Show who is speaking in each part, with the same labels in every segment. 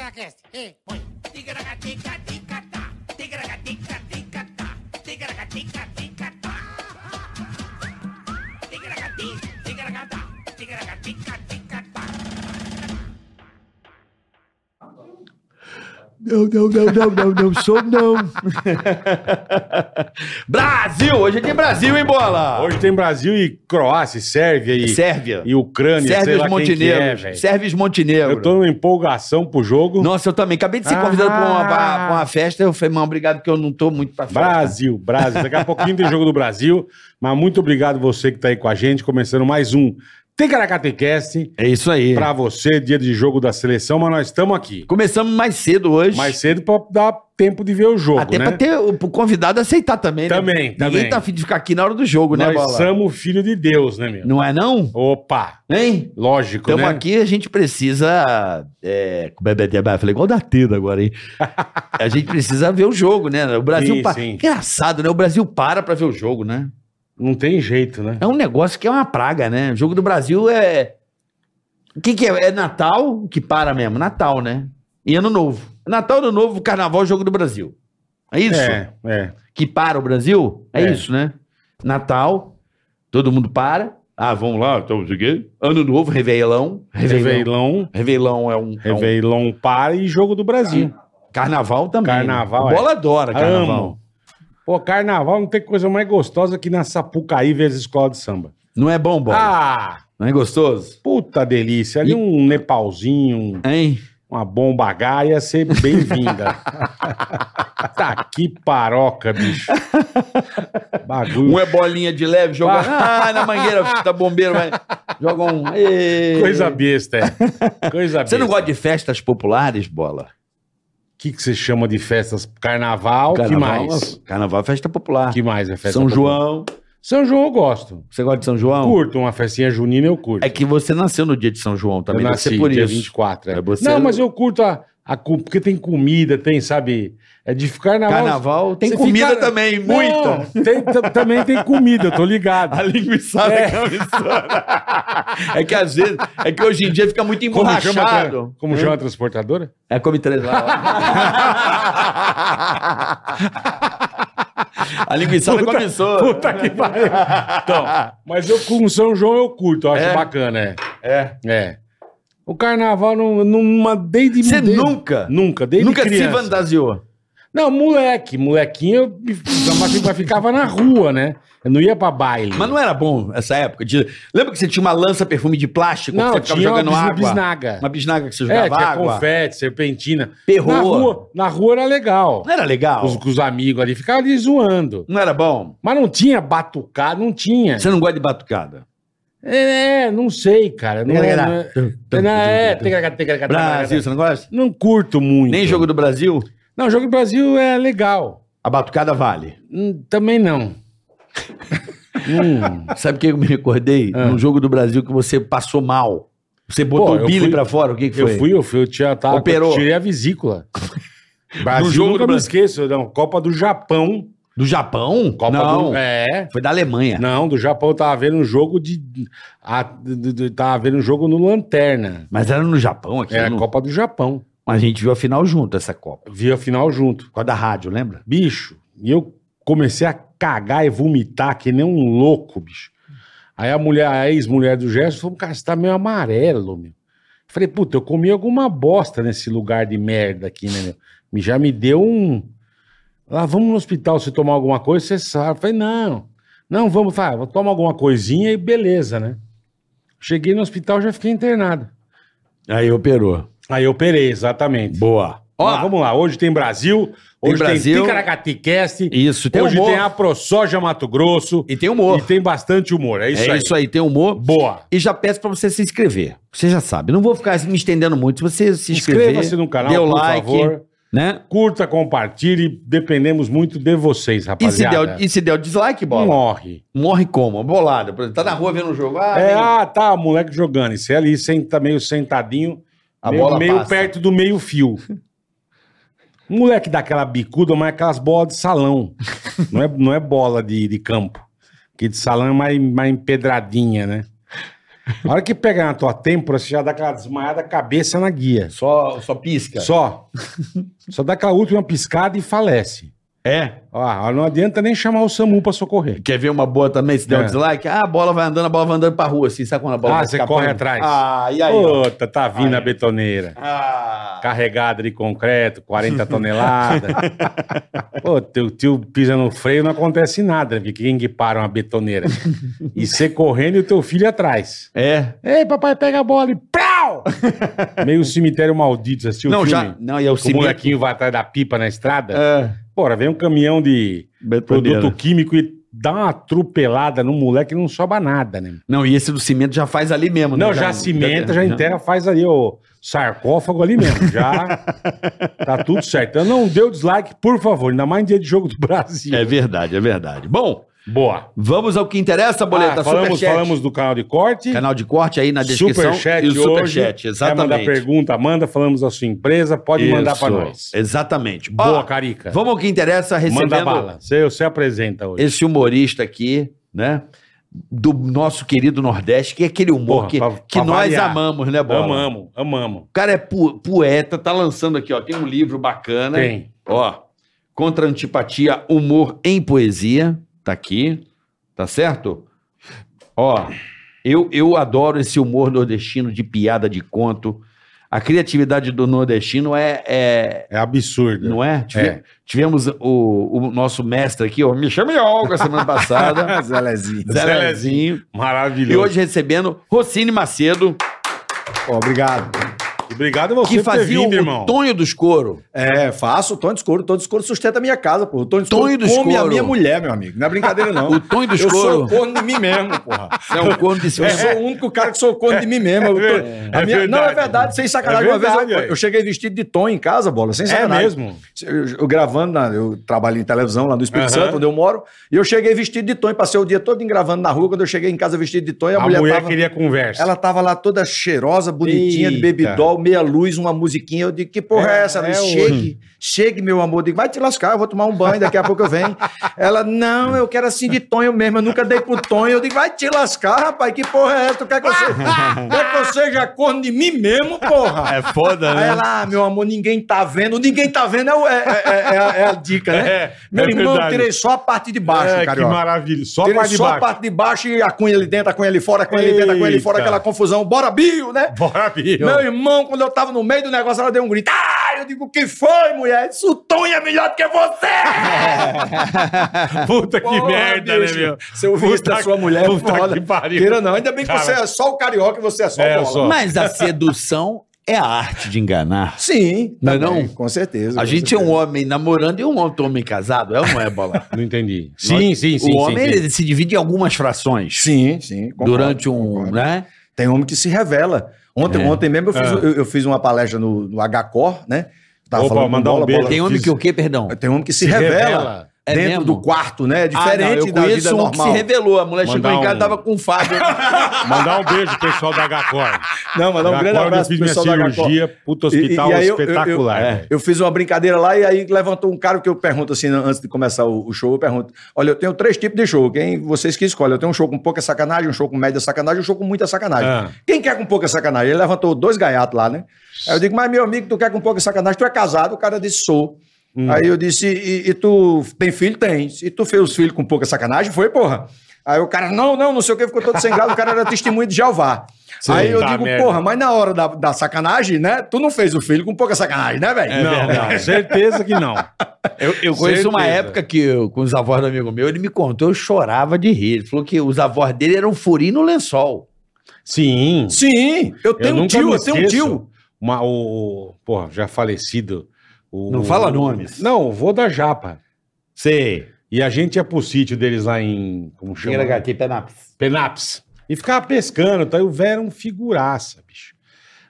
Speaker 1: Ticaracast. E põe.
Speaker 2: Ticaracatica-ticatá, ticaracatica-ticatá, ticaracatica-ticatá. Ticaracati, ticaracatá, ticaracatica-ticatá.
Speaker 3: Não, não, não, não, não, não sou não.
Speaker 4: Brasil! Hoje é de Brasil, hein, bola?
Speaker 5: Hoje tem Brasil e Croácia, e Sérvia e,
Speaker 4: Ah. Sérvia.
Speaker 5: e Ucrânia, sei
Speaker 4: Sérvia
Speaker 5: lá
Speaker 4: os
Speaker 5: quem que é,
Speaker 4: Montenegros.
Speaker 5: velho.
Speaker 4: Sérvia os Montenegros.
Speaker 5: Eu tô numa empolgação pro jogo.
Speaker 4: Nossa, eu também. Acabei de ser convidado
Speaker 5: Ah.
Speaker 4: pra, uma, pra- pra uma festa. Eu falei, mas obrigado, porque eu não tô muito pra festa.
Speaker 5: Brasil, Brasil. Daqui a pouquinho tem jogo do Brasil. Mas muito obrigado você que tá aí com a gente, começando mais um Ticaracatecast.
Speaker 4: É isso aí.
Speaker 5: Pra você, dia de jogo da seleção, mas nós estamos aqui.
Speaker 4: Começamos mais cedo hoje.
Speaker 5: Mais cedo pra dar tempo de ver o jogo,
Speaker 4: Até
Speaker 5: né?
Speaker 4: pra ter o pro convidado aceitar também, né?
Speaker 5: Também,
Speaker 4: Ninguém
Speaker 5: também.
Speaker 4: tá afim de ficar aqui na hora do jogo, né,
Speaker 5: nós
Speaker 4: Bola?
Speaker 5: somos filho de Deus, né, meu?
Speaker 4: Não é não?
Speaker 5: Opa!
Speaker 4: Hein?
Speaker 5: Lógico,
Speaker 4: Estamos
Speaker 5: né?
Speaker 4: Então, aqui, a gente precisa. É, falei igual da Teda agora, hein? A gente precisa ver o jogo, né? O Brasil.
Speaker 5: Sim,
Speaker 4: pa-
Speaker 5: sim.
Speaker 4: Engraçado, né? O Brasil para pra ver o jogo, né?
Speaker 5: Não tem jeito, né?
Speaker 4: É um negócio que é uma praga, né? O jogo do Brasil é. O que, que é? É Natal que para mesmo? Natal, né? E Ano Novo. Natal, Ano Novo, Carnaval, Jogo do Brasil. É isso?
Speaker 5: É, é.
Speaker 4: Que para o Brasil? É,
Speaker 5: É.
Speaker 4: isso, né? Natal, todo mundo para. Ah, vamos lá, estamos aqui. Ano Novo, Reveilão. Reveilão.
Speaker 5: Reveilão.
Speaker 4: Reveilão é um. é um-
Speaker 5: Reveilão para e jogo do Brasil.
Speaker 4: Carnaval também.
Speaker 5: Carnaval,
Speaker 4: né?
Speaker 5: é.
Speaker 4: Bola adora carnaval.
Speaker 5: Amo. Pô, carnaval não tem coisa mais gostosa que na Sapucaí ver as escolas de samba.
Speaker 4: Não é bom, bola?
Speaker 5: Ah,
Speaker 4: Não é gostoso?
Speaker 5: puta delícia. Ali
Speaker 4: E-
Speaker 5: um nepalzinho, um-
Speaker 4: Hein?
Speaker 5: uma bomba H ia ser bem-vinda. tá que paroca, bicho. Bagulho.
Speaker 4: Um é bolinha de leve, joga ah, na mangueira da bombeiro, vai. Joga um. Ê.
Speaker 5: Coisa besta, é. Coisa besta.
Speaker 4: Você não gosta de festas populares, bola?
Speaker 5: O que, que você chama de festas? Carnaval, que mais?
Speaker 4: Carnaval é festa popular.
Speaker 5: que mais é festa?
Speaker 4: São
Speaker 5: popular?
Speaker 4: João.
Speaker 5: São João eu gosto.
Speaker 4: Você gosta de São João?
Speaker 5: Curto, uma festinha junina eu curto.
Speaker 4: É que você nasceu no dia de São João também,
Speaker 5: eu
Speaker 4: deve ser
Speaker 5: nasci
Speaker 4: por
Speaker 5: dia
Speaker 4: isso.
Speaker 5: 24. é.
Speaker 4: É, você-
Speaker 5: Não, mas eu curto a, a cu- porque tem comida, tem, sabe? É de ficar na
Speaker 4: Carnaval tem
Speaker 5: Você
Speaker 4: comida
Speaker 5: fica-
Speaker 4: também,
Speaker 5: Não,
Speaker 4: muita.
Speaker 5: tem- t- também tem comida, eu tô ligado.
Speaker 4: A linguiçada é. camisona. É que às vezes, é que hoje em dia fica muito
Speaker 5: Como chama, a
Speaker 4: emborrachado. Hum?
Speaker 5: tra- como chama a transportadora?
Speaker 4: É, come três lá. a linguiçada
Speaker 5: Puta-
Speaker 4: começou.
Speaker 5: Puta que pariu. Então, mas eu com São João eu curto, eu acho
Speaker 4: É?
Speaker 5: bacana, é. É. O carnaval não, não, uma- desde
Speaker 4: Você
Speaker 5: desde-
Speaker 4: nunca,
Speaker 5: Nunca, desde
Speaker 4: nunca se
Speaker 5: criança.
Speaker 4: fantasiou.
Speaker 5: Não, moleque, molequinho, eu me- eu ficava na rua, né? Eu não ia pra baile.
Speaker 4: Mas não era bom essa época. de- Lembra que você tinha uma lança perfume de plástico
Speaker 5: Não,
Speaker 4: que você ficava
Speaker 5: tinha
Speaker 4: jogando
Speaker 5: uma bis-
Speaker 4: água?
Speaker 5: bisnaga.
Speaker 4: Uma bisnaga que você
Speaker 5: É,
Speaker 4: jogava
Speaker 5: tinha
Speaker 4: água.
Speaker 5: confete, serpentina.
Speaker 4: Perroa.
Speaker 5: Na rua, na rua era legal.
Speaker 4: Não era legal?
Speaker 5: Os, com os amigos ali, ficava ali zoando.
Speaker 4: Não era bom?
Speaker 5: Mas não tinha batucada, não tinha.
Speaker 4: Você não gosta de batucada?
Speaker 5: É, não sei, cara. Não, é, não é- não é- Então. tegra- tegra-
Speaker 4: Brasil,
Speaker 5: tegra-
Speaker 4: você não gosta?
Speaker 5: Não curto muito.
Speaker 4: Nem jogo do Brasil?
Speaker 5: Não, jogo do Brasil é legal.
Speaker 4: A batucada vale.
Speaker 5: Hum, Também não. Hum.
Speaker 4: Sabe o que eu me recordei?
Speaker 5: Ah.
Speaker 4: No jogo do Brasil que você passou mal. Você botou
Speaker 5: Pô,
Speaker 4: o
Speaker 5: eu
Speaker 4: Billy
Speaker 5: fui-
Speaker 4: pra fora? O que, que
Speaker 5: Eu
Speaker 4: foi?
Speaker 5: fui, eu fui, eu tinha tava,
Speaker 4: Operou.
Speaker 5: eu tirei a vesícula. Brasil,
Speaker 4: jogo
Speaker 5: nunca
Speaker 4: do
Speaker 5: me
Speaker 4: Brasil.
Speaker 5: esqueço, não. Copa do Japão.
Speaker 4: Do Japão?
Speaker 5: Copa
Speaker 4: não.
Speaker 5: do. É.
Speaker 4: Foi da Alemanha.
Speaker 5: Não, do Japão eu tava vendo um jogo de. A, de- de- tava vendo um jogo no Lanterna.
Speaker 4: Mas era no Japão aqui.
Speaker 5: Era
Speaker 4: no-
Speaker 5: a É, Copa do Japão.
Speaker 4: A gente viu a final junto, essa Copa.
Speaker 5: Vi a final junto.
Speaker 4: Por causa da rádio, lembra?
Speaker 5: Bicho, e eu comecei a cagar e vomitar que nem um louco, bicho. Aí a mulher, a ex-mulher do Gerson falou, cara, você tá meio amarelo, meu. Falei, puta, eu comi alguma bosta nesse lugar de merda aqui, né, meu? Me- Já me deu um... Lá, vamos no hospital, se tomar alguma coisa, você sabe. Falei, não, não, vamos, tá, vou tomar alguma coisinha e beleza, né? Cheguei no hospital, já fiquei internado.
Speaker 4: Aí operou.
Speaker 5: Aí eu operei, exatamente.
Speaker 4: Boa. Ó,
Speaker 5: Mas vamos lá, hoje tem Brasil,
Speaker 4: Tem
Speaker 5: hoje tem,
Speaker 4: Brasil.
Speaker 5: Ticaracaticast,
Speaker 4: Isso, tem
Speaker 5: hoje
Speaker 4: humor.
Speaker 5: tem a ProSoja Mato Grosso
Speaker 4: E tem humor.
Speaker 5: e tem bastante humor, é isso
Speaker 4: é
Speaker 5: aí.
Speaker 4: isso aí, tem humor.
Speaker 5: Boa.
Speaker 4: E já peço pra você se inscrever. Você já sabe. Não vou ficar me estendendo muito. Se você se inscrever,
Speaker 5: Inscreva-se no canal,
Speaker 4: dê o
Speaker 5: por
Speaker 4: like,
Speaker 5: favor.
Speaker 4: né?
Speaker 5: Curta, compartilhe, dependemos muito de vocês,
Speaker 4: E se, der,
Speaker 5: rapaziada.
Speaker 4: o- e se der o dislike, bola,
Speaker 5: Morre.
Speaker 4: morre como? Bolada. Por exemplo, Tá na rua vendo o jogo. Ah,
Speaker 5: é,
Speaker 4: vem.
Speaker 5: ah, tá, moleque jogando. Isso é ali, sem, tá meio sentadinho,
Speaker 4: A
Speaker 5: meio,
Speaker 4: bola
Speaker 5: meio
Speaker 4: passa.
Speaker 5: perto do meio fio. O moleque dá aquela bicuda, mas é aquelas bolas de salão. não, é, não é bola de, de campo. Que de salão é mais, mais empedradinha, né? A hora que pega na tua têmpora, você já dá aquela desmaiada cabeça na guia.
Speaker 4: Só, só pisca.
Speaker 5: Só. Só dá aquela última piscada e falece.
Speaker 4: É.
Speaker 5: Ó, não adianta nem chamar o SAMU pra socorrer.
Speaker 4: Quer ver uma boa também? Se der
Speaker 5: É.
Speaker 4: um dislike, ah, a bola vai andando, a bola vai andando pra rua, assim, sabe quando a bola
Speaker 5: Ah,
Speaker 4: vai
Speaker 5: você
Speaker 4: escapando?
Speaker 5: corre atrás.
Speaker 4: Ah, e aí? ó?
Speaker 5: Puta, tá vindo
Speaker 4: Aí.
Speaker 5: a betoneira.
Speaker 4: Ah.
Speaker 5: Carregada de concreto, 40 toneladas. Pô, teu tio pisa no freio, não acontece nada, né? porque quem que para uma betoneira? E você correndo e o teu filho atrás.
Speaker 4: É.
Speaker 5: Ei, papai, pega a bola e pau! Meio cemitério maldito, você assistiu o
Speaker 4: não,
Speaker 5: filme?
Speaker 4: já. Não, e é o
Speaker 5: Que O molequinho vai atrás da pipa na estrada.
Speaker 4: É.
Speaker 5: Bora, vem um caminhão de
Speaker 4: Betoneira.
Speaker 5: produto químico e dá uma atropelada no moleque não soba nada, né?
Speaker 4: Não, e esse do cimento já faz ali mesmo, né?
Speaker 5: Não, já cimenta, já enterra, faz ali o sarcófago ali mesmo. Já tá tudo certo. Então não dê o dislike, por favor. Ainda mais em dia de jogo do Brasil.
Speaker 4: É verdade, é verdade. Bom,
Speaker 5: Boa.
Speaker 4: vamos ao que interessa, boleta.
Speaker 5: Ah, falamos,
Speaker 4: Superchat.
Speaker 5: falamos do canal de corte.
Speaker 4: Canal de corte aí na descrição.
Speaker 5: Superchat
Speaker 4: e o
Speaker 5: hoje.
Speaker 4: superchat,
Speaker 5: Quer mandar
Speaker 4: exatamente.
Speaker 5: pergunta, manda. Falamos da sua empresa, pode mandar
Speaker 4: Isso,
Speaker 5: pra nós.
Speaker 4: Exatamente.
Speaker 5: Boa,
Speaker 4: É, Ó,
Speaker 5: Carica.
Speaker 4: Vamos ao que interessa,
Speaker 5: Manda
Speaker 4: recebendo
Speaker 5: bala. Você, você apresenta hoje.
Speaker 4: esse humorista aqui, né? Do nosso querido Nordeste, que é aquele humor
Speaker 5: Porra,
Speaker 4: que,
Speaker 5: pra-
Speaker 4: que
Speaker 5: pra
Speaker 4: nós
Speaker 5: variar.
Speaker 4: amamos, né, Bola?
Speaker 5: Amamos, amamos.
Speaker 4: O cara é pu- poeta, tá lançando aqui, ó. Tem um livro bacana.
Speaker 5: Tem.
Speaker 4: Ó, Contra a Antipatia, Humor em Poesia, tá aqui, tá certo? Ó, eu, eu adoro esse humor nordestino de piada de conto. A criatividade do nordestino é. é-
Speaker 5: É absurdo.
Speaker 4: não é? Tive-
Speaker 5: É.
Speaker 4: Tivemos o, o nosso mestre aqui, ó, Michel Mioca, semana passada.
Speaker 1: Zelezinho.
Speaker 4: Zé
Speaker 5: Zé
Speaker 4: Lezinho.
Speaker 5: Maravilhoso.
Speaker 4: E hoje recebendo Rocine Macedo,
Speaker 1: Ó, obrigado.
Speaker 5: Obrigado a você
Speaker 4: que
Speaker 5: por ter
Speaker 4: fazia
Speaker 5: vindo,
Speaker 4: o
Speaker 5: irmão.
Speaker 4: Tonho dos Coro.
Speaker 1: É, faço o Tonho de Escuro. O Tonho de Escuro sustenta a minha casa, pô. O Tonho de Escuro
Speaker 4: Tonho do
Speaker 1: come a
Speaker 4: Escuro.
Speaker 1: minha mulher, meu amigo. Não é brincadeira, não.
Speaker 4: O Tonho dos
Speaker 1: eu
Speaker 4: Coro.
Speaker 1: sou corno de mim mesmo, porra.
Speaker 4: É um corno de
Speaker 1: Eu sou o único cara que sou corno de mim mesmo. Eu tô- a
Speaker 5: é
Speaker 1: minha- Não, é
Speaker 5: verdade.
Speaker 1: verdade, sem sacanagem.
Speaker 5: É
Speaker 1: Uma
Speaker 5: verdade,
Speaker 1: vez eu,
Speaker 5: ué.
Speaker 1: eu cheguei vestido de Tonho em casa, bola, sem
Speaker 5: É
Speaker 1: sacanagem.
Speaker 5: mesmo.
Speaker 1: Eu, eu gravando, na- eu trabalho em televisão lá no Espírito
Speaker 5: Aham.
Speaker 1: Santo, onde eu moro, e eu cheguei vestido de Tonho, passei o dia todo gravando na rua, quando eu cheguei em casa vestido de Tonho, a,
Speaker 5: A
Speaker 1: mulher,
Speaker 5: mulher,
Speaker 1: tava...
Speaker 5: queria conversa.
Speaker 1: Ela tava lá toda cheirosa, bonitinha, de
Speaker 5: Eita.
Speaker 1: bebidol, meia luz, uma musiquinha. Eu digo, que porra é,
Speaker 5: É,
Speaker 1: essa? Ela
Speaker 5: é
Speaker 1: disse,
Speaker 5: hoje.
Speaker 1: chegue, chegue, meu amor. Eu digo, vai te lascar, eu vou tomar um banho, daqui a pouco eu venho. Ela, não, eu quero assim de tonho mesmo, eu nunca dei pro tonho. Eu digo, vai te lascar, rapaz, que porra é essa? Tu quer que eu seja, quer que eu seja corno de mim mesmo, porra?
Speaker 6: É foda,
Speaker 1: Aí
Speaker 6: né?
Speaker 1: ela, ah, meu amor, ninguém tá vendo. Ninguém tá vendo é, o- é- é- é a- é a dica, né?
Speaker 5: É,
Speaker 1: meu
Speaker 5: é
Speaker 1: irmão, eu
Speaker 5: verdade.
Speaker 1: tirei só a parte de baixo,
Speaker 5: É,
Speaker 1: cara.
Speaker 5: que maravilha. Só a
Speaker 1: Tirei
Speaker 5: parte de
Speaker 1: só
Speaker 5: baixo.
Speaker 1: a parte de baixo e a cunha ali dentro, a cunha ali fora, a cunha ali dentro, a cunha ali fora,
Speaker 5: Eita.
Speaker 1: aquela confusão. Bora, Bio, né?
Speaker 5: Bora, Bia.
Speaker 1: Meu irmão, quando eu tava no meio do negócio, ela deu um grito. Ah, eu digo, o que foi, mulher? Isso o Tonho é melhor do que você!
Speaker 5: Puta que
Speaker 1: Porra,
Speaker 5: merda,
Speaker 1: bicho.
Speaker 5: né, meu?
Speaker 1: Se eu visse
Speaker 5: Puta
Speaker 1: da
Speaker 5: que-
Speaker 1: sua mulher, é
Speaker 5: puta
Speaker 1: foda.
Speaker 5: que pariu.
Speaker 1: Queira não, ainda bem que
Speaker 5: Cara.
Speaker 1: você é só o carioca e você é só
Speaker 5: É,
Speaker 1: bola.
Speaker 5: só.
Speaker 4: Mas a sedução é a arte de enganar.
Speaker 1: Sim,
Speaker 4: Não é
Speaker 1: também,
Speaker 4: não?
Speaker 1: com certeza.
Speaker 4: A
Speaker 1: com
Speaker 4: gente é
Speaker 1: certeza.
Speaker 4: um homem namorando e um outro homem casado, é ou não é, Bola?
Speaker 5: Não entendi. Sim, sim, sim.
Speaker 4: o
Speaker 5: sim,
Speaker 4: homem
Speaker 5: sim.
Speaker 4: ele se divide em algumas frações
Speaker 1: Sim, sim. concordo,
Speaker 4: durante um,
Speaker 1: concordo.
Speaker 4: né?
Speaker 1: Tem homem que se revela. Ontem,
Speaker 4: É.
Speaker 1: ontem mesmo eu fiz,
Speaker 5: É.
Speaker 1: eu, eu fiz uma palestra no, no HCOR, né?
Speaker 5: Opa,
Speaker 1: com
Speaker 5: mandar um
Speaker 1: Bola,
Speaker 5: beijo.
Speaker 1: Bola-
Speaker 4: Tem homem
Speaker 5: fiz-
Speaker 4: que o quê, perdão?
Speaker 1: Tem homem que se,
Speaker 5: Se
Speaker 1: revela,
Speaker 5: revela.
Speaker 4: É
Speaker 1: dentro
Speaker 4: mesmo?
Speaker 1: do quarto, né? É
Speaker 4: Ah, não,
Speaker 1: Diferente
Speaker 4: eu
Speaker 1: da
Speaker 4: conheço
Speaker 1: vida
Speaker 4: um
Speaker 1: normal.
Speaker 4: que se revelou. A mulher
Speaker 5: Mandar
Speaker 4: chegou em casa
Speaker 5: um-
Speaker 4: e tava com o Fábio.
Speaker 5: Mandar um beijo pro pessoal da Gacor.
Speaker 1: Não, mas dá um grande
Speaker 5: eu
Speaker 1: abraço
Speaker 5: fiz
Speaker 1: pro
Speaker 5: minha
Speaker 1: pessoal da Gacor.
Speaker 5: cirurgia, puto hospital
Speaker 1: E- e aí eu- É. eu-
Speaker 5: espetacular. É.
Speaker 1: eu-
Speaker 5: velho.
Speaker 1: Eu fiz uma brincadeira lá e aí levantou um cara que eu pergunto assim, antes de começar o, o show, eu pergunto: olha, eu tenho três tipos de show, quem vocês que escolhem. Eu tenho um show com pouca sacanagem, um show com média sacanagem, um show com muita sacanagem.
Speaker 5: Ah.
Speaker 1: Quem quer com pouca sacanagem? Ele levantou dois gaiatos lá, né? Aí eu digo, mas meu amigo, tu quer com pouca sacanagem? Tu é casado? O cara disse, sou.
Speaker 5: Hum.
Speaker 1: Aí eu disse, e, e tu tem filho? Tem. E tu fez os filhos com pouca sacanagem? Foi, porra. Aí o cara, não, não, não sei o que, ficou todo sem graça, o cara era testemunho de Jeová.
Speaker 5: Sim.
Speaker 1: Aí eu
Speaker 5: Tá,
Speaker 1: digo,
Speaker 5: merda.
Speaker 1: porra, mas na hora da, da sacanagem, né? Tu não fez o filho com pouca sacanagem, né, velho?
Speaker 5: É
Speaker 1: não.
Speaker 5: verdade. Certeza que não.
Speaker 4: Eu, eu conheço uma
Speaker 5: Certeza.
Speaker 4: época que, eu- com os avós do amigo meu, ele me contou, eu chorava de rir. Ele falou que os avós dele eram furinho no lençol.
Speaker 5: Sim.
Speaker 1: Sim, eu tenho um
Speaker 5: nunca
Speaker 1: tio,
Speaker 5: me
Speaker 1: eu tenho um
Speaker 5: esqueço.
Speaker 1: tio.
Speaker 5: Uma, o, o- porra, já falecido. o-
Speaker 4: Não fala nomes.
Speaker 5: Não, o vô da Japa.
Speaker 4: Sei.
Speaker 5: E a gente ia pro sítio deles lá em. Como chama? Penápolis. E ficava pescando, tá? E o velho era um figuraça, bicho.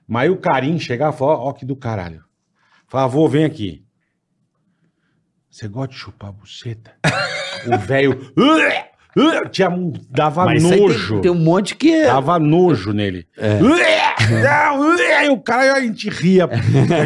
Speaker 5: Mas aí o carinho chegava e falava, ó, ó que do caralho. Falava, vô, vem aqui. Você gosta de chupar a buceta? o velho... "Ué, ué", Tinha, um- dava
Speaker 4: Mas isso aí
Speaker 5: nojo. Tá.
Speaker 4: tem, tem um É. monte que... é-
Speaker 5: Dava nojo nele. Ué, ah, ué, e o cara, a gente ria. A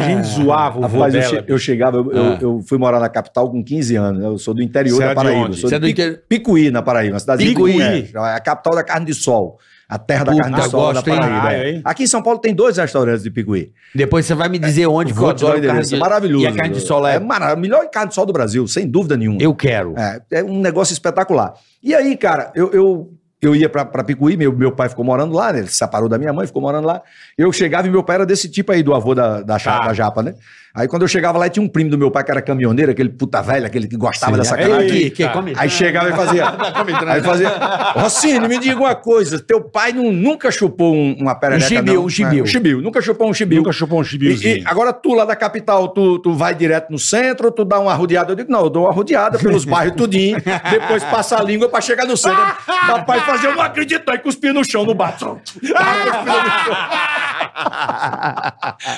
Speaker 5: gente zoava o vô
Speaker 1: Rapaz, eu,
Speaker 5: dela.
Speaker 1: che- eu chegava, eu, eu-
Speaker 4: Ah.
Speaker 1: eu fui morar na capital com 15 anos. né? Eu sou do interior
Speaker 5: Você era
Speaker 1: da
Speaker 5: de
Speaker 1: Paraíba.
Speaker 5: onde?
Speaker 1: eu Sou
Speaker 4: Você é
Speaker 1: de
Speaker 4: do
Speaker 1: Picu-
Speaker 4: interior?
Speaker 1: Picuí, na Paraíba, uma cidadezinha.
Speaker 5: Picuí.
Speaker 1: É, é a capital da carne de sol. A terra da
Speaker 4: Puta,
Speaker 1: carne de sol da
Speaker 4: gosto, hein?
Speaker 1: Paraíba. é.
Speaker 5: Caralho, hein?
Speaker 1: Aqui em São Paulo tem dois restaurantes de Picuí.
Speaker 4: Depois você vai me dizer onde que eu
Speaker 1: Vou te dar o
Speaker 4: adoro carne
Speaker 1: endereço,
Speaker 4: de...
Speaker 1: é maravilhoso.
Speaker 4: E a carne de sol lá
Speaker 1: é
Speaker 4: é...
Speaker 1: mara- a melhor carne de sol do Brasil, sem dúvida nenhuma.
Speaker 4: Eu quero.
Speaker 1: É, é um negócio espetacular. E aí, cara, eu, eu, eu ia pra, pra Picuí, meu, meu pai ficou morando lá, né? Ele se separou da minha mãe, ficou morando lá. Eu chegava e meu pai era desse tipo aí, do avô da, da, chapa,
Speaker 5: Tá.
Speaker 1: da japa, né? Aí quando eu chegava lá, tinha um primo do meu pai que era caminhoneiro, aquele puta velho, aquele que gostava
Speaker 4: Sim.
Speaker 5: é.
Speaker 1: dessa
Speaker 5: Ei,
Speaker 1: É,
Speaker 5: Tá
Speaker 1: cara.
Speaker 4: Aqui,
Speaker 5: Eita.
Speaker 4: aqui, come.
Speaker 1: Aí chegava e fazia. aí fazia. Rossini, me diga uma coisa. Teu pai não, nunca chupou um- uma perereca.
Speaker 4: chibiu,
Speaker 1: não,
Speaker 4: um
Speaker 1: né?
Speaker 4: chibiu.
Speaker 1: Um chibiu. Nunca chupou um chibiu.
Speaker 5: Nunca chupou um
Speaker 1: E,
Speaker 5: chibiozinho.
Speaker 1: e agora tu lá da capital, tu, tu vai direto no centro, tu dá uma arrodeada? Eu digo, não, eu dou uma arrodeada pelos bairros tudinho, depois passa a língua pra chegar no centro. Papai fazer, eu não acredito, aí cuspir no chão no bato.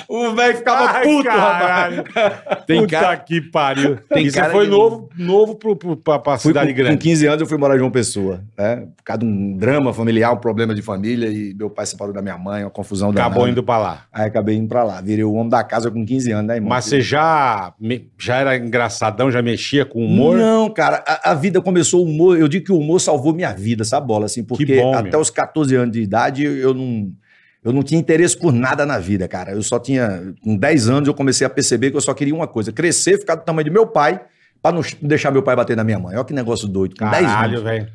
Speaker 1: o velho ficava
Speaker 5: Ai,
Speaker 1: puto, rapaz.
Speaker 5: caralho.
Speaker 4: Tem
Speaker 5: Puta
Speaker 4: cara-
Speaker 5: que pariu.
Speaker 4: Tem
Speaker 5: Isso
Speaker 4: cara
Speaker 5: foi
Speaker 4: de-
Speaker 5: novo, novo pro, pro, pra, pra
Speaker 1: Fui
Speaker 5: cidade
Speaker 1: com, com
Speaker 5: grande.
Speaker 1: 15 anos eu fui morar em João Pessoa, né? Por causa de um drama familiar, um problema de família, e meu pai separou da minha mãe, uma confusão da
Speaker 5: Acabou indo pra lá.
Speaker 1: Aí acabei indo pra lá, virei o homem da casa com 15 anos, né, irmão?
Speaker 5: Mas você já, me- já era engraçadão, já mexia com humor?
Speaker 1: Não, cara, a, a vida começou o humor. Eu digo que o humor salvou minha vida, essa bola, assim, porque
Speaker 5: bom,
Speaker 1: até
Speaker 5: meu.
Speaker 1: os 14 anos de idade eu- eu não. Eu não tinha interesse por nada na vida, cara. Eu só tinha. Com 10 anos eu comecei a perceber que eu só queria uma coisa: crescer, ficar do tamanho de meu pai, pra não ch- deixar meu pai bater na minha mãe. Olha que negócio doido. Com 10
Speaker 5: Caralho,
Speaker 1: anos.
Speaker 5: velho.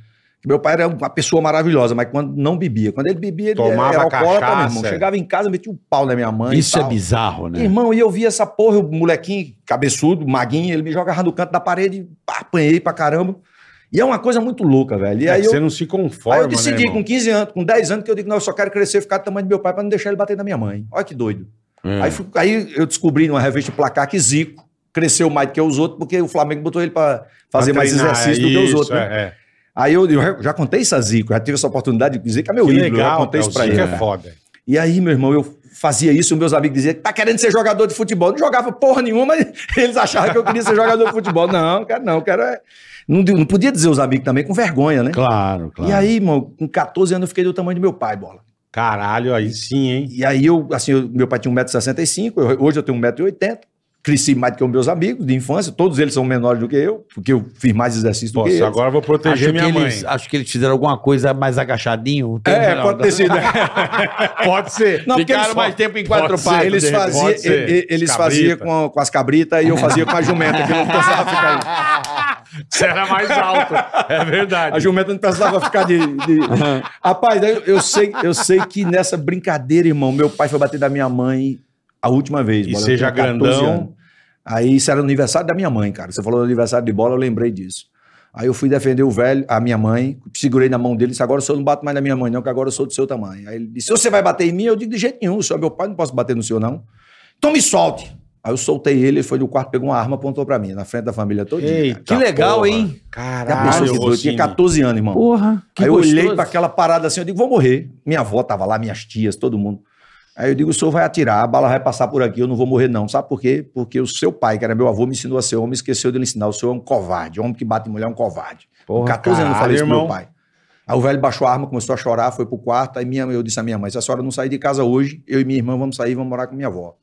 Speaker 1: Meu pai era uma pessoa maravilhosa, mas quando não bebia. Quando ele bebia, ele
Speaker 5: Tomava
Speaker 1: era alcoólatra, meu irmão.
Speaker 5: cachaça. é.
Speaker 1: Chegava em casa, metia o pau na minha mãe. e
Speaker 4: Isso é
Speaker 1: tal.
Speaker 4: bizarro, né?
Speaker 1: Irmão, e eu vi essa porra, o molequinho cabeçudo, maguinho, ele me jogava no canto da parede, pá, apanhei pra caramba. E é uma coisa muito louca, velho. E
Speaker 5: É
Speaker 1: aí,
Speaker 5: que você
Speaker 1: eu,
Speaker 5: não se
Speaker 1: aí
Speaker 5: conforma,
Speaker 1: eu decidi
Speaker 5: né,
Speaker 1: com
Speaker 5: irmão?
Speaker 1: 15 anos, com 10 anos, que eu digo, não, eu só quero crescer, ficar do tamanho do meu pai pra não deixar ele bater na minha mãe. Olha que doido.
Speaker 4: É.
Speaker 1: Aí, fui- aí eu descobri numa revista placar que Zico cresceu mais do que os outros, porque o Flamengo botou ele pra fazer
Speaker 5: Pra
Speaker 1: mais
Speaker 5: treinar,
Speaker 1: exercício do
Speaker 5: é
Speaker 1: que os
Speaker 5: isso,
Speaker 1: outros. né?
Speaker 5: é, é.
Speaker 1: Aí eu, eu já contei isso a Zico, já tive essa oportunidade de Zico é meu
Speaker 5: Que
Speaker 1: ídolo, eu já
Speaker 5: legal,
Speaker 1: contei isso pra
Speaker 5: Telzinho,
Speaker 1: ele. né?
Speaker 5: é foda.
Speaker 1: E aí, meu irmão, eu fazia isso, meus amigos diziam, tá querendo ser jogador de futebol. Não jogava porra nenhuma, mas eles achavam que eu queria ser jogador de futebol. Não, cara, não, quero é- Não, di- não podia dizer os amigos também, com vergonha, né?
Speaker 4: Claro, claro.
Speaker 1: E aí, irmão, com 14 anos eu fiquei do tamanho do meu pai, bola.
Speaker 5: Caralho, aí sim, hein?
Speaker 1: E aí eu, assim, eu- meu pai tinha 1,65m, eu- hoje eu tenho 1,80m. Cresci mais do que os meus amigos de infância, todos eles são menores do que eu, porque eu fiz mais exercício do que é?
Speaker 5: Nossa,
Speaker 1: eles.
Speaker 5: agora eu vou
Speaker 4: acho,
Speaker 5: proteger
Speaker 4: que
Speaker 5: minha mãe.
Speaker 4: eles, acho que eles fizeram alguma coisa mais agachadinho. Tem-
Speaker 1: É, pode ter sido.
Speaker 5: Pode ser.
Speaker 1: Não, porque
Speaker 4: tá Ficaram
Speaker 1: eles-
Speaker 4: mais tempo em
Speaker 5: Pode
Speaker 4: quatro
Speaker 5: ser,
Speaker 4: partes.
Speaker 1: Eles
Speaker 4: de repente.
Speaker 1: faziam
Speaker 5: pode ser.
Speaker 1: e- e- eles
Speaker 5: Cabrita.
Speaker 1: faziam com, com as cabritas e eu fazia com a jumenta, que não precisava ficar aí.
Speaker 5: Você era mais alto. É verdade.
Speaker 1: A jumenta não precisava ficar de. de- Rapaz, eu, eu sei, eu sei que nessa brincadeira, irmão, meu pai foi bater da minha mãe a última vez.
Speaker 5: E
Speaker 1: bola. Eu
Speaker 5: seja
Speaker 1: tinha 14
Speaker 5: grandão.
Speaker 1: anos. Aí isso era no aniversário da minha mãe, cara. Você falou do aniversário de bola, eu lembrei disso. Aí eu fui defender o velho, a minha mãe, segurei na mão dele e disse: Agora o senhor não bate mais na minha mãe, não, que agora eu sou do seu tamanho. Aí ele disse: Você vai bater em mim? Eu digo: De jeito nenhum, o senhor é meu pai, não posso bater no senhor, não. Então me solte. Aí eu soltei ele, ele foi do quarto, pegou uma arma, apontou pra mim, na frente da família toda.
Speaker 5: Eita,
Speaker 4: Que legal,
Speaker 5: porra.
Speaker 4: hein?
Speaker 1: Já pensou
Speaker 5: Caralho,
Speaker 1: um- que é doido? Eu tinha
Speaker 5: Rossini.
Speaker 1: 14 anos, irmão.
Speaker 4: Porra.
Speaker 1: aí eu olhei pra aquela parada assim, eu digo, vou morrer. Minha avó tava lá, minhas tias, todo mundo. Aí eu digo, o senhor vai atirar, a bala vai passar por aqui, eu não vou morrer não. Sabe por quê? Porque o seu pai, que era meu avô, me ensinou a ser homem, esqueceu de lhe ensinar. O senhor é um covarde, homem que bate em mulher é um covarde. Com
Speaker 5: Porra,
Speaker 1: 14 anos eu falei isso pro meu
Speaker 5: caralho,
Speaker 1: pai. Aí o velho baixou a arma, começou a chorar, foi pro quarto. Aí minha, eu disse à minha mãe, se a senhora não sair de casa hoje, eu e minha irmã vamos sair, vamos morar com minha avó.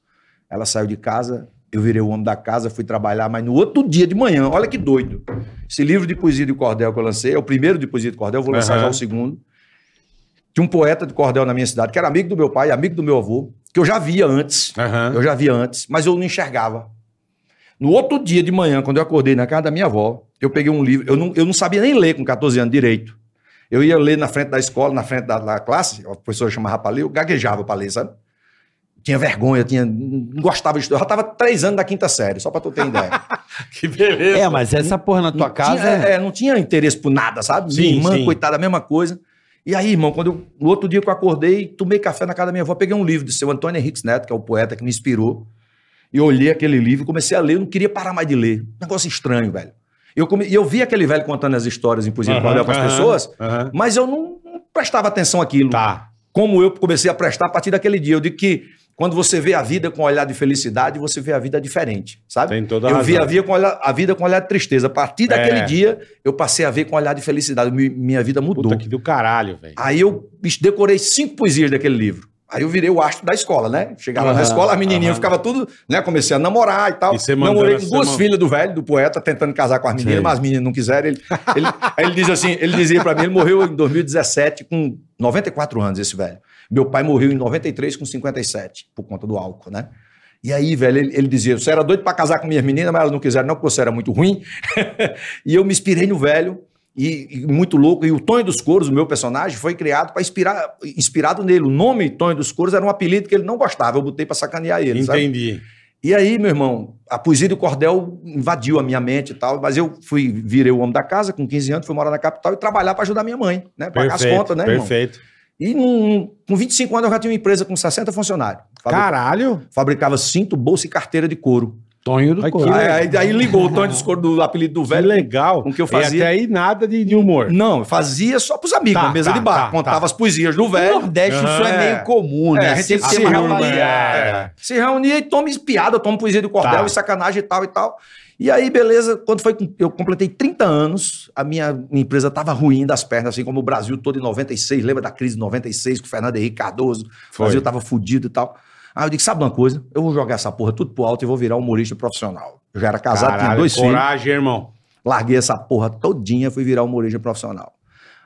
Speaker 1: Ela saiu de casa, eu virei o homem da casa, fui trabalhar, mas no outro dia de manhã, olha que doido. Esse livro de poesia de cordel que eu lancei, é o primeiro de poesia de cordel, eu vou lançar
Speaker 5: Aham.
Speaker 1: já o segundo. Tinha um poeta de cordel na minha cidade, que era amigo do meu pai, amigo do meu avô, que eu já via antes,
Speaker 5: Aham.
Speaker 1: eu já via antes, mas eu não enxergava. No outro dia de manhã, quando eu acordei na casa da minha avó, eu peguei um livro, eu não, eu não sabia nem ler com 14 anos direito. Eu ia ler na frente da escola, na frente da, da classe, a professora chamava para ler, eu gaguejava para ler, sabe? Tinha vergonha, tinha, não gostava de estudar. Eu já estava três anos da quinta série, só para tu ter ideia.
Speaker 5: Que beleza.
Speaker 4: É, mas essa porra na tua
Speaker 1: Não
Speaker 4: casa
Speaker 1: tinha-
Speaker 4: é...
Speaker 1: é, não tinha interesse por nada, sabe?
Speaker 5: né? Sim,
Speaker 1: minha irmã,
Speaker 5: sim.
Speaker 1: coitada, a mesma coisa. E aí, irmão, quando eu- no outro dia que eu acordei, tomei café na casa da minha avó, peguei um livro do seu Antônio Henriques Neto, que é o poeta que me inspirou. E eu olhei aquele livro, e comecei a ler, eu não queria parar mais de ler. Negócio estranho, velho. Eu come- E eu vi aquele velho contando as histórias, inclusive,
Speaker 5: Aham,
Speaker 1: para as
Speaker 5: aham,
Speaker 1: pessoas,
Speaker 5: aham.
Speaker 1: mas eu não, não prestava atenção àquilo
Speaker 5: Tá.
Speaker 1: como eu comecei a prestar a partir daquele dia. Eu digo que quando você vê a vida com um olhar de felicidade, você vê a vida diferente, sabe?
Speaker 5: Tem toda a
Speaker 1: eu vi
Speaker 5: razão.
Speaker 1: a vida, com um olhar, a vida com olhar de tristeza. A partir daquele
Speaker 5: É.
Speaker 1: dia, eu passei a ver com um olhar de felicidade. Mi- minha vida mudou. Ah,
Speaker 5: Puta que do caralho, velho.
Speaker 1: Aí eu bicho, decorei cinco poesias daquele livro. Aí eu virei o astro da escola, né? Chegava
Speaker 5: Aham,
Speaker 1: na escola, a menininha
Speaker 5: aham.
Speaker 1: ficava tudo, né? Comecei a namorar e tal.
Speaker 5: E você mandando
Speaker 1: Namorei
Speaker 5: essa
Speaker 1: com duas
Speaker 5: mão.
Speaker 1: filhas do velho, do poeta, tentando casar com as meninas,
Speaker 5: Sei.
Speaker 1: mas as meninas não quiseram. Ele, ele, aí ele diz assim, ele dizia pra mim, ele morreu em 2017 com 94 anos, esse velho. Meu pai morreu em 93 com 57, por conta do álcool, né? E aí, velho, ele, ele dizia, você era doido pra casar com minhas meninas, mas elas não quiseram não, porque você era muito ruim. e eu me inspirei no velho, e, e muito louco. E o Tonho dos Coros, o meu personagem, foi criado para inspirar, inspirado nele. O nome Tonho dos Coros era um apelido que ele não gostava. Eu botei para sacanear ele. sabe?
Speaker 5: Entendi.
Speaker 1: E aí, meu irmão, a poesia do cordel invadiu a minha mente e tal. Mas eu fui, virei o homem da casa com 15 anos, fui morar na capital e trabalhar para ajudar minha mãe, né? Pagar as contas, né, irmão?
Speaker 5: perfeito.
Speaker 1: E num- com 25 anos eu já tinha uma empresa com 60 funcionários. Fabri-
Speaker 5: Caralho.
Speaker 1: Fabricava cinto, bolsa e carteira de couro.
Speaker 4: Tonho
Speaker 5: Ai,
Speaker 4: do
Speaker 5: que
Speaker 4: Corpo.
Speaker 5: legal.
Speaker 1: Aí, aí- aí ligou o Tonho dos Coros do apelido do
Speaker 5: Que
Speaker 1: velho.
Speaker 5: legal.
Speaker 1: Com que eu
Speaker 5: E
Speaker 1: fazia-
Speaker 5: até aí nada de, de humor.
Speaker 1: Não, eu fazia só pros amigos,
Speaker 5: Tá,
Speaker 1: na mesa
Speaker 5: tá,
Speaker 1: de bar.
Speaker 5: tá,
Speaker 1: contava
Speaker 5: tá.
Speaker 1: as poesias do
Speaker 4: No
Speaker 1: velho.
Speaker 4: Nordeste isso é
Speaker 1: É.
Speaker 4: meio comum, né?
Speaker 1: É, a gente
Speaker 4: Sempre
Speaker 1: se
Speaker 4: tem uma
Speaker 1: reúne,
Speaker 4: galera.
Speaker 1: Se reunia e toma piada, toma poesia do cordel
Speaker 5: É. Tá.
Speaker 1: e sacanagem e tal e tal. E aí, beleza, quando foi que eu completei 30 anos, a minha, minha empresa estava ruim das pernas, assim como o Brasil todo em 96, lembra da crise de 96 com o Fernando Henrique Cardoso?
Speaker 5: Foi.
Speaker 1: O Brasil tava fudido e tal. Aí eu disse, sabe uma coisa? Eu vou jogar essa porra tudo pro alto e vou virar humorista profissional. Eu já era casado, tinha
Speaker 5: Caralho,
Speaker 1: dois filhos.
Speaker 5: coragem, irmão.
Speaker 1: Larguei essa porra todinha, fui virar humorista profissional.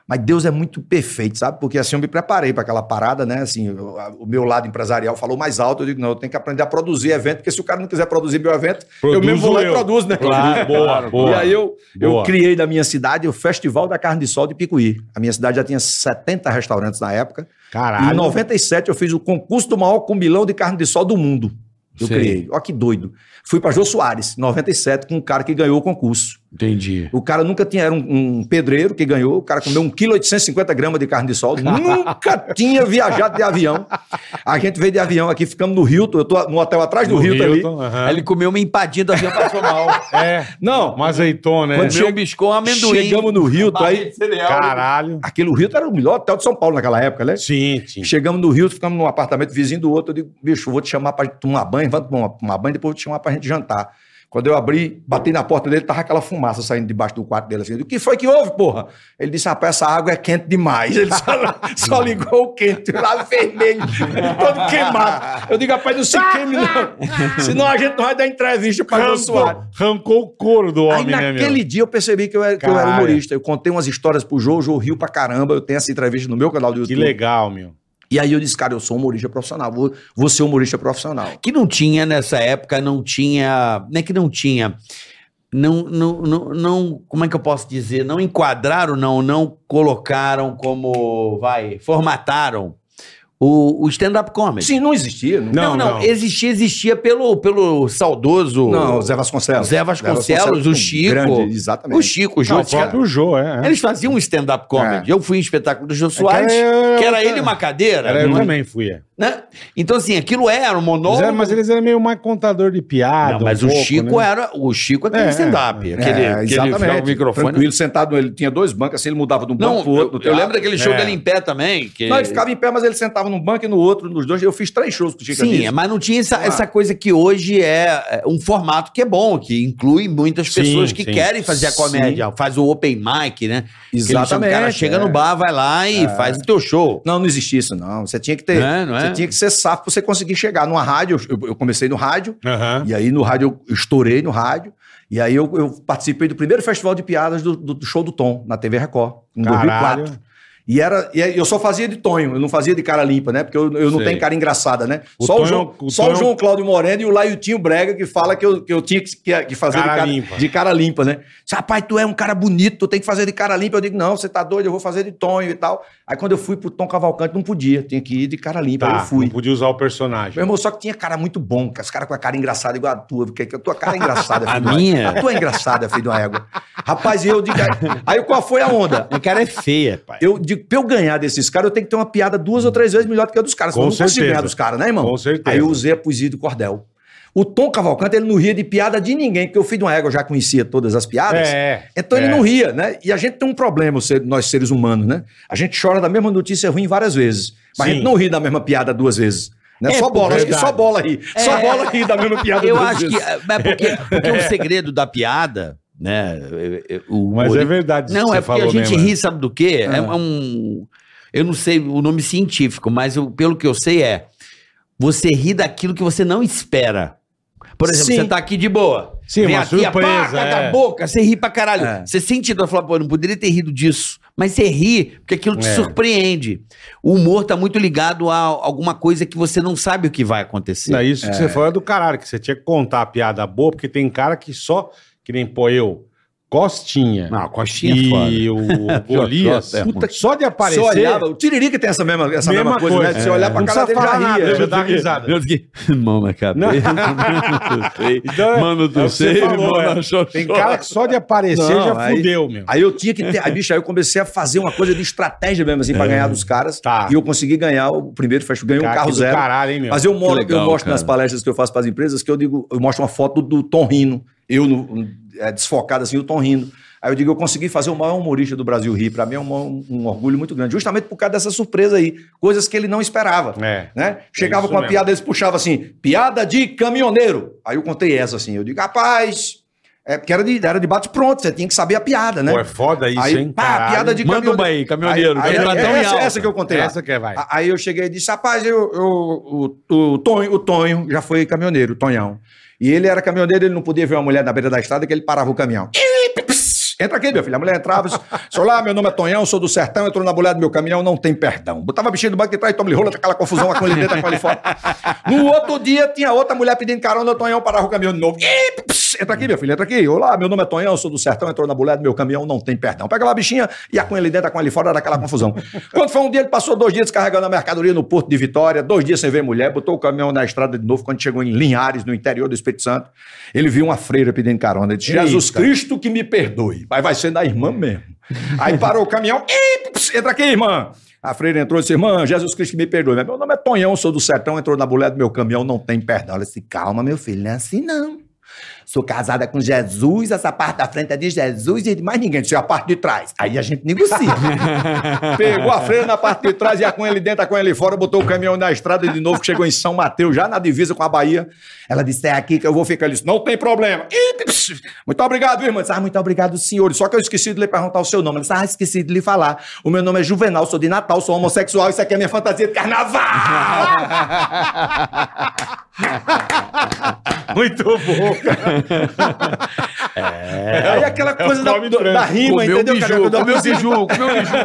Speaker 1: Mas Deus é muito perfeito, sabe? Porque assim eu me preparei para aquela parada, né? Assim, eu- a- o meu lado empresarial falou mais alto. Eu digo, não, eu tenho que aprender a produzir evento, porque se o cara não quiser produzir meu evento, eu
Speaker 5: Produzo
Speaker 1: mesmo vou lá
Speaker 5: eu.
Speaker 1: e produzo, né?
Speaker 5: Claro, boa, boa.
Speaker 1: E aí eu, eu
Speaker 5: Boa.
Speaker 1: criei da minha cidade o Festival da Carne de Sol de Picuí. A minha cidade já tinha 70 restaurantes na época. E em
Speaker 5: Caralho.
Speaker 1: 97 eu fiz o concurso do maior combilão de carne de sol do mundo. Eu
Speaker 4: Sei.
Speaker 1: criei. Olha que doido. Fui para Jô Soares, em 97, com um cara que ganhou o concurso.
Speaker 4: Entendi.
Speaker 1: O cara nunca tinha, era um, um pedreiro que ganhou, o cara comeu 1,850 gramas de carne de sol, nunca tinha viajado de avião. A gente veio de avião aqui, ficamos no Hilton, eu tô no hotel atrás do
Speaker 5: No
Speaker 1: Hilton, ali.
Speaker 5: Hilton, aham.
Speaker 4: Aí ele comeu uma empadinha do avião passou mal.
Speaker 5: É,
Speaker 1: Não,
Speaker 5: uma azeitona, né?
Speaker 1: Quando
Speaker 4: Comeu um biscoito, um amendoim.
Speaker 1: chegamos no Hilton, aí...
Speaker 5: Caralho.
Speaker 1: Aquele Hilton era o melhor hotel de São Paulo naquela época, né?
Speaker 5: Sim, sim.
Speaker 1: Chegamos no Hilton, ficamos num apartamento vizinho do outro, eu digo, bicho, vou te chamar pra gente tomar banho, vamos tomar, tomar banho, depois eu vou te chamar pra gente jantar. Quando eu abri, bati na porta dele, tava aquela fumaça saindo debaixo do quarto dele. Assim, eu digo, o que foi que houve, porra? Ele disse, rapaz, essa água é quente demais. Ele só, só ligou o quente, lá vermelho, todo queimado. Eu digo, rapaz, não se queime não, senão a gente não vai dar entrevista pra Jô Soares.
Speaker 5: Arrancou, arrancou o couro do
Speaker 1: Aí
Speaker 5: homem, né, meu?
Speaker 1: naquele dia eu percebi que eu era, que eu era
Speaker 5: Caralho.
Speaker 1: humorista. Eu contei umas histórias pro Jô, o Jô riu pra caramba. Eu tenho essa entrevista no meu canal
Speaker 5: Que
Speaker 1: do YouTube.
Speaker 5: legal, meu.
Speaker 1: E aí eu disse, cara, eu sou humorista profissional, vou, vou ser humorista profissional.
Speaker 4: Que não tinha nessa época, não tinha. Não é que não tinha. Não, não, não, não- como é que eu posso dizer? Não enquadraram, não, não colocaram como. Vai, formataram o, o stand-up comedy.
Speaker 1: Sim, não existia.
Speaker 5: Não,
Speaker 1: Não,
Speaker 5: não.
Speaker 4: Existia, existia pelo, pelo saudoso.
Speaker 1: não Zé Vasconcelos.
Speaker 4: Zé Vasconcelos, o
Speaker 1: um
Speaker 4: Chico.
Speaker 1: exatamente.
Speaker 4: O Chico, o Jô,
Speaker 5: Não, o
Speaker 4: esses caras-
Speaker 5: próprio Jô, é. é.
Speaker 4: Eles faziam um stand-up comedy. Eu fui em espetáculo do Jô Soares, que
Speaker 5: era-
Speaker 4: era, ele e uma cadeira.
Speaker 5: Era, eu
Speaker 4: né?
Speaker 5: também fui, é.
Speaker 4: Então, assim, aquilo era um
Speaker 5: Eles
Speaker 4: monólogo.
Speaker 5: eram- mas eles eram meio mais contador de
Speaker 4: Não,
Speaker 5: piada. um
Speaker 4: mas o
Speaker 5: pouco,
Speaker 4: Chico
Speaker 5: né?
Speaker 4: era. O Chico é aquele
Speaker 5: É,
Speaker 4: stand-up. Aquele,
Speaker 1: É,
Speaker 4: aquele
Speaker 1: exatamente.
Speaker 4: ficava o microfone.
Speaker 1: Tranquilo, sentado, ele tinha dois bancos, assim, ele mudava de um
Speaker 4: Não,
Speaker 1: banco pro outro.
Speaker 4: eu,
Speaker 1: no
Speaker 4: eu
Speaker 1: teatro.
Speaker 4: lembro daquele show
Speaker 5: É.
Speaker 4: dele em pé também. Que...
Speaker 1: Não, ele ficava em pé, mas ele sentava num banco e no outro, nos dois. Eu fiz três shows com o Chico
Speaker 4: Sim, é,
Speaker 1: Anísio.
Speaker 4: mas não tinha essa,
Speaker 1: Ah.
Speaker 4: essa coisa que hoje é é um formato que é bom, que inclui muitas
Speaker 5: Sim,
Speaker 4: pessoas que
Speaker 5: sim.
Speaker 4: querem fazer a
Speaker 1: Sim.
Speaker 4: comédia. Faz o open mic, né? Que eles chamam,
Speaker 1: Exatamente.
Speaker 4: O cara chega
Speaker 1: é.
Speaker 4: no bar, vai lá e faz o teu show.
Speaker 1: Não, não existia isso, não. Você tinha que ter.
Speaker 4: Não é, não é?
Speaker 1: Você tinha que ser safo pra você conseguir chegar numa rádio. Eu- eu comecei no rádio,
Speaker 5: Aham.
Speaker 1: E aí no rádio eu estourei no rádio. E aí eu, eu participei do primeiro festival de piadas do, do- do show do Tom, na TV Record, em
Speaker 5: Caralho.
Speaker 1: 2004. E, era, e aí eu só fazia de Tonho, eu não fazia de cara limpa, né? Porque eu, eu não
Speaker 5: Sei.
Speaker 1: tenho cara engraçada, né?
Speaker 5: O
Speaker 1: só
Speaker 5: Tonho-
Speaker 1: o, João,
Speaker 5: o
Speaker 1: só
Speaker 5: Tonho-
Speaker 1: o João Cláudio Moreno e o Laiutinho Brega que fala que eu, que eu tinha que, que- que fazer
Speaker 5: Cara
Speaker 1: de, cara,
Speaker 5: limpa.
Speaker 1: de cara limpa, né? Diz, Rapaz, tu é um cara bonito, tu tem que fazer de cara limpa. Eu digo, não, você tá doido, eu vou fazer de Tonho e tal. Aí quando eu fui pro Tom Cavalcante, não podia, tinha que ir de cara limpa. aí
Speaker 5: Tá,
Speaker 1: eu fui.
Speaker 5: não podia usar o
Speaker 1: Meu
Speaker 5: personagem.
Speaker 1: irmão, só que tinha cara muito bom, cara. Os caras com a cara engraçada igual a tua, porque a tua cara é engraçada,
Speaker 4: A
Speaker 1: filho de uma
Speaker 4: minha?
Speaker 1: égua. A tua é engraçada, filho de uma égua. Rapaz, e eu digo. Aí qual foi a onda?
Speaker 4: O cara é feia, pai.
Speaker 1: Eu digo, pra eu ganhar desses caras, eu tenho que ter uma piada duas ou três vezes melhor do que a dos caras.
Speaker 5: Com
Speaker 1: senão eu não consigo
Speaker 5: certeza.
Speaker 1: ganhar dos caras, né, irmão?
Speaker 5: Com certeza.
Speaker 1: Aí eu usei a poesia do cordel. O Tom Cavalcante, ele não ria de piada de ninguém, porque o filho de uma égua já conhecia todas as piadas.
Speaker 5: É,
Speaker 1: Então
Speaker 5: é.
Speaker 1: ele não ria, né? E a gente tem um problema, ser- nós seres humanos, né? A gente chora da mesma notícia ruim várias vezes. Mas
Speaker 5: Sim.
Speaker 1: a gente não ri da mesma piada duas vezes. Né?
Speaker 4: É,
Speaker 1: só bola, acho que
Speaker 5: verdade.
Speaker 1: só bola ri. Só
Speaker 4: É.
Speaker 1: bola ri da mesma piada
Speaker 4: Eu
Speaker 1: duas
Speaker 4: acho que.
Speaker 1: vezes.
Speaker 4: é, Mas porque, porque o segredo da piada, né? é, é, O
Speaker 5: Mas
Speaker 4: humor-
Speaker 5: é verdade. isso
Speaker 4: Não,
Speaker 5: que
Speaker 4: é
Speaker 5: você
Speaker 4: porque a
Speaker 5: falou né, Ah.
Speaker 4: gente
Speaker 5: mesmo,
Speaker 4: ri, sabe do quê? É, um. Eu não sei o nome científico, mas eu- pelo que eu sei é. Você ri daquilo que você não espera. Por exemplo,
Speaker 1: Sim.
Speaker 4: você tá aqui de boa.
Speaker 5: Sim, uma
Speaker 4: a
Speaker 5: surpresa,
Speaker 4: pá, cata
Speaker 5: é.
Speaker 4: a boca, você ri pra caralho.
Speaker 1: É.
Speaker 4: Você sente dor, fala, pô, eu não poderia ter rido disso. Mas você ri, porque aquilo te
Speaker 5: É.
Speaker 4: surpreende. O humor tá muito ligado a alguma coisa que você não sabe o que vai acontecer.
Speaker 5: Não, isso que você falou é do caralho, que você tinha que contar a piada boa, porque tem cara que só, que nem pô, eu, Costinha
Speaker 4: Não, a coxinha é foda.
Speaker 5: e o Golias,
Speaker 4: Jota,
Speaker 5: puta, só de aparecer,
Speaker 1: Só olhava, o Tiririca tem essa mesma, essa mesma,
Speaker 5: mesma
Speaker 1: coisa,
Speaker 5: coisa. é.
Speaker 1: né? Se olhar pra
Speaker 5: Não
Speaker 1: cara dele
Speaker 5: precisa falar
Speaker 1: já
Speaker 5: nada, né?
Speaker 1: ria. É
Speaker 5: já dá risada.
Speaker 4: Eu fiquei, mão na cabeça, mano, tu sei,
Speaker 5: Então, é-
Speaker 4: mano,
Speaker 5: é o
Speaker 4: tu
Speaker 5: que você
Speaker 4: sei,
Speaker 5: falou,
Speaker 4: mano,
Speaker 5: é.
Speaker 4: xoxota.
Speaker 5: Tem cara que só de aparecer
Speaker 1: Não,
Speaker 5: já
Speaker 1: aí-
Speaker 5: fudeu, meu.
Speaker 1: Aí eu tinha que ter. Aí, bicho, aí eu comecei a fazer uma coisa de estratégia mesmo, assim, pra ganhar dos caras.
Speaker 5: Tá.
Speaker 1: E eu consegui ganhar o primeiro festival, ganhei um
Speaker 5: Cara,
Speaker 1: carro
Speaker 5: que do
Speaker 1: zero.
Speaker 5: Caralho, hein, meu.
Speaker 1: Mas eu, mo-
Speaker 4: que legal,
Speaker 1: eu mostro
Speaker 4: cara.
Speaker 1: nas palestras que eu faço para as empresas que eu digo, eu mostro uma foto do Tom Rino, eu no- é, desfocado assim, o Tom Rino. Aí eu digo, eu consegui fazer o maior humorista do Brasil rir. Para mim é um, maior- um orgulho muito grande, justamente por causa dessa surpresa aí, coisas que ele não esperava.
Speaker 5: É.
Speaker 1: Né? Chegava
Speaker 5: isso
Speaker 1: com uma
Speaker 5: mesmo.
Speaker 1: piada, eles puxavam assim, piada de caminhoneiro. Aí eu contei essa assim, eu digo, rapaz, é porque era de, era de bate pronto, você tinha que saber a piada, né?
Speaker 5: Pô, é foda isso,
Speaker 1: aí,
Speaker 5: hein?
Speaker 1: pá,
Speaker 5: caralho.
Speaker 1: piada de
Speaker 4: Manda uma aí, caminhoneiro,
Speaker 1: Aí,
Speaker 4: que tá
Speaker 1: aí,
Speaker 4: tão em
Speaker 1: essa,
Speaker 4: alta.
Speaker 1: essa que é, eu contei. lá.
Speaker 5: Essa que vai.
Speaker 1: A- Aí eu cheguei e disse, rapaz, eu, eu- o, o, Tonho, o Tonho já foi caminhoneiro, o Tonhão. E ele era caminhoneiro, ele não podia ver uma mulher na beira da estrada que ele parava o caminhão. Entra aqui, meu filho. A mulher entrava, disse, olá, meu nome é Tonhão, sou do sertão, entrou na mulher do meu caminhão, não tem perdão. Botava a bichinha do banco de trás, toma lhe rola, tá aquela confusão, a colher dentro, a colher fora. No outro dia, tinha outra mulher pedindo carona, o Tonhão parava o caminhão de novo. Ih, pss, Entra aqui, meu filho, entra aqui. Olá, meu nome é Tonhão, sou do sertão, entrou na mulher do meu caminhão, não tem perdão. Pegava a bichinha, ia com ele dentro, com ele fora, era aquela confusão. Quando foi um dia, ele passou dois dias carregando a mercadoria no Porto de Vitória, dois dias sem ver mulher, botou o caminhão na estrada de novo. Quando chegou em Linhares, no interior do Espírito Santo, ele viu uma freira pedindo carona. Ele disse, Jesus
Speaker 5: Eita.
Speaker 1: Cristo que me perdoe. Mas vai ser da irmã mesmo. Aí parou o caminhão, Ih, pss, entra aqui, irmã. A freira entrou e disse, irmã, Jesus Cristo que me perdoe. Mas Meu nome é Tonhão, sou do sertão, entrou na mulher do meu caminhão, não tem perdão. Ela disse, calma, meu filho, não é assim não. Sou casada com Jesus, essa parte da frente é de Jesus e de mais ninguém, isso é a parte de trás. Aí a gente negocia. Pegou a freira na parte de trás, ia com ele dentro, ia com ele fora, botou o caminhão na estrada de novo, que chegou em São Mateus, já na divisa com a Bahia. Ela disse: É aqui que eu vou ficar. Ele disse: Não tem problema. Ih, pss, muito obrigado, irmã. Ele Disse, ah, muito obrigado, senhor. Só que eu esqueci de lhe perguntar o seu nome. Ela disse: Ah, esqueci de lhe falar. O meu nome é Juvenal, sou de Natal, sou homossexual, isso aqui é minha fantasia de carnaval.
Speaker 5: Muito bom, cara.
Speaker 1: Aí aquela coisa da,
Speaker 5: come branco.
Speaker 1: da rima,
Speaker 4: Comeu
Speaker 1: entendeu?
Speaker 4: biju,
Speaker 1: Cara,
Speaker 4: comeu
Speaker 1: biju.
Speaker 4: biju, comeu biju.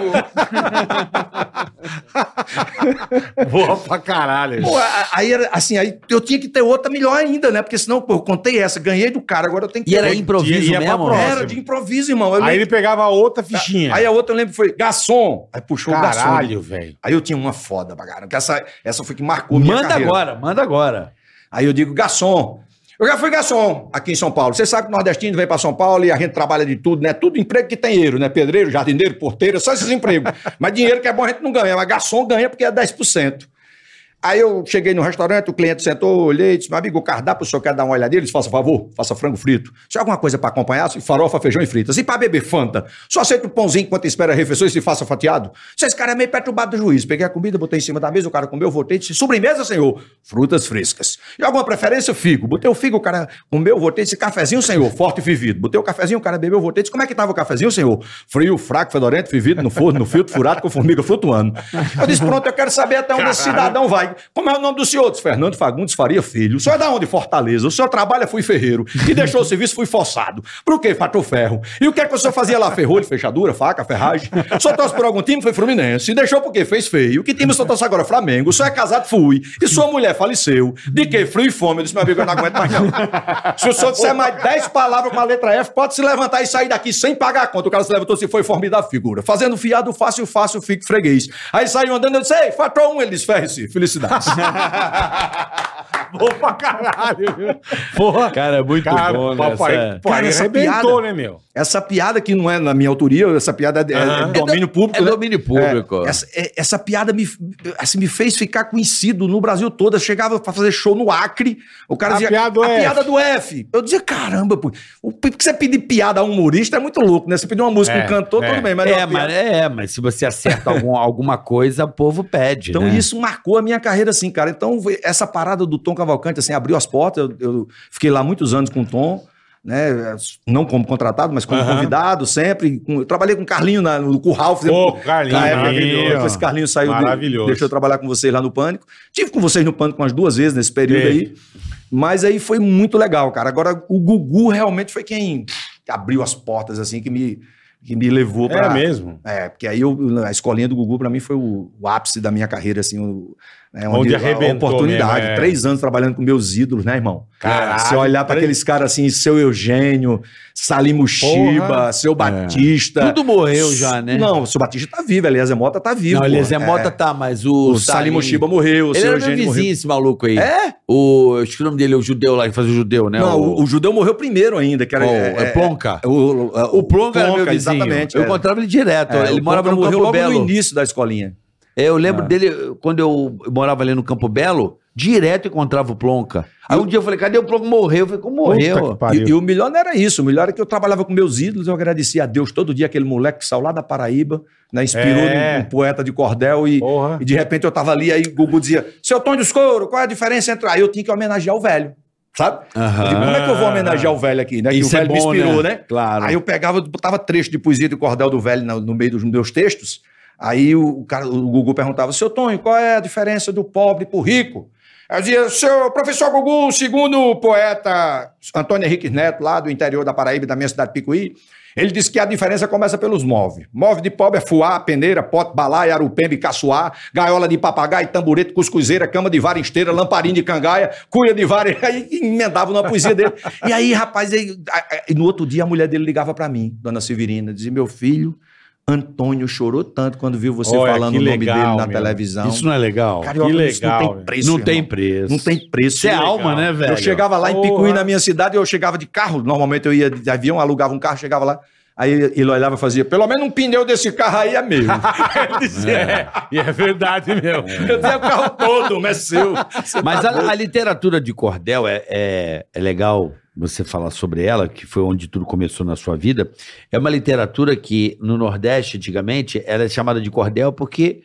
Speaker 5: Boa pra caralho.
Speaker 1: Pô, a- aí era assim, aí eu tinha que ter outra melhor ainda, né? Porque senão, pô, eu contei essa, ganhei do cara, agora eu tenho que
Speaker 4: E
Speaker 1: é ter
Speaker 4: era
Speaker 1: outra.
Speaker 4: improviso
Speaker 5: Ia- ia pra
Speaker 4: mesmo?
Speaker 5: próxima.
Speaker 1: Era de improviso, irmão. Eu
Speaker 5: Aí
Speaker 1: lembro-
Speaker 5: ele pegava outra fichinha.
Speaker 1: Aí a outra eu lembro foi garçom. Aí puxou o garçom.
Speaker 5: Caralho, velho.
Speaker 1: Aí eu tinha uma foda pra caramba, que essa, essa foi que marcou minha
Speaker 4: Manda
Speaker 1: carreira.
Speaker 4: agora, manda agora.
Speaker 1: Aí eu digo, garçom. Eu já fui garçom aqui em São Paulo. Você sabe que nordestino vem pra São Paulo e a gente trabalha de tudo, né? Tudo emprego que tem dinheiro, né? Pedreiro, jardineiro, porteiro, só esses empregos. Mas dinheiro que é bom a gente não ganha, mas garçom ganha porque é 10%. Aí eu cheguei no restaurante, o cliente sentou, olhei, disse, meu amigo, o cardápio, o senhor quer dar uma olhadinha? Ele disse, faça favor, faça frango frito. Se alguma coisa pra acompanhar, se farofa, feijão e fritas. E pra beber Fanta, só aceita um pãozinho enquanto espera a refeição e se faça fatiado? Se esse cara é meio perturbado do juiz. Peguei a comida, botei em cima da mesa, o cara comeu, voltei, disse, sobremesa, senhor, frutas frescas. E alguma preferência? Figo. Botei o figo, o cara comeu, voltei, disse, cafezinho, senhor, forte e vivido. Botei o cafezinho, o cara bebeu, voltei, disse, como é que tava o cafezinho, senhor? Frio, fraco, fedorento, vivido, no forno, no filtro, furado, com formiga flutuando. Eu disse, pronto, eu quero saber até onde esse cidadão vai. Como é o nome do senhor? Disse, Fernando Fagundes Faria Filho. O senhor é da onde? Fortaleza. O senhor trabalha, fui ferreiro. E deixou o serviço, fui forçado. Por quê? Fatou ferro. E o que é que o senhor fazia lá? Ferrolho, fechadura, faca, ferragem. O senhor torce por algum time? Foi Fluminense. E deixou por quê? Fez feio. Que time o senhor torce agora? Flamengo. O senhor é casado? Fui. E sua mulher faleceu. De quê? Frio e fome. Eu disse, meu amigo, eu não aguento mais não. Se o senhor disser mais 10 palavras com a letra F, pode se levantar e sair daqui sem pagar a conta. O cara se levantou se foi formidável figura. Fazendo fiado, fácil, fácil, fico freguês. Aí saiu andando, eu disse, ei, fatou um, ele disse, ferre-se, felicidades.
Speaker 5: Boa pra caralho, viu?
Speaker 4: Porra. Cara, é muito
Speaker 5: Cara,
Speaker 4: bom, né?
Speaker 5: papai,
Speaker 4: essa-
Speaker 5: papai
Speaker 1: Cara, essa
Speaker 5: arrebentou,
Speaker 1: piada-
Speaker 5: né, meu?
Speaker 1: Essa piada que não é na minha autoria, essa piada é, é
Speaker 5: Aham.
Speaker 1: domínio público,
Speaker 4: É
Speaker 1: né?
Speaker 4: domínio público.
Speaker 1: Essa, é- essa piada me, assim, me fez ficar conhecido no Brasil todo. Eu chegava pra fazer show no Acre, o cara
Speaker 5: A
Speaker 1: dizia,
Speaker 5: piada do
Speaker 1: a
Speaker 5: F."
Speaker 1: piada do F. Eu dizia, caramba, pô, o p- que você pedir piada a um humorista é muito louco, né? Você pedir uma música,
Speaker 5: É,
Speaker 1: um cantor,
Speaker 5: é.
Speaker 1: tudo bem, mas
Speaker 4: É,
Speaker 1: uma piada-
Speaker 4: mas, é, mas se você acerta algum- alguma coisa, o povo pede.
Speaker 1: Então
Speaker 4: né?
Speaker 1: isso marcou a minha carreira, assim, cara. Então foi- essa parada do Tom Cavalcante, assim, abriu as portas. Eu, eu fiquei lá muitos anos com o Tom. né? Não como contratado, mas como
Speaker 5: Aham.
Speaker 1: convidado sempre. Com- eu trabalhei com o Carlinho na- no Curral, fizemos
Speaker 5: Ô, Carlinho,
Speaker 1: Na época que
Speaker 5: maravilhoso.
Speaker 1: depois É, esse Carlinho saiu
Speaker 5: Maravilhoso.
Speaker 1: de, deixou eu trabalhar com vocês lá no Pânico. Tive com vocês no Pânico umas duas vezes nesse período
Speaker 5: Teve.
Speaker 1: aí. Mas aí foi muito legal, cara. Agora o Gugu realmente foi quem abriu as portas assim que me que me levou para
Speaker 5: É mesmo.
Speaker 1: é, porque aí eu- a escolinha do Gugu, pra mim, foi o, o ápice da minha carreira, assim, o- né,
Speaker 5: Onde
Speaker 1: onde, a- a,
Speaker 5: arrebentou
Speaker 1: oportunidade.
Speaker 5: mesmo, é.
Speaker 1: Três anos trabalhando com meus ídolos, né, irmão?
Speaker 5: Caralho,
Speaker 1: Se olhar pra
Speaker 5: três-
Speaker 1: aqueles caras assim, seu Eugênio, Salim Mushiba,
Speaker 4: Porra.
Speaker 5: É.
Speaker 1: seu Batista.
Speaker 4: Tudo morreu já, né?
Speaker 1: é. Não, o seu Batista tá vivo, Eliezer Mota tá vivo.
Speaker 4: não
Speaker 1: pô.
Speaker 4: Eliezer Mota
Speaker 1: É.
Speaker 4: tá, mas o.
Speaker 1: O Salim Mushiba morreu, o
Speaker 4: Ele
Speaker 1: seu
Speaker 4: era meu
Speaker 1: Eugênio
Speaker 4: vizinho,
Speaker 1: morreu.
Speaker 4: esse maluco aí.
Speaker 1: É?
Speaker 4: O. Eu esqueci o nome dele, é o judeu lá que faz o judeu, né?
Speaker 1: Não, o, o judeu morreu primeiro ainda, que
Speaker 4: o-
Speaker 1: era.
Speaker 4: é, Plonka.
Speaker 1: é, o, é,
Speaker 4: O Plonka era meu
Speaker 1: Plonka,
Speaker 4: vizinho.
Speaker 1: Exatamente.
Speaker 4: eu
Speaker 1: é.
Speaker 4: encontrava ele direto.
Speaker 1: É,
Speaker 4: ele
Speaker 1: o
Speaker 4: morava
Speaker 1: Plonka
Speaker 4: no
Speaker 1: morreu
Speaker 4: Campo
Speaker 1: logo no
Speaker 4: Belo.
Speaker 1: início da escolinha.
Speaker 4: É, eu lembro
Speaker 1: Ah.
Speaker 4: dele, quando eu morava ali no Campo Belo, direto eu encontrava o Plonka. Aí um dia eu falei, cadê o Plonka? Morreu. Eu falei, como
Speaker 5: Puta
Speaker 4: morreu?
Speaker 5: que pariu.
Speaker 1: E, e o melhor não era isso. O melhor era que eu trabalhava com meus ídolos, eu agradecia a Deus todo dia aquele moleque que saiu lá da Paraíba, né, inspirou
Speaker 5: É.
Speaker 1: num, num poeta de cordel e,
Speaker 5: Porra.
Speaker 1: e de repente eu tava ali, aí o Gugu dizia, seu Tom de Escuro, qual é a diferença entre... Aí eu tinha que homenagear o velho, sabe? Eu digo, como é que eu vou homenagear o velho aqui, né? Que o
Speaker 4: Ah. Isso é
Speaker 1: velho me
Speaker 4: bom,
Speaker 1: inspirou,
Speaker 4: né?
Speaker 1: né?
Speaker 4: Claro.
Speaker 1: Aí eu pegava, eu botava trecho de poesia de cordel do velho no, no meio dos meus textos. Aí o, cara, o Gugu perguntava, seu Tonho, qual é a diferença do pobre pro rico? Aí eu dizia, seu professor Gugu, segundo o poeta Antônio Henrique Neto, lá do interior da Paraíba, da minha cidade Picuí, ele disse que a diferença começa pelos nove. Move de pobre é fuá, peneira, pote, balaia, arupembe, caçoá, gaiola de papagaio, tambureto, cuscuzeira, cama de vara esteira, lamparina de cangaia, cuia de vara. Aí emendava numa poesia dele. E aí, rapaz, aí- a- a- e no outro dia a mulher dele ligava pra mim, dona Severina, dizia: Meu filho, Antônio chorou tanto quando viu você
Speaker 5: Olha,
Speaker 1: falando
Speaker 5: que
Speaker 1: o nome
Speaker 5: legal,
Speaker 1: dele na
Speaker 5: meu.
Speaker 1: televisão.
Speaker 4: Isso não é legal.
Speaker 1: Carioca,
Speaker 5: que
Speaker 1: isso
Speaker 5: legal,
Speaker 1: não
Speaker 5: velho.
Speaker 1: tem é preço.
Speaker 4: não tem
Speaker 1: irmão.
Speaker 4: preço.
Speaker 1: Não tem preço.
Speaker 4: Isso é
Speaker 1: Legal.
Speaker 4: alma, né, velho?
Speaker 1: Eu chegava lá em
Speaker 5: Porra.
Speaker 1: Picuí, na minha cidade, eu chegava de carro, normalmente eu ia de avião, alugava um carro, chegava lá, aí ele olhava e fazia, pelo menos um pneu desse carro aí é meu. ele dizia, é.
Speaker 5: E é verdade mesmo.
Speaker 1: eu dizia, o carro todo, mas é seu. Você
Speaker 4: Mas
Speaker 1: tá doido.
Speaker 4: a, a literatura de cordel é, é, é legal você falar sobre ela, que foi onde tudo começou na sua vida. É uma literatura que no Nordeste, antigamente, ela é chamada de cordel porque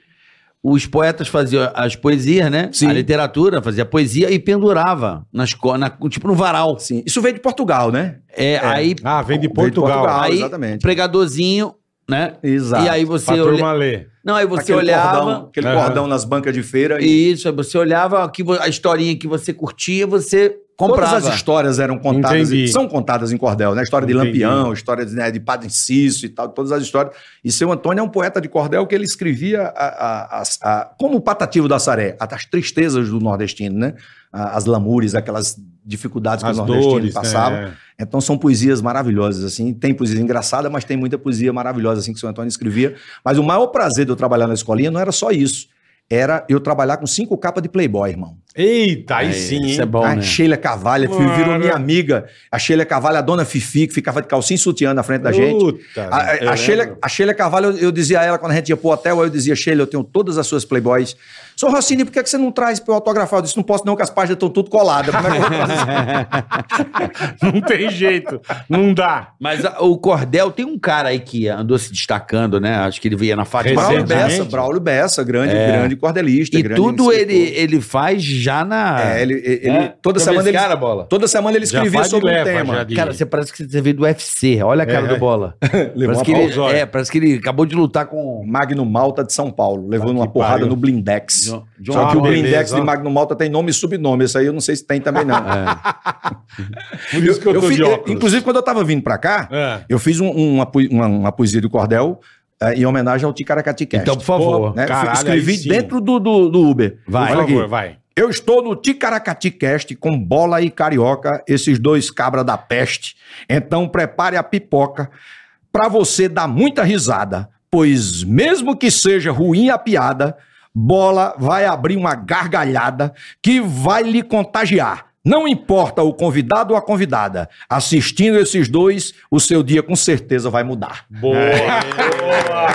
Speaker 4: os poetas faziam as poesias, né?
Speaker 1: Sim.
Speaker 4: A literatura fazia poesia e pendurava nas, co- na, tipo no varal.
Speaker 1: Sim, Assim, isso veio de Portugal, né?
Speaker 4: É, Aí,
Speaker 5: Ah, vem de
Speaker 1: Vem de
Speaker 5: Portugal.
Speaker 1: Portugal.
Speaker 4: aí
Speaker 1: exatamente.
Speaker 4: pregadorzinho, né?
Speaker 1: Exato.
Speaker 4: E aí você
Speaker 5: Pra
Speaker 4: olha...
Speaker 5: turma ler.
Speaker 4: Não, aí você
Speaker 1: aquele
Speaker 4: olhava...
Speaker 1: cordão, aquele
Speaker 5: Aham.
Speaker 1: cordão nas bancas de feira. E
Speaker 4: Isso, aí você olhava que vo- a historinha que você curtia, você comprava.
Speaker 1: Todas as histórias eram contadas,
Speaker 5: Entendi.
Speaker 1: são contadas em cordel, né? História de
Speaker 5: Entendi.
Speaker 1: Lampião, história de, né, de Padre Cício e tal, todas as histórias. E seu Antônio é um poeta de cordel que ele escrevia a- a- as- a- como o Patativo da Saré, a- as tristezas do nordestino, né? A- As lamúrias, aquelas dificuldades que
Speaker 5: As
Speaker 1: o nordestino
Speaker 5: dores.
Speaker 1: passava.
Speaker 5: né?
Speaker 1: Então são poesias maravilhosas, assim. Tem poesia engraçada, mas tem muita poesia maravilhosa, assim, que o seu Antônio escrevia. Mas o maior prazer de eu trabalhar na escolinha não era só isso. Era eu trabalhar com cinco capas de Playboy, irmão.
Speaker 5: Eita, aí sim, hein?
Speaker 4: Isso é bom,
Speaker 1: a
Speaker 4: né?
Speaker 1: Ah, Sheila Carvalho, que
Speaker 5: Mara.
Speaker 1: virou minha amiga. A Sheila Carvalho, a dona Fifi, que ficava de calcinha e sutiã na frente da gente.
Speaker 5: Puta,
Speaker 1: A, a-
Speaker 5: eu
Speaker 1: a Sheila,
Speaker 5: lembro.
Speaker 1: a Sheila Carvalho, eu, eu dizia a ela quando a gente ia pro hotel, aí eu dizia, Sheila, eu tenho todas as suas Playboys. Sou Rossini, por que, é que você não traz pra eu autografar? Eu disse, não posso não, que as páginas estão tudo coladas. Como é que eu vou trazer isso?"
Speaker 5: Não tem jeito. Não dá.
Speaker 4: Mas a- o Cordel tem um cara aí que andou se destacando, né? Acho que ele veio na Fátima.
Speaker 1: Braulio
Speaker 5: Recentemente. É.
Speaker 1: Bessa, Braulio Bessa, grande, grande cordelista.
Speaker 4: E
Speaker 1: grande
Speaker 4: tudo
Speaker 1: escritor.
Speaker 4: ele, ele faz já na.
Speaker 5: Ah.
Speaker 1: É, ele, ele-
Speaker 4: né?
Speaker 1: toda,
Speaker 4: Já
Speaker 1: semana
Speaker 4: vi
Speaker 1: ele
Speaker 4: esse cara, bola.
Speaker 1: toda semana ele
Speaker 5: Então, Já
Speaker 1: escrevia
Speaker 5: faz de
Speaker 1: sobre um
Speaker 5: leva,
Speaker 1: tema.
Speaker 5: já de-
Speaker 4: Cara, você parece que você veio do UFC. Olha a cara
Speaker 5: É.
Speaker 4: do bola.
Speaker 1: Levou
Speaker 4: parece,
Speaker 1: uma
Speaker 4: que
Speaker 5: pausa, olha.
Speaker 4: ele, é, parece que ele acabou de lutar com.
Speaker 1: Magno Malta de São Paulo, levou
Speaker 5: Tá
Speaker 1: uma
Speaker 5: que
Speaker 1: porrada
Speaker 5: pariu.
Speaker 1: no Blindex.
Speaker 4: John- John-
Speaker 1: Só que o
Speaker 5: Ah, beleza.
Speaker 1: Blindex de Magno Malta tem nome e subnome. Isso aí eu não sei se tem também, não.
Speaker 5: É. Por isso que eu,
Speaker 1: Eu
Speaker 5: tô
Speaker 1: fi-
Speaker 5: de
Speaker 1: eu-
Speaker 5: óculos.
Speaker 1: inclusive, quando eu tava vindo pra cá,
Speaker 5: É.
Speaker 1: eu fiz um- uma, poe- uma- uma poesia do Cordel eh, em homenagem ao Ticaracati Cast.
Speaker 4: Então, por favor.
Speaker 5: Porra.
Speaker 1: né?
Speaker 5: caralho, aí
Speaker 1: Escrevi
Speaker 5: sim.
Speaker 1: dentro do, do- do Uber.
Speaker 4: Vai.
Speaker 5: Por
Speaker 1: Olha
Speaker 5: favor,
Speaker 1: aqui.
Speaker 5: vai.
Speaker 1: Eu estou no Ticaracati Cast com Bola e Carioca, esses dois cabra da peste. Então prepare a pipoca para você dar muita risada, pois mesmo que seja ruim a piada, Bola vai abrir uma gargalhada que vai lhe contagiar. Não importa o convidado ou a convidada, assistindo esses dois, o seu dia com certeza vai mudar.
Speaker 5: Boa.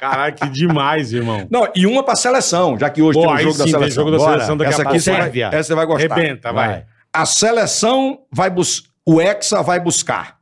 Speaker 5: Caralho, que demais, irmão.
Speaker 1: Não, e uma para seleção, já que hoje
Speaker 5: Boa,
Speaker 1: tem o
Speaker 5: aí
Speaker 1: jogo da
Speaker 5: sim, tem
Speaker 1: seleção.
Speaker 5: jogo da
Speaker 1: Bora.
Speaker 5: seleção daqui a
Speaker 1: essa
Speaker 5: pouco.
Speaker 1: aqui você vai,
Speaker 5: Sérvia.
Speaker 1: essa você vai gostar.
Speaker 5: Rebenta, vai.
Speaker 1: A seleção vai buscar, o Hexa vai buscar.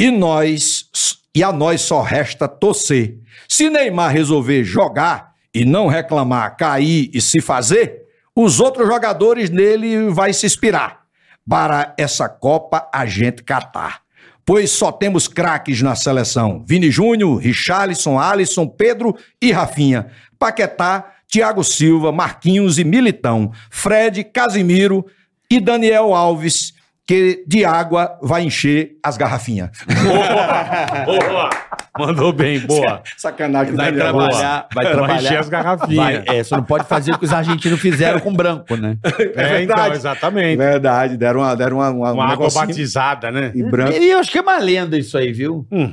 Speaker 1: E nós, e a nós só resta torcer. Se Neymar resolver jogar e não reclamar, cair e se fazer, os outros jogadores nele vai se inspirar. para essa Copa a gente catar. Pois só temos craques na seleção: Vini Júnior, Richarlison, Alisson, Pedro e Rafinha. Paquetá, Thiago Silva, Marquinhos e Militão. Fred, Casimiro e Daniel Alves, que de água vai encher as garrafinhas.
Speaker 6: Boa!
Speaker 4: Mandou bem, boa.
Speaker 1: Sacanagem, né?
Speaker 4: Vai
Speaker 1: Daniel.
Speaker 4: trabalhar, vai
Speaker 5: Vai encher
Speaker 4: trabalhar.
Speaker 5: as garrafinhas.
Speaker 4: Vai, é, você não pode fazer o que os argentinos fizeram com o branco, né?
Speaker 5: É, então,
Speaker 1: verdade.
Speaker 5: exatamente.
Speaker 1: Verdade, deram uma, deram uma, uma, um
Speaker 5: Uma água
Speaker 1: negocinho
Speaker 5: batizada, né?
Speaker 1: e branco.
Speaker 4: E eu acho que é uma lenda isso aí, viu?
Speaker 5: Hum.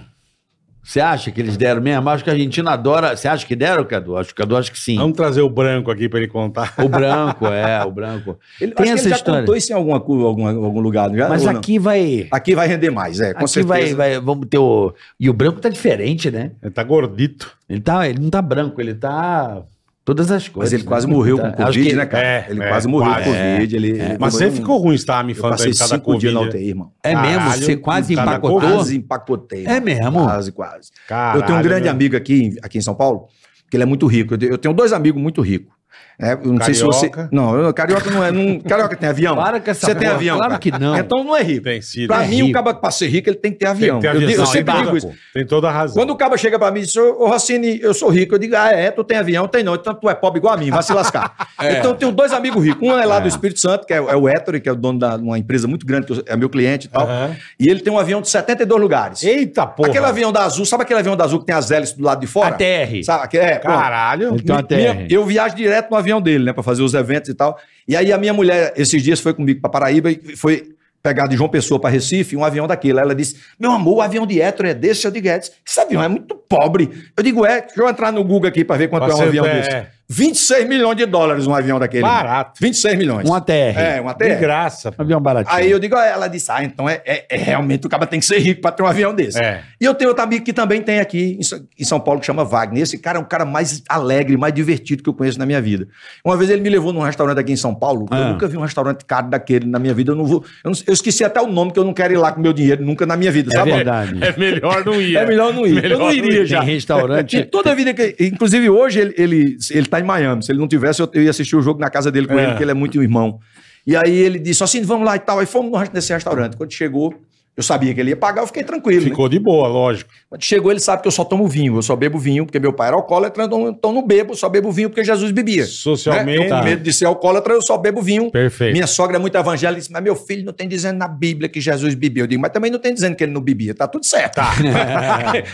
Speaker 4: Você acha que eles deram mesmo? Acho que a Argentina adora. Você acha que deram, Cadu? Acho que Cadu acho que sim.
Speaker 5: Vamos trazer o branco aqui pra ele contar.
Speaker 4: O branco, é, o branco.
Speaker 1: Ele,
Speaker 4: Tem
Speaker 1: acho que
Speaker 4: essa
Speaker 1: ele já
Speaker 4: história.
Speaker 1: contou isso em alguma, cu- alguma, algum lugar, não já?
Speaker 4: Mas
Speaker 1: Ou não?
Speaker 4: aqui vai.
Speaker 1: Aqui vai render mais, é, com
Speaker 4: Aqui vai,
Speaker 1: certeza.
Speaker 4: vai. Vamos ter o. E o branco tá diferente, né?
Speaker 5: Ele tá gordito.
Speaker 4: Ele, tá, ele não tá branco, ele tá. Todas as coisas.
Speaker 1: Mas ele
Speaker 4: né?
Speaker 1: quase morreu
Speaker 4: Tá-
Speaker 1: com
Speaker 4: acho
Speaker 1: Covid,
Speaker 4: que-
Speaker 1: né, cara?
Speaker 5: é,
Speaker 1: ele
Speaker 5: é,
Speaker 1: quase morreu
Speaker 5: quase.
Speaker 1: com Covid. ele, ele
Speaker 5: Mas você
Speaker 1: morreu
Speaker 5: ficou ruim, você tava me
Speaker 1: É, Eu
Speaker 5: falando
Speaker 1: passei
Speaker 5: aí, cada
Speaker 1: cinco dias na
Speaker 5: Covid, né?
Speaker 1: UTI, irmão.
Speaker 4: É mesmo,
Speaker 5: Caralho,
Speaker 4: você quase
Speaker 5: cada
Speaker 4: empacotou.
Speaker 1: Quase empacotei.
Speaker 4: É
Speaker 1: mano.
Speaker 4: mesmo?
Speaker 1: Quase, quase.
Speaker 5: Caralho,
Speaker 1: eu tenho um grande
Speaker 5: meu.
Speaker 1: amigo aqui, aqui em São Paulo, que ele é muito rico. Eu te- Eu tenho dois amigos muito ricos. né? Eu não sei se você.
Speaker 5: Carioca.
Speaker 1: Não, eu- carioca não é. Não, carioca tem avião.
Speaker 4: Para com essa
Speaker 1: Você tem
Speaker 4: porra,
Speaker 1: avião.
Speaker 4: Claro
Speaker 1: cara.
Speaker 4: que não.
Speaker 1: Então não é rico.
Speaker 5: Tem sido.
Speaker 1: Pra
Speaker 5: É
Speaker 1: mim,
Speaker 5: rico.
Speaker 1: o caba pra ser rico, ele tem que ter
Speaker 5: Tem
Speaker 1: avião.
Speaker 5: que ter
Speaker 1: Eu digo-
Speaker 5: avião. Não,
Speaker 1: eu, sempre
Speaker 5: e
Speaker 1: digo
Speaker 5: dá,
Speaker 1: isso.
Speaker 5: pô. Tem toda a razão.
Speaker 1: Quando o caba chega pra mim e diz, ô ô, Rossini, eu sou rico, eu digo, ah, é, tu tem avião, tem não, então tu é pobre igual a mim, vai se lascar.
Speaker 5: É.
Speaker 1: Então eu tenho dois amigos ricos, um é lá do Espírito Santo, que é, é o Héctor, que é o dono de uma empresa muito grande, que eu- é meu cliente e tal,
Speaker 5: Aham.
Speaker 1: e ele tem um avião de 72 lugares.
Speaker 5: Eita porra.
Speaker 1: Aquele avião da Azul, sabe aquele avião da Azul que tem as hélices do lado de fora?
Speaker 4: A TR.
Speaker 1: Sabe? aquele- É, pronto.
Speaker 5: Caralho.
Speaker 4: Então, a
Speaker 1: Minha-
Speaker 4: TR.
Speaker 1: eu viajo direto no avião dele, né, pra fazer os eventos e tal. E aí a minha mulher, esses dias, foi comigo pra Paraíba e foi pegar de João Pessoa pra Recife um avião daquele. Ela disse: Meu amor, o avião de hétero é desse? Eu digo: É, esse avião é muito pobre. Eu digo: É, deixa eu entrar no Google aqui pra ver quanto é um
Speaker 5: Você-
Speaker 1: avião
Speaker 5: é,
Speaker 1: desse.
Speaker 5: é.
Speaker 1: 26 milhões de dólares um avião daquele.
Speaker 5: Barato.
Speaker 1: 26 milhões.
Speaker 4: Um ATR.
Speaker 1: É, um
Speaker 5: De
Speaker 1: até.
Speaker 5: graça. pô.
Speaker 4: Avião baratinho.
Speaker 1: Aí eu digo, ah, ela disse, ah, então é, é- é realmente o cara tem que ser rico pra ter um avião desse.
Speaker 5: É.
Speaker 1: E eu tenho outro amigo que também tem aqui em Sa- em São Paulo, que chama Wagner. Esse cara é o cara mais alegre, mais divertido que eu conheço na minha vida. Uma vez ele me levou num restaurante aqui em São Paulo.
Speaker 4: Ah.
Speaker 1: Eu nunca vi um restaurante caro daquele na minha vida. Eu não vou. Eu, não- eu esqueci até o nome, que eu não quero ir lá com meu dinheiro nunca na minha vida,
Speaker 4: É
Speaker 1: sabe?
Speaker 4: verdade.
Speaker 6: É melhor não ir.
Speaker 1: É melhor não ir. eu
Speaker 6: Melhor
Speaker 1: não
Speaker 6: não
Speaker 1: iria já.
Speaker 4: Tem restaurante.
Speaker 1: E toda a vida que. Inclusive, hoje ele, ele, ele tá em Miami. Se ele não tivesse, eu, eu ia assistir o jogo na casa dele com ele, porque ele é muito irmão. E aí ele disse assim: vamos lá e tal. Aí fomos no, nesse restaurante. Quando chegou, eu sabia que ele ia pagar, eu fiquei tranquilo. né?
Speaker 5: Ficou de boa, lógico.
Speaker 1: Quando chegou, ele sabe que eu só tomo vinho. Eu só bebo vinho, porque meu pai era alcoólatra, então então não bebo, só bebo vinho porque Jesus bebia.
Speaker 5: Socialmente.
Speaker 1: Né? Eu, com medo de ser alcoólatra, eu só bebo vinho.
Speaker 5: Perfeito.
Speaker 1: Minha sogra é muito evangélica, disse, mas meu filho não tem dizendo na Bíblia que Jesus bebia. Eu digo, mas também não tem dizendo que ele não bebia, tá tudo certo.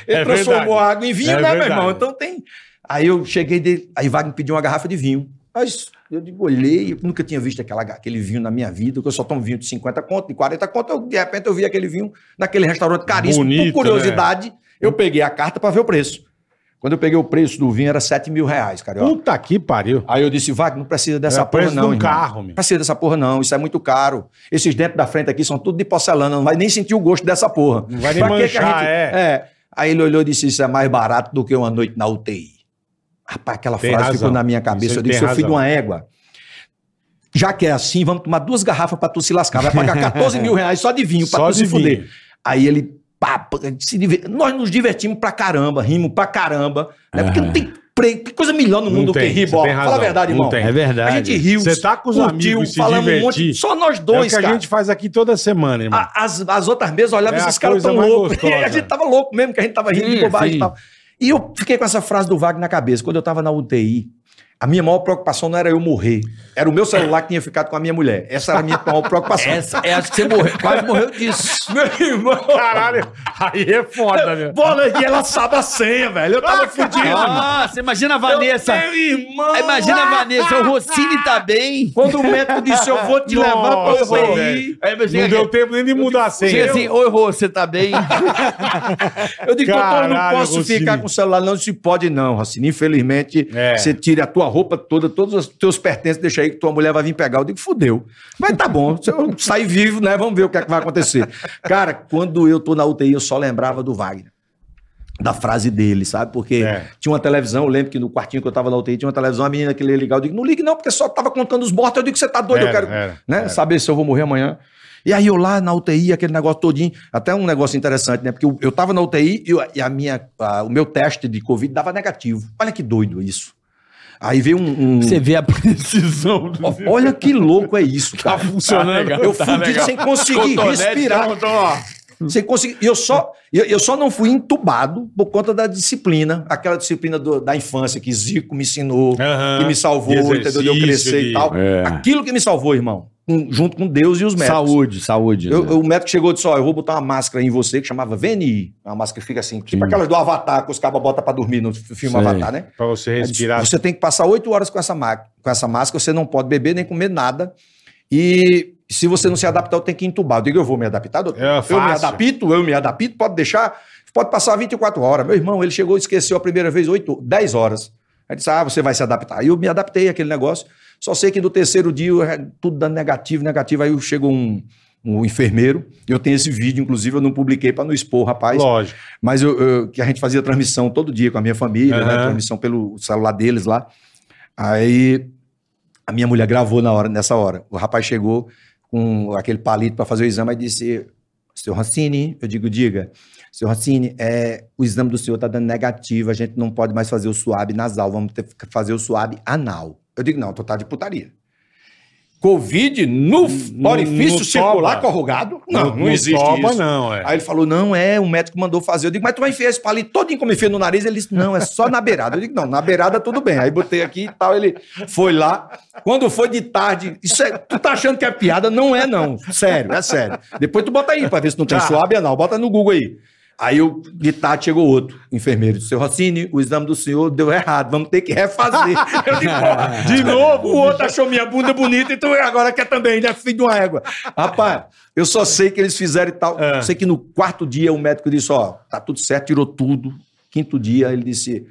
Speaker 1: ele
Speaker 5: É
Speaker 1: transformou
Speaker 5: verdade.
Speaker 1: a água em vinho,
Speaker 5: É
Speaker 1: né, meu
Speaker 5: verdade.
Speaker 1: irmão? Então tem. Aí eu cheguei dele, aí Wagner pediu uma garrafa de vinho. Mas eu digo, olhei, eu nunca tinha visto aquela, aquele vinho na minha vida, que eu só tomo vinho de 50 conto, de 40 conto. Eu, de repente eu vi aquele vinho naquele restaurante caríssimo.
Speaker 5: Bonito, né? Hum.
Speaker 1: Por curiosidade, eu peguei a carta para ver o preço. Quando eu peguei o preço do vinho, era 7 mil reais, cara.
Speaker 5: Puta que pariu.
Speaker 1: Aí eu disse, Wagner, não precisa dessa
Speaker 5: Era
Speaker 1: porra
Speaker 5: preço
Speaker 1: não,
Speaker 5: de um
Speaker 1: irmão.
Speaker 5: carro, meu.
Speaker 1: Não precisa dessa porra não, isso é muito caro. Esses dentes da frente aqui são tudo de porcelana, não vai nem sentir o gosto dessa porra.
Speaker 5: Não vai nem
Speaker 1: Pra que que a
Speaker 5: manchar,
Speaker 1: gente-
Speaker 5: é.
Speaker 1: Aí ele olhou e disse, isso é mais barato do que uma noite na UTI. Rapaz, aquela
Speaker 5: Tem
Speaker 1: frase
Speaker 5: razão.
Speaker 1: ficou na minha cabeça.
Speaker 5: Isso
Speaker 1: eu
Speaker 5: ele
Speaker 1: disse,
Speaker 5: tem
Speaker 1: eu fui de
Speaker 5: razão.
Speaker 1: uma égua. Já que é assim, vamos tomar duas garrafas pra tu se lascar. Vai pagar 14 mil reais só de vinho pra
Speaker 5: é Só
Speaker 1: tu se
Speaker 5: de vinho.
Speaker 1: fuder. Aí ele, pá, pá, se diver- nós nos divertimos pra caramba, rimos pra caramba, né? Porque não tem pre- que coisa melhor no
Speaker 5: Ah. Não
Speaker 1: mundo do que
Speaker 5: tem,
Speaker 1: rir
Speaker 5: você
Speaker 1: bola.
Speaker 5: tem
Speaker 1: Fala a
Speaker 5: razão,
Speaker 1: verdade,
Speaker 5: não
Speaker 1: irmão.
Speaker 5: tem.
Speaker 4: É verdade.
Speaker 1: A gente riu,
Speaker 5: Você tá com os amigos e se
Speaker 1: falamos um
Speaker 5: divertir.
Speaker 1: Só nós
Speaker 5: É o
Speaker 1: dois,
Speaker 5: que a
Speaker 1: cara.
Speaker 5: gente faz aqui toda semana, irmão.
Speaker 1: A- as, as outras mesas olhavam
Speaker 5: É
Speaker 1: esses
Speaker 5: a
Speaker 1: caras
Speaker 5: coisa
Speaker 1: tão
Speaker 5: mais
Speaker 1: loucos.
Speaker 5: gostosa.
Speaker 1: E a gente tava louco mesmo, que a gente tava rindo de
Speaker 4: Sim,
Speaker 1: bobagem
Speaker 4: sim.
Speaker 1: e tal. E eu fiquei com essa frase do Wagner na cabeça. Quando eu tava na UTI, a minha maior preocupação não era eu morrer. Era o meu celular que tinha ficado com a minha mulher. Essa era a minha maior preocupação.
Speaker 4: Essa, é, acho que você morreu, quase morreu disso.
Speaker 1: Meu irmão,
Speaker 5: Caralho, aí é foda, meu.
Speaker 1: bola, e ela sabe a senha, velho. Eu tava fudido.
Speaker 4: Nossa, Ah, imagina a Vanessa. Ah,
Speaker 1: Meu irmão.
Speaker 4: Imagina a Vanessa, o Rossini tá bem.
Speaker 1: Quando o médico disse, eu vou te levar pra
Speaker 5: Nossa,
Speaker 1: UTI.
Speaker 5: velho.
Speaker 4: Aí você
Speaker 5: Não
Speaker 4: chega-
Speaker 5: deu tempo nem de mudar a senha.
Speaker 4: Chega assim, oi, Rô, você tá bem?
Speaker 1: Eu digo, doutor, eu não
Speaker 5: Caralho,
Speaker 1: posso
Speaker 5: Rossini.
Speaker 1: ficar com o celular. Não se pode, não, Rossini. Infelizmente,
Speaker 5: É.
Speaker 1: você tira a tua roupa toda, todos os teus pertences, deixa aí que tua mulher vai vir pegar. Eu digo, fudeu. Mas tá bom, se eu sair vivo, né? Vamos ver o que, é que vai acontecer. Cara, quando eu tô na UTI, eu só lembrava do Wagner. Da frase dele, sabe? Porque
Speaker 5: É.
Speaker 1: tinha uma televisão, eu lembro que no quartinho que eu tava na UTI, tinha uma televisão, a menina que lê legal, eu digo, não ligue não, porque só tava contando os mortos, eu digo, você tá doido, eu
Speaker 5: Era,
Speaker 1: quero
Speaker 5: era,
Speaker 1: né,
Speaker 5: era.
Speaker 1: saber se eu vou morrer amanhã. E aí eu lá na UTI, aquele negócio todinho, até um negócio interessante, né? Porque eu, eu tava na UTI e, eu- e a minha, a- o meu teste de Covid dava negativo. Olha que doido isso. Aí veio um. um-
Speaker 7: Você vê a precisão do.
Speaker 1: Ó, Olha que louco é isso, cara.
Speaker 6: Tá
Speaker 7: funcionando.
Speaker 4: Tá
Speaker 1: eu fundi sem conseguir
Speaker 6: né?
Speaker 1: respirar. Sem conseguir. E eu só, eu, eu só não fui entubado por conta da disciplina, aquela disciplina do- da infância que Zico me ensinou,
Speaker 6: Aham.
Speaker 1: que me salvou,
Speaker 6: Ah, De
Speaker 1: entendeu? De eu
Speaker 6: exercício,
Speaker 1: crescer
Speaker 6: de-
Speaker 1: e tal.
Speaker 4: É.
Speaker 1: Aquilo que me salvou, irmão, com- junto com Deus e os médicos.
Speaker 4: Saúde, saúde.
Speaker 1: Eu-
Speaker 4: né?
Speaker 1: eu- o médico chegou e disse: Ó, eu vou botar uma máscara em você que chamava VNI. Uma máscara que fica assim, tipo aquela do Avatar, que os cabas botam pra dormir no f- filme
Speaker 4: Sei.
Speaker 1: Avatar, né?
Speaker 5: Pra você
Speaker 1: Aí
Speaker 5: respirar.
Speaker 1: disse, Você tem que passar oito horas com essa, ma- com essa máscara, você não pode beber nem comer nada. E se você não se adaptar, eu tenho que entubar. Eu digo, eu vou me adaptar, doutor?
Speaker 5: É
Speaker 1: eu me
Speaker 5: fácil.
Speaker 1: adapto, eu me adapto, pode deixar. Pode passar 24 horas. Meu irmão, ele chegou e esqueceu a primeira vez 8, 10 horas. Aí disse, ah, você vai se adaptar. E eu me adaptei àquele negócio. Só sei que no terceiro dia, eu, eh, tudo dando negativo, negativo. Aí chegou um, um enfermeiro. Eu tenho esse vídeo, inclusive, eu não publiquei para não expor, rapaz.
Speaker 5: Lógico.
Speaker 1: Mas eu, eu- que a gente fazia transmissão todo dia com a minha família, né?
Speaker 5: Aham.
Speaker 1: Transmissão pelo celular deles lá. Aí a minha mulher gravou na hora, nessa hora. O rapaz chegou com aquele palito para fazer o exame e disse: Seu Rossini, eu digo, diga, seu Rossini, é, o exame do senhor está dando negativo, a gente não pode mais fazer o suave nasal, vamos ter que fazer o suave anal. Eu digo, não, tu tá de putaria. Covid no, f-
Speaker 5: Não-
Speaker 1: orifício
Speaker 5: não
Speaker 1: circular
Speaker 5: toba.
Speaker 1: corrugado? Não, não, existe
Speaker 5: toba,
Speaker 1: isso.
Speaker 5: não, é.
Speaker 1: Aí ele falou, não, é, um médico mandou fazer. Eu digo, mas tu vai enfiar esse palito todinho como enfia no nariz? Ele disse, não, é só na beirada. Eu digo, não, na beirada tudo bem. Aí botei aqui e tal, ele foi lá. Quando foi de tarde, isso é, tu tá achando que é piada? Não é não, sério, é sério. Depois tu bota aí pra ver se não tem suave anal, bota no Google aí. Aí eu, de tarde chegou outro enfermeiro, disse, seu Rossini, o exame do senhor deu errado, vamos ter que refazer. Eu digo, "Pô, de novo, o outro achou minha bunda bonita, então agora quer também, né, filho de uma égua. Rapaz, eu só sei que eles fizeram e tal.
Speaker 5: É.
Speaker 1: Sei que no quarto dia o médico disse, ó, tá tudo certo, tirou tudo. Quinto dia ele disse,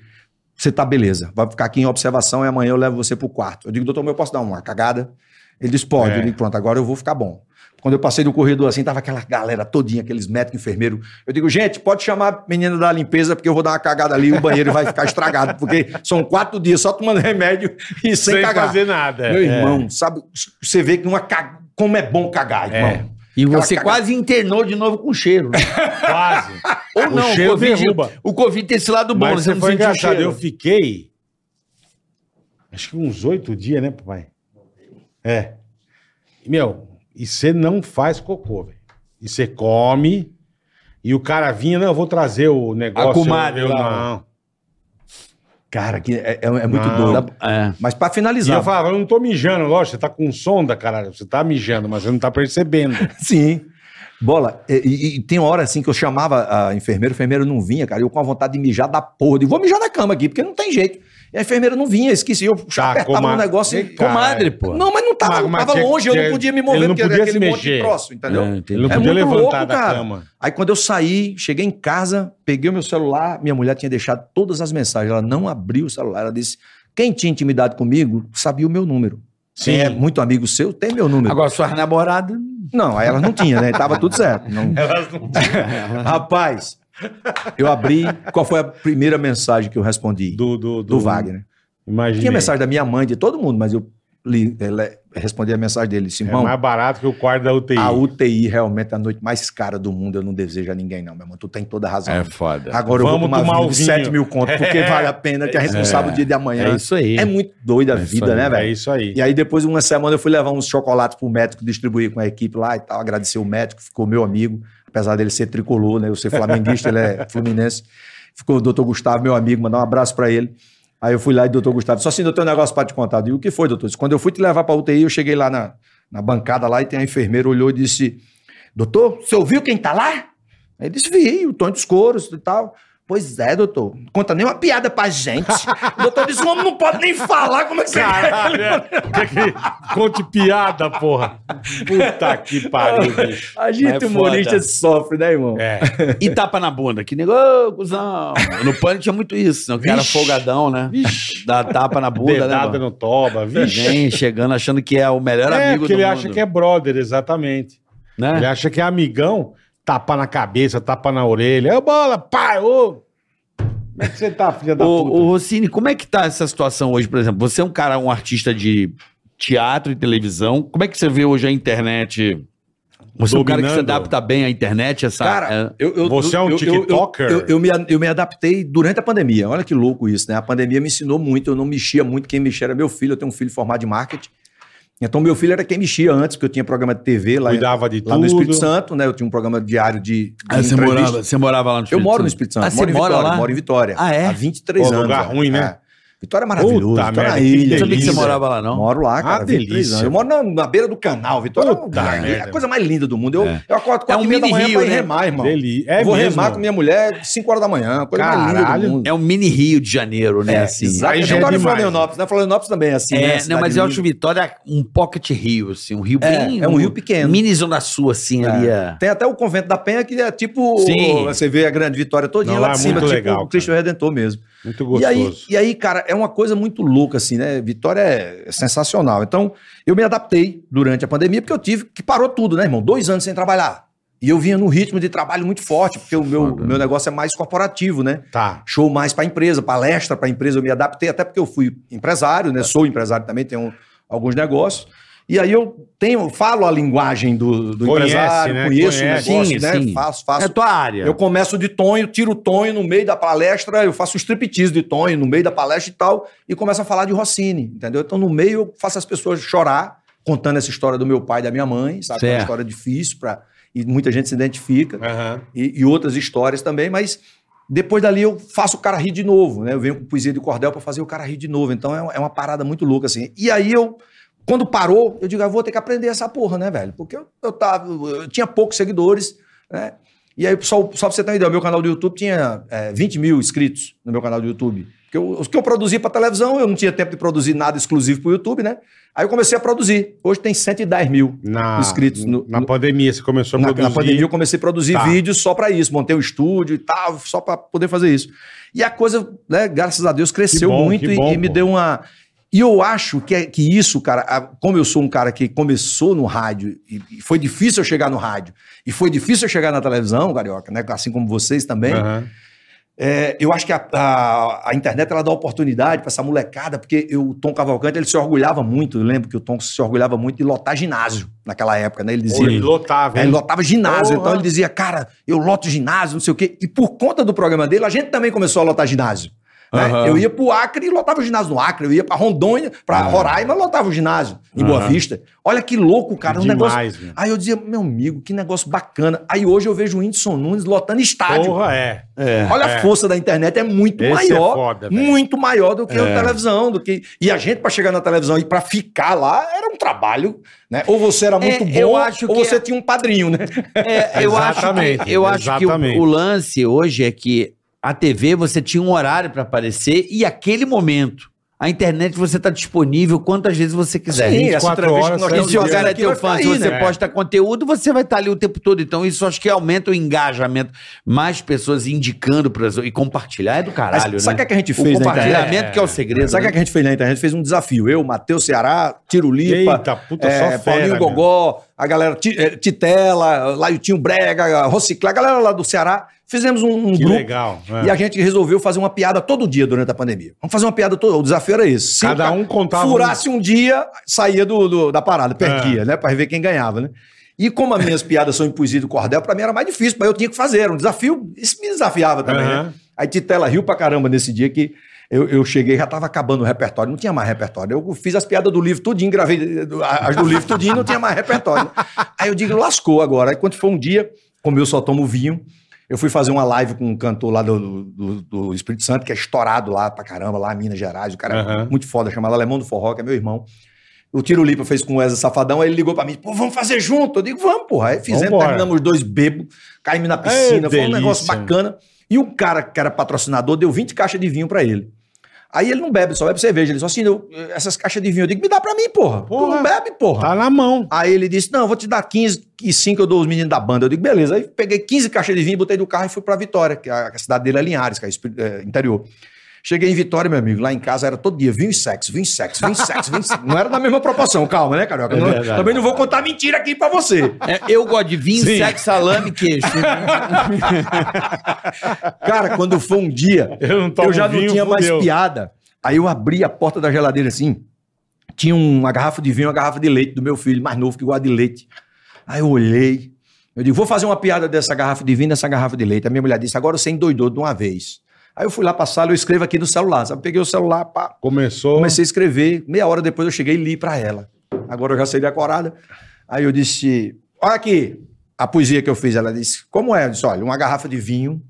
Speaker 1: você tá beleza, vai ficar aqui em observação e amanhã eu levo você pro quarto. Eu digo, doutor, mas eu posso dar uma cagada? Ele disse, pode.
Speaker 5: É.
Speaker 1: Eu digo, pronto, agora eu vou ficar bom. Quando eu passei no corredor assim, tava aquela galera todinha, aqueles médicos, enfermeiros. Eu digo, gente, pode chamar a menina da limpeza, porque eu vou dar uma cagada ali e o banheiro vai ficar estragado, porque são quatro dias só tomando remédio e sem,
Speaker 5: Sem
Speaker 1: cagar.
Speaker 5: fazer nada.
Speaker 1: Meu
Speaker 5: é.
Speaker 1: irmão, sabe? Você vê que uma ca- como é bom cagar, irmão.
Speaker 5: É.
Speaker 7: E
Speaker 1: Aquela
Speaker 7: você
Speaker 1: cagada.
Speaker 7: quase internou de novo com cheiro. né?
Speaker 5: Quase.
Speaker 7: Ou
Speaker 5: O
Speaker 7: não,
Speaker 5: cheiro
Speaker 7: COVID,
Speaker 5: derruba.
Speaker 7: o Covid tem esse lado bom,
Speaker 5: Mas
Speaker 7: você
Speaker 5: você
Speaker 7: não
Speaker 5: foi
Speaker 7: sentiu o
Speaker 5: engraçado. Eu
Speaker 7: cheiro.
Speaker 5: fiquei. Acho que uns oito dias, né, papai? É. Meu, e você não faz cocô, velho. E você come. E o cara vinha, não, eu vou trazer o negócio.
Speaker 4: A comadre
Speaker 5: eu, eu,
Speaker 4: lá,
Speaker 5: não.
Speaker 1: Cara, que é, é- é muito
Speaker 5: Não.
Speaker 7: Tá
Speaker 1: doido.
Speaker 4: É.
Speaker 1: Mas pra
Speaker 5: E
Speaker 1: finalizar.
Speaker 5: eu falava, eu não tô mijando, lógico, você tá com sonda, caralho. Você tá mijando, mas você não tá percebendo.
Speaker 1: Sim. Bola, e, e- e tem hora assim que eu chamava a enfermeira, a enfermeira não vinha, cara, eu com a vontade de mijar da porra, de vou mijar na cama aqui, porque não tem jeito. E a enfermeira não vinha, esqueci, eu apertava
Speaker 5: Ah, coma-
Speaker 1: um negócio e...
Speaker 5: Caralho.
Speaker 7: Comadre, pô.
Speaker 1: Não, mas não tava,
Speaker 5: Mas- mas
Speaker 1: tava
Speaker 5: tinha-
Speaker 1: longe, eu
Speaker 5: tinha-
Speaker 1: não podia me
Speaker 5: ele
Speaker 1: mover,
Speaker 5: não
Speaker 1: porque era
Speaker 5: podia
Speaker 1: aquele
Speaker 5: se
Speaker 1: monte de
Speaker 5: mexer.
Speaker 1: troço, entendeu?
Speaker 4: É, entendi.
Speaker 5: Ele não
Speaker 1: É
Speaker 5: podia
Speaker 1: muito
Speaker 5: levantar
Speaker 1: louco,
Speaker 5: da
Speaker 1: cara.
Speaker 5: cama.
Speaker 1: Aí quando eu saí, cheguei em casa, peguei o meu celular, minha mulher tinha deixado todas as mensagens, ela não abriu o celular, ela disse, quem tinha intimidade comigo sabia o meu número.
Speaker 5: Sim.
Speaker 1: Quem é muito amigo seu, tem meu número.
Speaker 7: Agora, suas namoradas.
Speaker 1: Não, aí ela não tinha, né? Tava tudo certo. Não-
Speaker 6: Elas não
Speaker 5: É.
Speaker 1: Rapaz, eu abri. Qual foi a primeira mensagem que eu respondi?
Speaker 5: Do, do,
Speaker 1: Do Wagner. é
Speaker 5: Imagina.
Speaker 1: Tinha mensagem da minha mãe, de todo mundo, mas eu li, ela- é, respondi a mensagem dele.
Speaker 5: É
Speaker 1: Simão,
Speaker 5: mais barato que o quarto da UTI.
Speaker 1: a UTI realmente é a noite mais cara do mundo. Eu não desejo a ninguém, não, meu irmão. Tu tem toda a razão.
Speaker 4: É foda.
Speaker 1: Agora eu
Speaker 5: Vamos
Speaker 1: vou tomar,
Speaker 5: tomar
Speaker 1: vinho
Speaker 5: o
Speaker 1: de
Speaker 5: vinho. É.
Speaker 1: 7 mil conto, porque vale a pena, que a gente não sabe o dia de amanhã.
Speaker 7: É isso aí.
Speaker 1: É muito doida a
Speaker 4: isso
Speaker 1: vida,
Speaker 4: aí,
Speaker 1: né,
Speaker 5: É
Speaker 1: velho?
Speaker 5: isso aí.
Speaker 1: E aí, depois de uma semana, eu fui levar uns chocolates pro médico distribuir com a equipe lá e tal. Agradecer o médico, ficou meu amigo, apesar dele ser tricolor, né? Eu ser flamenguista, ele é fluminense. Ficou o doutor Gustavo, meu amigo, mandar um abraço pra ele. Aí eu fui lá e o doutor Gustavo, só assim, doutor, tem um negócio pra te contar. Eu digo, o que foi, doutor? Disse, Quando eu fui te levar pra UTI, eu cheguei lá na, na bancada lá e tem a enfermeira, olhou e disse, doutor, você ouviu quem tá lá? Aí ele disse, vi, o Tony dos Coros e tal. Pois é, doutor. Não conta nenhuma piada pra gente. o doutor disse, o homem não pode nem falar como é que você
Speaker 5: Caralho, é. Quer que conte piada, porra. Puta que pariu, bicho.
Speaker 1: A
Speaker 7: Mas é foda.
Speaker 1: sofre, né, irmão?
Speaker 5: É.
Speaker 7: E tapa na bunda, que negócio, cuzão. No pânico tinha muito isso, né? O cara
Speaker 5: Vixe.
Speaker 7: folgadão, né? Dá tapa na bunda, né?
Speaker 5: Dedada
Speaker 7: mano?
Speaker 5: no toba, vixe.
Speaker 7: Vem chegando achando que é o melhor
Speaker 5: É,
Speaker 7: amigo
Speaker 5: porque
Speaker 7: do
Speaker 5: ele
Speaker 7: mundo.
Speaker 5: acha que é brother, exatamente. Ele
Speaker 7: né?
Speaker 5: acha que é amigão, tapa na cabeça, tapa na orelha. Ô, bola, pai, ô. Como é que você tá, filha da
Speaker 7: Ô,
Speaker 5: puta?
Speaker 7: ô, Rossini, como é que tá essa situação hoje, por exemplo? Você é um cara, um artista de teatro e televisão. Como é que você vê hoje a internet
Speaker 4: Você é um cara que se
Speaker 5: Dominando.
Speaker 4: adapta bem à internet, essa.
Speaker 1: Cara, eu, eu-
Speaker 5: Você é um
Speaker 1: eu- eu-
Speaker 5: TikToker?
Speaker 1: Eu, eu, eu me, a- eu me adaptei durante a pandemia. Olha que louco isso, né? A pandemia me ensinou muito. Eu não mexia muito. Quem mexia era meu filho. Eu tenho um filho formado de marketing. Então, meu filho era quem mexia antes, porque eu tinha programa de TV lá,
Speaker 5: Cuidava de tudo.
Speaker 1: lá no Espírito Santo, né? Eu tinha um programa diário de. de
Speaker 7: Ah, você,
Speaker 1: entrevista.
Speaker 7: morava, você morava lá no
Speaker 1: Eu
Speaker 7: Espírito
Speaker 1: moro no
Speaker 7: Santo?
Speaker 1: Espírito Santo.
Speaker 7: Ah,
Speaker 1: moro
Speaker 7: você
Speaker 1: em
Speaker 7: mora
Speaker 1: Vitória,
Speaker 7: lá?
Speaker 1: Moro em Vitória.
Speaker 7: Ah, é?
Speaker 1: Há 23
Speaker 5: Pô,
Speaker 1: anos.
Speaker 5: lugar
Speaker 1: ó.
Speaker 5: ruim, né?
Speaker 1: É. Vitória é maravilhoso.
Speaker 5: Puta
Speaker 1: Vitória
Speaker 5: merda,
Speaker 1: é
Speaker 5: que
Speaker 1: ilha.
Speaker 7: Eu sabia que você
Speaker 5: Delícia.
Speaker 7: morava lá, não?
Speaker 1: Moro lá, cara.
Speaker 5: Ah,
Speaker 1: 23
Speaker 5: delícia.
Speaker 1: anos. Eu moro na, na beira do canal, Vitória.
Speaker 5: Puta
Speaker 1: é uma- é
Speaker 5: merda.
Speaker 1: a coisa mais linda do mundo. Eu, eu acordo
Speaker 7: É um
Speaker 1: 4 da
Speaker 7: mini
Speaker 1: manhã
Speaker 7: Rio,
Speaker 1: pra ir
Speaker 7: né?
Speaker 1: remar, irmão.
Speaker 5: Deli- É
Speaker 1: vou
Speaker 5: mesmo.
Speaker 1: remar com minha mulher 5 horas da manhã. Coisa mais linda
Speaker 5: Caralho.
Speaker 1: do mundo.
Speaker 7: É um mini Rio de Janeiro, né? assim.
Speaker 5: Aí
Speaker 1: exatamente.
Speaker 5: já é
Speaker 1: Vitória e
Speaker 5: demais.
Speaker 1: Florianópolis, né? Florianópolis também é assim, né?
Speaker 7: É, não,
Speaker 1: Cidade
Speaker 7: mas eu
Speaker 1: linda.
Speaker 7: acho Vitória um pocket rio, assim, um rio
Speaker 1: É,
Speaker 7: bem.
Speaker 1: é um rio pequeno.
Speaker 7: Mini zona sua, assim, ali. É.
Speaker 1: Tem até o Convento da Penha, que é tipo...
Speaker 7: Sim.
Speaker 1: Você vê a grande vitória todinha
Speaker 5: Não,
Speaker 1: lá
Speaker 5: lá
Speaker 1: de
Speaker 5: é
Speaker 1: cima,
Speaker 5: muito
Speaker 1: tipo
Speaker 5: legal,
Speaker 1: o Cristo Redentor mesmo.
Speaker 5: Muito
Speaker 1: E aí,
Speaker 5: gostoso.
Speaker 1: e aí, cara, é uma coisa muito louca, assim, né? Vitória é sensacional. Então, eu me adaptei durante a pandemia, porque eu tive que parou tudo, né, irmão? Dois anos sem trabalhar. E eu vinha num ritmo de trabalho muito forte, porque o meu, meu negócio é mais corporativo, né?
Speaker 5: Tá.
Speaker 1: Show mais para empresa, palestra para empresa, eu me adaptei, até porque eu fui empresário, né? Sou empresário também, tenho alguns negócios. E aí eu tenho, falo a linguagem do, do
Speaker 5: Conhece,
Speaker 1: empresário,
Speaker 5: né?
Speaker 1: conheço
Speaker 5: Conhece.
Speaker 1: o negócio,
Speaker 7: Sim,
Speaker 1: né?
Speaker 7: sim.
Speaker 1: Faço, faço.
Speaker 7: É a tua área.
Speaker 1: Eu começo de tonho, tiro o tonho no meio da palestra, eu faço um striptease de tonho no meio da palestra e tal, e começo a falar de Rossini, entendeu? Então, no meio, eu faço as pessoas chorar, contando essa história do meu pai e da minha mãe, sabe? Que É uma
Speaker 7: Certo.
Speaker 1: história difícil pra... e muita gente se
Speaker 5: É.
Speaker 1: identifica, e, e outras histórias também, mas depois dali eu faço o cara rir de novo, né? Eu venho com poesia de cordel pra fazer o cara rir de novo, então é, uma- é uma parada muito louca, assim. E aí eu quando parou, eu digo, eu vou ter que aprender essa porra, né, velho? Porque eu, eu tava, eu tinha poucos seguidores, né? E aí, só, só pra você ter uma ideia, o meu canal do YouTube tinha é, 20 mil inscritos no meu canal do YouTube. Porque eu- os que eu produzi pra televisão, eu não tinha tempo de produzir nada exclusivo pro YouTube, né? Aí eu comecei a produzir. Hoje tem 110 mil
Speaker 5: Na,
Speaker 1: inscritos. No,
Speaker 5: na
Speaker 1: no-
Speaker 5: pandemia, você começou a
Speaker 1: na,
Speaker 5: produzir.
Speaker 1: na pandemia eu comecei a produzir
Speaker 5: Tá.
Speaker 1: vídeos só pra isso, montei um estúdio e tal, só pra poder fazer isso. E a coisa, né, graças a Deus, cresceu
Speaker 5: Que bom,
Speaker 1: muito
Speaker 5: que
Speaker 1: e,
Speaker 5: bom,
Speaker 1: e me
Speaker 5: pô.
Speaker 1: deu uma. E eu acho que, é- que isso, cara, a- como eu sou um cara que começou no rádio, e, e foi difícil eu chegar no rádio, e foi difícil eu chegar na televisão, Carioca, né? Assim como vocês também.
Speaker 5: Aham.
Speaker 1: É, eu acho que a, a- a internet ela dá oportunidade para essa molecada, porque eu- o Tom Cavalcante ele se orgulhava muito. Eu lembro que o Tom se orgulhava muito de lotar ginásio naquela época, né? Ele dizia.
Speaker 5: Ele lotava,
Speaker 1: Aí
Speaker 5: hein?
Speaker 1: ele lotava ginásio,
Speaker 5: Porra.
Speaker 1: então ele dizia, cara, eu loto ginásio, não sei o quê. E por conta do programa dele, a gente também começou a lotar ginásio. né? Eu ia pro Acre e lotava o ginásio no Acre, eu ia pra Rondônia, pra Roraima, lotava o ginásio em Boa Vista. Olha que louco, cara, um negócio.
Speaker 5: Demais, meu.
Speaker 1: Aí eu dizia, meu amigo, que negócio bacana. Aí hoje eu vejo o Whindersson Nunes lotando estádio.
Speaker 5: Porra, é.
Speaker 1: Olha
Speaker 5: É.
Speaker 1: a força da internet, é muito
Speaker 5: Esse
Speaker 1: maior.
Speaker 5: é foda, velho. É.
Speaker 1: muito maior do que a televisão. Do que... E a gente, pra chegar na televisão e pra ficar lá, era um trabalho, né? Ou você era muito bom,
Speaker 7: É, eu acho
Speaker 1: ou
Speaker 7: que-
Speaker 1: você tinha um padrinho, né?
Speaker 7: É, eu acho
Speaker 5: Exatamente,
Speaker 7: que, eu acho que o-
Speaker 5: exatamente.
Speaker 7: o, lance hoje é que a TV você tinha um horário pra aparecer e aquele momento. A internet você tá disponível quantas vezes você quiser.
Speaker 1: Sim,
Speaker 5: 24
Speaker 1: essa entrevista
Speaker 5: horas,
Speaker 1: que
Speaker 5: sete
Speaker 1: nós
Speaker 7: E
Speaker 1: estamos
Speaker 7: se o
Speaker 5: Deus,
Speaker 7: cara é
Speaker 1: aqui vai
Speaker 7: teu fã,
Speaker 1: ficar
Speaker 7: se
Speaker 1: aí,
Speaker 7: você
Speaker 1: né?
Speaker 7: posta conteúdo, você vai estar ali o tempo todo. Então, isso acho que aumenta o engajamento. Mais pessoas indicando pras- e compartilhar é do
Speaker 1: Mas
Speaker 7: caralho,
Speaker 1: sabe
Speaker 7: né?
Speaker 1: o que, é que a gente
Speaker 7: O
Speaker 1: fez na internet?
Speaker 7: compartilhamento que é o segredo.
Speaker 1: Sabe o que, é
Speaker 7: né?
Speaker 1: que a gente fez na internet? A gente fez um desafio. Eu, Matheus Ceará, Tiro Lipa,
Speaker 5: Eita, puta,
Speaker 1: é,
Speaker 5: só fera,
Speaker 1: Paulinho
Speaker 5: meu.
Speaker 1: Gogó, a galera Ti- eh, Titela, Laitinho Brega, Rociclar, a galera lá do Ceará. Fizemos um, um
Speaker 5: Que
Speaker 1: grupo
Speaker 5: legal. é.
Speaker 1: e a gente resolveu fazer uma piada todo dia durante a pandemia. Vamos fazer uma piada todo O desafio era esse. Se
Speaker 5: Cada
Speaker 1: o ca-
Speaker 5: um contava um- É.
Speaker 1: Furasse um dia, saía do, do- da parada, perdia, né? Pra ver quem ganhava, né? E como as minhas piadas são em poesia do cordel, pra mim era mais difícil, mas eu tinha que fazer. Era um desafio, isso me desafiava também,
Speaker 5: Aham.
Speaker 1: né? Aí Titela riu pra caramba nesse dia que eu, eu cheguei, já tava acabando o repertório, não tinha mais repertório. Eu fiz as piadas do livro tudinho, gravei do- as do livro tudinho, não tinha mais repertório. Aí eu digo, lascou agora. Aí quando foi um dia, como eu só tomo vinho, eu fui fazer uma live com um cantor lá do, do, do Espírito Santo, que é estourado lá pra caramba, lá em Minas Gerais, o cara é
Speaker 5: Aham.
Speaker 1: muito foda, chamado Alemão do Forró, que é meu irmão. O Tiro Lipa fez com o Wesley Safadão, aí ele ligou pra mim, pô, vamos fazer junto. Eu digo, vamos, porra. Aí fizemos,
Speaker 5: Vambora.
Speaker 1: terminamos os dois bebo, caímos na piscina,
Speaker 5: É,
Speaker 1: foi um negócio
Speaker 5: delícia.
Speaker 1: bacana. E um cara que era patrocinador deu 20 caixas de vinho pra ele. Aí ele não bebe, só bebe cerveja. Ele só assim, eu- essas caixas de vinho. Eu digo, me dá pra mim, porra. Tu
Speaker 5: Porra.
Speaker 1: não bebe, porra.
Speaker 5: Tá na mão.
Speaker 1: Aí ele disse: Não, eu vou te dar 15 e 5 eu dou os meninos da banda. Eu digo: Beleza. Aí peguei 15 caixas de vinho, botei no carro e fui pra Vitória, que a, que a cidade dele é Linhares, que é espí- é, interior. Cheguei em Vitória, meu amigo, lá em casa era todo dia vinho e sexo, vinho e sexo, vinho e sexo, vinho e sexo. Não era na mesma proporção, calma, né, Carioca?
Speaker 5: É
Speaker 1: Eu não- também não vou contar mentira aqui pra você.
Speaker 7: É, eu gosto de vinho,
Speaker 5: Sim.
Speaker 7: sexo, salame, e queijo.
Speaker 1: Cara, quando foi um dia,
Speaker 5: Eu não tomo
Speaker 1: eu já não
Speaker 5: vinho,
Speaker 1: tinha
Speaker 5: fudeu.
Speaker 1: mais piada. Aí eu abri a porta da geladeira assim, tinha uma garrafa de vinho, uma garrafa de leite do meu filho mais novo que gosta de leite. Aí eu olhei. Eu digo, vou fazer uma piada dessa garrafa de vinho, dessa garrafa de leite. A minha mulher disse, agora você endoidou de uma vez. Aí eu fui lá pra sala, eu escrevo aqui no celular. Sabe? Eu Peguei o celular, pá,
Speaker 5: Começou.
Speaker 1: comecei a escrever. Meia hora depois eu cheguei e li pra ela. Agora eu já sei da corada. Aí eu disse, olha aqui a poesia que eu fiz. Ela disse, como é? Eu disse, olha, uma garrafa de vinho.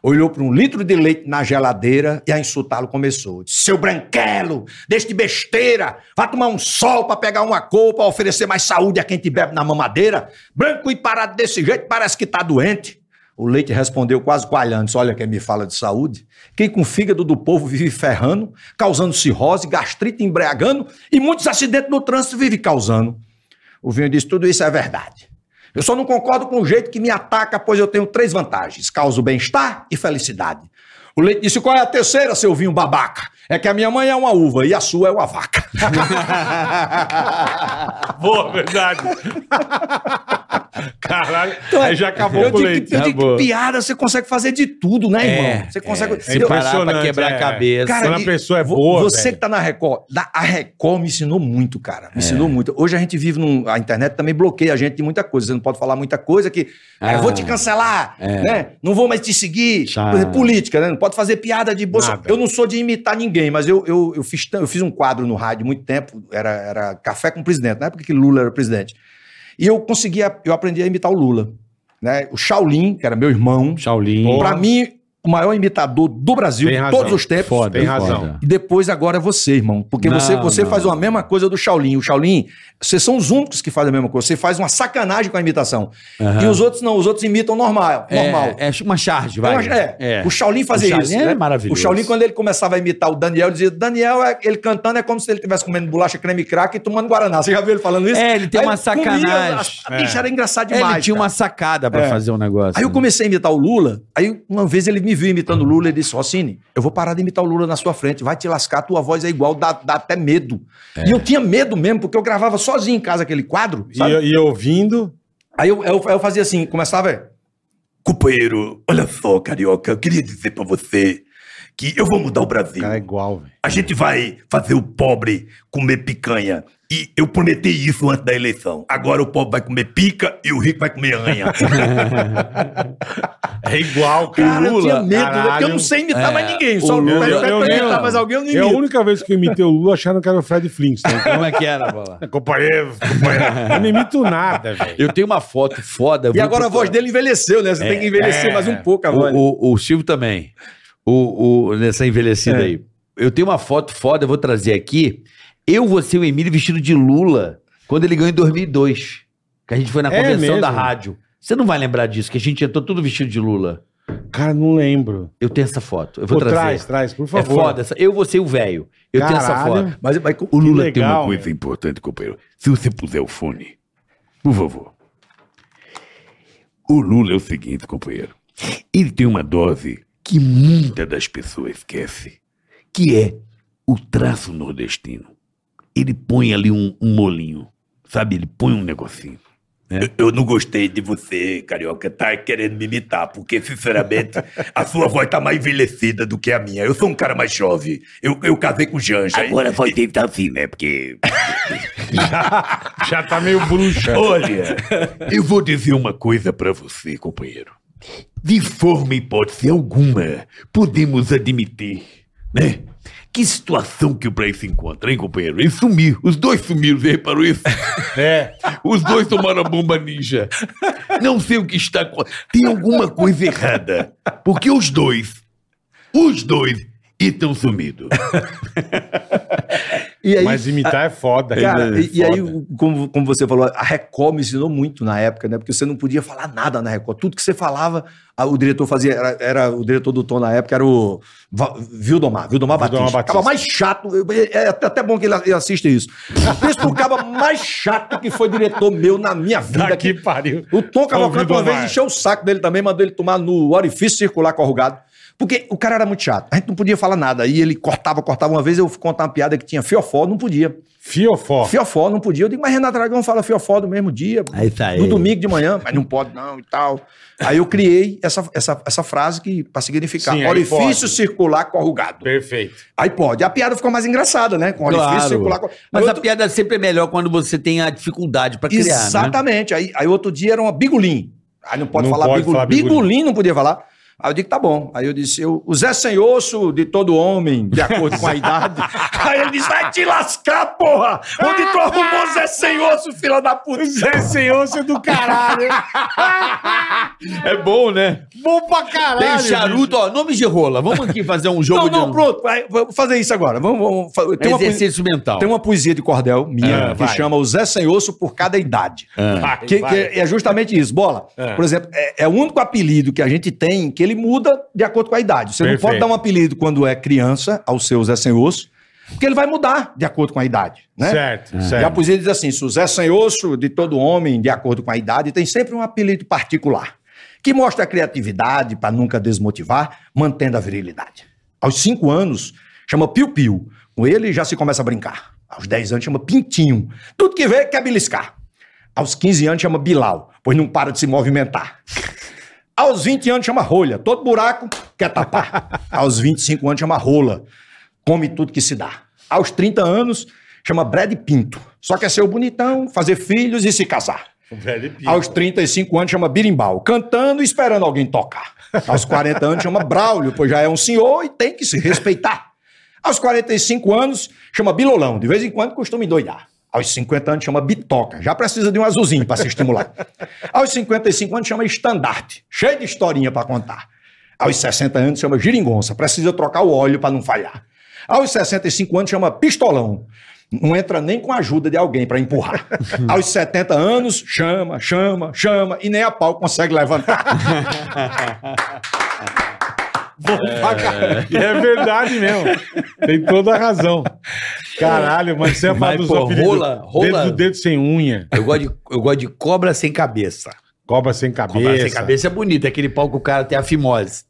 Speaker 1: Olhou para um litro de leite na geladeira e a insultá-lo começou. Disse, Seu branquelo, deste besteira, vá tomar um sol para pegar uma cor, para oferecer mais saúde a quem te bebe na mamadeira. Branco e parado desse jeito parece que tá doente. O leite respondeu quase coalhando: disse, Olha quem me fala de saúde. Quem com o fígado do povo vive ferrando, causando cirrose, gastrite, embriagando e muitos acidentes no trânsito vive causando. O vinho disse: Tudo isso é verdade. Eu só não concordo com o jeito que me ataca, pois eu tenho três vantagens: causo bem-estar e felicidade. O leite disse: Qual é a terceira, seu vinho babaca? É que a minha mãe é uma uva e a sua é uma vaca.
Speaker 6: Boa, verdade. Caralho, aí já acabou
Speaker 1: Então, é, eu
Speaker 6: com o
Speaker 1: digo,
Speaker 6: leite. né, É,
Speaker 5: Tá
Speaker 1: que, eu digo que
Speaker 6: Acabou.
Speaker 1: piada, você consegue fazer de tudo, né, irmão? você consegue.
Speaker 7: Se
Speaker 6: é
Speaker 1: Eu-
Speaker 7: parar pra
Speaker 6: impressionante,
Speaker 7: quebrar
Speaker 6: é.
Speaker 7: a cabeça.
Speaker 1: Cara,
Speaker 5: Quando a
Speaker 1: e
Speaker 5: pessoa é
Speaker 1: vo-
Speaker 5: boa,
Speaker 1: Você
Speaker 5: velho.
Speaker 1: que tá na Record, da- a Record me ensinou muito, cara. Me
Speaker 5: É.
Speaker 1: ensinou muito. Hoje a gente vive num. A internet também bloqueia a gente de muita coisa. Você não pode falar muita coisa que. "Ah, eu vou te cancelar,
Speaker 5: é.
Speaker 1: né? Não vou mais te seguir. Por exemplo, política, né? Não pode fazer piada de bolsa.
Speaker 5: Nada.
Speaker 1: Eu não sou de imitar ninguém, mas eu, eu, eu, fiz, tan- eu fiz um quadro no rádio muito tempo. Era, era Café com o Presidente, na época que Lula era presidente. E eu conseguia. Eu aprendi a imitar o Lula. Né? O Shaolin, que era meu irmão.
Speaker 5: Shaolin.
Speaker 1: Pra mim, o maior imitador do Brasil,
Speaker 5: Tem
Speaker 1: de
Speaker 5: razão.
Speaker 1: todos os tempos.
Speaker 5: Foda, tem razão.
Speaker 1: E depois agora é você, irmão. Porque
Speaker 7: Tá. Não,
Speaker 1: você, você
Speaker 7: não.
Speaker 1: faz a mesma coisa do Shaolin. O Shaolin, vocês são os únicos que fazem a mesma coisa. Você faz uma sacanagem com a imitação. E os outros não, os outros imitam normal.
Speaker 7: É,
Speaker 1: normal.
Speaker 7: É uma charge,
Speaker 1: Então,
Speaker 7: vai.
Speaker 1: é, O Shaolin
Speaker 7: O
Speaker 1: fazia
Speaker 7: Shaolin
Speaker 1: isso.
Speaker 7: era
Speaker 1: né?
Speaker 7: maravilhoso.
Speaker 1: O Shaolin, quando ele começava a imitar o Daniel, dizia: Daniel, é- ele cantando é como se ele estivesse comendo bolacha creme crack e tomando Guaraná. Você já viu ele falando isso?
Speaker 7: É, ele tem uma
Speaker 1: comia,
Speaker 7: sacanagem. É.
Speaker 1: a- a bicha era engraçado
Speaker 7: Ele
Speaker 1: demais.
Speaker 7: tinha
Speaker 1: cara.
Speaker 7: uma sacada pra
Speaker 1: É.
Speaker 7: fazer um negócio.
Speaker 1: Aí eu comecei a imitar o Lula, aí uma vez ele me viu imitando o Lula e disse, Rossini, eu vou parar de imitar o Lula na sua frente, vai te lascar, tua voz é igual, dá, dá até medo. E eu tinha medo mesmo, porque eu gravava sozinho em casa aquele quadro,
Speaker 5: E,
Speaker 1: sabe?
Speaker 5: e ouvindo.
Speaker 1: Aí eu, eu, eu fazia assim, começava... é, Companheiro, olha só, carioca, eu queria dizer pra você que eu vou mudar o Brasil.
Speaker 5: Cara, é igual, velho.
Speaker 1: A gente vai fazer o pobre comer picanha. E eu prometi isso antes da eleição. Agora o pobre vai comer pica e o rico vai comer anha.
Speaker 5: É igual,
Speaker 1: Cara, eu tinha medo, porque eu
Speaker 5: Caralho.
Speaker 1: não sei imitar mais ninguém.
Speaker 5: O
Speaker 1: Só
Speaker 5: Lula-
Speaker 1: mas
Speaker 5: eu- eu
Speaker 1: pra imitar
Speaker 5: mesmo.
Speaker 1: mais alguém, eu não
Speaker 5: É a
Speaker 1: imito.
Speaker 5: única vez que eu imitei o Lula acharam que era o Fred Flintstone.
Speaker 7: Como é que era, bola?
Speaker 5: companheiro, companheiro. Eu não imito nada, velho.
Speaker 7: Eu tenho uma foto foda. eu
Speaker 1: E
Speaker 7: vou
Speaker 1: agora a
Speaker 7: procurar.
Speaker 1: voz dele envelheceu, né? Você tem que envelhecer
Speaker 5: é.
Speaker 1: mais um pouco a voz.
Speaker 7: O, o, o Silvio também. O, o, nessa
Speaker 1: É.
Speaker 7: envelhecida aí. Eu tenho uma foto foda, eu vou trazer aqui. Eu, você e o Emílio vestido de Lula quando ele ganhou em 2002. Que a gente foi na
Speaker 5: É
Speaker 7: convenção
Speaker 5: mesmo?
Speaker 7: da rádio. Você não vai lembrar disso, que a gente entrou tudo vestido de Lula.
Speaker 5: Cara, não lembro.
Speaker 7: Eu tenho essa foto. Eu vou
Speaker 5: Pô,
Speaker 7: trazer.
Speaker 5: traz,
Speaker 1: tá?
Speaker 5: traz, por
Speaker 7: é
Speaker 5: favor.
Speaker 7: foda. Essa. Eu, você e o velho. Eu tenho essa
Speaker 5: Caralho.
Speaker 7: foto.
Speaker 1: Mas, mas
Speaker 8: O Lula
Speaker 5: Que
Speaker 8: tem
Speaker 5: legal,
Speaker 8: uma coisa
Speaker 5: velho.
Speaker 8: importante, companheiro. Se você puser o fone, por favor. O Lula é o seguinte, companheiro. Ele tem uma dose que muitas das pessoas esquece, que é o traço nordestino. Ele põe ali um, um molinho, sabe? Ele põe um negocinho. né?
Speaker 2: Eu não gostei de você, carioca, tá querendo me imitar, porque, sinceramente, a sua voz tá mais envelhecida do que a minha. Eu sou um cara mais jovem. Eu, eu casei com Janja.
Speaker 8: Agora só tem que tá assim, né? Porque,
Speaker 5: Já tá meio bruxa.
Speaker 8: olha, eu vou dizer uma coisa pra você, companheiro. De forma hipótese alguma, podemos admitir, né? Que situação que o Brasil se encontra, hein, companheiro? Ele sumiu. Os dois sumiram, você reparou isso?
Speaker 5: É.
Speaker 8: Os dois tomaram a bomba ninja. Não sei o que está acontecendo. Tem alguma coisa errada. Porque os dois, os dois, estão sumidos.
Speaker 1: E aí,
Speaker 5: Mas imitar é foda.
Speaker 1: cara,
Speaker 5: é
Speaker 1: e, e aí,
Speaker 5: foda.
Speaker 1: o- como, como você falou, a Record me ensinou muito na época, né? Porque você não podia falar nada na Record. Tudo que você falava, a- o diretor fazia. Era, era o diretor do Tom na época, era o Va- Vildomar. Vildomar Batista.
Speaker 5: Batista.
Speaker 1: O Caba mais chato. eu- É, é até até bom que ele a- ele assista isso. Pensa no caba mais chato que foi diretor meu na minha vida.
Speaker 5: Tá
Speaker 1: que
Speaker 5: que pariu.
Speaker 1: O Tom Cavalcante
Speaker 5: Ouvido
Speaker 1: uma
Speaker 5: ao
Speaker 1: vez
Speaker 5: mar.
Speaker 1: encheu o saco dele também, mandou ele tomar no orifício circular corrugado. Porque o cara era muito chato. A gente não podia falar nada. Aí ele cortava, cortava. Uma vez eu fui contar uma piada que tinha fiofó, não podia.
Speaker 5: Fiofó.
Speaker 1: Fiofó, não podia. Eu digo, mas Renato Aragão fala fiofó do mesmo dia,
Speaker 7: É isso aí.
Speaker 1: no domingo de manhã, mas não pode não e tal. Aí eu criei essa, essa, essa frase que para significar
Speaker 5: Sim, aí
Speaker 1: orifício
Speaker 5: pode.
Speaker 1: circular corrugado.
Speaker 5: Perfeito.
Speaker 1: Aí pode. A piada ficou mais engraçada, né? Com orifício
Speaker 7: Claro.
Speaker 1: circular. cor-
Speaker 7: Mas
Speaker 1: Aí
Speaker 7: a piada sempre é melhor quando você tem a dificuldade pra criar, né?
Speaker 1: Exatamente. Aí, aí outro dia era uma bigolim. Aí não pode,
Speaker 5: Não
Speaker 1: falar,
Speaker 5: pode
Speaker 1: bigolim.
Speaker 5: falar bigolim.
Speaker 1: bigolim. não podia falar. Aí eu digo, tá bom. Aí eu disse, eu, o Zé sem osso de todo homem, de acordo com a idade. Aí ele disse, vai te lascar, porra! Onde tu arrumou Zé sem osso, filha da puta?
Speaker 5: Zé Senhor, você é do caralho.
Speaker 7: É bom, né?
Speaker 5: Bom pra
Speaker 7: Tem
Speaker 5: caralho.
Speaker 7: charuto, ó, nome de rola. Vamos aqui fazer um
Speaker 1: Não,
Speaker 7: jogo
Speaker 1: não,
Speaker 7: de...
Speaker 1: pronto. Vai, vamos fazer isso agora. Vamos, vamos fa-
Speaker 4: Um
Speaker 1: tem, uma poesia,
Speaker 7: exercício mental.
Speaker 1: tem uma poesia de cordel minha
Speaker 5: Ah,
Speaker 1: que
Speaker 5: vai.
Speaker 1: chama O Zé sem osso por cada idade.
Speaker 5: Vai,
Speaker 1: Que,
Speaker 5: vai.
Speaker 1: que é é justamente isso, bola.
Speaker 5: É.
Speaker 1: Por exemplo, é, é o único apelido que a gente tem que ele muda de acordo com a idade. Você
Speaker 5: Perfeito.
Speaker 1: não pode dar um apelido quando é criança ao seu Zé Sem Osso, porque ele vai mudar de acordo com a idade, né?
Speaker 5: Certo,
Speaker 1: E a
Speaker 5: certo.
Speaker 1: poesia diz assim: se o Zé Sem Osso, de todo homem, de acordo com a idade, tem sempre um apelido particular, que mostra a criatividade para nunca desmotivar, mantendo a virilidade. Aos cinco anos, chama Piu Piu. Com ele já se começa a brincar. Aos 10 anos, chama Pintinho. Tudo que vê quer beliscar. Aos 15 anos, chama Bilal, pois não para de se movimentar. Aos 20 anos, chama Rolha. Todo buraco quer tapar. Aos 25 anos, chama Rola come tudo que se dá. Aos 30 anos, chama Brad Pinto. Só quer ser o bonitão, fazer filhos e se casar.
Speaker 5: Velho Pinto.
Speaker 1: Aos 35 anos, chama Birimbau, cantando e esperando alguém tocar. Aos 40 anos, chama Braulio, pois já é um senhor e tem que se respeitar. Aos 45 anos, chama Bilolão, de vez em quando costuma endoidar. Aos 50 anos, chama Bitoca, já precisa de um azulzinho para se estimular. Aos 55 anos, chama Estandarte, cheio de historinha para contar. Aos 60 anos, chama Giringonça, precisa trocar o óleo para não falhar. Aos 65 anos, chama Pistolão. Não entra nem com a ajuda de alguém para empurrar. Aos 70 anos, chama, chama, chama, e nem a pau consegue levantar.
Speaker 5: É verdade mesmo. Tem toda a razão. Caralho, mas você é
Speaker 7: Mas,
Speaker 5: falar dos
Speaker 7: pô,
Speaker 5: apelidos.
Speaker 7: rola, rola.
Speaker 5: Dedo do dedo sem unha.
Speaker 7: Eu gosto, de, eu gosto de cobra sem cabeça.
Speaker 5: Cobra sem cabeça.
Speaker 7: Cobra sem cabeça é bonito, é aquele pau que o cara tem a fimose.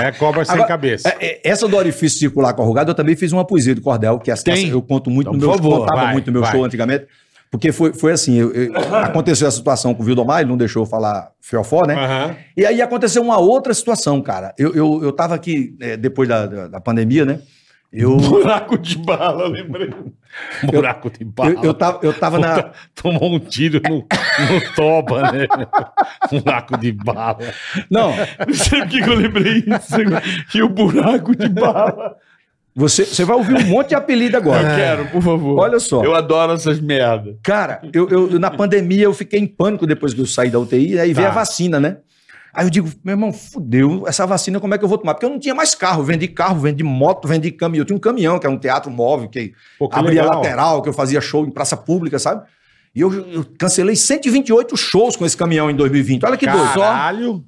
Speaker 5: É cobra sem
Speaker 1: Agora,
Speaker 5: cabeça.
Speaker 1: É, é, Essa do orifício circular corrugado, eu também fiz uma poesia do Cordel, que é essa, essa eu conto muito
Speaker 5: Então,
Speaker 1: no meu
Speaker 5: por favor,
Speaker 1: contava
Speaker 5: vai,
Speaker 1: muito no meu
Speaker 5: vai.
Speaker 1: show antigamente. Porque foi, foi assim, eu- eu- aconteceu a situação com o Vildomar, ele não deixou eu falar fiofó, né?
Speaker 5: Aham.
Speaker 1: E aí aconteceu uma outra situação, cara. Eu, eu, eu tava aqui, eh, depois da, da, da pandemia, né? Eu,
Speaker 5: Buraco de bala, eu lembrei. Buraco de bala.
Speaker 1: eu, eu tava, eu tava na.
Speaker 5: Puta, Tomou um tiro no, no toba, né? Buraco de bala.
Speaker 1: Não,
Speaker 5: Não sei por que que eu lembrei isso. E o buraco de bala.
Speaker 1: você, você vai ouvir um monte de apelido agora.
Speaker 5: É.
Speaker 7: Quero, por favor.
Speaker 1: Olha só.
Speaker 7: Eu adoro essas merdas.
Speaker 1: Cara, eu, eu- na pandemia eu fiquei em pânico depois que eu saí da UTI, aí
Speaker 5: Tá.
Speaker 1: veio a vacina, né? Aí eu digo, meu irmão, fudeu, essa vacina como é que eu vou tomar? Porque eu não tinha mais carro, vendi carro, vendi moto, vendi caminhão. Eu tinha um caminhão, que era um teatro móvel, que
Speaker 5: Pô, que
Speaker 1: abria
Speaker 5: legal.
Speaker 1: lateral, que eu fazia show em praça pública, sabe? E eu, eu cancelei 128 shows com esse caminhão em 2020. Olha que doido. Só
Speaker 5: Caralho.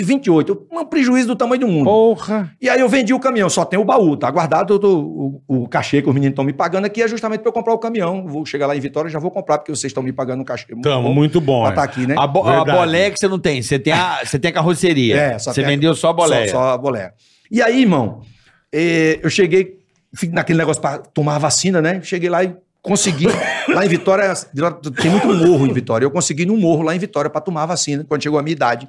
Speaker 1: 128. Um prejuízo do tamanho do mundo.
Speaker 5: Porra.
Speaker 1: E aí eu vendi o caminhão, só tem o baú, tá guardado eu tô- o, o cachê que os meninos estão me pagando aqui é justamente para eu comprar o caminhão. Vou chegar lá em Vitória e já vou comprar, porque vocês estão me pagando um cachê. muito
Speaker 5: Tamo
Speaker 1: bom
Speaker 5: muito bom.
Speaker 1: pra
Speaker 5: né?
Speaker 1: tá aqui, né?
Speaker 7: A, bo a
Speaker 5: Verdade.
Speaker 7: boleia que você não tem, você tem a, você tem a carroceria.
Speaker 1: É, só
Speaker 7: você
Speaker 1: tem a-
Speaker 7: vendeu só a boleia.
Speaker 1: Só, só a boleia. E aí, irmão, eh, eu cheguei fui naquele negócio para tomar a vacina, né? Cheguei lá e consegui. lá em Vitória, tem muito morro em Vitória. Eu consegui num morro lá em Vitória para tomar a vacina, quando chegou a minha idade.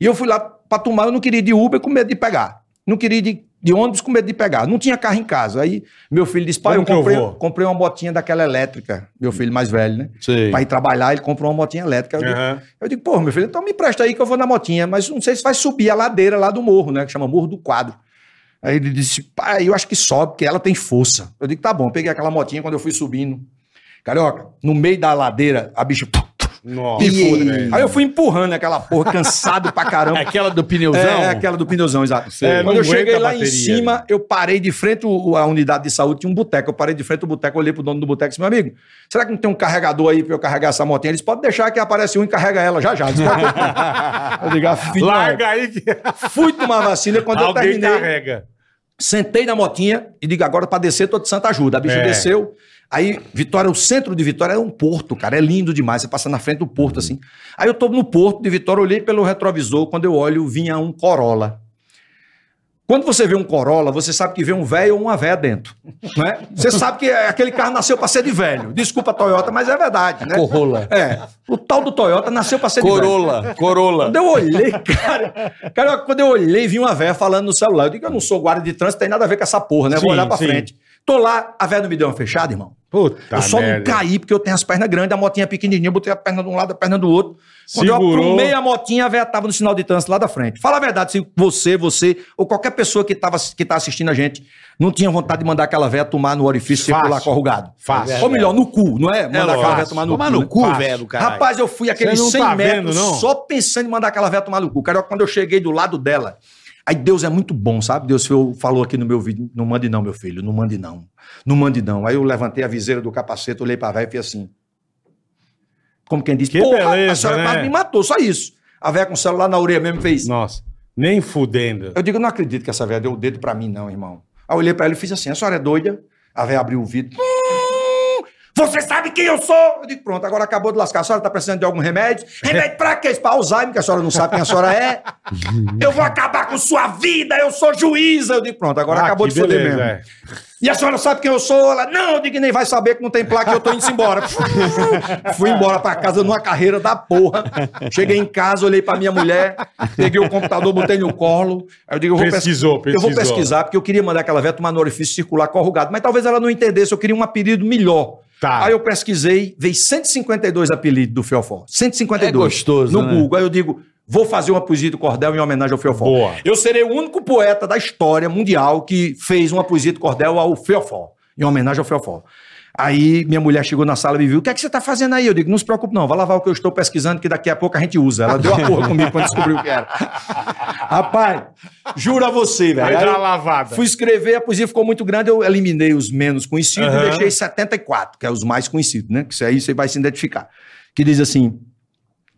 Speaker 1: E eu fui lá para tomar, eu não queria ir de Uber com medo de pegar. Não queria ir de, de ônibus com medo de pegar. Não tinha carro em casa. Aí meu filho disse, pai,
Speaker 5: Como
Speaker 1: eu
Speaker 5: que eu
Speaker 1: comprei,
Speaker 5: vou?
Speaker 1: comprei uma motinha daquela elétrica. Meu filho mais velho, né?
Speaker 7: Sei.
Speaker 1: Para ir trabalhar, ele comprou uma motinha elétrica. Eu digo,
Speaker 5: Aham.
Speaker 1: eu digo, pô, meu filho, então me empresta aí que eu vou na motinha, mas não sei se vai subir a ladeira lá do morro, né? Que chama Morro do Quadro. Aí ele disse, pai, eu acho que sobe, porque ela tem força. Eu digo, tá bom, peguei aquela motinha quando eu fui subindo. Carioca, no meio da ladeira, a bicha
Speaker 5: Nossa.
Speaker 1: pifou.
Speaker 5: velho.
Speaker 1: né? Aí eu fui empurrando aquela porra, cansado pra caramba.
Speaker 7: Aquela do pneuzão?
Speaker 1: É, aquela do pneuzão, exato.
Speaker 5: É, não
Speaker 1: Quando eu
Speaker 5: aguenta
Speaker 1: cheguei
Speaker 5: a
Speaker 1: lá
Speaker 5: bateria, né?
Speaker 1: em cima, eu parei de frente o- a unidade de saúde, tinha um boteco. Eu parei de frente ao boteco, olhei pro dono do boteco e disse, meu amigo, será que não tem um carregador aí pra eu carregar essa motinha? Eles podem deixar que aparece um e carrega ela já já. Eu disse, "Tá bom." eu digo, "Ah, filho,
Speaker 5: Larga aí que
Speaker 1: Fui tomar vacina quando eu
Speaker 5: alguém
Speaker 1: terminei.
Speaker 5: carrega.
Speaker 1: Sentei na motinha e digo, agora pra descer, tô de Santa Ajuda. A bicha
Speaker 5: É.
Speaker 1: desceu. Aí, Vitória, o centro de Vitória é um porto, cara. É lindo demais. Você passa na frente do porto, assim. Aí eu tô no porto de Vitória, olhei pelo retrovisor. Quando eu olho, vinha um Corolla. Quando você vê um Corolla, você sabe que vê um velho ou uma véia dentro. Né? Você sabe que é- aquele carro nasceu para ser de velho. Desculpa a Toyota, mas é verdade, né?
Speaker 7: Corolla.
Speaker 1: É. O tal do Toyota nasceu para ser de velho.
Speaker 7: Corolla, Corolla.
Speaker 1: Quando eu olhei, cara, cara, quando eu olhei, vi uma véia falando no celular. Eu digo, eu não sou guarda de trânsito, tem nada a ver com essa porra, né? Vou
Speaker 5: Sim,
Speaker 1: olhar pra
Speaker 5: sim.
Speaker 1: frente. Tô lá, a véia não me deu uma fechada, irmão.
Speaker 5: Puta
Speaker 1: eu só
Speaker 5: merda.
Speaker 1: não caí, porque eu tenho as pernas grandes, a motinha é pequenininha, eu botei a perna de um lado, a perna do outro. Quando eu
Speaker 5: Segurou.
Speaker 1: aprumei a motinha, a véia tava no sinal de trânsito lá da frente. Fala a verdade, se você, você, ou qualquer pessoa que, tava, que tá assistindo a gente, não tinha vontade de mandar aquela véia tomar no orifício
Speaker 5: Fácil.
Speaker 1: circular corrugado.
Speaker 5: Fácil.
Speaker 1: Ou melhor, no cu, não é? Mandar aquela
Speaker 5: lógico.
Speaker 1: véia tomar no
Speaker 7: Tomar
Speaker 1: cu.
Speaker 7: no
Speaker 1: né?
Speaker 7: cu,
Speaker 5: Fácil.
Speaker 7: velho, cara.
Speaker 1: Rapaz, eu fui aqueles
Speaker 5: Você
Speaker 1: 100
Speaker 5: não tá vendo,
Speaker 1: metros
Speaker 5: não?
Speaker 1: só pensando em mandar aquela véia tomar no cu. Cara, quando eu cheguei do lado dela, aí Deus é muito bom, sabe? Deus foi- falou aqui no meu vídeo, não mande não, meu filho, não mande não. Não mande não. Aí eu levantei a viseira do capacete, olhei pra véia e fiz assim. Como quem diz,
Speaker 5: Que
Speaker 1: a
Speaker 5: beleza,
Speaker 1: senhora
Speaker 5: né?
Speaker 1: quase me matou, só isso. A véia com o celular na orelha mesmo fez.
Speaker 5: Nossa, nem fudendo.
Speaker 1: Eu digo, não acredito que essa véia deu o dedo pra mim não, irmão. Aí eu olhei pra ela e fiz assim, a senhora é doida? A véia abriu o vidro. "Hum, Você sabe quem eu sou? Eu digo, pronto, agora acabou de lascar. A senhora tá precisando de algum remédio? Remédio pra quê? Pra Alzheimer, que a senhora não sabe quem a senhora é. Eu vou acabar com sua vida, eu sou juíza. Eu digo, pronto, agora
Speaker 5: Ah,
Speaker 1: acabou
Speaker 5: que
Speaker 1: de foder
Speaker 5: beleza,
Speaker 1: mesmo.
Speaker 5: é.
Speaker 1: E a senhora sabe quem eu sou? Ela, não, eu digo, nem vai saber que não tem placa, eu tô indo embora. Fui embora pra casa numa carreira da porra. Cheguei em casa, olhei pra minha mulher, peguei o computador, botei no colo. Aí eu digo, eu vou, pesquisar.
Speaker 5: Pesquisou,
Speaker 1: eu vou
Speaker 5: pesquisou.
Speaker 1: pesquisar, porque eu queria mandar aquela véia tomar no orifício circular corrugado. Mas talvez ela não entendesse, eu queria um apelido melhor.
Speaker 5: Tá.
Speaker 1: Aí eu pesquisei, veio 152 apelidos do Fiofó. 152.
Speaker 7: É gostoso,
Speaker 1: No
Speaker 7: né?
Speaker 1: Google. Aí eu digo, vou fazer uma poesia do Cordel em homenagem ao Fiofó.
Speaker 5: Boa.
Speaker 1: Eu serei o único poeta da história mundial que fez uma poesia do Cordel ao Fiofó, em homenagem ao Fiofó. Aí minha mulher chegou na sala e me viu, o que é que você tá fazendo aí? Eu digo, não se preocupe não, vai lavar o que eu estou pesquisando que daqui a pouco a gente usa. Ela deu a porra comigo quando descobriu o que era. Rapaz, jura você,
Speaker 5: Vai
Speaker 1: velho. Aí
Speaker 5: dar
Speaker 1: eu-
Speaker 5: uma lavada.
Speaker 1: Fui escrever, a poesia ficou muito grande, eu eliminei os menos conhecidos e deixei 74, que é os mais conhecidos, né? Que isso aí você vai se identificar. Que diz assim: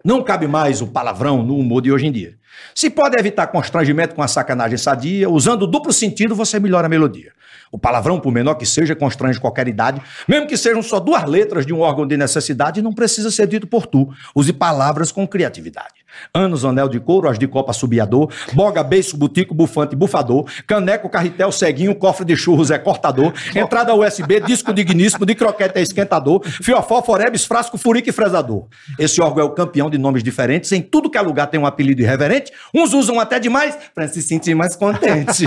Speaker 1: não cabe mais o palavrão no humor de hoje em dia. Se pode evitar constrangimento com a sacanagem sadia, usando o duplo sentido, você melhora a melodia. O palavrão, por menor que seja, constrange qualquer idade, mesmo que sejam só duas letras de um órgão de necessidade, não precisa ser dito por tu. Use palavras com criatividade. Anos, anel de couro, as de copa subiador, boga, beiço, butico, bufante, bufador, caneco, carretel, ceguinho, cofre de churros é cortador, entrada USB, disco digníssimo, de croquete é esquentador, fiofó, forebes, frasco, furico e fresador. Esse órgão é o campeão de nomes diferentes, em tudo que é lugar tem um apelido irreverente, uns usam até demais para se sentir mais contente.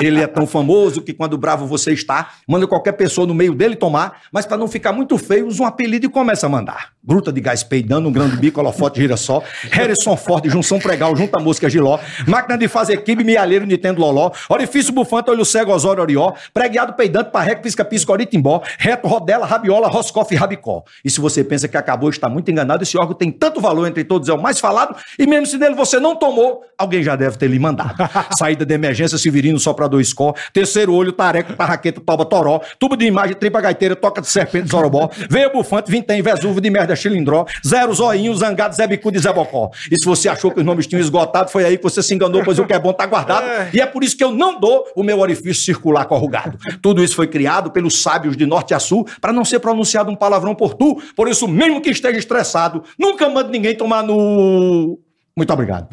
Speaker 1: Ele é tão famoso que quando bravo você está, manda qualquer pessoa no meio dele tomar, mas para não ficar muito feio, usa um apelido e começa a mandar. Bruta de gás peidando, um grande bico, holofote, girassol, Harrison Ford, junção pregal, junta mosca giló, máquina de fazer quibe, mialheiro, nintendo loló, orifício bufante, olho cego, osório, orió, preguiado peidante, parreco, pisca, pisca, oritimbó, reto, rodela, rabiola, roscoff e rabicó. E se você pensa que acabou, está muito enganado, esse órgão tem tanto valor entre todos, é o mais falado, e mesmo se nele você não tomou, alguém já deve ter lhe mandado. Saída de emergência, Severino, soprador escó, terceiro olho, tareco, tarraqueta, toba, toró, tubo de imagem, tripa gaiteira, toca de serpente, zorobó, veio bufante, vintém, vesúvio de merda, chilindró, zero zoinho, zangado, zé bicudo e zé bocó. E se você achou que os nomes tinham esgotado, foi aí que você se enganou, pois o que é bom tá guardado, e é por isso que eu não dou o meu orifício circular corrugado. Tudo isso foi criado pelos sábios de norte a sul para não ser pronunciado um palavrão por tu, por isso mesmo que esteja estressado, nunca mande ninguém tomar no... Muito obrigado.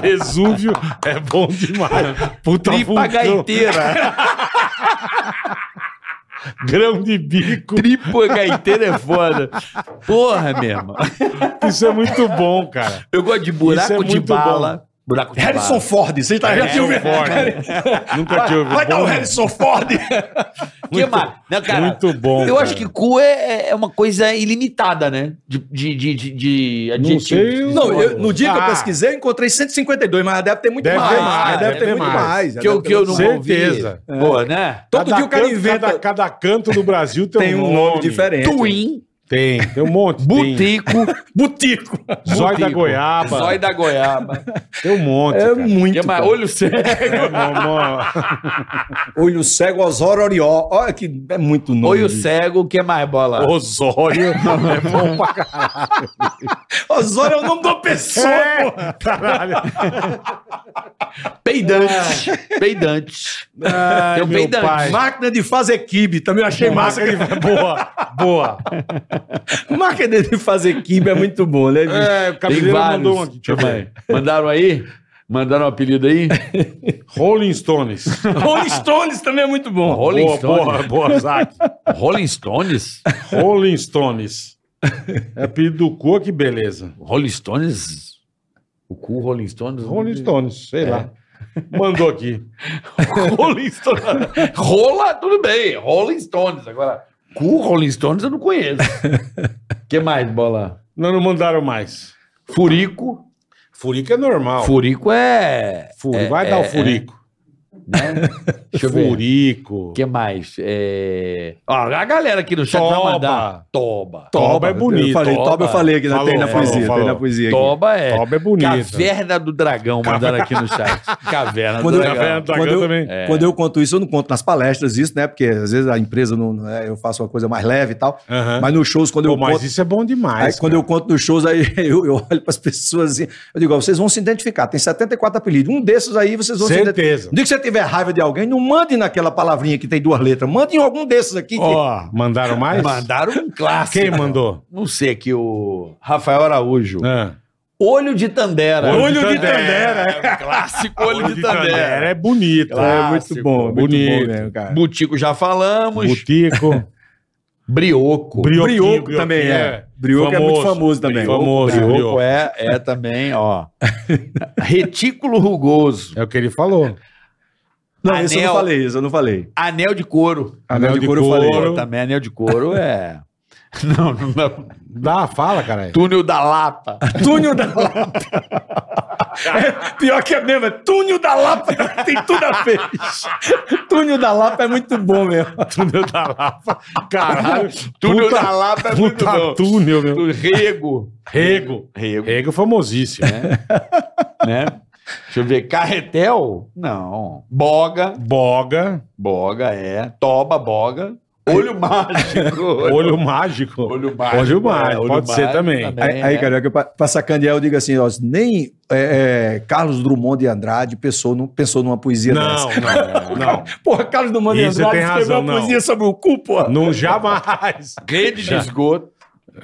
Speaker 5: Vesúvio é bom demais. Puta
Speaker 7: Tripa
Speaker 5: vulcão.
Speaker 7: gaiteira.
Speaker 5: Grão de bico.
Speaker 7: Tripa gaiteira é foda. Porra, mesmo.
Speaker 5: Isso é muito bom, cara.
Speaker 7: Eu gosto de
Speaker 5: Isso é
Speaker 7: buraco de
Speaker 5: muito
Speaker 7: bala. Buraco de
Speaker 1: Harrison
Speaker 7: bala.
Speaker 1: Ford, você tá já
Speaker 5: Harrison
Speaker 1: viu?
Speaker 5: Ford. Nunca tinha ouvido.
Speaker 1: Vai dar um o
Speaker 5: Bom,
Speaker 1: Harrison Ford.
Speaker 7: Que mais? Não, cara,
Speaker 5: muito bom.
Speaker 7: Eu
Speaker 5: cara.
Speaker 7: acho que cu é, é uma coisa ilimitada, né? De, de, de, de, de
Speaker 5: Não
Speaker 7: adjetivos.
Speaker 5: sei.
Speaker 1: Não, eu- no dia que
Speaker 5: Ah,
Speaker 1: eu pesquisei, eu encontrei 152, mas deve ter muito
Speaker 5: Deve
Speaker 1: mais. né?
Speaker 5: ter mais,
Speaker 1: Deve ter muito mais.
Speaker 7: Que eu, que eu não
Speaker 5: Certeza.
Speaker 7: ouvi. Pô, né?
Speaker 1: Todo
Speaker 5: cada
Speaker 1: dia o cara
Speaker 5: canto- Cada,
Speaker 1: inventa.
Speaker 5: cada canto do Brasil tem,
Speaker 1: Tem um nome diferente.
Speaker 7: Twin,
Speaker 5: Tem, tem um monte. tem.
Speaker 7: Butico,
Speaker 1: Butico.
Speaker 5: Zóio da
Speaker 7: Butico.
Speaker 5: goiaba.
Speaker 7: Zóio da Goiaba.
Speaker 5: Tem um monte.
Speaker 1: É
Speaker 5: cara.
Speaker 1: muito.
Speaker 7: Que mais? Olho cego.
Speaker 5: É, mó-
Speaker 1: Olho cego, Osório Orió. Olha que é muito nome.
Speaker 7: Olho cego,
Speaker 4: é
Speaker 7: que mais bola?
Speaker 5: mó- Osório. É bom pra
Speaker 1: Osório é o nome de uma pessoa.
Speaker 5: é, caralho.
Speaker 7: Peidante.
Speaker 4: Ah.
Speaker 7: Peidante.
Speaker 5: Ai,
Speaker 4: um
Speaker 7: Eu
Speaker 5: meu
Speaker 7: peidante.
Speaker 5: pai.
Speaker 1: Máquina de fazer quibe, também eu achei massa.
Speaker 5: Marca de- Boa, boa.
Speaker 1: Máquina de fazer quibe é muito bom, né? bicho?
Speaker 5: É, o
Speaker 7: Tem
Speaker 5: cabeleiro
Speaker 7: vários.
Speaker 5: mandou um aqui. Deixa eu ver.
Speaker 7: Mandaram aí?
Speaker 4: Mandaram um apelido aí?
Speaker 5: Rolling Stones.
Speaker 6: Rolling Stones também é muito bom.
Speaker 4: Rolling
Speaker 5: boa,
Speaker 4: Stones.
Speaker 5: boa, boa, Zac.
Speaker 4: Rolling Stones?
Speaker 5: Rolling Stones. É apelido do cu, que beleza.
Speaker 4: Rolling Stones? O cu Rolling Stones?
Speaker 5: Rolling Stones, sei lá. É. Mandou aqui.
Speaker 4: Rolling Stones. Rola, tudo bem. Rolling Stones. Agora, cu Rolling Stones eu não conheço. que mais, bola?
Speaker 5: Não, não mandaram mais.
Speaker 4: Furico.
Speaker 5: Furico é normal.
Speaker 4: Furico é.
Speaker 5: Furi- Vai dar o furico.
Speaker 4: né? Deixa eu ver.
Speaker 5: furico.
Speaker 4: que mais? É... Ó, a galera aqui no chat
Speaker 5: Toba.
Speaker 4: vai mandar. Toba.
Speaker 5: Toba é
Speaker 1: Eu
Speaker 5: bonito.
Speaker 1: falei,
Speaker 5: Toba,
Speaker 1: toba, eu falei que na-
Speaker 5: Falou,
Speaker 1: tem na
Speaker 5: falou,
Speaker 1: poesia, tem
Speaker 5: falou.
Speaker 1: na poesia aqui.
Speaker 4: Toba é.
Speaker 5: Toba é bonito.
Speaker 4: Caverna do Dragão, mandaram aqui no chat. Caverna do
Speaker 1: Quando eu-
Speaker 4: Dragão.
Speaker 5: Caverna do
Speaker 1: Quando
Speaker 5: Dragão
Speaker 1: eu,
Speaker 5: tá também.
Speaker 1: quando eu conto isso, eu não conto nas palestras isso, né? Porque às vezes a empresa não, não é, eu faço uma coisa mais leve e tal.
Speaker 5: Aham.
Speaker 1: Mas nos shows, quando eu
Speaker 5: Pô, mas
Speaker 1: conto.
Speaker 5: isso é bom
Speaker 1: Aí,
Speaker 5: demais.
Speaker 1: quando eu conto nos shows, aí eu, eu olho para as pessoas assim, eu digo, ó, vocês vão se identificar, tem 74 apelidos. Um desses aí vocês vão se identificar.
Speaker 5: Certeza.
Speaker 1: No dia que você tiver raiva de alguém, não mande naquela palavrinha que tem duas letras, mande em algum desses aqui. que- é
Speaker 5: Ó, mandaram mais?
Speaker 4: Mandaram um clássico.
Speaker 5: Quem mandou?
Speaker 4: Não sei aqui, o Rafael Araújo.
Speaker 5: Ah.
Speaker 4: Olho de Tandera.
Speaker 5: Olho de
Speaker 4: Tandera. É, clássico Olho de Tandera.
Speaker 5: É bonito.
Speaker 4: Clássico,
Speaker 5: bonito.
Speaker 1: cara.
Speaker 4: Butico já falamos.
Speaker 5: Butico.
Speaker 4: Brioco.
Speaker 5: Brioco,
Speaker 1: Brioco também é. Brioco é muito famoso também.
Speaker 5: Famoso,
Speaker 4: Brioco
Speaker 5: Brioco.
Speaker 4: é, é também, ó. Retículo rugoso.
Speaker 5: É o que ele falou.
Speaker 1: Não, isso eu
Speaker 4: Anel.
Speaker 1: não falei, isso eu não falei.
Speaker 4: Anel de couro.
Speaker 1: Anel de couro eu falei.
Speaker 4: Couro também, anel de couro é. Não, não, não.
Speaker 5: Dá, fala, caralho.
Speaker 4: Túnel da Lapa.
Speaker 1: Túnel da Lapa. É, pior que é mesmo, é Túnel da Lapa, tem tudo a ver. Túnel da Lapa é muito bom mesmo.
Speaker 5: Túnel da Lapa. Caralho.
Speaker 4: Túnel
Speaker 5: Puta-
Speaker 4: da Lapa é muito
Speaker 5: Puta
Speaker 4: bom.
Speaker 5: túnel, meu.
Speaker 4: Rego.
Speaker 5: Rego.
Speaker 4: Rego,
Speaker 5: Rego é famosíssimo.
Speaker 4: né? Deixa eu ver. Carretel? Não. Boga.
Speaker 5: Boga.
Speaker 4: Boga, é. Toba, boga. Olho mágico.
Speaker 5: Olho mágico.
Speaker 4: Olho mágico,
Speaker 5: Olho mágico.
Speaker 4: é, olho
Speaker 5: Pode ser
Speaker 4: mágico
Speaker 5: também.
Speaker 4: também.
Speaker 1: Aí,
Speaker 4: É,
Speaker 1: aí
Speaker 4: né?
Speaker 1: Carioca, pra, pra sacanear, eu digo assim: ó, nem é, é, Carlos Drummond de Andrade pensou, num- pensou numa poesia
Speaker 5: Não,
Speaker 1: dessa.
Speaker 5: não, não.
Speaker 1: Porra, Carlos Drummond
Speaker 5: Isso,
Speaker 1: de
Speaker 5: você
Speaker 1: Andrade
Speaker 5: tem
Speaker 1: escreveu
Speaker 5: razão,
Speaker 1: uma
Speaker 5: não.
Speaker 1: poesia sobre o cu, porra.
Speaker 5: Não, jamais.
Speaker 4: Rede
Speaker 5: Tá.
Speaker 4: de esgoto.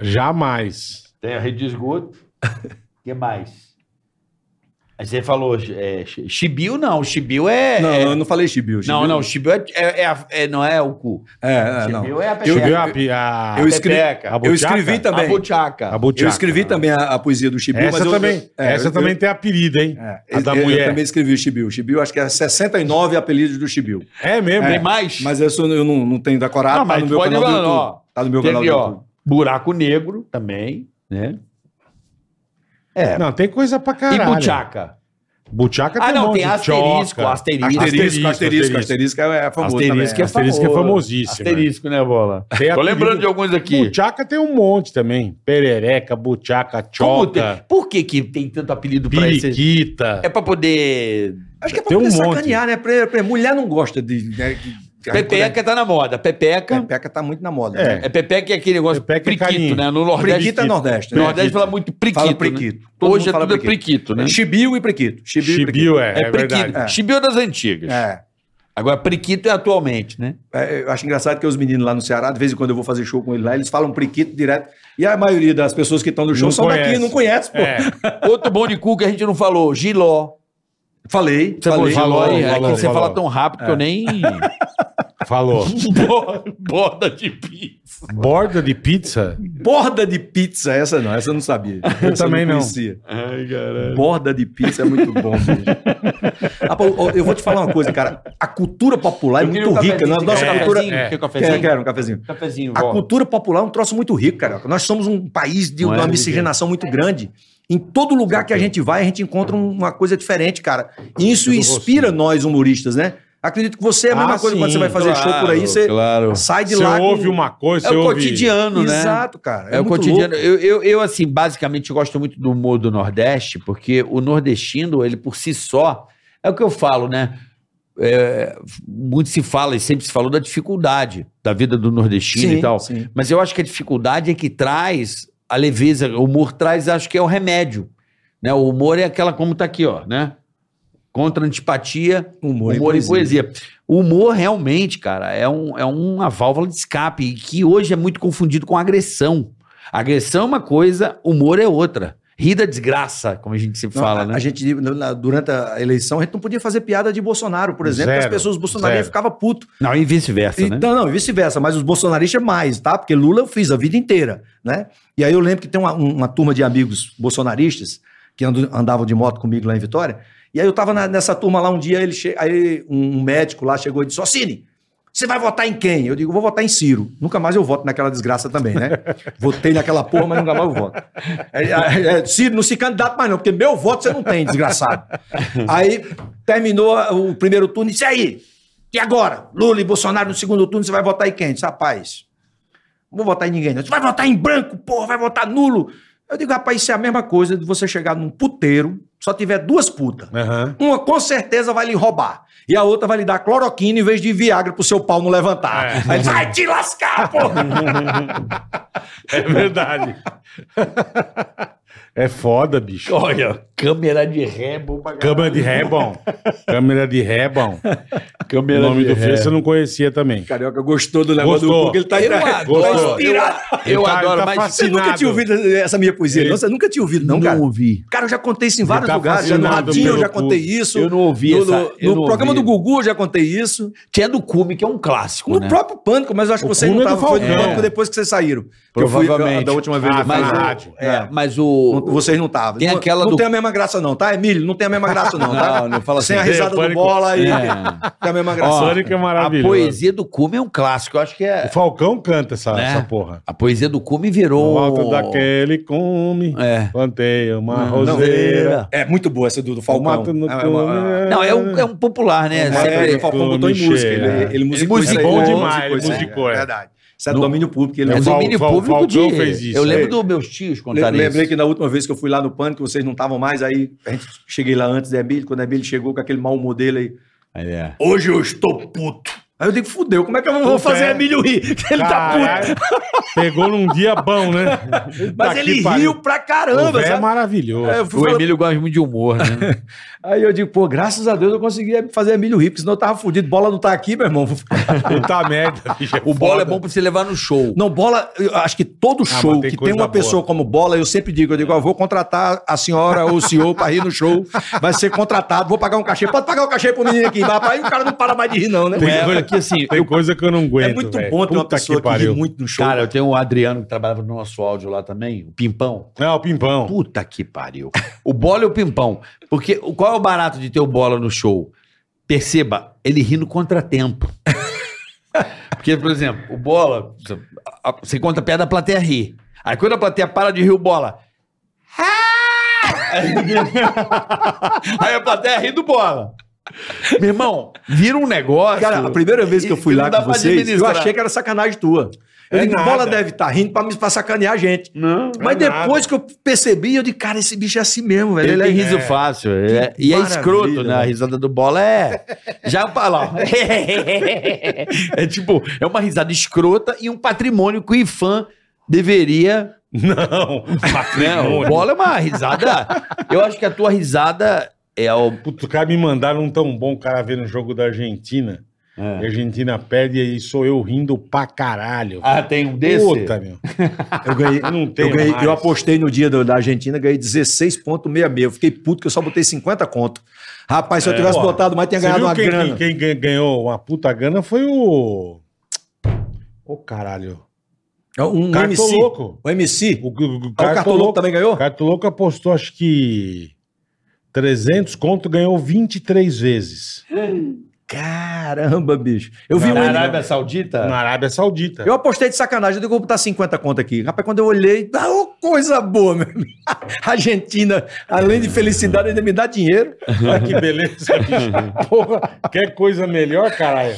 Speaker 5: Jamais.
Speaker 4: Tem a rede de esgoto. O que mais? Aí você falou, é, chi- chibiu não, chibiu é...
Speaker 1: Não,
Speaker 4: é-
Speaker 1: eu não falei chibiu. chibiu.
Speaker 4: não, não, chibiu é, é- é a- é- não é o cu.
Speaker 1: É, é, não.
Speaker 4: Chibiu é a
Speaker 5: Eu,
Speaker 4: pecheca.
Speaker 5: a, a,
Speaker 1: Eu escrevi,
Speaker 4: pepeca, a
Speaker 1: eu
Speaker 5: buchaca,
Speaker 1: escrevi
Speaker 4: A
Speaker 1: também.
Speaker 4: buchaca.
Speaker 5: a butiaca.
Speaker 1: Eu escrevi também a, a poesia do Chibiu,
Speaker 5: Essa
Speaker 1: eu-
Speaker 5: também,
Speaker 1: é,
Speaker 5: essa
Speaker 1: eu-
Speaker 5: também tem apelido, hein?
Speaker 1: É,
Speaker 5: a da
Speaker 1: eu,
Speaker 5: mulher.
Speaker 1: eu também escrevi o Chibiu. Chibiu, acho que é 69 apelidos do Chibiu.
Speaker 5: É mesmo?
Speaker 4: Tem
Speaker 5: hein?
Speaker 4: mais?
Speaker 1: Mas essa eu não, não tenho decorado,
Speaker 4: Não,
Speaker 1: tá
Speaker 4: mas
Speaker 1: no meu
Speaker 4: pode
Speaker 1: canal do
Speaker 4: ir falando,
Speaker 1: YouTube.
Speaker 4: ó.
Speaker 1: Tá no meu
Speaker 4: Tem
Speaker 1: canal do
Speaker 4: aqui, ó,
Speaker 1: YouTube.
Speaker 4: buraco negro também, né? É.
Speaker 5: Não, tem coisa pra caralho.
Speaker 4: E buchaca.
Speaker 5: Buchaca
Speaker 4: Ah,
Speaker 5: um
Speaker 4: não,
Speaker 5: monte
Speaker 4: tem
Speaker 5: de
Speaker 4: asterisco,
Speaker 5: choca.
Speaker 4: asterisco.
Speaker 1: Asterisco, asterisco,
Speaker 5: asterisco.
Speaker 1: asterisco é é famoso também.
Speaker 4: Asterisco
Speaker 1: é.
Speaker 4: é,
Speaker 5: Asterisco é
Speaker 4: famoso.
Speaker 5: famosíssimo,
Speaker 4: Asterisco, né, Bola?
Speaker 5: Tem
Speaker 4: Tô
Speaker 5: apelido-
Speaker 4: lembrando de alguns aqui.
Speaker 5: Buchaca tem um monte também. Perereca, buchaca,
Speaker 4: Como tem-
Speaker 5: choca,
Speaker 4: por que, que tem tanto apelido pra esses?
Speaker 5: periquita.
Speaker 4: É pra poder.
Speaker 1: Acho que é pra
Speaker 5: Tem
Speaker 1: poder
Speaker 5: um monte.
Speaker 1: sacanear, né? Pra- pra- mulher não gosta de... Né? de-
Speaker 4: Pepeca tá na moda. Pepeca.
Speaker 1: Pepeca tá muito na moda.
Speaker 5: É.
Speaker 1: né?
Speaker 4: É pepeca é aquele negócio
Speaker 5: Pepeca é
Speaker 4: priquito,
Speaker 5: carinho.
Speaker 4: né? No Nordeste.
Speaker 1: Priquito é Nordeste,
Speaker 4: No
Speaker 1: né?
Speaker 4: Nordeste fala muito priquito.
Speaker 1: Fala
Speaker 4: né?
Speaker 1: priquito. Todo
Speaker 4: Hoje
Speaker 1: mundo
Speaker 4: é
Speaker 1: fala
Speaker 4: tudo é priquito, né?
Speaker 1: Chibiu e priquito. Chibiu, e priquito.
Speaker 5: Chibiu, é, é,
Speaker 4: É priquito.
Speaker 5: verdade.
Speaker 1: É.
Speaker 4: Chibiu é das antigas.
Speaker 1: É.
Speaker 4: Agora, priquito é atualmente, né?
Speaker 1: É, eu acho engraçado que os meninos lá no Ceará, de vez em quando eu vou fazer show com eles lá, eles falam priquito direto. E a maioria das pessoas que estão no show
Speaker 5: Não
Speaker 1: são daqui,
Speaker 5: conhece.
Speaker 1: não conhece, pô.
Speaker 5: É.
Speaker 4: Outro bom de cu que a gente não falou, giló.
Speaker 1: Falei,
Speaker 4: Você falou
Speaker 1: falei.
Speaker 4: giló
Speaker 5: falou,
Speaker 4: aí? É que
Speaker 5: falou,
Speaker 4: você
Speaker 5: falou.
Speaker 4: fala tão rápido que eu nem...
Speaker 5: Falou.
Speaker 4: Bo- Borda de pizza.
Speaker 5: Borda de pizza?
Speaker 1: Borda de pizza, essa não, essa eu não sabia. Essa Eu
Speaker 5: também não.
Speaker 1: conhecia. Borda de pizza é muito bom, bicho. Ah, Paulo, ó, eu vou te falar uma coisa, cara. A cultura popular é muito rica. Nós, nossa cultura.
Speaker 4: um Cafezinho,
Speaker 5: É.
Speaker 4: quer
Speaker 1: Quer,
Speaker 4: cafezinho?
Speaker 1: quero um cafezinho.
Speaker 4: Cafezinho,
Speaker 1: A
Speaker 4: vó.
Speaker 1: cultura popular é um troço muito rico, cara. Nós somos um país de
Speaker 5: é
Speaker 1: uma miscigenação muito grande. Em todo lugar que a gente vai, a gente encontra um- uma coisa diferente, cara. E isso inspira nós, humoristas, né? Acredito que você é a mesma
Speaker 5: Ah,
Speaker 1: coisa quando
Speaker 5: sim,
Speaker 1: você vai fazer show por aí, você sai de
Speaker 5: Você
Speaker 1: lá. com-
Speaker 5: ouve uma coisa,
Speaker 4: É
Speaker 5: você
Speaker 4: o
Speaker 5: ouve...
Speaker 4: cotidiano, né?
Speaker 1: Exato, cara.
Speaker 4: É, o
Speaker 1: muito
Speaker 4: cotidiano.
Speaker 1: louco.
Speaker 4: Eu, eu, eu, assim, basicamente eu gosto muito do humor do Nordeste, porque o nordestino, ele por si só, é o que eu falo, né? É, muito se fala e sempre se falou da dificuldade da vida do nordestino e tal.
Speaker 1: sim.
Speaker 4: Mas eu acho que a dificuldade é que traz a leveza, o humor traz, acho que é o remédio. Né? O humor é aquela como tá aqui, ó, né? Contra a antipatia,
Speaker 1: Humor,
Speaker 4: humor, e poesia. O humor realmente, cara, é, um, é uma válvula de escape e que hoje é muito confundido com agressão. Agressão é uma coisa, humor é outra. Ri da desgraça, como a gente sempre
Speaker 1: Não,
Speaker 4: fala,
Speaker 1: a-
Speaker 4: né?
Speaker 1: A gente, na- durante a eleição, a gente não podia fazer piada de Bolsonaro, por exemplo, porque
Speaker 5: Zero,
Speaker 1: as pessoas bolsonaristas
Speaker 5: zero.
Speaker 1: ficavam puto.
Speaker 4: Não, e vice-versa, né?
Speaker 1: Então, não, e vice-versa, mas os bolsonaristas mais, tá? Porque Lula eu fiz a vida inteira, né? E aí eu lembro que tem uma, uma turma de amigos bolsonaristas que andu- andavam de moto comigo lá em Vitória. E aí eu tava na- nessa turma lá um dia, ele che- aí um um médico lá chegou e disse: Ocine, você vai votar em quem? Eu digo, vou votar em Ciro. Nunca mais eu voto naquela desgraça também, né? Votei naquela porra, mas nunca mais eu voto. É, é, é, Ciro, não se candidata mais não, porque meu voto você não tem, desgraçado. Aí terminou o primeiro turno e disse, "E aí, e agora? Lula e Bolsonaro no segundo turno, você vai votar em quem? Eu Disse, rapaz, não vou votar em ninguém não. Você vai votar em branco, porra, vai votar nulo. Eu digo, rapaz, isso é a mesma coisa de você chegar num puteiro, só tiver duas putas.
Speaker 5: Aham.
Speaker 1: Uma com certeza vai lhe roubar. E a outra vai lhe dar cloroquina em vez de Viagra pro seu pau não levantar. Aí ele vai te lascar, porra!
Speaker 5: É verdade. é foda, bicho.
Speaker 9: Olha, câmera de ré, bom pra
Speaker 5: Câmera de ré é bom. Câmera de ré é bom. O
Speaker 4: Câmera
Speaker 5: nome
Speaker 4: de
Speaker 5: do
Speaker 4: ré.
Speaker 5: filho você não conhecia também.
Speaker 1: Carioca gostou do
Speaker 5: negócio do Gostou. Guga, ele
Speaker 1: tá
Speaker 4: Eu adoro.
Speaker 5: Gostou.
Speaker 4: Eu, eu
Speaker 5: Ele tá-
Speaker 4: adoro,
Speaker 5: ele tá
Speaker 4: mas
Speaker 1: Você nunca tinha ouvido essa minha poesia, não? Você nunca tinha ouvido, não, cara?
Speaker 4: ouvi.
Speaker 1: Cara, eu já contei isso em vários
Speaker 5: tá
Speaker 1: lugares. Já no
Speaker 5: fascinado
Speaker 1: Radinho eu
Speaker 5: pelo
Speaker 1: já
Speaker 5: cu.
Speaker 1: contei isso.
Speaker 4: Eu não ouvi
Speaker 1: No,
Speaker 4: essa-
Speaker 1: no-
Speaker 4: eu
Speaker 1: no
Speaker 4: não
Speaker 1: programa
Speaker 4: ouvi.
Speaker 1: do Gugu eu já contei isso.
Speaker 4: Tinha do Cume, que é um clássico,
Speaker 1: No
Speaker 4: né?
Speaker 1: próprio Pânico, mas eu acho que
Speaker 5: O
Speaker 1: você não
Speaker 5: Cume é do
Speaker 1: estava. Foi do
Speaker 5: Falcão.
Speaker 1: Pânico depois que vocês saíram. Que Eu fui,
Speaker 4: Provavelmente.
Speaker 1: da última vez.
Speaker 5: Ah,
Speaker 1: eu fui.
Speaker 5: tá
Speaker 4: Mas
Speaker 5: na
Speaker 4: o-
Speaker 5: rádio.
Speaker 4: é, mas o...
Speaker 1: Não, Vocês não estavam.
Speaker 4: Tem
Speaker 1: Não-
Speaker 4: aquela
Speaker 1: não
Speaker 4: do-
Speaker 1: tem a mesma graça, não, tá? Emílio, não tem a mesma graça, não, tá?
Speaker 4: Não, não fala
Speaker 1: Sem a
Speaker 4: assim.
Speaker 1: risada do
Speaker 5: Pânico.
Speaker 1: bola e.
Speaker 4: É.
Speaker 1: Tem a mesma graça.
Speaker 4: Ó,
Speaker 5: Sônica é
Speaker 4: a
Speaker 5: maravilhoso.
Speaker 4: poesia do Cume é um clássico. Eu acho que
Speaker 5: O
Speaker 4: é...
Speaker 5: Falcão canta essa,
Speaker 4: Né?
Speaker 5: essa porra.
Speaker 4: A poesia do Cume virou...
Speaker 5: Volta daquele come,
Speaker 4: É.
Speaker 5: plantei uma roseira.
Speaker 1: É muito boa essa do, do
Speaker 5: o mato no
Speaker 1: É, é uma-
Speaker 5: come.
Speaker 4: Não, é um, é um popular, né?
Speaker 1: É,
Speaker 4: Sempre-
Speaker 1: ele- o Falcão botou em
Speaker 5: Michel,
Speaker 1: música. Ele,
Speaker 5: é.
Speaker 1: ele musicou.
Speaker 4: musicou
Speaker 1: isso aí,
Speaker 4: bom
Speaker 5: demais, ele
Speaker 1: isso aí,
Speaker 5: musicou,
Speaker 1: É
Speaker 5: é.
Speaker 1: verdade. Isso é domínio público. Ele
Speaker 4: É
Speaker 5: Fal-
Speaker 4: domínio
Speaker 5: Fal-
Speaker 4: público
Speaker 5: Falcão
Speaker 4: de...
Speaker 5: fez isso,
Speaker 4: eu lembro
Speaker 5: é.
Speaker 4: dos meus tios
Speaker 1: Le-
Speaker 4: contarem
Speaker 1: Lembrei
Speaker 4: isso.
Speaker 1: que na última vez que eu fui lá no Pânico, vocês não estavam mais, aí a gente cheguei lá antes da Emílio, quando a Emílio chegou com aquele mau modelo aí.
Speaker 4: É.
Speaker 8: Hoje eu estou puto.
Speaker 1: Aí eu digo, fudeu, como é que eu vou fazer
Speaker 5: é.
Speaker 1: a Emílio rir? Que Ele tá
Speaker 5: Caralho, Pegou num dia bom, né?
Speaker 1: puto. Mas
Speaker 5: Tá
Speaker 1: ele
Speaker 5: que
Speaker 1: riu
Speaker 5: pariu.
Speaker 1: pra
Speaker 5: O
Speaker 1: caramba,
Speaker 5: véio é
Speaker 1: sabe?
Speaker 5: maravilhoso.
Speaker 1: Aí eu fui
Speaker 4: O
Speaker 1: falando-
Speaker 4: Emílio gosta muito de humor, né?
Speaker 1: Aí eu digo, pô, graças a Deus eu consegui fazer a Emílio rir, porque senão eu tava fudido. Bola não tá aqui, meu irmão.
Speaker 5: Puta merda, bicho.
Speaker 4: o bola é bom pra você levar no show.
Speaker 1: Não, bola, eu acho que todo show
Speaker 5: Ah, mas tem
Speaker 1: que tem
Speaker 5: coisa
Speaker 1: uma
Speaker 5: boa.
Speaker 1: pessoa como bola, eu sempre digo, eu digo, ó, vou contratar a senhora ou o senhor pra rir no show, vai ser contratado, vou pagar um cachê. Pode pagar o cachê pro menino aqui, mas aí o cara não para mais de rir, não, né?
Speaker 5: Tem,
Speaker 4: É,
Speaker 5: coisa,
Speaker 4: porque assim,
Speaker 5: tem coisa que eu não aguento.
Speaker 1: É muito
Speaker 5: velho.
Speaker 1: bom ter uma
Speaker 5: Puta
Speaker 1: pessoa que, ri
Speaker 5: pariu.
Speaker 1: muito no show.
Speaker 4: Cara, eu tenho o Adriano que trabalhava no nosso áudio lá também, o Pimpão.
Speaker 5: É, o Pimpão.
Speaker 4: Puta que pariu. O bola e o Pimpão. Porque o- qual é o barato de ter o bola no show? Perceba, ele ri no contratempo. Porque, por exemplo, o bola, a- a- você conta a piada, a plateia ri. Aí quando a plateia para de rir, o bola. "Ah!" Aí a plateia ri do bola. Meu irmão, vira um negócio.
Speaker 1: Cara, a primeira vez que eu fui
Speaker 4: Não
Speaker 1: lá
Speaker 4: dá
Speaker 1: com
Speaker 4: pra
Speaker 1: vocês, eu
Speaker 4: administrar.
Speaker 1: achei que era sacanagem tua. Eu
Speaker 5: É
Speaker 1: digo,
Speaker 5: nada.
Speaker 1: bola deve estar rindo pra, me- pra sacanear a gente. Mas
Speaker 5: é
Speaker 1: depois que eu percebi, eu digo, cara, esse bicho é assim mesmo, velho.
Speaker 4: Ele,
Speaker 1: Ele,
Speaker 4: tem
Speaker 1: é
Speaker 4: riso fácil. é- e é
Speaker 1: maravilha,
Speaker 4: escroto, né? A
Speaker 1: né?
Speaker 4: risada do bola é. Já o lá. ó. é tipo, é uma risada escrota e um patrimônio que o Ifan deveria.
Speaker 5: Não.
Speaker 4: Né? O bola é uma risada. Eu acho que a tua risada é o.
Speaker 5: Puto, o cara me mandaram um tão bom o cara vendo o jogo da Argentina. E a Argentina perde e sou eu rindo pra caralho.
Speaker 4: Ah, tem um
Speaker 5: Puta, meu.
Speaker 1: Eu ganhei.
Speaker 5: Eu não tenho
Speaker 1: Eu, ganhei,
Speaker 5: mais.
Speaker 1: eu apostei no dia do- da Argentina, ganhei 16,66. Eu Fiquei puto que eu só botei 50 conto. Rapaz, se eu tivesse
Speaker 5: ó,
Speaker 1: botado mais, tinha
Speaker 5: É. Você
Speaker 1: ganhado
Speaker 5: viu
Speaker 1: uma
Speaker 5: quem,
Speaker 1: grana.
Speaker 5: Quem, quem ganhou uma puta grana foi o... Ô, caralho.
Speaker 1: Um
Speaker 5: O
Speaker 1: MC.
Speaker 5: Cartoloco.
Speaker 1: O MC.
Speaker 5: O, o,
Speaker 1: O,
Speaker 5: o,
Speaker 1: ah, o Cartoloco
Speaker 5: Cartoloco
Speaker 1: também ganhou?
Speaker 5: O Cartoloco apostou, acho que 300 conto, ganhou 23 vezes.
Speaker 1: Caramba, bicho. Eu vi um
Speaker 4: Na
Speaker 1: MC.
Speaker 4: Arábia Saudita?
Speaker 5: Na Arábia Saudita.
Speaker 1: Eu apostei de sacanagem, eu digo, vou botar 50 conto aqui. Rapaz, quando eu olhei, ah, ô, coisa boa, meu amigo. Argentina, além de felicidade, ainda me dá dinheiro.
Speaker 5: Olha que beleza, bicho. Porra, quer coisa melhor, caralho?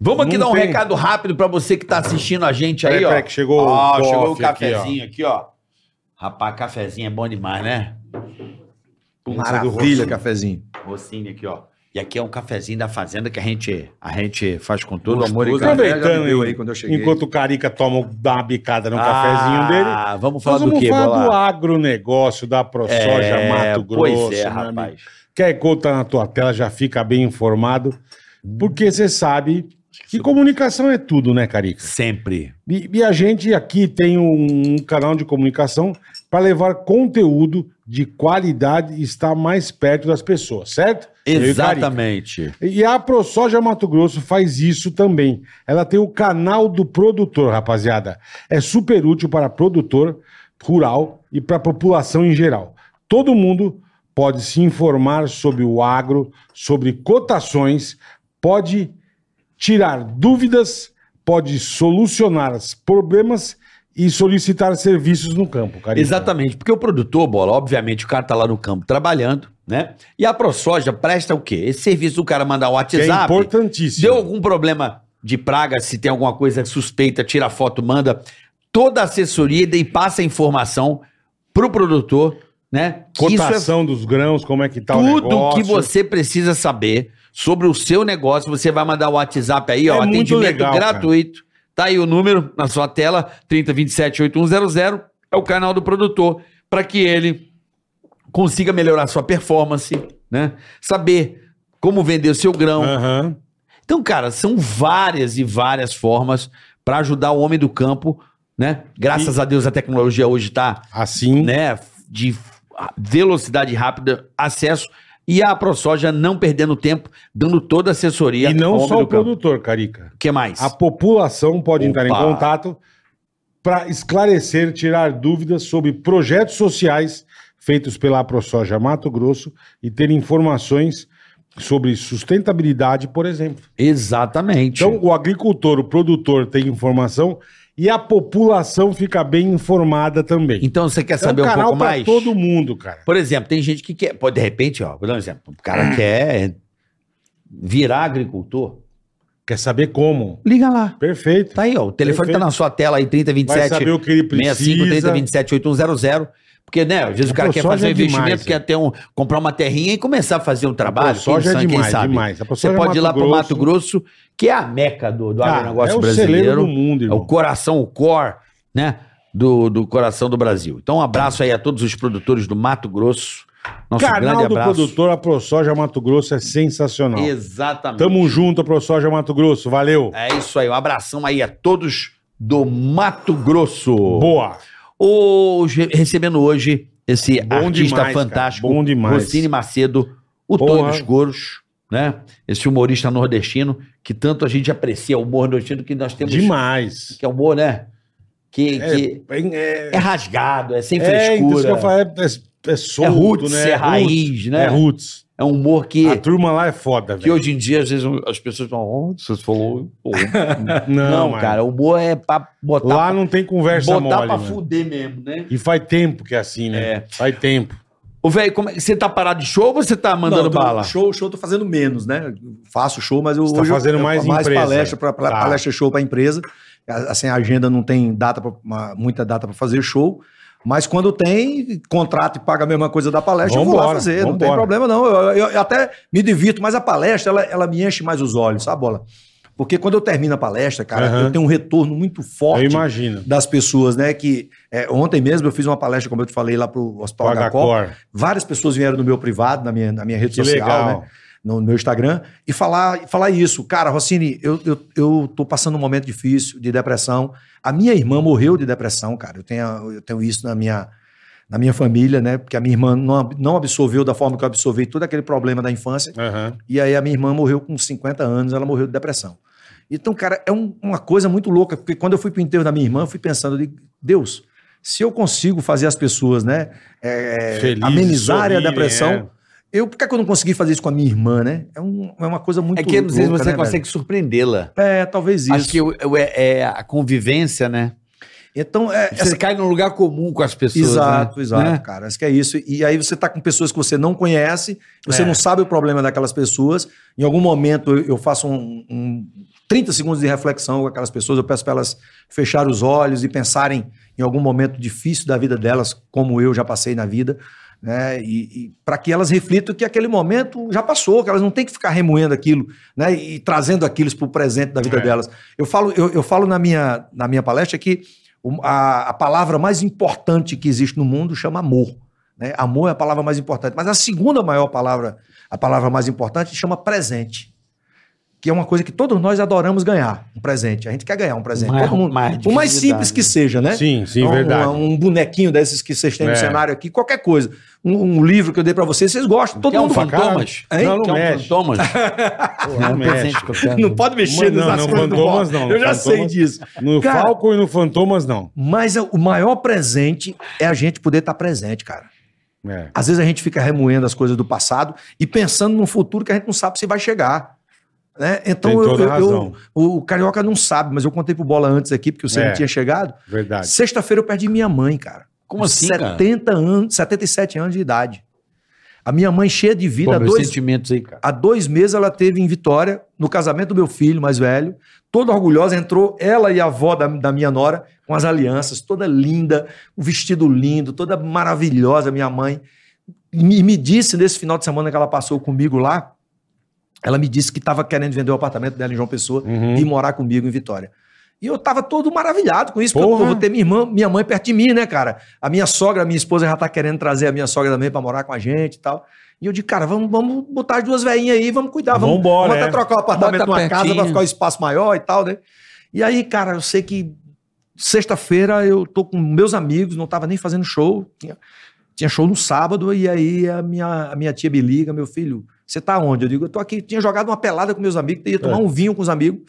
Speaker 4: Vamos aqui
Speaker 5: Não
Speaker 4: dar um
Speaker 5: tem.
Speaker 4: recado rápido pra você que tá assistindo a gente aí,
Speaker 5: Peraí,
Speaker 4: ó.
Speaker 5: peraí, que chegou
Speaker 4: Ó,
Speaker 5: o
Speaker 4: chegou o
Speaker 5: coffee aqui,
Speaker 4: cafezinho aqui, ó. Rapaz, cafezinho é bom demais, né?
Speaker 1: Maravilha, cafezinho.
Speaker 4: Rocinho aqui, ó. E aqui é um cafezinho da fazenda que a gente, a gente faz com todo amor e
Speaker 1: Gostoso.
Speaker 4: carinho.
Speaker 1: Aproveitando,
Speaker 5: Aproveitando,
Speaker 1: deu aí quando eu cheguei.
Speaker 5: enquanto o Carica toma, dá uma bicada no É um cafezinho dele,
Speaker 4: Ah, vamos falar
Speaker 5: nós
Speaker 4: do
Speaker 5: vamos
Speaker 4: quê,
Speaker 5: falar do
Speaker 4: Bola?
Speaker 5: agronegócio, da ProSoja, Mato Grosso.
Speaker 4: Pois é,
Speaker 5: meu amigo.
Speaker 4: rapaz.
Speaker 5: Quer conta na tua tela, já fica bem informado, porque você sabe que comunicação é tudo, né, Carica?
Speaker 4: Sempre.
Speaker 5: um E, e a gente aqui tem um canal de comunicação para levar conteúdo de qualidade está mais perto das pessoas, certo? Eu e Carica.
Speaker 4: Exatamente.
Speaker 5: E a ProSoja Mato Grosso faz isso também. Ela tem o canal do produtor, rapaziada. É super útil para produtor rural e para a população em geral. Todo mundo pode se informar sobre o agro, sobre cotações, pode tirar dúvidas, pode solucionar os problemas e solicitar serviços no campo, cara.
Speaker 4: Exatamente, porque o produtor, bola, obviamente, o cara tá lá no campo trabalhando, né? E a ProSoja presta o quê? Esse serviço do cara mandar o
Speaker 5: Que é
Speaker 4: WhatsApp.
Speaker 5: importantíssimo.
Speaker 4: Deu algum problema de praga, se tem alguma coisa suspeita, tira a foto, manda. Toda a assessoria e passa a informação pro produtor, né? Que isso é
Speaker 5: Cotação dos grãos, como é que tá o
Speaker 4: tudo
Speaker 5: negócio.
Speaker 4: que você precisa saber sobre o seu negócio, você vai mandar o WhatsApp aí, ó,
Speaker 5: É muito
Speaker 4: atendimento
Speaker 5: legal, cara.
Speaker 4: gratuito. Tá aí o número na sua tela, 3027-8100, é o canal do produtor, para que ele consiga melhorar sua performance, né? Saber como vender o seu grão.
Speaker 5: Aham.
Speaker 4: Então, cara, são várias e várias formas para ajudar o homem do campo, né? Graças a Deus a tecnologia hoje tá
Speaker 5: Assim,
Speaker 4: né, de velocidade rápida, acesso e a ProSoja não perdendo tempo, dando toda a assessoria
Speaker 5: e não
Speaker 4: ao homem
Speaker 5: só o
Speaker 4: do campo.
Speaker 5: produtor, Carica.
Speaker 4: O que mais?
Speaker 5: A população pode entrar em
Speaker 4: Opa.
Speaker 5: contato para esclarecer, tirar dúvidas sobre projetos sociais feitos pela ProSoja Mato Grosso e ter informações sobre sustentabilidade, por exemplo.
Speaker 4: Exatamente.
Speaker 5: Então, o agricultor, o produtor tem informação e a população fica bem informada também.
Speaker 4: Então, você quer
Speaker 5: É um
Speaker 4: saber um,
Speaker 5: canal
Speaker 4: pouco
Speaker 5: pra
Speaker 4: mais?
Speaker 5: todo mundo, cara.
Speaker 4: Por exemplo, tem gente que quer, pode de repente, ó, vou dar um exemplo, o cara quer virar agricultor.
Speaker 5: Quer saber como?
Speaker 4: Liga lá.
Speaker 5: Perfeito.
Speaker 4: Tá aí, ó, o telefone
Speaker 5: Perfeito.
Speaker 4: tá na sua tela aí
Speaker 5: Vai
Speaker 4: 3027
Speaker 5: saber o que ele precisa.
Speaker 4: 65 30 27 8100. Porque, né, às vezes o
Speaker 5: A
Speaker 4: cara quer
Speaker 5: ProSoja
Speaker 4: fazer um
Speaker 5: é demais,
Speaker 4: investimento,
Speaker 5: é.
Speaker 4: quer ter um, comprar uma terrinha e começar a fazer um trabalho.
Speaker 5: A ProSoja
Speaker 4: quem
Speaker 5: é
Speaker 4: sabe, quem
Speaker 5: demais,
Speaker 4: sabe.
Speaker 5: demais.
Speaker 4: Você
Speaker 5: A ProSoja é
Speaker 4: pode ir lá
Speaker 5: Mato
Speaker 4: pro
Speaker 5: Grosso.
Speaker 4: Mato Grosso, que é a meca do, do
Speaker 5: Cara,
Speaker 4: agronegócio
Speaker 5: é o celeiro do
Speaker 4: brasileiro.
Speaker 5: mundo,
Speaker 4: É o
Speaker 5: irmão.
Speaker 4: coração, o core, né, do, do coração do Brasil. Então, um abraço aí a todos os produtores do Mato Grosso. Nosso
Speaker 5: Canal
Speaker 4: grande
Speaker 5: do
Speaker 4: abraço.
Speaker 5: produtor, a ProSoja Mato Grosso é sensacional.
Speaker 4: Exatamente.
Speaker 5: Tamo junto, ProSoja Mato Grosso. Valeu.
Speaker 4: É isso aí. Um abração aí a todos do Mato Grosso.
Speaker 5: Boa.
Speaker 4: Hoje, recebendo hoje esse
Speaker 5: Bom
Speaker 4: artista
Speaker 5: demais, cara.
Speaker 4: fantástico,
Speaker 5: Bom demais.
Speaker 4: Rocine Macedo, o
Speaker 5: Porra.
Speaker 4: Todos Goros, né? Esse humorista nordestino que tanto a gente aprecia, o humor nordestino que nós temos,
Speaker 5: Demais.
Speaker 4: que é o humor, né? Que é, que
Speaker 5: É,
Speaker 4: é rasgado, é sem
Speaker 5: é, então, isso que
Speaker 4: frescura,
Speaker 5: eu falo, é, é, é solto,
Speaker 4: é roots,
Speaker 5: né?
Speaker 4: é raiz,
Speaker 5: É
Speaker 4: né?
Speaker 5: roots.
Speaker 4: É um humor que,
Speaker 5: A turma lá é foda,
Speaker 4: que
Speaker 5: velho.
Speaker 4: hoje em dia às vezes as pessoas falam, oh, você falou, oh." não,
Speaker 5: Não, mano.
Speaker 4: cara, o humor é pra botar
Speaker 5: Lá não tem conversa
Speaker 4: botar
Speaker 5: mole,
Speaker 4: pra
Speaker 5: mano.
Speaker 4: fuder mesmo, né?
Speaker 5: E faz tempo que é assim, né?
Speaker 4: É.
Speaker 5: Faz tempo.
Speaker 4: Ô, velho, como é- você tá parado de show ou você tá mandando
Speaker 1: Não, eu tô-
Speaker 4: bala?
Speaker 1: Show, show, eu tô fazendo menos, né? Faço show, mas eu
Speaker 5: Você tá
Speaker 1: hoje eu-
Speaker 5: fazendo
Speaker 1: eu-
Speaker 5: mais
Speaker 1: mais
Speaker 5: empresa.
Speaker 1: palestra para
Speaker 5: Tá.
Speaker 1: palestra show para empresa. A- Assim, a agenda não tem data pra, uma- muita data para fazer show, mas quando tem contrato e paga a mesma coisa da palestra, eu vou lá
Speaker 5: Vambora,
Speaker 1: fazer. Não tem
Speaker 5: vambora.
Speaker 1: problema não. Eu, eu- eu até me divirto, mas a palestra ela, ela me enche mais os olhos, sabe, bola? Porque quando eu termino a palestra, cara,
Speaker 5: Aham.
Speaker 1: eu tenho um retorno muito
Speaker 5: Eu
Speaker 1: forte
Speaker 5: imagino.
Speaker 1: das pessoas, né? Que é, ontem mesmo eu fiz uma palestra, como eu te falei, lá pro Hospital
Speaker 5: Paga
Speaker 1: Agacor.
Speaker 5: cor.
Speaker 1: Várias pessoas vieram no meu privado, na minha, na minha rede
Speaker 5: Que
Speaker 1: social,
Speaker 5: legal.
Speaker 1: né? No meu Instagram, e falar, falar isso. Cara, Rossini, eu, eu, eu tô passando um momento difícil de depressão. A minha irmã morreu de depressão, cara. Eu tenho, eu tenho isso na minha, na minha família, né? Porque a minha irmã não, ab- não absorveu da forma que eu absorvi todo aquele problema da infância.
Speaker 5: Aham.
Speaker 1: E aí a minha irmã morreu com 50 anos, ela morreu de depressão. Então, cara, é um- uma coisa muito louca, porque quando eu fui pro enterro da minha irmã, eu fui pensando, eu digo, Deus, se eu consigo fazer as pessoas, né, é,
Speaker 5: Felizes,
Speaker 1: amenizarem a
Speaker 5: sorrirem,
Speaker 1: depressão,
Speaker 5: é.
Speaker 1: eu, por que, que eu não consegui fazer isso com a minha irmã, né? É, um- é uma coisa muito
Speaker 4: É que eu não sei se
Speaker 1: louca,
Speaker 4: você
Speaker 1: né,
Speaker 4: consegue surpreendê-la.
Speaker 1: velho? É, talvez isso.
Speaker 4: Acho que eu- eu- é, é a convivência, né?
Speaker 1: Então, é,
Speaker 4: Você cai num lugar comum com as pessoas.
Speaker 1: Exato,
Speaker 4: né?
Speaker 1: exato,
Speaker 4: Né?
Speaker 1: cara. Acho que é isso. E aí você tá com pessoas que você não conhece, você
Speaker 4: É.
Speaker 1: não sabe o problema daquelas pessoas. Em algum momento eu, eu faço um, um 30 segundos de reflexão com aquelas pessoas, eu peço para elas fechar os olhos e pensarem em algum momento difícil da vida delas, como eu já passei na vida, né? E, para que elas reflitam que aquele momento já passou, que elas não têm que ficar remoendo aquilo, né? E trazendo aquilo para o presente da vida
Speaker 5: É.
Speaker 1: delas. Eu falo, eu, eu falo na minha, na minha palestra que o- a, a palavra mais importante que existe no mundo chama amor. né? Amor é a palavra mais importante. Mas a segunda maior palavra, a palavra mais importante, chama presente. que é uma coisa que todos nós adoramos ganhar, um presente. A gente quer ganhar um presente.
Speaker 7: Mais-
Speaker 1: Todo mundo-
Speaker 7: mais
Speaker 1: o mais
Speaker 7: dificuldade.
Speaker 1: simples que seja,
Speaker 4: É?
Speaker 1: né?
Speaker 5: Sim, sim,
Speaker 4: Então,
Speaker 1: um,
Speaker 5: verdade.
Speaker 1: Um, bonequinho desses que vocês têm
Speaker 5: É.
Speaker 1: no cenário aqui, qualquer coisa. Um, um livro que eu dei pra vocês, vocês gostam. Todo
Speaker 7: Quer um
Speaker 1: mundo
Speaker 7: fantomas?
Speaker 1: Hein?
Speaker 5: Não,
Speaker 7: Quer
Speaker 5: não
Speaker 7: um
Speaker 5: mexe.
Speaker 7: fantomas?
Speaker 5: Pô, não mexe.
Speaker 1: Não pode mexer
Speaker 5: Não,
Speaker 1: nas
Speaker 5: não,
Speaker 1: coisas do
Speaker 5: fantomas
Speaker 1: Bob.
Speaker 5: não,
Speaker 1: Eu já sei
Speaker 5: fantomas-
Speaker 1: disso.
Speaker 5: No
Speaker 1: Cara-
Speaker 5: Falco e no Fantomas, não.
Speaker 1: Mas o maior presente é a gente poder estar presente, cara.
Speaker 5: É.
Speaker 1: Às vezes a gente fica remoendo as coisas do passado e pensando num futuro que a gente não sabe se vai chegar. Né? Então,
Speaker 5: Tem
Speaker 1: eu-
Speaker 5: toda
Speaker 1: eu-
Speaker 5: a
Speaker 1: eu-
Speaker 5: razão.
Speaker 1: o Carioca não sabe, mas eu contei pro Bola antes aqui, porque você
Speaker 5: É.
Speaker 1: não tinha chegado.
Speaker 5: Verdade.
Speaker 1: Sexta-feira eu perdi minha mãe, cara.
Speaker 7: Como assim, cara?
Speaker 1: 70 anos, 77 anos de idade. A minha mãe cheia de vida, há
Speaker 7: Pô, meus
Speaker 1: dois,
Speaker 7: sentimentos aí, cara.
Speaker 1: há dois meses ela teve em Vitória, no casamento do meu filho mais velho, toda orgulhosa, entrou ela e a avó da, da minha nora, com as alianças, toda linda, um vestido lindo, toda maravilhosa, minha mãe. E me, me disse nesse final de semana que ela passou comigo lá, ela me disse que estava querendo vender o apartamento dela em João Pessoa
Speaker 5: Uhum.
Speaker 1: e morar comigo em Vitória. E eu tava todo maravilhado com isso, porque
Speaker 5: Porra.
Speaker 1: eu vou ter minha irmã, minha mãe perto de mim, né, cara? A minha sogra, a minha esposa já tá querendo trazer a minha sogra também pra morar com a gente e tal. E eu digo, cara, vamos, vamos botar as duas velhinhas aí, vamos cuidar, vamos,
Speaker 5: Vambora,
Speaker 1: vamos até
Speaker 5: é.
Speaker 1: trocar o apartamento
Speaker 7: Bota
Speaker 1: numa casa
Speaker 7: pertinho.
Speaker 1: pra ficar um espaço maior e tal, né? E aí, cara, eu sei que sexta-feira eu tô com meus amigos, não tava nem fazendo show, tinha, tinha show no sábado, e aí a minha, a minha tia me liga, meu filho, você tá onde? Eu digo, eu tô aqui, tinha jogado uma pelada com meus amigos, ia
Speaker 5: É.
Speaker 1: tomar um vinho com os amigos.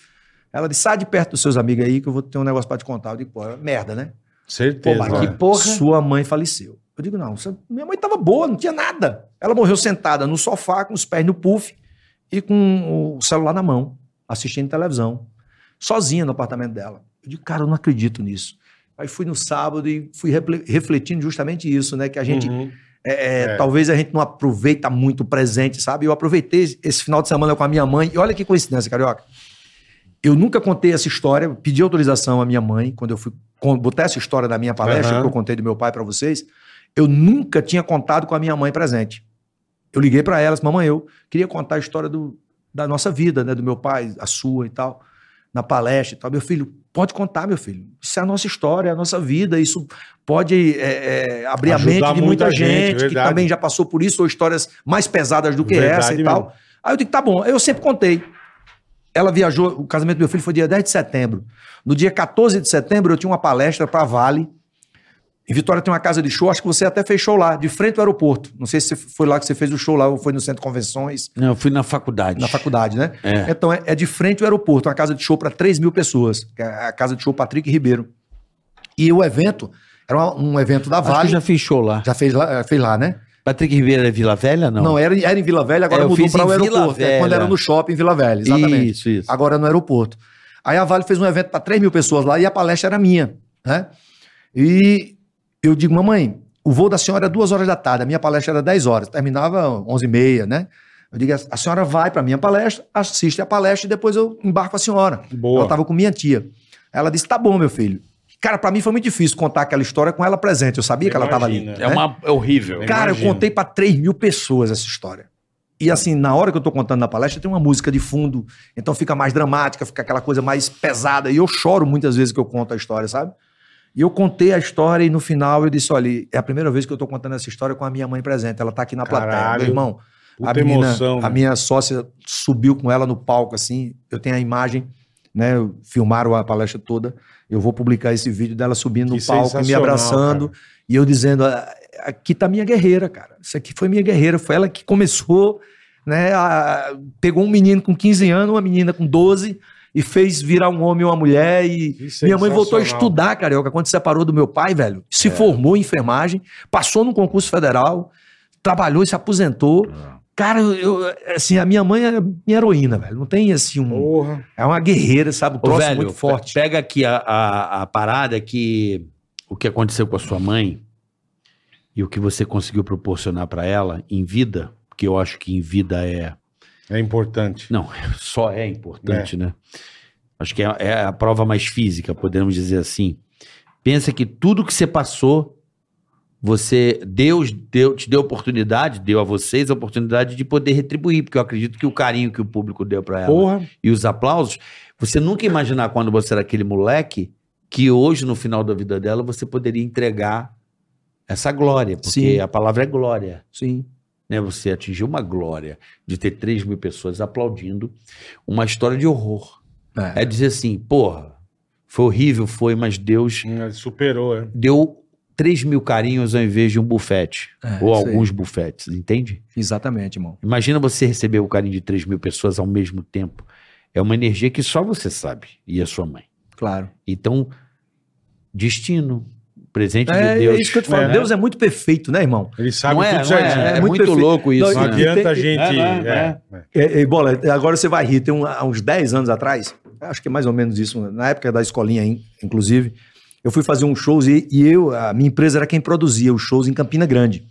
Speaker 1: Ela disse, sai de perto dos seus amigos aí que eu vou ter um negócio pra te contar. Eu digo, pô, é merda, né? Pô,
Speaker 5: Certeza.
Speaker 1: mas que
Speaker 5: né?
Speaker 1: porra. Sua mãe faleceu. Eu digo, não, essa- minha mãe tava boa, não tinha nada. Ela morreu sentada no sofá, com os pés no puff e com o celular na mão, assistindo televisão, sozinha no apartamento dela. Eu digo, cara, eu não acredito nisso. Aí fui no sábado e fui reple- refletindo justamente isso, né? Que a gente
Speaker 5: Uhum.
Speaker 1: é, é,
Speaker 5: É.
Speaker 1: Talvez a gente não aproveita muito o presente, sabe? Eu aproveitei esse final de semana com a minha mãe. E olha que coincidência, Carioca. Eu nunca contei essa história, eu pedi autorização à minha mãe, quando eu fui con- botar essa história da minha palestra,
Speaker 5: Aham.
Speaker 1: que eu contei do meu pai pra vocês. Eu nunca tinha contado com a minha mãe presente. Eu liguei pra ela, disse, mamãe, eu queria contar a história do- da nossa vida, né? Do meu pai, a sua e tal, na palestra e tal. Meu filho, pode contar, meu filho. Isso é a nossa história, é a nossa vida. Isso pode é, é, abrir a
Speaker 5: Ajudar
Speaker 1: mente de muita,
Speaker 5: muita gente,
Speaker 1: gente, que
Speaker 5: verdade.
Speaker 1: também já passou por isso, ou histórias mais pesadas do que
Speaker 5: Verdade
Speaker 1: essa e
Speaker 5: mesmo.
Speaker 1: tal. Aí eu digo, tá bom, eu sempre contei. Ela viajou, o casamento do meu filho foi dia 10 de setembro. No dia 14 de setembro, eu tinha uma palestra para Vale. Em Vitória tem uma casa de show, acho que você até fez show lá, de frente ao aeroporto. Não sei se foi lá que você fez o show lá, ou foi no Centro de Convenções,
Speaker 7: Não, eu fui na faculdade.
Speaker 1: na faculdade, né?
Speaker 7: É.
Speaker 1: Então é, é de frente ao aeroporto, uma casa de show para 3 mil pessoas. que é A casa de show Patrick Ribeiro. E o evento, era uma- um evento da
Speaker 7: Acho
Speaker 1: Vale.
Speaker 7: que já fechou lá.
Speaker 1: Já fez lá, fez lá, né?
Speaker 7: Patrick Ribeira é Vila Velha, não?
Speaker 1: Não, era, era em Vila Velha, agora
Speaker 7: É, eu
Speaker 1: mudou
Speaker 7: fiz
Speaker 1: para o
Speaker 7: em Vila
Speaker 1: aeroporto. é, quando
Speaker 7: Velha.
Speaker 1: era no shopping em Vila Velha, exatamente.
Speaker 7: Isso, isso.
Speaker 1: Agora é no aeroporto. Aí a Vale fez um evento para 3 mil pessoas lá e a palestra era minha, né? E eu digo, mamãe, o voo da senhora é duas horas da tarde, a minha palestra era 10 horas, terminava 11 e meia, né? Eu digo, a senhora vai para minha palestra, assiste a palestra e depois eu embarco a senhora.
Speaker 5: Boa.
Speaker 1: Ela tava com minha tia. Ela disse, tá bom, meu filho. Cara, para mim foi muito difícil contar aquela história com ela presente. Eu sabia que ela estava ali.
Speaker 5: Imagina.
Speaker 7: É, uma, é horrível.
Speaker 5: Eu
Speaker 1: Cara,
Speaker 5: imagino.
Speaker 1: eu contei pra 3 mil pessoas essa história. E assim, na hora que eu tô contando na palestra, tem uma música de fundo, então fica mais dramática, fica aquela coisa mais pesada. E eu choro muitas vezes que eu conto a história, sabe? E eu contei a história e no final eu disse: olha, é a primeira vez que eu tô contando essa história com a minha mãe presente. Ela tá aqui na plateia.
Speaker 5: Caralho.
Speaker 1: Meu irmão,
Speaker 5: Puta
Speaker 1: a, menina,
Speaker 5: emoção.
Speaker 1: a
Speaker 5: né?
Speaker 1: minha sócia subiu com ela no palco, assim. Eu tenho a imagem, né? Filmaram a palestra toda. Eu vou publicar esse vídeo dela subindo
Speaker 5: Que
Speaker 1: no palco, e me
Speaker 5: sensacional,
Speaker 1: abraçando. E eu dizendo: "Ah, aqui tá minha guerreira, cara. Isso aqui foi minha guerreira. Foi ela que começou, né? a- pegou um menino com 15 anos, uma menina com 12. E fez virar um homem e uma mulher. E
Speaker 5: Que
Speaker 1: minha mãe voltou a
Speaker 5: é sensacional. É.
Speaker 1: estudar, Carioca, quando se separou do meu pai, velho. Se formou em enfermagem, passou num concurso federal, trabalhou e se aposentou.
Speaker 5: É.
Speaker 1: Cara, eu, eu- assim, a minha mãe é minha heroína, velho. Não tem assim um.
Speaker 5: Porra.
Speaker 1: É uma guerreira, sabe? Um
Speaker 7: Ô,
Speaker 1: troço
Speaker 7: velho,
Speaker 1: muito forte.
Speaker 7: pe- Pega aqui a, a, a parada que o que aconteceu com a sua mãe e o que você conseguiu proporcionar pra ela em vida, porque eu acho que em vida é
Speaker 5: É importante.
Speaker 7: não, só é importante, né? Acho que é, é a prova mais física, podemos dizer assim. Pensa que tudo que você passou, você Deus deu, te deu oportunidade, deu a vocês a oportunidade de poder retribuir, porque eu acredito que o carinho que o público deu pra ela
Speaker 5: Porra.
Speaker 7: e os aplausos, você nunca ia imaginar quando você era aquele moleque que hoje no final da vida dela você poderia entregar essa glória, porque
Speaker 1: Sim.
Speaker 7: a palavra é glória.
Speaker 1: Sim.
Speaker 7: né? Você atingiu uma glória de ter 3 mil pessoas aplaudindo uma história de horror. É, dizer assim, porra, foi horrível, foi, mas Deus
Speaker 5: Hum, Superou, é.
Speaker 7: deu 3 mil carinhos ao invés de um bufete.
Speaker 1: É,
Speaker 7: ou
Speaker 1: isso aí.
Speaker 7: alguns bufetes, entende?
Speaker 1: Exatamente, irmão.
Speaker 7: Imagina você receber o carinho de 3 mil pessoas ao mesmo tempo. É uma energia que só você sabe e a sua mãe.
Speaker 1: Claro.
Speaker 7: Então, destino, presente
Speaker 1: É,
Speaker 7: de Deus.
Speaker 1: é isso que eu te falo.
Speaker 5: É, né?
Speaker 1: Deus é muito perfeito, né, irmão?
Speaker 5: Ele sabe
Speaker 7: não é,
Speaker 5: tudo
Speaker 7: não é,
Speaker 5: certinho.
Speaker 7: é
Speaker 1: É muito
Speaker 7: muito
Speaker 1: perfeito.
Speaker 7: louco isso.
Speaker 5: Não
Speaker 1: Não,
Speaker 7: né?
Speaker 1: e-
Speaker 5: adianta a
Speaker 1: tem-
Speaker 5: gente.
Speaker 7: é, não,
Speaker 5: é.
Speaker 1: É, é, bola, agora você vai rir. Tem um- há uns 10 anos atrás, acho que é mais ou menos isso, na época da escolinha, in- inclusive, eu fui fazer uns shows e, e eu, a minha empresa era quem produzia os shows em Campina Grande,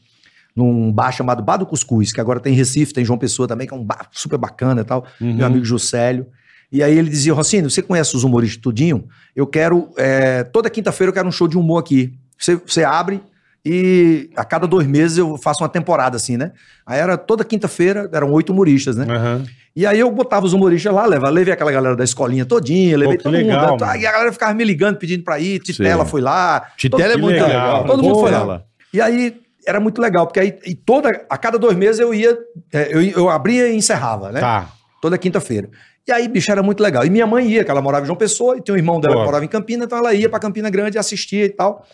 Speaker 1: num bar chamado Bar do Cuscuz, que agora tem em Recife, tem em João Pessoa também, que é um bar super bacana e tal.
Speaker 5: Uhum.
Speaker 1: Meu amigo Juscelio. E aí ele dizia, Rocino, você conhece os humoristas tudinho? Eu quero, é, toda quinta-feira eu quero um show de humor aqui. Você, você abre e a cada dois meses eu faço uma temporada assim, né? Aí era toda quinta-feira, eram oito humoristas, né?
Speaker 5: Aham.
Speaker 1: E aí eu botava os humoristas lá, leva, levei aquela galera da escolinha todinha, levei
Speaker 5: que
Speaker 1: todo
Speaker 5: legal,
Speaker 1: mundo. tá,
Speaker 5: mano.
Speaker 1: E a galera ficava me ligando, pedindo pra ir, Titela foi lá.
Speaker 7: Titela é
Speaker 5: Que
Speaker 7: muito
Speaker 5: legal,
Speaker 7: legal.
Speaker 5: cara.
Speaker 1: Todo mundo foi
Speaker 7: Titela.
Speaker 1: lá. E aí era muito legal, porque aí e toda, a cada dois meses eu ia, é, eu, eu abria e encerrava, né?
Speaker 5: Tá.
Speaker 1: toda quinta-feira. E aí, bicho, era muito legal. E minha mãe ia, que ela morava em João Pessoa, e tinha um irmão dela
Speaker 5: Boa.
Speaker 1: que morava em Campina, então ela ia pra Campina Grande, assistia e tal.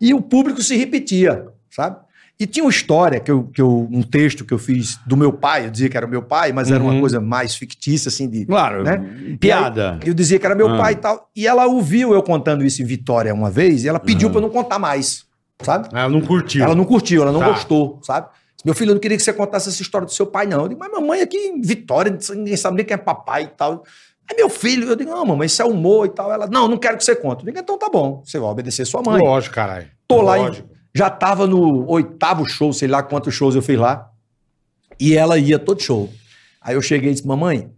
Speaker 1: E o público se repetia, sabe? E tinha uma história, que eu, que eu, um texto que eu fiz do meu pai, eu dizia que era o meu pai, mas era uma coisa mais fictícia, assim, de...
Speaker 7: Claro,
Speaker 1: né?
Speaker 7: piada.
Speaker 1: E aí Eu dizia que era meu
Speaker 7: Ah.
Speaker 1: pai e tal. E ela ouviu eu contando isso em Vitória uma vez, e ela pediu pra eu não contar mais, sabe?
Speaker 5: Ela não curtiu.
Speaker 1: Ela não curtiu, ela não
Speaker 5: Tá.
Speaker 1: gostou, sabe? Meu filho, eu não queria que você contasse essa história do seu pai, não. Eu digo, mas mamãe aqui em Vitória, ninguém sabe nem quem é papai e tal. É meu filho. Eu digo, não, mamãe, isso é humor e tal. Ela, não, não quero que você conte. Eu digo, então tá bom, você vai obedecer sua é mãe.
Speaker 5: Lógico, caralho.
Speaker 1: Tô lá em-
Speaker 5: Lógico.
Speaker 1: Já tava no oitavo show, sei lá quantos shows eu fiz lá. E ela ia todo show. Aí eu cheguei e disse, mamãe,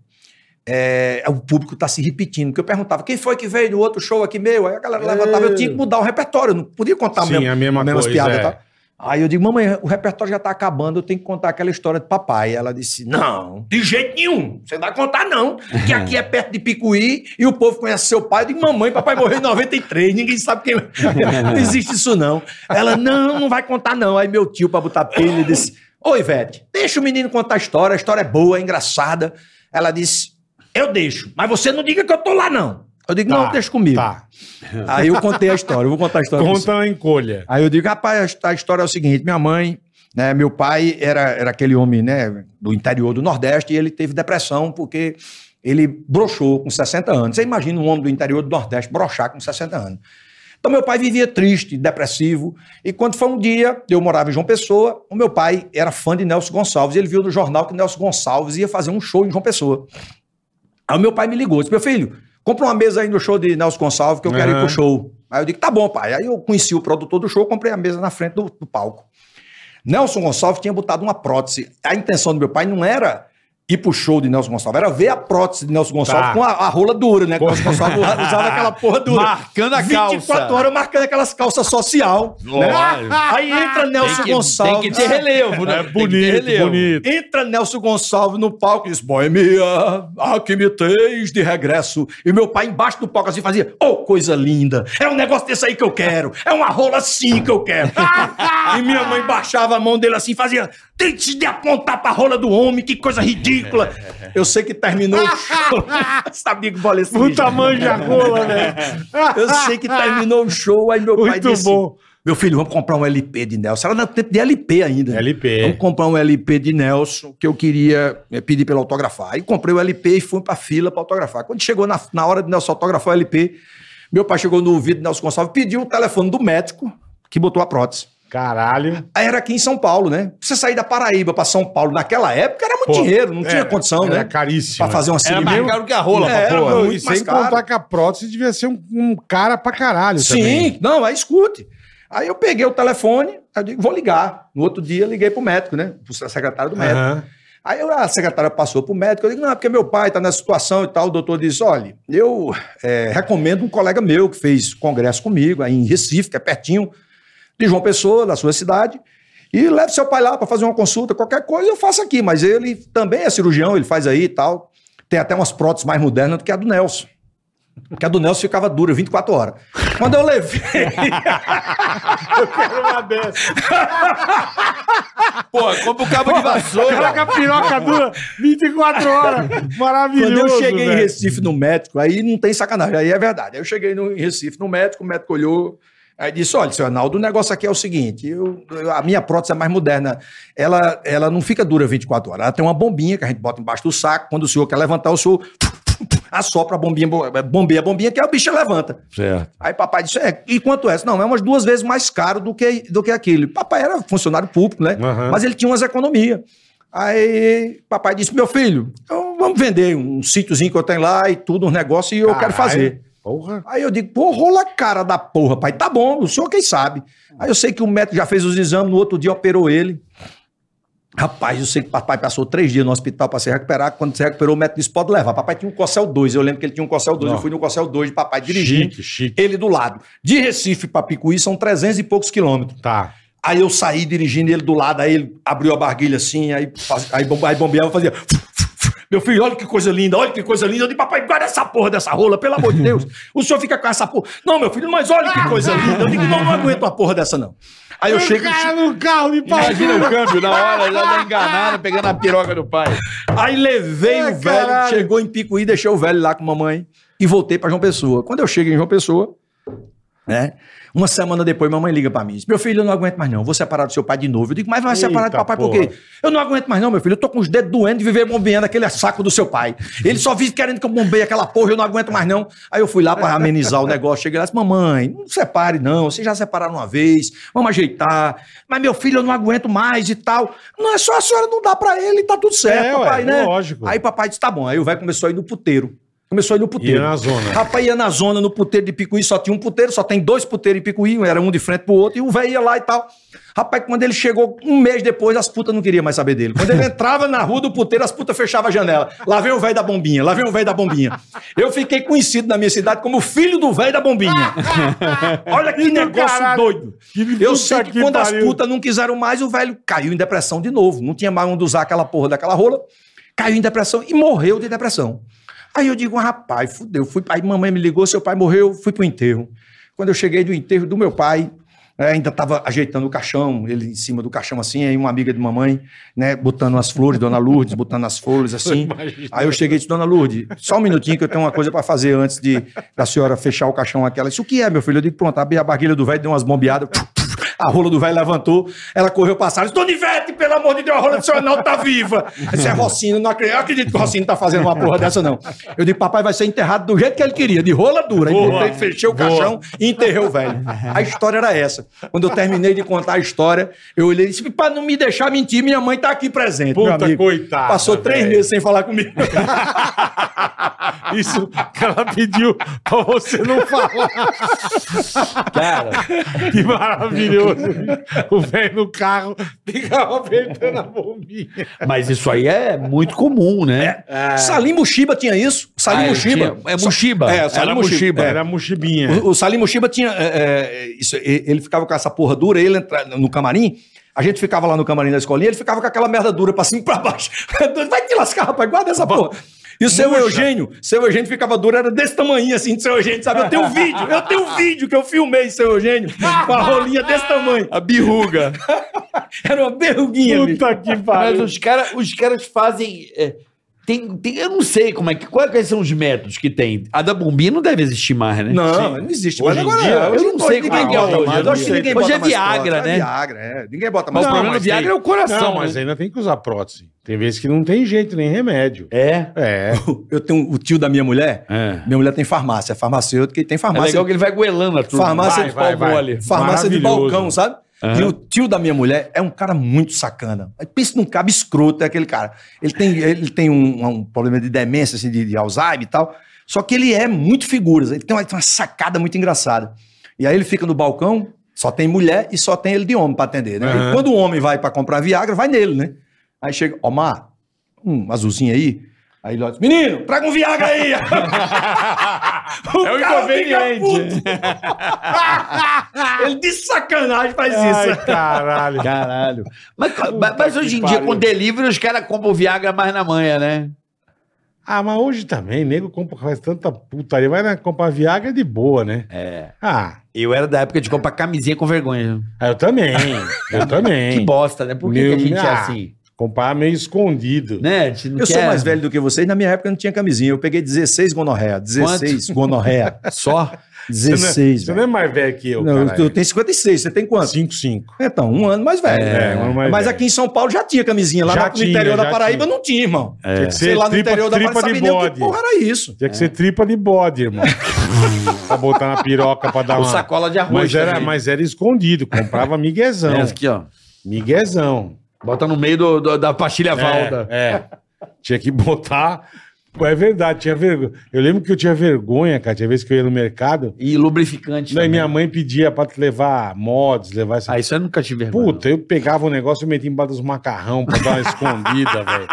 Speaker 1: é, o público tá se repetindo. Porque eu perguntava, quem foi que veio do outro show aqui meu? Aí a galera levantava, eu
Speaker 5: É.
Speaker 1: tinha que mudar o repertório. Eu não podia contar
Speaker 5: Sim,
Speaker 1: tá mesmo tá?
Speaker 5: a mesma
Speaker 1: menos
Speaker 5: coisa.
Speaker 1: piada
Speaker 5: é.
Speaker 1: e tal. Aí eu digo, mamãe, o repertório já tá acabando, eu tenho que contar aquela história de papai. Ela disse, não, de jeito nenhum, você não vai contar não, que aqui é perto de Picuí e o povo conhece seu pai. Eu digo, mamãe, papai morreu em 93, ninguém sabe quem... não existe isso não. Ela, não, não vai contar não. Aí meu tio, pra botar pele, disse, ô Ivete, deixa o menino contar a história, a história é boa, é engraçada. Ela disse, eu deixo, mas você não diga que eu tô lá não. Eu digo, não,
Speaker 5: Tá,
Speaker 1: deixa comigo.
Speaker 5: Tá.
Speaker 1: Aí eu contei a história, eu vou contar a história. pra você.
Speaker 5: Conta a encolha.
Speaker 1: Aí eu digo, rapaz, a história é o seguinte: minha mãe, né, meu pai era, era aquele homem né, do interior do Nordeste e ele teve depressão porque ele broxou com 60 anos. Você imagina um homem do interior do Nordeste broxar com 60 anos. Então, meu pai vivia triste, depressivo. E quando foi um dia, eu morava em João Pessoa, o meu pai era fã de Nelson Gonçalves. E ele viu no jornal que Nelson Gonçalves ia fazer um show em João Pessoa. Aí o meu pai me ligou, disse, meu filho, compra uma mesa aí no show de Nelson Gonçalves que eu quero ir
Speaker 5: Aham.
Speaker 1: pro show. Aí eu digo, tá bom, pai. Aí eu conheci o produtor do show, comprei a mesa na frente do, do palco. Nelson Gonçalves tinha botado uma prótese. A intenção do meu pai não era ir pro show de Nelson Gonçalves, era ver a prótese de Nelson Gonçalves
Speaker 5: Tá.
Speaker 1: com a, a rola dura, né? Que Nelson Gonçalves usava aquela porra dura.
Speaker 7: Marcando a calça.
Speaker 1: horas marcando aquelas calças social. né?
Speaker 7: Lógico.
Speaker 1: Aí entra Nelson Gonçalves.
Speaker 7: Tem que ter relevo, né?
Speaker 5: É
Speaker 7: Tem que ter
Speaker 5: bonito,
Speaker 7: relevo.
Speaker 5: bonito.
Speaker 1: Entra Nelson Gonçalves no palco e diz: Boemia, aqui me tens de regresso. E meu pai embaixo do palco assim fazia: Ô, coisa linda, é um negócio desse aí que eu quero, é uma rola assim que eu quero. e minha mãe baixava a mão dele assim e fazia: Tente de apontar pra rola do homem, que coisa ridícula. eu sei que terminou o show. Sabia que bola esse
Speaker 5: Puta
Speaker 1: bicho.
Speaker 5: manja rola, né?
Speaker 1: Eu sei que terminou o show, aí meu pai
Speaker 5: Muito
Speaker 1: disse:
Speaker 5: bom.
Speaker 1: Meu filho, vamos comprar um LP de Nelson. Ela não tem tempo de LP ainda. né? Vamos
Speaker 5: LP.
Speaker 1: comprar um LP de Nelson que eu queria eh, pedir pra ele autografar. Aí comprei o LP e fui pra fila pra autografar. Quando chegou na, na hora de Nelson autografar o LP, meu pai chegou no ouvido de Nelson Gonçalves, pediu o telefone do médico que botou a prótese.
Speaker 5: Caralho.
Speaker 1: Aí era aqui em São Paulo, né? Pra Você sair da Paraíba pra São Paulo naquela época era muito
Speaker 5: Pô, é,
Speaker 1: dinheiro, não tinha condição,
Speaker 5: era
Speaker 1: né?
Speaker 5: caríssimo.
Speaker 1: Pra fazer uma
Speaker 7: Era
Speaker 1: cirurgia.
Speaker 7: mais caro que a rola,
Speaker 1: É,
Speaker 7: pra
Speaker 1: era
Speaker 7: porra.
Speaker 1: muito
Speaker 5: e
Speaker 1: mais
Speaker 5: sem
Speaker 1: caro.
Speaker 5: contar que a prótese devia ser um, um cara pra caralho
Speaker 1: Sim,
Speaker 5: também.
Speaker 1: não, aí escute. Aí eu peguei o telefone, aí eu digo, vou ligar. No outro dia liguei pro médico, né? Pro secretário do médico.
Speaker 5: Aham.
Speaker 1: Aí eu- a secretária passou pro médico, eu digo, não, é porque meu pai tá nessa situação e tal. O doutor disse, olha, eu eh, recomendo um colega meu que fez congresso comigo, aí em Recife, que é pertinho de João Pessoa, da sua cidade, e leve seu pai lá para fazer uma consulta, qualquer coisa eu faço aqui, mas ele também é cirurgião, ele faz aí e tal. Tem até umas próteses mais modernas do que a do Nelson. Porque a do Nelson ficava dura 24 horas. Quando eu levei.
Speaker 5: Uma dessa.
Speaker 7: Pô, compra o cabo de vassoura.
Speaker 5: Caraca, a piroca dura 24 horas. Maravilhoso.
Speaker 1: Quando eu cheguei em
Speaker 5: velho.
Speaker 1: Recife no médico, aí não tem sacanagem, aí é verdade. Aí eu cheguei no, em Recife no médico, o médico olhou, aí disse: olha, seu Arnaldo, o negócio aqui é o seguinte: eu- eu- a minha prótese é mais moderna. Ela, ela não fica dura 24 horas. Ela tem uma bombinha que a gente bota embaixo do saco. Quando o senhor quer levantar, o senhor assopra a bombinha, bo- bombeia a bombinha, que aí o bicho levanta.
Speaker 5: Certo.
Speaker 1: Aí papai disse: é, e quanto é? Disse, Não, é umas duas vezes mais caro do que, do que aquilo. Papai era funcionário público, né?
Speaker 5: Aham.
Speaker 1: Mas ele tinha umas economias. Aí papai disse: meu filho, então vamos vender um sítiozinho que eu tenho lá e tudo, um negócio, e eu
Speaker 5: Caralho.
Speaker 1: quero fazer.
Speaker 5: Porra.
Speaker 1: Aí eu digo, pô, rola a cara da porra, pai. Tá bom, o senhor quem sabe. Aí eu sei que o médico já fez os exames, no outro dia operou ele. Rapaz, eu sei que papai passou três dias no hospital para se recuperar. Quando se recuperou, o médico disse: pode levar. Papai tinha um Cossel 2. Eu lembro que ele tinha um Cossel 2. Eu fui no Cossel 2 de papai dirigindo.
Speaker 5: Chique, chique.
Speaker 1: Ele do lado. De Recife para Picuí são 300 e poucos quilômetros.
Speaker 5: Tá.
Speaker 1: Aí eu saí dirigindo ele do lado, aí ele abriu a barguilha assim, aí, faz- aí, bom- aí bombeava e fazia. Meu filho, olha que coisa linda, olha que coisa linda. Eu disse, papai, guarda essa porra dessa rola, pelo amor de Deus. O senhor fica com essa porra. Não, meu filho, mas olha que coisa linda. Eu digo, não, não aguento uma porra dessa, não. Aí eu chego.
Speaker 5: Cara no carro de pau.
Speaker 7: Imagina o câmbio na hora, ele tá enganado, pegando a piroca do pai.
Speaker 1: Aí levei
Speaker 5: Ah,
Speaker 1: o velho,
Speaker 5: caralho.
Speaker 1: chegou em Picuí, deixei o velho lá com mamãe e voltei pra João Pessoa. Quando eu chego em João Pessoa, né? Uma semana depois, mamãe liga pra mim. e Diz, meu filho, eu não aguento mais não, vou separar do seu pai de novo. Eu digo, mas vai separar do
Speaker 5: Eita
Speaker 1: papai por
Speaker 5: porra.
Speaker 1: quê? Eu não aguento mais não, meu filho, eu tô com os dedos doendo de viver bombeando aquele saco do seu pai. Ele só vive querendo que eu bombeie aquela porra, eu não aguento mais não. Aí eu fui lá pra amenizar o negócio, cheguei lá e disse, mamãe, não separe não, vocês já separaram uma vez, vamos ajeitar. Mas meu filho, eu não aguento mais e tal. Não é só a senhora não dá pra ele, tá tudo certo,
Speaker 5: É, ué,
Speaker 1: papai, né?
Speaker 5: lógico.
Speaker 1: Aí papai disse, tá bom. Aí o velho começou a ir no puteiro. Começou a ir no puteiro.
Speaker 5: Ia é na zona.
Speaker 1: Rapaz, ia na zona, no puteiro de Picuí, só tinha um puteiro, só tem dois puteiros em Picuí, um era um de frente pro outro, e o velho ia lá e tal. Rapaz, quando ele chegou, um mês depois, as putas não queriam mais saber dele. Quando ele entrava na rua do puteiro, as putas fechavam a janela. Lá vem o velho da bombinha, lá vem o velho da bombinha. Eu fiquei conhecido na minha cidade como o filho do velho da bombinha. Olha que negócio
Speaker 5: caralho.
Speaker 1: doido.
Speaker 5: Que
Speaker 1: Eu
Speaker 5: puta
Speaker 1: sei que,
Speaker 5: que
Speaker 1: quando as
Speaker 5: pariu.
Speaker 1: putas não quiseram mais, o velho caiu em depressão de novo. Não tinha mais onde usar aquela porra daquela rola. Caiu em depressão e morreu de depressão. Aí eu digo, rapaz, fudeu. Fui, aí mamãe me ligou, seu pai morreu, fui pro enterro. Quando eu cheguei do enterro do meu pai, né, ainda estava ajeitando o caixão, ele em cima do caixão assim, aí uma amiga de mamãe, né, botando as flores, Dona Lourdes, botando as flores assim. Aí eu cheguei e disse, Dona Lourdes, só um minutinho que eu tenho uma coisa para fazer antes de da senhora fechar o caixão aquela. Isso o que é, meu filho? Eu digo, pronto, abri a barguilha do velho, deu umas bombeadas. A rola do velho levantou, ela correu passar. Disse, Dona Ivete, pelo amor de Deus, a rola do seu Arnaldo tá viva. Isso é Rocinho, eu não acredito, eu acredito que o Rocinho tá fazendo uma porra dessa, não. Eu digo, papai vai ser enterrado do jeito que ele queria, de rola dura. Aí botei, fechei o caixão e enterrei o velho. A história era essa. Quando eu terminei de contar a história, eu olhei e disse, para não me deixar mentir, minha mãe tá aqui presente. meu
Speaker 5: Puta,
Speaker 1: amigo."
Speaker 5: coitada,
Speaker 1: Passou três
Speaker 5: velho.
Speaker 1: meses sem falar comigo.
Speaker 5: Isso que ela pediu pra você não falar.
Speaker 7: Cara,
Speaker 5: Que maravilhoso. O velho no carro ficava apertando a bombinha.
Speaker 7: mas isso aí é muito comum,
Speaker 1: É.
Speaker 7: né?
Speaker 1: Salim Mushiba tinha isso. Salim
Speaker 7: Ah,
Speaker 1: Mushiba.
Speaker 7: tinha- É Mushiba.
Speaker 1: É, Salim Mushiba.
Speaker 5: Era mochibinha.
Speaker 1: O, o Salim Mushiba tinha. é, é, isso, e- ele ficava com essa porra dura, ele entra no camarim. A gente ficava lá no camarim da escolinha, ele ficava com aquela merda dura pra cima e pra baixo. Vai te lascar, rapaz, guarda essa porra. E o seu Eugênio, seu Eugênio ficava duro, era desse tamanho assim, de seu Eugênio, sabe? Eu tenho um vídeo, eu tenho um vídeo que eu filmei, seu Eugênio, com a rolinha desse tamanho.
Speaker 7: A birruga.
Speaker 1: Era uma berruguinha, bicho.
Speaker 5: Puta que
Speaker 7: Mas
Speaker 5: pariu.
Speaker 7: os, cara, os caras fazem. é, tem, tem- eu não sei como é que. Quais são os métodos que tem? A da bombinha não deve existir mais, né?
Speaker 1: Não, não existe.
Speaker 5: Hoje em dia,
Speaker 1: eu não sei
Speaker 7: como é que é hoje.
Speaker 1: Eu acho que ninguém
Speaker 7: Hoje é
Speaker 1: bota mais
Speaker 7: Viagra,
Speaker 1: prótese.
Speaker 7: né?
Speaker 1: É Viagra, é. Ninguém bota
Speaker 7: Mas
Speaker 1: mais
Speaker 7: o
Speaker 1: prótese.
Speaker 7: problema do Viagra é o coração.
Speaker 5: Não, mas
Speaker 7: né?
Speaker 5: ainda tem que usar prótese. Tem vezes que não tem jeito, nem remédio.
Speaker 7: é.
Speaker 5: É.
Speaker 1: Eu tenho o tio da minha mulher.
Speaker 7: É.
Speaker 1: Minha mulher tem farmácia, é farmacêutica e tem
Speaker 7: É
Speaker 1: farmácia.
Speaker 7: legal que ele vai goelando a turma.
Speaker 1: Farmácia
Speaker 7: vai,
Speaker 1: de
Speaker 7: vai,
Speaker 5: pau
Speaker 7: vai.
Speaker 5: mole.
Speaker 1: farmácia de
Speaker 5: Maravilhoso.
Speaker 1: balcão, sabe? E o tio da minha mulher é um cara muito sacana. Aí Pensa num cabo escroto, é aquele cara. Ele tem, ele tem um, um problema de demência, assim, de, de Alzheimer e tal. Só que ele é muito figuras. Ele tem uma, tem uma sacada muito engraçada. E aí ele fica no balcão, só tem mulher e só tem ele de homem pra atender, né? E quando o homem vai pra comprar Viagra, vai nele, né? Aí chega, ó, Mar, um azulzinho aí. Aí ele olha, menino, traga um Viagra aí! é o inconveniente. Ele de sacanagem faz isso.
Speaker 5: Ah. Ai, caralho.
Speaker 7: Caralho. Mas, mas- mas hoje em dia, com delivery, os caras compram o Viagra mais na manhã, né?
Speaker 5: Ah, mas hoje também, nego compra, faz tanta putaria. Vai na comprar Viagra de boa, né?
Speaker 7: É.
Speaker 5: Ah,
Speaker 7: Eu era da época de comprar camisinha com vergonha.
Speaker 5: eu também. Eu
Speaker 7: Que
Speaker 5: também.
Speaker 7: bosta, né? Por que, que a
Speaker 5: Meu-
Speaker 7: gente é
Speaker 5: Ah.
Speaker 7: assim?
Speaker 5: Comprar meio escondido.
Speaker 7: Né? A gente não
Speaker 1: Eu sou
Speaker 7: quer-
Speaker 1: mais velho do que vocês. Na minha época não tinha camisinha. Eu peguei 16 gonorreia. 16 gonorreia.
Speaker 7: Só.
Speaker 1: 16,
Speaker 5: Você não é
Speaker 1: velho.
Speaker 5: mais velho que eu,
Speaker 1: Não,
Speaker 5: cara.
Speaker 1: eu eu tenho 56. Você tem quanto?
Speaker 5: 5-5.
Speaker 1: Então, um ano mais velho.
Speaker 5: É, um ano mais
Speaker 1: Mas
Speaker 5: velho.
Speaker 1: aqui em São Paulo já tinha camisinha. Lá
Speaker 5: Já
Speaker 1: na- no
Speaker 5: tinha,
Speaker 1: interior da
Speaker 5: já
Speaker 1: Paraíba
Speaker 5: tinha.
Speaker 1: não tinha, irmão.
Speaker 5: Tinha que ser
Speaker 1: Sei lá no
Speaker 5: tripa,
Speaker 1: interior da
Speaker 5: tripa
Speaker 1: Paraíba
Speaker 5: de
Speaker 1: sabia nem o
Speaker 5: bode.
Speaker 1: que porra era isso.
Speaker 5: Tinha que ser tripa de bode, irmão. pra botar na piroca pra dar
Speaker 7: Ou
Speaker 5: uma...
Speaker 7: sacola de é arroz.
Speaker 5: Mas era,
Speaker 7: também.
Speaker 5: mas era escondido, comprava miguezão.
Speaker 7: É, aqui, ó.
Speaker 5: Miguezão.
Speaker 7: Bota no meio do, do- da pastilha valda.
Speaker 5: É, é. Tinha que botar. Pô, É verdade, tinha vergonha. Eu lembro que eu tinha vergonha, cara. Tinha vez que eu ia no mercado.
Speaker 7: E lubrificante.
Speaker 5: Daí
Speaker 7: também.
Speaker 5: minha mãe pedia pra te levar mods, levar essa.
Speaker 7: Ah, isso eu nunca tive vergonha.
Speaker 5: Puta, eu pegava o negócio e metia embaixo dos macarrão pra dar uma escondida, velho.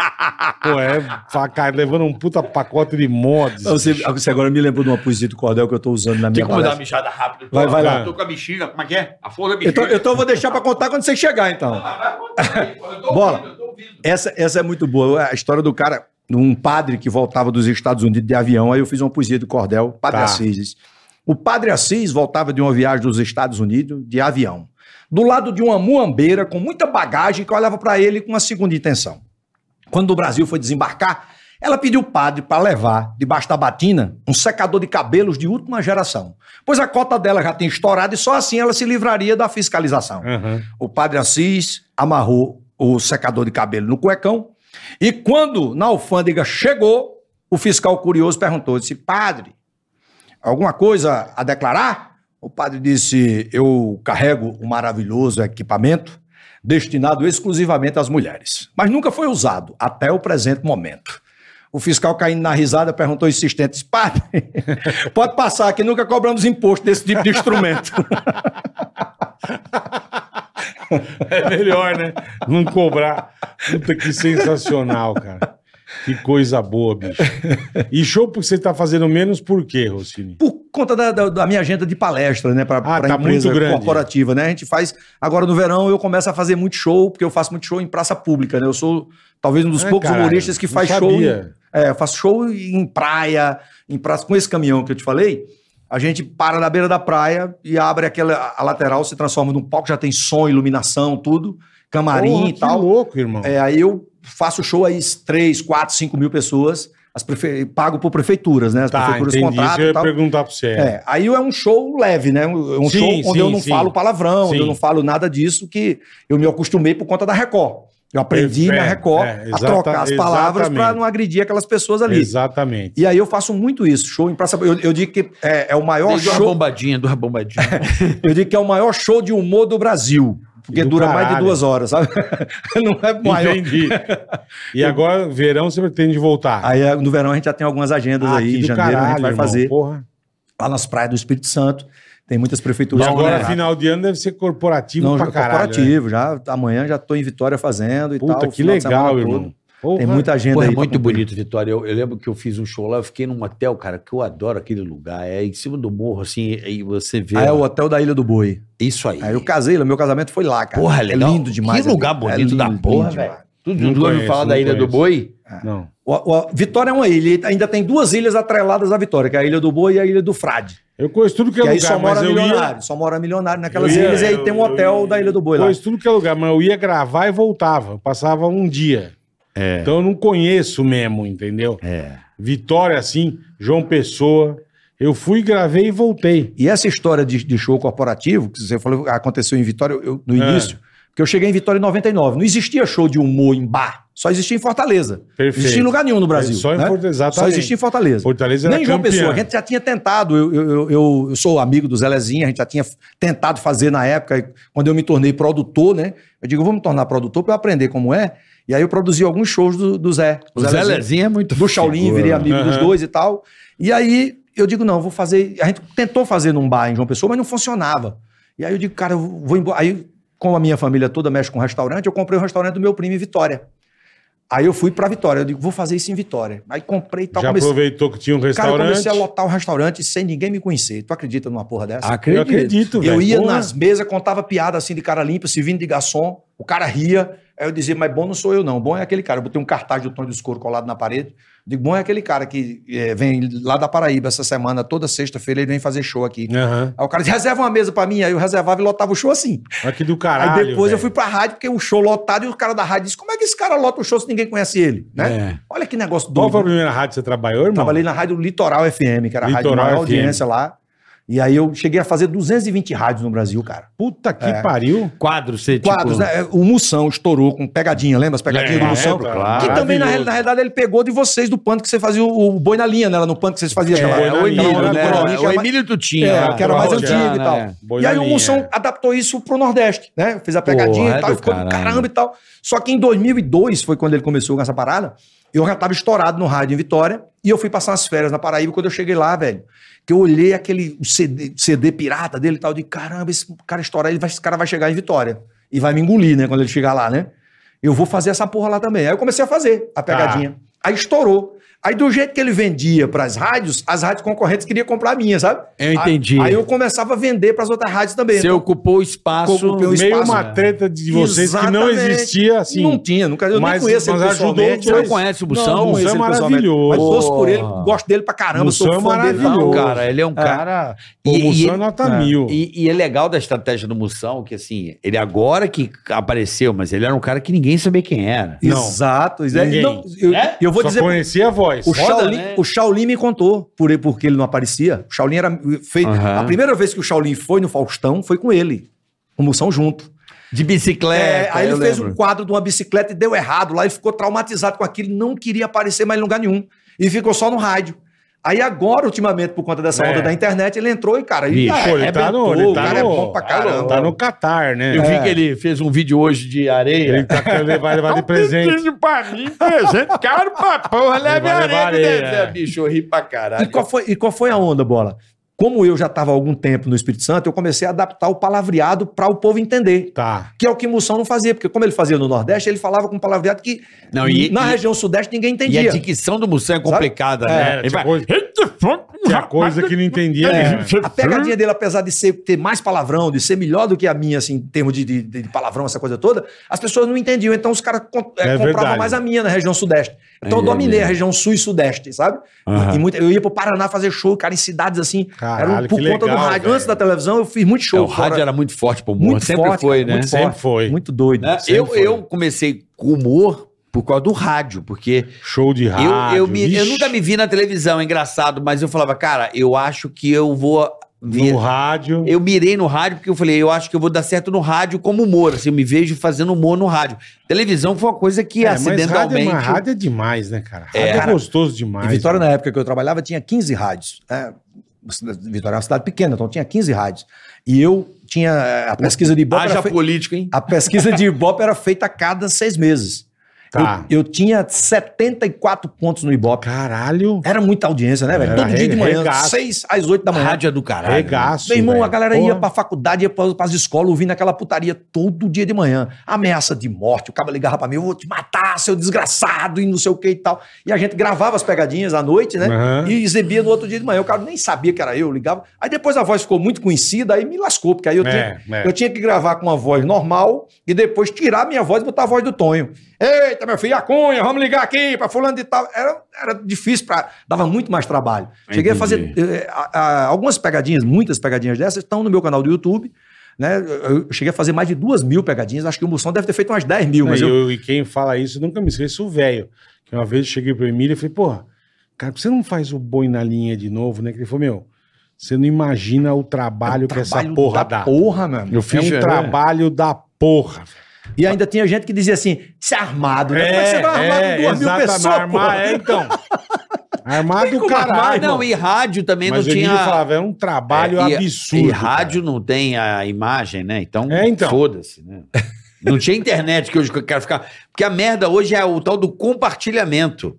Speaker 5: Pô, é faca, levando um puta pacote de mods.
Speaker 1: Você, Ah, você agora me lembrou de uma poesia do cordel que eu tô usando na
Speaker 7: Tem
Speaker 1: minha
Speaker 7: como dar uma
Speaker 1: palestra.
Speaker 7: mijada rápido?
Speaker 1: Vai, vai lá.
Speaker 7: Eu tô com a bexiga, como é que é? A folha da Ah, bexiga.
Speaker 1: Então, então eu vou deixar pra contar quando você chegar, então. Bola. Essa, essa é muito boa. A história do cara, um padre que voltava dos Estados Unidos de avião, aí eu fiz uma poesia do Cordel, Padre
Speaker 5: Tá.
Speaker 1: Assis. O padre Assis voltava de uma viagem dos Estados Unidos de avião, do lado de uma muambeira com muita bagagem que olhava pra ele com uma segunda intenção. Quando o Brasil foi desembarcar, ela pediu o padre para levar, debaixo da batina, um secador de cabelos de última geração, pois a cota dela já tinha estourado e só assim ela se livraria da fiscalização.
Speaker 5: Aham.
Speaker 1: O padre Assis amarrou o secador de cabelo no cuecão. E quando na alfândega chegou, o fiscal curioso perguntou: disse, padre, alguma coisa a declarar? O padre disse: eu carrego um maravilhoso equipamento destinado exclusivamente às mulheres, mas nunca foi usado até o presente momento. O fiscal caindo na risada perguntou insistente: disse, padre, pode passar que nunca cobramos imposto desse tipo de instrumento.
Speaker 5: É melhor, né? Não cobrar. Puta que sensacional, cara. Que coisa boa, bicho. E show porque você tá fazendo menos por quê, Rossini?
Speaker 1: por conta da, da- da minha agenda de palestra, né? Para
Speaker 5: Ah,
Speaker 1: a
Speaker 5: tá
Speaker 1: empresa
Speaker 5: muito grande.
Speaker 1: corporativa, né? A gente faz. Agora no verão eu começo a fazer muito show, porque eu faço muito show em praça pública, né? Eu sou talvez um dos
Speaker 5: Ah,
Speaker 1: poucos
Speaker 5: caralho,
Speaker 1: humoristas que
Speaker 5: não
Speaker 1: faz show.
Speaker 5: sabia.
Speaker 1: Em, é, eu faço show em praia, em praça. Com esse caminhão que eu te falei, a gente para na beira da praia e abre aquela. A lateral se transforma num palco, já tem som, iluminação, tudo, camarim
Speaker 5: Porra,
Speaker 1: e tal.
Speaker 5: Que louco, irmão.
Speaker 1: É, aí eu faço show aí 3, 4, 5 mil pessoas. As prefe... Pago por prefeituras, né? As
Speaker 5: tá,
Speaker 1: prefeituras
Speaker 5: entendi. Isso
Speaker 1: contratam
Speaker 5: eu
Speaker 1: e
Speaker 5: ia
Speaker 1: tal.
Speaker 5: perguntar pra você.
Speaker 1: É, aí é um show leve, né? Um um
Speaker 5: Sim,
Speaker 1: show onde
Speaker 5: sim,
Speaker 1: eu não
Speaker 5: sim.
Speaker 1: falo palavrão, onde
Speaker 5: Sim.
Speaker 1: eu não falo nada disso que eu me acostumei por conta da Record. Eu aprendi
Speaker 5: É,
Speaker 1: na Record
Speaker 5: é,
Speaker 1: a
Speaker 5: exata-
Speaker 1: trocar as palavras para
Speaker 5: exatamente.
Speaker 1: não agredir aquelas pessoas tá ali.
Speaker 5: Exatamente.
Speaker 1: E aí eu faço muito isso, show em praça. Eu, eu digo que é, é o maior
Speaker 7: Desde uma
Speaker 1: show.
Speaker 7: bombadinha, duas bombadinhas.
Speaker 1: Eu digo que é o maior show de humor do Brasil. Porque
Speaker 5: Do
Speaker 1: dura mais de
Speaker 5: caralho.
Speaker 1: duas horas, sabe? Não é maior.
Speaker 5: Entendi. E agora, verão, você pretende voltar.
Speaker 1: Aí é, no verão a gente já tem algumas agendas
Speaker 5: Ah,
Speaker 1: aí.
Speaker 5: que
Speaker 1: Em
Speaker 5: do
Speaker 1: janeiro a gente vai
Speaker 5: irmão,
Speaker 1: fazer.
Speaker 5: Porra.
Speaker 1: Lá nas praias do Espírito Santo. Tem muitas
Speaker 5: E
Speaker 1: prefeituras.
Speaker 5: agora,
Speaker 1: contratadas.
Speaker 5: final de ano, deve ser corporativo
Speaker 1: Não,
Speaker 5: pra caralho. né?
Speaker 1: corporativo, já amanhã já tô em Vitória fazendo e
Speaker 5: Puta,
Speaker 1: tal.
Speaker 5: que
Speaker 1: final de semana
Speaker 5: legal,
Speaker 1: todo.
Speaker 5: irmão.
Speaker 1: Tem
Speaker 5: Porra.
Speaker 1: muita agenda
Speaker 7: Pô, é
Speaker 1: aí. pra
Speaker 7: muito
Speaker 1: cumprir.
Speaker 7: bonito, Vitória. Eu, eu lembro que eu fiz um show lá, eu fiquei num hotel, cara, que eu adoro aquele lugar. É em cima do morro, assim, e você vê.
Speaker 1: Ah, é
Speaker 7: lá.
Speaker 1: o hotel da Ilha do Boi.
Speaker 7: Isso aí.
Speaker 1: Aí eu casei, meu casamento foi lá, cara.
Speaker 7: Porra, legal.
Speaker 1: É lindo demais. é
Speaker 7: Que lugar bonito da porra, velho.
Speaker 1: demais.
Speaker 7: Tudo
Speaker 5: Não
Speaker 7: tu ouviu
Speaker 5: conheço,
Speaker 7: falar
Speaker 5: não
Speaker 7: da Ilha do
Speaker 5: conheço.
Speaker 7: Boi?
Speaker 5: Não.
Speaker 1: O- o- Vitória é uma ilha, e ainda tem duas ilhas atreladas à Vitória, que é a Ilha do Boi e a Ilha do Frade.
Speaker 5: Eu conheço tudo que é
Speaker 1: Que aí
Speaker 5: lugar,
Speaker 1: só
Speaker 5: mas
Speaker 1: mora
Speaker 5: eu ia...
Speaker 1: milionário, só mora milionário naquelas
Speaker 5: Eu ia,
Speaker 1: ilhas, e aí
Speaker 5: eu-
Speaker 1: tem um hotel da Ilha do Boi lá.
Speaker 5: Pois tudo que é lugar, mas eu ia gravar e voltava. Eu passava um dia.
Speaker 1: É.
Speaker 5: Então eu não conheço mesmo, entendeu?
Speaker 7: É.
Speaker 5: Vitória, assim, João Pessoa. Eu fui, gravei e voltei.
Speaker 1: E essa história de, de show corporativo, que você falou, aconteceu em Vitória eu- eu- no
Speaker 5: É.
Speaker 1: início, porque eu cheguei em Vitória em 99. Não existia show de humor em bar, só existia em Fortaleza.
Speaker 5: Perfeito. É,
Speaker 1: Não existia em lugar nenhum no Brasil.
Speaker 5: Só em
Speaker 1: né?
Speaker 5: Fortaleza, exatamente.
Speaker 1: Só existia em Fortaleza.
Speaker 5: Fortaleza era
Speaker 1: Nem João
Speaker 5: campeã.
Speaker 1: Pessoa, a gente já tinha tentado. Eu, eu, eu- eu, eu sou amigo do Zé Lezinha, a gente já tinha f- tentado fazer na época, e quando eu me tornei produtor, né? Eu digo, vamos me tornar produtor para eu aprender como é. E aí eu produzi alguns shows do, do Zé.
Speaker 7: O Zé Lezinho é muito
Speaker 1: Do Shaolin, virei amigo dos
Speaker 5: Aham.
Speaker 1: dois e tal. E aí eu digo, não, eu vou fazer. A gente tentou fazer num bar em João Pessoa, mas não funcionava. E aí eu digo, cara, eu vou embora. Aí, como a minha família toda mexe com restaurante, eu comprei o restaurante do meu primo em Vitória. Aí eu fui pra Vitória. Eu digo, vou fazer isso em Vitória. Aí comprei e tal.
Speaker 5: Já
Speaker 1: comecei-
Speaker 5: aproveitou que tinha um
Speaker 1: Então, Cara, eu
Speaker 5: restaurante.
Speaker 1: comecei a lotar o restaurante sem ninguém me conhecer. Tu acredita numa porra dessa?
Speaker 5: eu acredito, velho.
Speaker 1: eu ia
Speaker 5: Porra.
Speaker 1: nas mesas, contava piada assim de cara limpa, se vindo de garçom, o cara ria. Aí eu dizia, mas bom não sou eu, não. Bom é aquele cara. Eu botei um cartaz do Tony do Escuro colado na parede. Digo, bom é aquele cara que eh, vem lá da Paraíba essa semana, toda sexta-feira, ele vem fazer show aqui.
Speaker 5: Aham.
Speaker 1: Aí o cara disse, reserva uma mesa pra mim. Aí eu reservava e lotava o show assim.
Speaker 5: Olha que do caralho.
Speaker 1: Aí depois
Speaker 5: velho.
Speaker 1: eu fui pra rádio, porque o show lotado, e o cara da rádio disse, como é que esse cara lota o show se ninguém conhece ele?
Speaker 5: É.
Speaker 1: Né? Olha que negócio
Speaker 5: Qual
Speaker 1: doido.
Speaker 5: foi a primeira rádio que você trabalhou, irmão?
Speaker 1: Trabalhei na rádio Litoral FM, que era a rádio de
Speaker 5: Litoral
Speaker 1: maior
Speaker 5: FM.
Speaker 1: audiência lá. E aí eu cheguei a fazer 220 rádios no Brasil, cara.
Speaker 5: Puta que
Speaker 1: É.
Speaker 5: pariu.
Speaker 4: Quadro, você
Speaker 7: tipo,
Speaker 1: Quadros, né? O Moção estourou com pegadinha, lembra as pegadinhas
Speaker 5: É,
Speaker 1: do Moção?
Speaker 5: tá
Speaker 1: Que também, na, real- na realidade, ele pegou de vocês do pano que você fazia o, o boi na linha, né? Lá no pano que vocês faziam.
Speaker 5: É,
Speaker 1: aquela-
Speaker 5: Boi na Linha,
Speaker 1: aquela hora do
Speaker 5: né?
Speaker 1: Boi na Linha, que
Speaker 4: É, o
Speaker 1: era mais-
Speaker 4: Emílio Tutinha.
Speaker 1: é,
Speaker 4: né?
Speaker 1: que era mais
Speaker 4: Rocha,
Speaker 1: antigo e tal.
Speaker 4: né?
Speaker 5: Boi
Speaker 1: e
Speaker 5: na
Speaker 1: aí o
Speaker 5: linha.
Speaker 1: Moção adaptou isso pro Nordeste, né? Fez a pegadinha
Speaker 4: Porra,
Speaker 1: e tal,
Speaker 4: é
Speaker 1: e
Speaker 4: do
Speaker 1: ficou do
Speaker 4: caralho.
Speaker 1: caramba e tal. Só que em 2002 foi quando ele começou com essa parada. Eu já tava estourado no rádio em Vitória e eu fui passar as férias na Paraíba quando eu cheguei lá, velho. Que eu olhei aquele o CD, CD pirata dele e tal, de caramba, esse cara estourar, ele vai, esse cara vai chegar em Vitória e vai me engolir, né, quando ele chegar lá, né? Eu vou fazer essa porra lá também. Aí eu comecei a fazer
Speaker 4: Tá.
Speaker 1: a pegadinha. Aí estourou. Aí do jeito que ele vendia pras rádios, as rádios concorrentes queriam comprar a minha, sabe?
Speaker 4: Eu entendi.
Speaker 1: Aí eu começava a vender pras outras rádios também.
Speaker 4: Você ocupou o espaço.
Speaker 1: Ocupei o
Speaker 5: Meio
Speaker 1: espaço,
Speaker 5: uma
Speaker 1: né?
Speaker 5: treta de vocês que não
Speaker 1: Exatamente.
Speaker 5: existia, assim.
Speaker 1: Não tinha, nunca. Eu
Speaker 5: Mas-
Speaker 1: nem conheço
Speaker 5: mas
Speaker 1: ele
Speaker 5: ajudou
Speaker 1: pessoalmente.
Speaker 5: os
Speaker 4: Você
Speaker 5: dois.
Speaker 1: sabe?
Speaker 4: não conhece o
Speaker 1: Não,
Speaker 4: Bução?
Speaker 1: não conheço
Speaker 5: Bução é
Speaker 1: ele pessoalmente.
Speaker 5: maravilhoso.
Speaker 1: Mas fosse por ele,
Speaker 4: Porra.
Speaker 1: gosto dele pra caramba, sou
Speaker 5: Bução é
Speaker 1: fã dele.
Speaker 5: maravilhoso.
Speaker 4: Não, cara, ele é um cara.
Speaker 5: Pô,
Speaker 4: e-
Speaker 5: o
Speaker 4: e,
Speaker 5: Moção é nota mil.
Speaker 4: E, e é legal da estratégia do Moção, que assim, ele agora que apareceu, mas ele era um cara que ninguém sabia quem era.
Speaker 5: Não.
Speaker 1: Exato. Zé.
Speaker 5: Ninguém.
Speaker 1: Não, eu, eu vou
Speaker 5: Só
Speaker 1: dizer.
Speaker 5: conhecia a voz.
Speaker 1: O
Speaker 4: É? Foda,
Speaker 1: Shaolin,
Speaker 4: né?
Speaker 1: o Shaolin me contou por ele, porque ele não aparecia. O Shaolin era feito.
Speaker 4: Aham.
Speaker 1: A primeira vez que o Shaolin foi no Faustão foi com ele, com o Moção junto.
Speaker 4: De
Speaker 1: É,
Speaker 4: bicicleta.
Speaker 1: aí ele
Speaker 4: eu
Speaker 1: fez
Speaker 4: lembro.
Speaker 1: um quadro de uma bicicleta e deu errado lá, ele ficou traumatizado com aquilo, não queria aparecer mais em lugar nenhum. E ficou só no rádio. Aí agora, ultimamente, por conta dessa
Speaker 5: É.
Speaker 1: onda da internet, ele entrou e, cara,
Speaker 4: Bicho,
Speaker 1: ah,
Speaker 5: Pô, ele tá no.
Speaker 1: arrebentou,
Speaker 5: Ele
Speaker 1: o
Speaker 5: tá
Speaker 1: cara
Speaker 5: no,
Speaker 1: é bom pra caramba.
Speaker 5: Tá no Catar, né?
Speaker 4: Eu vi que ele fez um vídeo hoje de areia.
Speaker 5: Ele tá querendo levar, levar de presente.
Speaker 4: pra mim, presente caro pra porra, leve
Speaker 5: Levar- levar areia,
Speaker 4: né, Zé,
Speaker 5: é.
Speaker 4: bicho, eu ri pra
Speaker 1: E
Speaker 4: caralho.
Speaker 1: qual, foi, e qual foi a onda, Bola? Como eu já estava há algum tempo no Espírito Santo, eu comecei a adaptar o palavreado para o povo entender.
Speaker 5: Tá.
Speaker 1: Que é o que Moção não fazia, porque como ele fazia no Nordeste, ele falava com um palavreado que
Speaker 4: Não, e-
Speaker 1: na
Speaker 4: e-
Speaker 1: região Sudeste
Speaker 4: E
Speaker 1: ninguém
Speaker 4: a
Speaker 1: entendia.
Speaker 4: dicção do Moção é complicada,
Speaker 5: É,
Speaker 4: né? Ele
Speaker 5: tinha,
Speaker 4: vai-
Speaker 5: coisa, tinha coisa que não entendia.
Speaker 8: É.
Speaker 5: né?
Speaker 1: A pegadinha dele, apesar de ser, ter mais palavrão, de ser melhor do que a minha, assim, em termos de, de- de palavrão, essa coisa toda, as pessoas não entendiam. Então os caras com- eh,
Speaker 5: É
Speaker 1: compravam
Speaker 5: verdade.
Speaker 1: mais a minha na região sudeste. Então eu
Speaker 4: É,
Speaker 1: dominei
Speaker 4: é.
Speaker 1: a região sul e sudeste, sabe? E muita- eu ia pro Paraná fazer show, cara, em cidades assim.
Speaker 5: Caralho,
Speaker 1: era um- por
Speaker 5: que
Speaker 1: conta
Speaker 5: legal,
Speaker 1: do rádio.
Speaker 5: velho.
Speaker 1: Antes da televisão, eu fiz muito
Speaker 4: É,
Speaker 1: show.
Speaker 4: o rádio
Speaker 1: fora-
Speaker 4: era muito forte pro humor,
Speaker 1: muito
Speaker 4: sempre
Speaker 1: forte,
Speaker 4: foi,
Speaker 1: cara,
Speaker 4: né?
Speaker 1: Muito
Speaker 5: Sempre
Speaker 1: forte,
Speaker 5: foi.
Speaker 1: Muito doido.
Speaker 4: Né?
Speaker 5: Sempre
Speaker 4: Eu,
Speaker 5: foi.
Speaker 4: eu comecei com humor por causa do rádio, porque
Speaker 5: Show de
Speaker 4: eu,
Speaker 5: rádio.
Speaker 4: eu, me- eu
Speaker 5: vixe.
Speaker 4: nunca me vi na televisão, é engraçado, mas eu falava, cara, eu acho que eu vou. vir-
Speaker 5: No rádio.
Speaker 4: Eu mirei no rádio porque eu falei, eu acho que eu vou dar certo no rádio como humor, assim, eu me vejo fazendo humor no rádio. Televisão foi uma coisa que
Speaker 5: É, rádio, é
Speaker 4: acidentalmente.
Speaker 5: uma- rádio é demais, né, cara? Rádio
Speaker 4: É,
Speaker 5: é,
Speaker 4: cara.
Speaker 5: gostoso demais. né?
Speaker 1: Em Vitória,
Speaker 5: mano.
Speaker 1: na época que eu trabalhava, tinha 15 rádios. né? Vitória é uma cidade pequena, então tinha 15 rádios. E eu tinha. eh, A pesquisa de Ibope
Speaker 4: Haja
Speaker 1: era, fe-
Speaker 4: político, hein?
Speaker 1: a pesquisa de Ibope era feita a cada seis meses.
Speaker 5: Tá.
Speaker 1: Eu, eu tinha 74 pontos no Ibope.
Speaker 5: Caralho.
Speaker 1: Era muita audiência, né, velho?
Speaker 5: Era
Speaker 1: Todo dia de manhã,
Speaker 5: regaço.
Speaker 1: 6 às 8 da manhã.
Speaker 4: Rádio é do caralho.
Speaker 5: Regaço.
Speaker 1: Meu irmão,
Speaker 5: velho.
Speaker 1: a galera
Speaker 5: Porra.
Speaker 1: ia pra faculdade, ia pra, pras escolas, ouvindo aquela putaria todo dia de manhã. Ameaça de morte, o cara ligava pra mim, eu vou te matar, seu desgraçado, e não sei o que e tal. E a gente gravava as pegadinhas à noite, né?
Speaker 5: Aham.
Speaker 1: E exibia no outro dia de manhã. O cara nem sabia que era eu, ligava. Aí depois a voz ficou muito conhecida, aí me lascou, porque aí eu,
Speaker 5: É,
Speaker 1: tinha,
Speaker 5: é.
Speaker 1: eu tinha que gravar com uma voz normal e depois tirar a minha voz e botar a voz do Tonho. Eita, meu filho, a cunha, vamos ligar aqui pra fulano de tal. Era, era difícil, pra, dava muito mais trabalho. Cheguei a fazer eh, a- a- algumas pegadinhas, muitas pegadinhas dessas estão no meu canal do YouTube. Né? Eu eu cheguei a fazer mais de duas mil pegadinhas. Acho que o Moção deve ter feito umas 10 mil, mas
Speaker 5: Não,
Speaker 1: eu,
Speaker 5: e eu- e quem fala isso, eu nunca me esqueço, o velho. Que uma vez eu cheguei pro Emílio e falei, porra, cara, por que você não faz o boi na linha de novo, né? Que ele falou, meu, você não imagina o trabalho que essa
Speaker 1: trabalho
Speaker 5: porra
Speaker 1: da
Speaker 5: dá.
Speaker 1: porra, É meu. irmão.
Speaker 5: Eu fiz um trabalho da porra.
Speaker 1: E ainda tinha gente que dizia assim: se armado, né? Como é que você vai armar com duas mil
Speaker 5: exatamente,
Speaker 1: pessoas?
Speaker 5: Armar,
Speaker 1: porra?
Speaker 5: é, então. Armar do É, caralho.
Speaker 4: Não, e rádio também
Speaker 5: Mas
Speaker 4: não
Speaker 5: o
Speaker 4: tinha.
Speaker 5: Emílio falava, é um trabalho
Speaker 4: É, e-
Speaker 5: absurdo.
Speaker 4: E rádio não tem a imagem, né? Então,
Speaker 5: É, então.
Speaker 4: foda-se, né? Não tinha internet que hoje eu quero ficar. Porque a merda hoje é o tal do compartilhamento.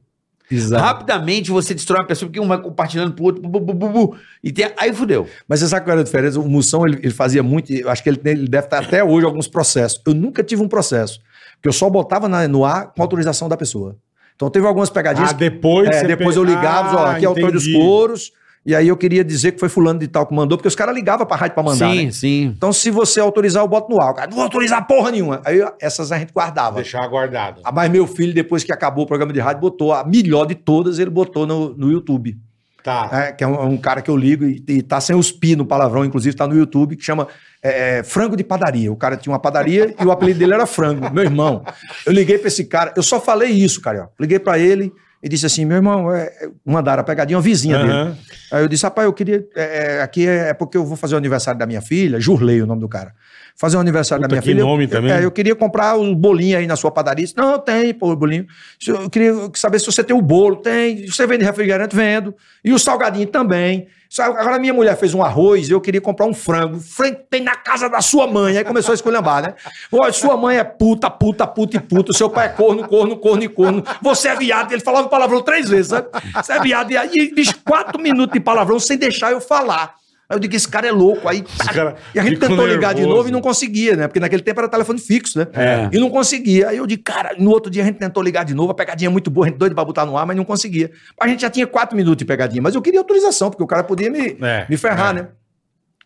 Speaker 4: Rapidamente você destrói uma pessoa, porque um vai compartilhando pro outro, bu, bu, bu, bu, bu, e tem... aí fudeu.
Speaker 1: Mas você sabe qual era a diferença? O Moção, ele, ele fazia muito, eu acho que ele, tem- ele deve estar até hoje alguns processos. Eu nunca tive um processo, porque eu só botava na- no ar com autorização da pessoa. Então teve algumas
Speaker 5: cara.
Speaker 1: pegadinhas.
Speaker 5: Ah, depois
Speaker 1: É,
Speaker 5: você
Speaker 1: depois
Speaker 5: pe-
Speaker 1: eu ligava, ó,
Speaker 5: Ah,
Speaker 1: aqui é o Tony dos
Speaker 5: entendi.
Speaker 1: Coros, E aí eu queria dizer que foi fulano de tal que mandou, porque os caras ligavam pra rádio pra mandar, né?
Speaker 7: sim, sim.
Speaker 1: Então, se você autorizar, eu boto no ar. O cara, não vou autorizar porra nenhuma. Aí essas a gente guardava.
Speaker 5: Deixar aguardado.
Speaker 1: Ah, Mas meu filho, depois que acabou o programa de rádio, botou a melhor de todas, ele botou no, no YouTube.
Speaker 5: Tá.
Speaker 1: É, que é um, um cara que eu ligo e, e tá sem os pi no palavrão, inclusive tá no YouTube, que chama é, é, Frango de Padaria. O cara tinha uma padaria e o apelido dele era Frango, meu irmão. Eu liguei pra esse cara, eu só falei isso, cara. ó. Liguei pra ele e disse assim: meu irmão, é, é, mandaram a pegadinha, uma vizinha dele.
Speaker 5: Aham.
Speaker 1: Aí eu disse, rapaz, eu queria. é, é, aqui é, é porque eu vou fazer o aniversário da minha filha, Jurlei, o nome do cara. Fazer o aniversário
Speaker 5: Puta,
Speaker 1: da minha
Speaker 5: que
Speaker 1: filha.
Speaker 5: nome
Speaker 1: eu,
Speaker 5: também.
Speaker 1: é, eu queria comprar o bolinho aí na sua padaria. Disse, não, tem, pô, o bolinho. Se Eu eu queria saber se você tem o bolo. Tem. Você vende refrigerante? Vendo. E o salgadinho também. Só- Agora minha mulher fez um arroz e eu queria comprar um frango. Frango tem na casa da sua mãe. Aí começou a esculhambar, né? Olha, sua mãe é puta, puta, puta e puta. O seu pai é corno, corno, corno e corno. Você é viado. Ele falava o palavrão três vezes, sabe? Você é viado. E aí, bicho, quatro minutos de palavrão sem deixar eu falar. Aí eu digo, esse cara é louco. Aí,
Speaker 5: cara
Speaker 1: e a gente
Speaker 5: ficou
Speaker 1: tentou ligar de
Speaker 5: nervoso.
Speaker 1: novo e não conseguia, né? Porque naquele tempo era telefone fixo, né?
Speaker 5: É.
Speaker 1: E não conseguia. Aí eu digo, cara, no outro dia a gente tentou ligar de novo, a pegadinha é muito boa, a gente doido pra botar no ar, mas não conseguia. A gente já tinha quatro minutos de pegadinha, mas eu queria autorização, porque o cara podia me,
Speaker 5: É,
Speaker 1: me ferrar, né?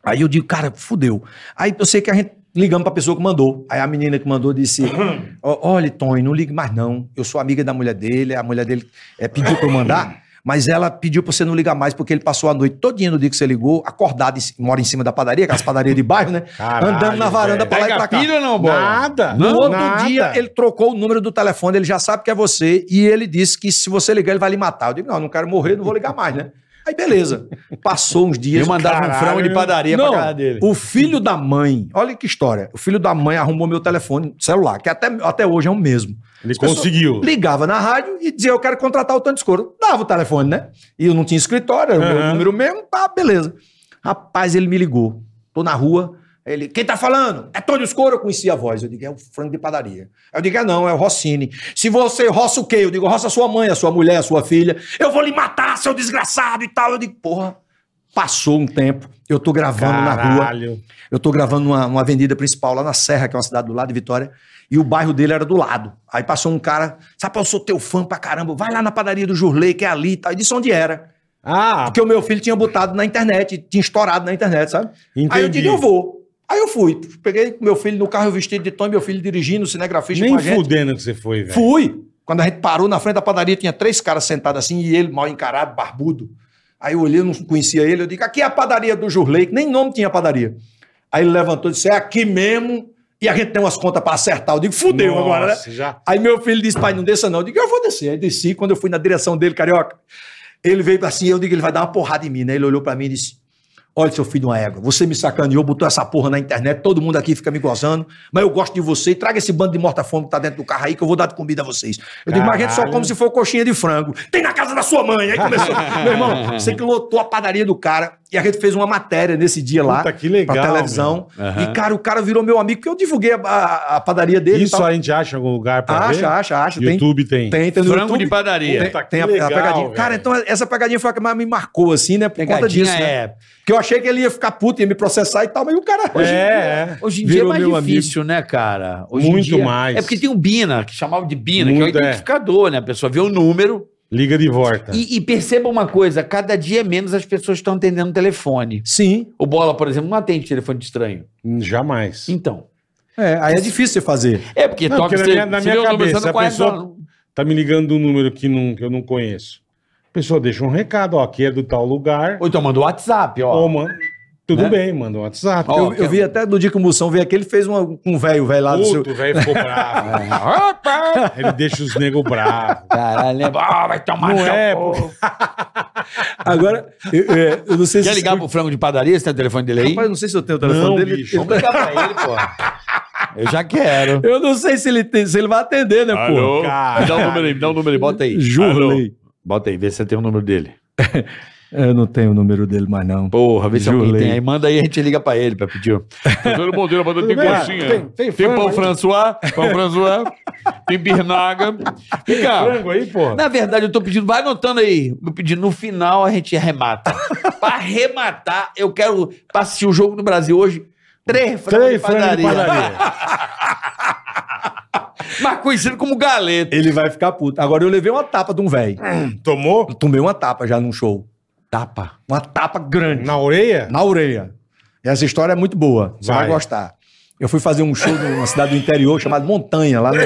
Speaker 1: Aí eu digo, cara, fudeu. Aí eu sei que a gente ligamos pra pessoa que mandou. Aí a menina que mandou disse: "Ó, Olha, Tony, não ligue mais, não. Eu sou amiga da mulher dele, a mulher dele é, pediu pra eu mandar. Mas ela pediu pra você não ligar mais, porque ele passou a noite todinha no dia que você ligou, acordado, em ci- mora em cima da padaria, aquelas padarias de bairro, né?
Speaker 5: Caralho,
Speaker 1: Andando na varanda
Speaker 5: velho.
Speaker 1: pra lá e pra cá.
Speaker 7: ou não,
Speaker 5: Nada.
Speaker 1: No outro
Speaker 5: nada.
Speaker 1: dia, ele trocou o número do telefone, ele já sabe que é você, e ele disse que se você ligar, ele vai lhe matar. Eu digo, não, não quero morrer, não vou ligar mais, né? Aí, beleza. Passou uns dias.
Speaker 7: Eu mandava um
Speaker 5: Caralho.
Speaker 7: frango de padaria
Speaker 1: Não,
Speaker 7: pra cara dele.
Speaker 1: o filho da mãe, olha que história. O filho da mãe arrumou meu telefone celular, que até, até hoje é o mesmo.
Speaker 5: Ele
Speaker 1: As pessoas
Speaker 5: conseguiu.
Speaker 1: Ligava na rádio e dizia, eu quero contratar o Tanto Escuro. Dava o telefone, né? E eu não tinha escritório, era o meu
Speaker 5: Aham.
Speaker 1: número mesmo, pá, beleza. Rapaz, ele me ligou. Tô na rua, ele, quem tá falando? É Tony Escuro, eu conhecia a voz. Eu digo, é o frango de padaria. Aí Eu digo, é não, é o Rossini. Se você roça o quê? Eu digo, roça sua mãe, a sua mulher, a sua filha. Eu vou lhe matar, seu desgraçado e tal. Eu digo, porra, passou um tempo, eu tô gravando na rua.
Speaker 5: Caralho.
Speaker 1: Eu tô gravando numa, numa avenida principal lá na Serra, que é uma cidade do lado de Vitória, e o bairro dele era do lado. Aí passou um cara, sabe, eu sou teu fã pra caramba, vai lá na padaria do Jurley, que é ali e tal. E disse onde era.
Speaker 5: Ah,
Speaker 1: Porque o meu filho tinha botado na internet, tinha estourado na internet, sabe?
Speaker 5: entendi.
Speaker 1: Aí eu digo, eu vou. Aí eu fui. Peguei meu filho no carro, eu vestido de tom, meu filho dirigindo, cinegrafista
Speaker 5: Nem
Speaker 1: com a gente.
Speaker 5: fudendo que você foi, velho.
Speaker 1: Fui. Quando a gente parou na frente da padaria, tinha três caras sentados assim e ele mal encarado, barbudo. Aí eu olhei, eu não conhecia ele, eu digo, aqui é a padaria do Jurley, que nem nome tinha padaria. Aí ele levantou e disse, é aqui mesmo, e a gente tem umas contas pra acertar. Eu digo, fudeu
Speaker 5: Nossa,
Speaker 1: agora, né?
Speaker 5: já.
Speaker 1: Aí meu filho disse, pai, não desça não. Eu digo, eu vou descer. Aí desci, quando eu fui na direção dele, carioca, ele veio assim, eu digo, ele vai dar uma porrada em mim, né? Ele olhou pra mim e disse, olha, seu filho de uma égua, você me sacaneou, botou essa porra na internet, todo mundo aqui fica me gozando, mas eu gosto de você, e traga esse bando de morta-fome que tá dentro do carro aí, que eu vou dar de comida a vocês. Eu digo, mas a gente só
Speaker 5: Caralho.
Speaker 1: come se for coxinha de frango. Tem na casa da sua mãe! Aí começou, meu irmão, você que lotou a padaria do cara, e a gente fez uma matéria nesse dia lá,
Speaker 5: Puta, que legal,
Speaker 1: pra televisão, e cara, o cara virou meu amigo, porque eu divulguei a, a- a padaria dele e
Speaker 5: Isso
Speaker 1: tal.
Speaker 5: a gente acha em algum lugar pra ver?
Speaker 1: tá- Acha, acha, acha. Tem,
Speaker 5: Tá YouTube tem.
Speaker 1: tem, tem no
Speaker 7: Frango
Speaker 1: YouTube.
Speaker 7: de padaria.
Speaker 1: Tem,
Speaker 5: Puta, que
Speaker 1: tem a, a
Speaker 5: legal,
Speaker 1: pegadinha.
Speaker 5: velho.
Speaker 1: Cara, então essa pegadinha foi a que mais me marcou, assim, né? Por conta
Speaker 7: Pegadinha
Speaker 1: disso, né?
Speaker 7: é-
Speaker 1: Porque eu achei que ele ia ficar puto, ia me processar e tal, mas o cara...
Speaker 5: É, é.
Speaker 7: Hoje em
Speaker 5: Virou
Speaker 7: dia é
Speaker 5: meu
Speaker 7: mais difícil, né, cara? Hoje em
Speaker 5: Muito
Speaker 7: dia-
Speaker 5: mais.
Speaker 7: É porque tem um Bina, que chamava de Bina,
Speaker 4: um
Speaker 7: que
Speaker 5: Muito,
Speaker 7: é o
Speaker 5: é.
Speaker 7: identificador, né? A pessoa vê o número
Speaker 5: Liga de volta.
Speaker 7: É. e, e perceba uma coisa: cada dia menos as pessoas estão atendendo o telefone.
Speaker 1: Sim,
Speaker 7: O Bola, por exemplo, não atende telefone de estranho.
Speaker 5: Hum, Jamais.
Speaker 7: Então.
Speaker 1: é, aí é difícil você fazer.
Speaker 7: É porque
Speaker 5: Não,
Speaker 7: toca
Speaker 5: porque na
Speaker 7: você,
Speaker 5: minha- na
Speaker 7: você
Speaker 5: minha
Speaker 7: vê o número,
Speaker 5: cabeça,
Speaker 7: você não
Speaker 5: a
Speaker 7: conhece,
Speaker 5: pessoa-
Speaker 7: não.
Speaker 5: Tá me ligando um número que, não, que eu não conheço. A pessoa deixa um recado, ó, aqui é do tal lugar.
Speaker 7: Ou então manda o WhatsApp, ó.
Speaker 5: Ô, mano, tudo bem, manda um WhatsApp.
Speaker 7: Ó,
Speaker 1: eu, eu vi até no dia que Né? o Moção veio aqui, ele fez uma- um velho, velho lá do seu...
Speaker 5: Puto, o velho ficou bravo. Ele deixa os negros bravos.
Speaker 7: Caralho, né? Ah, vai tomar
Speaker 5: Não
Speaker 7: no seu
Speaker 5: é,
Speaker 7: cu.
Speaker 1: Agora, eu, é, eu não sei
Speaker 7: Quer
Speaker 1: se...
Speaker 7: ligar pro frango de padaria? Você tem o telefone dele aí?
Speaker 1: Rapaz, eu não sei se eu tenho o telefone
Speaker 5: Não,
Speaker 1: dele.
Speaker 5: bicho.
Speaker 1: Ele-
Speaker 7: Liga pra ele, pô. Eu já quero.
Speaker 1: Eu não sei se ele, tem- se ele vai atender, né, pô?
Speaker 8: Alô?
Speaker 7: Me dá o número aí, me dá o número aí, bota aí.
Speaker 1: Jurley.
Speaker 7: Bota aí, vê se você tem o número dele.
Speaker 1: Eu não tenho o número dele mais, não.
Speaker 7: Porra, vê se alguém
Speaker 1: Jurley.
Speaker 7: tem aí. Manda aí, a gente liga pra ele pra pedir.
Speaker 8: Fernando Monteiro, mas tem
Speaker 5: bem?
Speaker 8: coxinha.
Speaker 5: Tem-
Speaker 8: Tem,
Speaker 5: tem frango
Speaker 8: pão
Speaker 5: aí?
Speaker 8: François, pão François, tem birnaga. Vem cá,
Speaker 5: Frango aí, porra.
Speaker 7: Na verdade, eu tô pedindo, vai anotando aí. Eu pedindo, no final a gente arremata. pra arrematar, eu quero, pra assistir o jogo no Brasil hoje, três frangos
Speaker 5: Três frangos de padaria.
Speaker 7: Mas conhecido como galeta.
Speaker 1: Ele vai ficar puto. Agora, eu levei uma tapa de um velho.
Speaker 5: Tomou?
Speaker 1: Tomei uma tapa já num show.
Speaker 4: tapa.
Speaker 1: Uma tapa grande.
Speaker 5: Na orelha?
Speaker 1: na orelha. E essa história é muito boa. Você vai,
Speaker 5: Vai.
Speaker 1: gostar. Eu fui fazer um show numa cidade do interior chamada Montanha, lá no,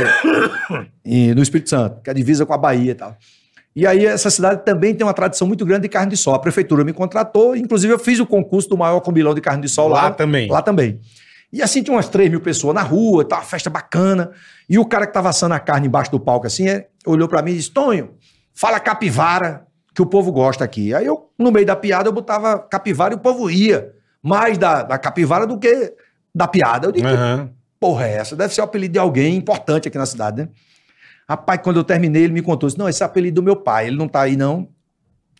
Speaker 1: em- no Espírito Santo, que é a divisa com a Bahia e tal. E aí essa cidade também tem uma tradição muito grande de carne de sol. A prefeitura me contratou, inclusive eu fiz o concurso do maior combilão de carne de sol lá.
Speaker 5: Lá também.
Speaker 1: Lá também. E assim tinha umas 3 mil pessoas na rua, tá uma festa bacana. E o cara que tava assando a carne embaixo do palco assim, é, olhou pra mim e disse, Tonho, fala capivara, que o povo gosta aqui. Aí eu, no meio da piada, eu botava capivara e o povo ia. Mais da, da capivara do que da piada. Eu digo,
Speaker 5: Aham.
Speaker 1: porra é essa? Deve ser o apelido de alguém importante aqui na cidade, né? Rapaz, quando eu terminei, ele me contou disse, não, esse é o apelido do meu pai, ele não tá aí não,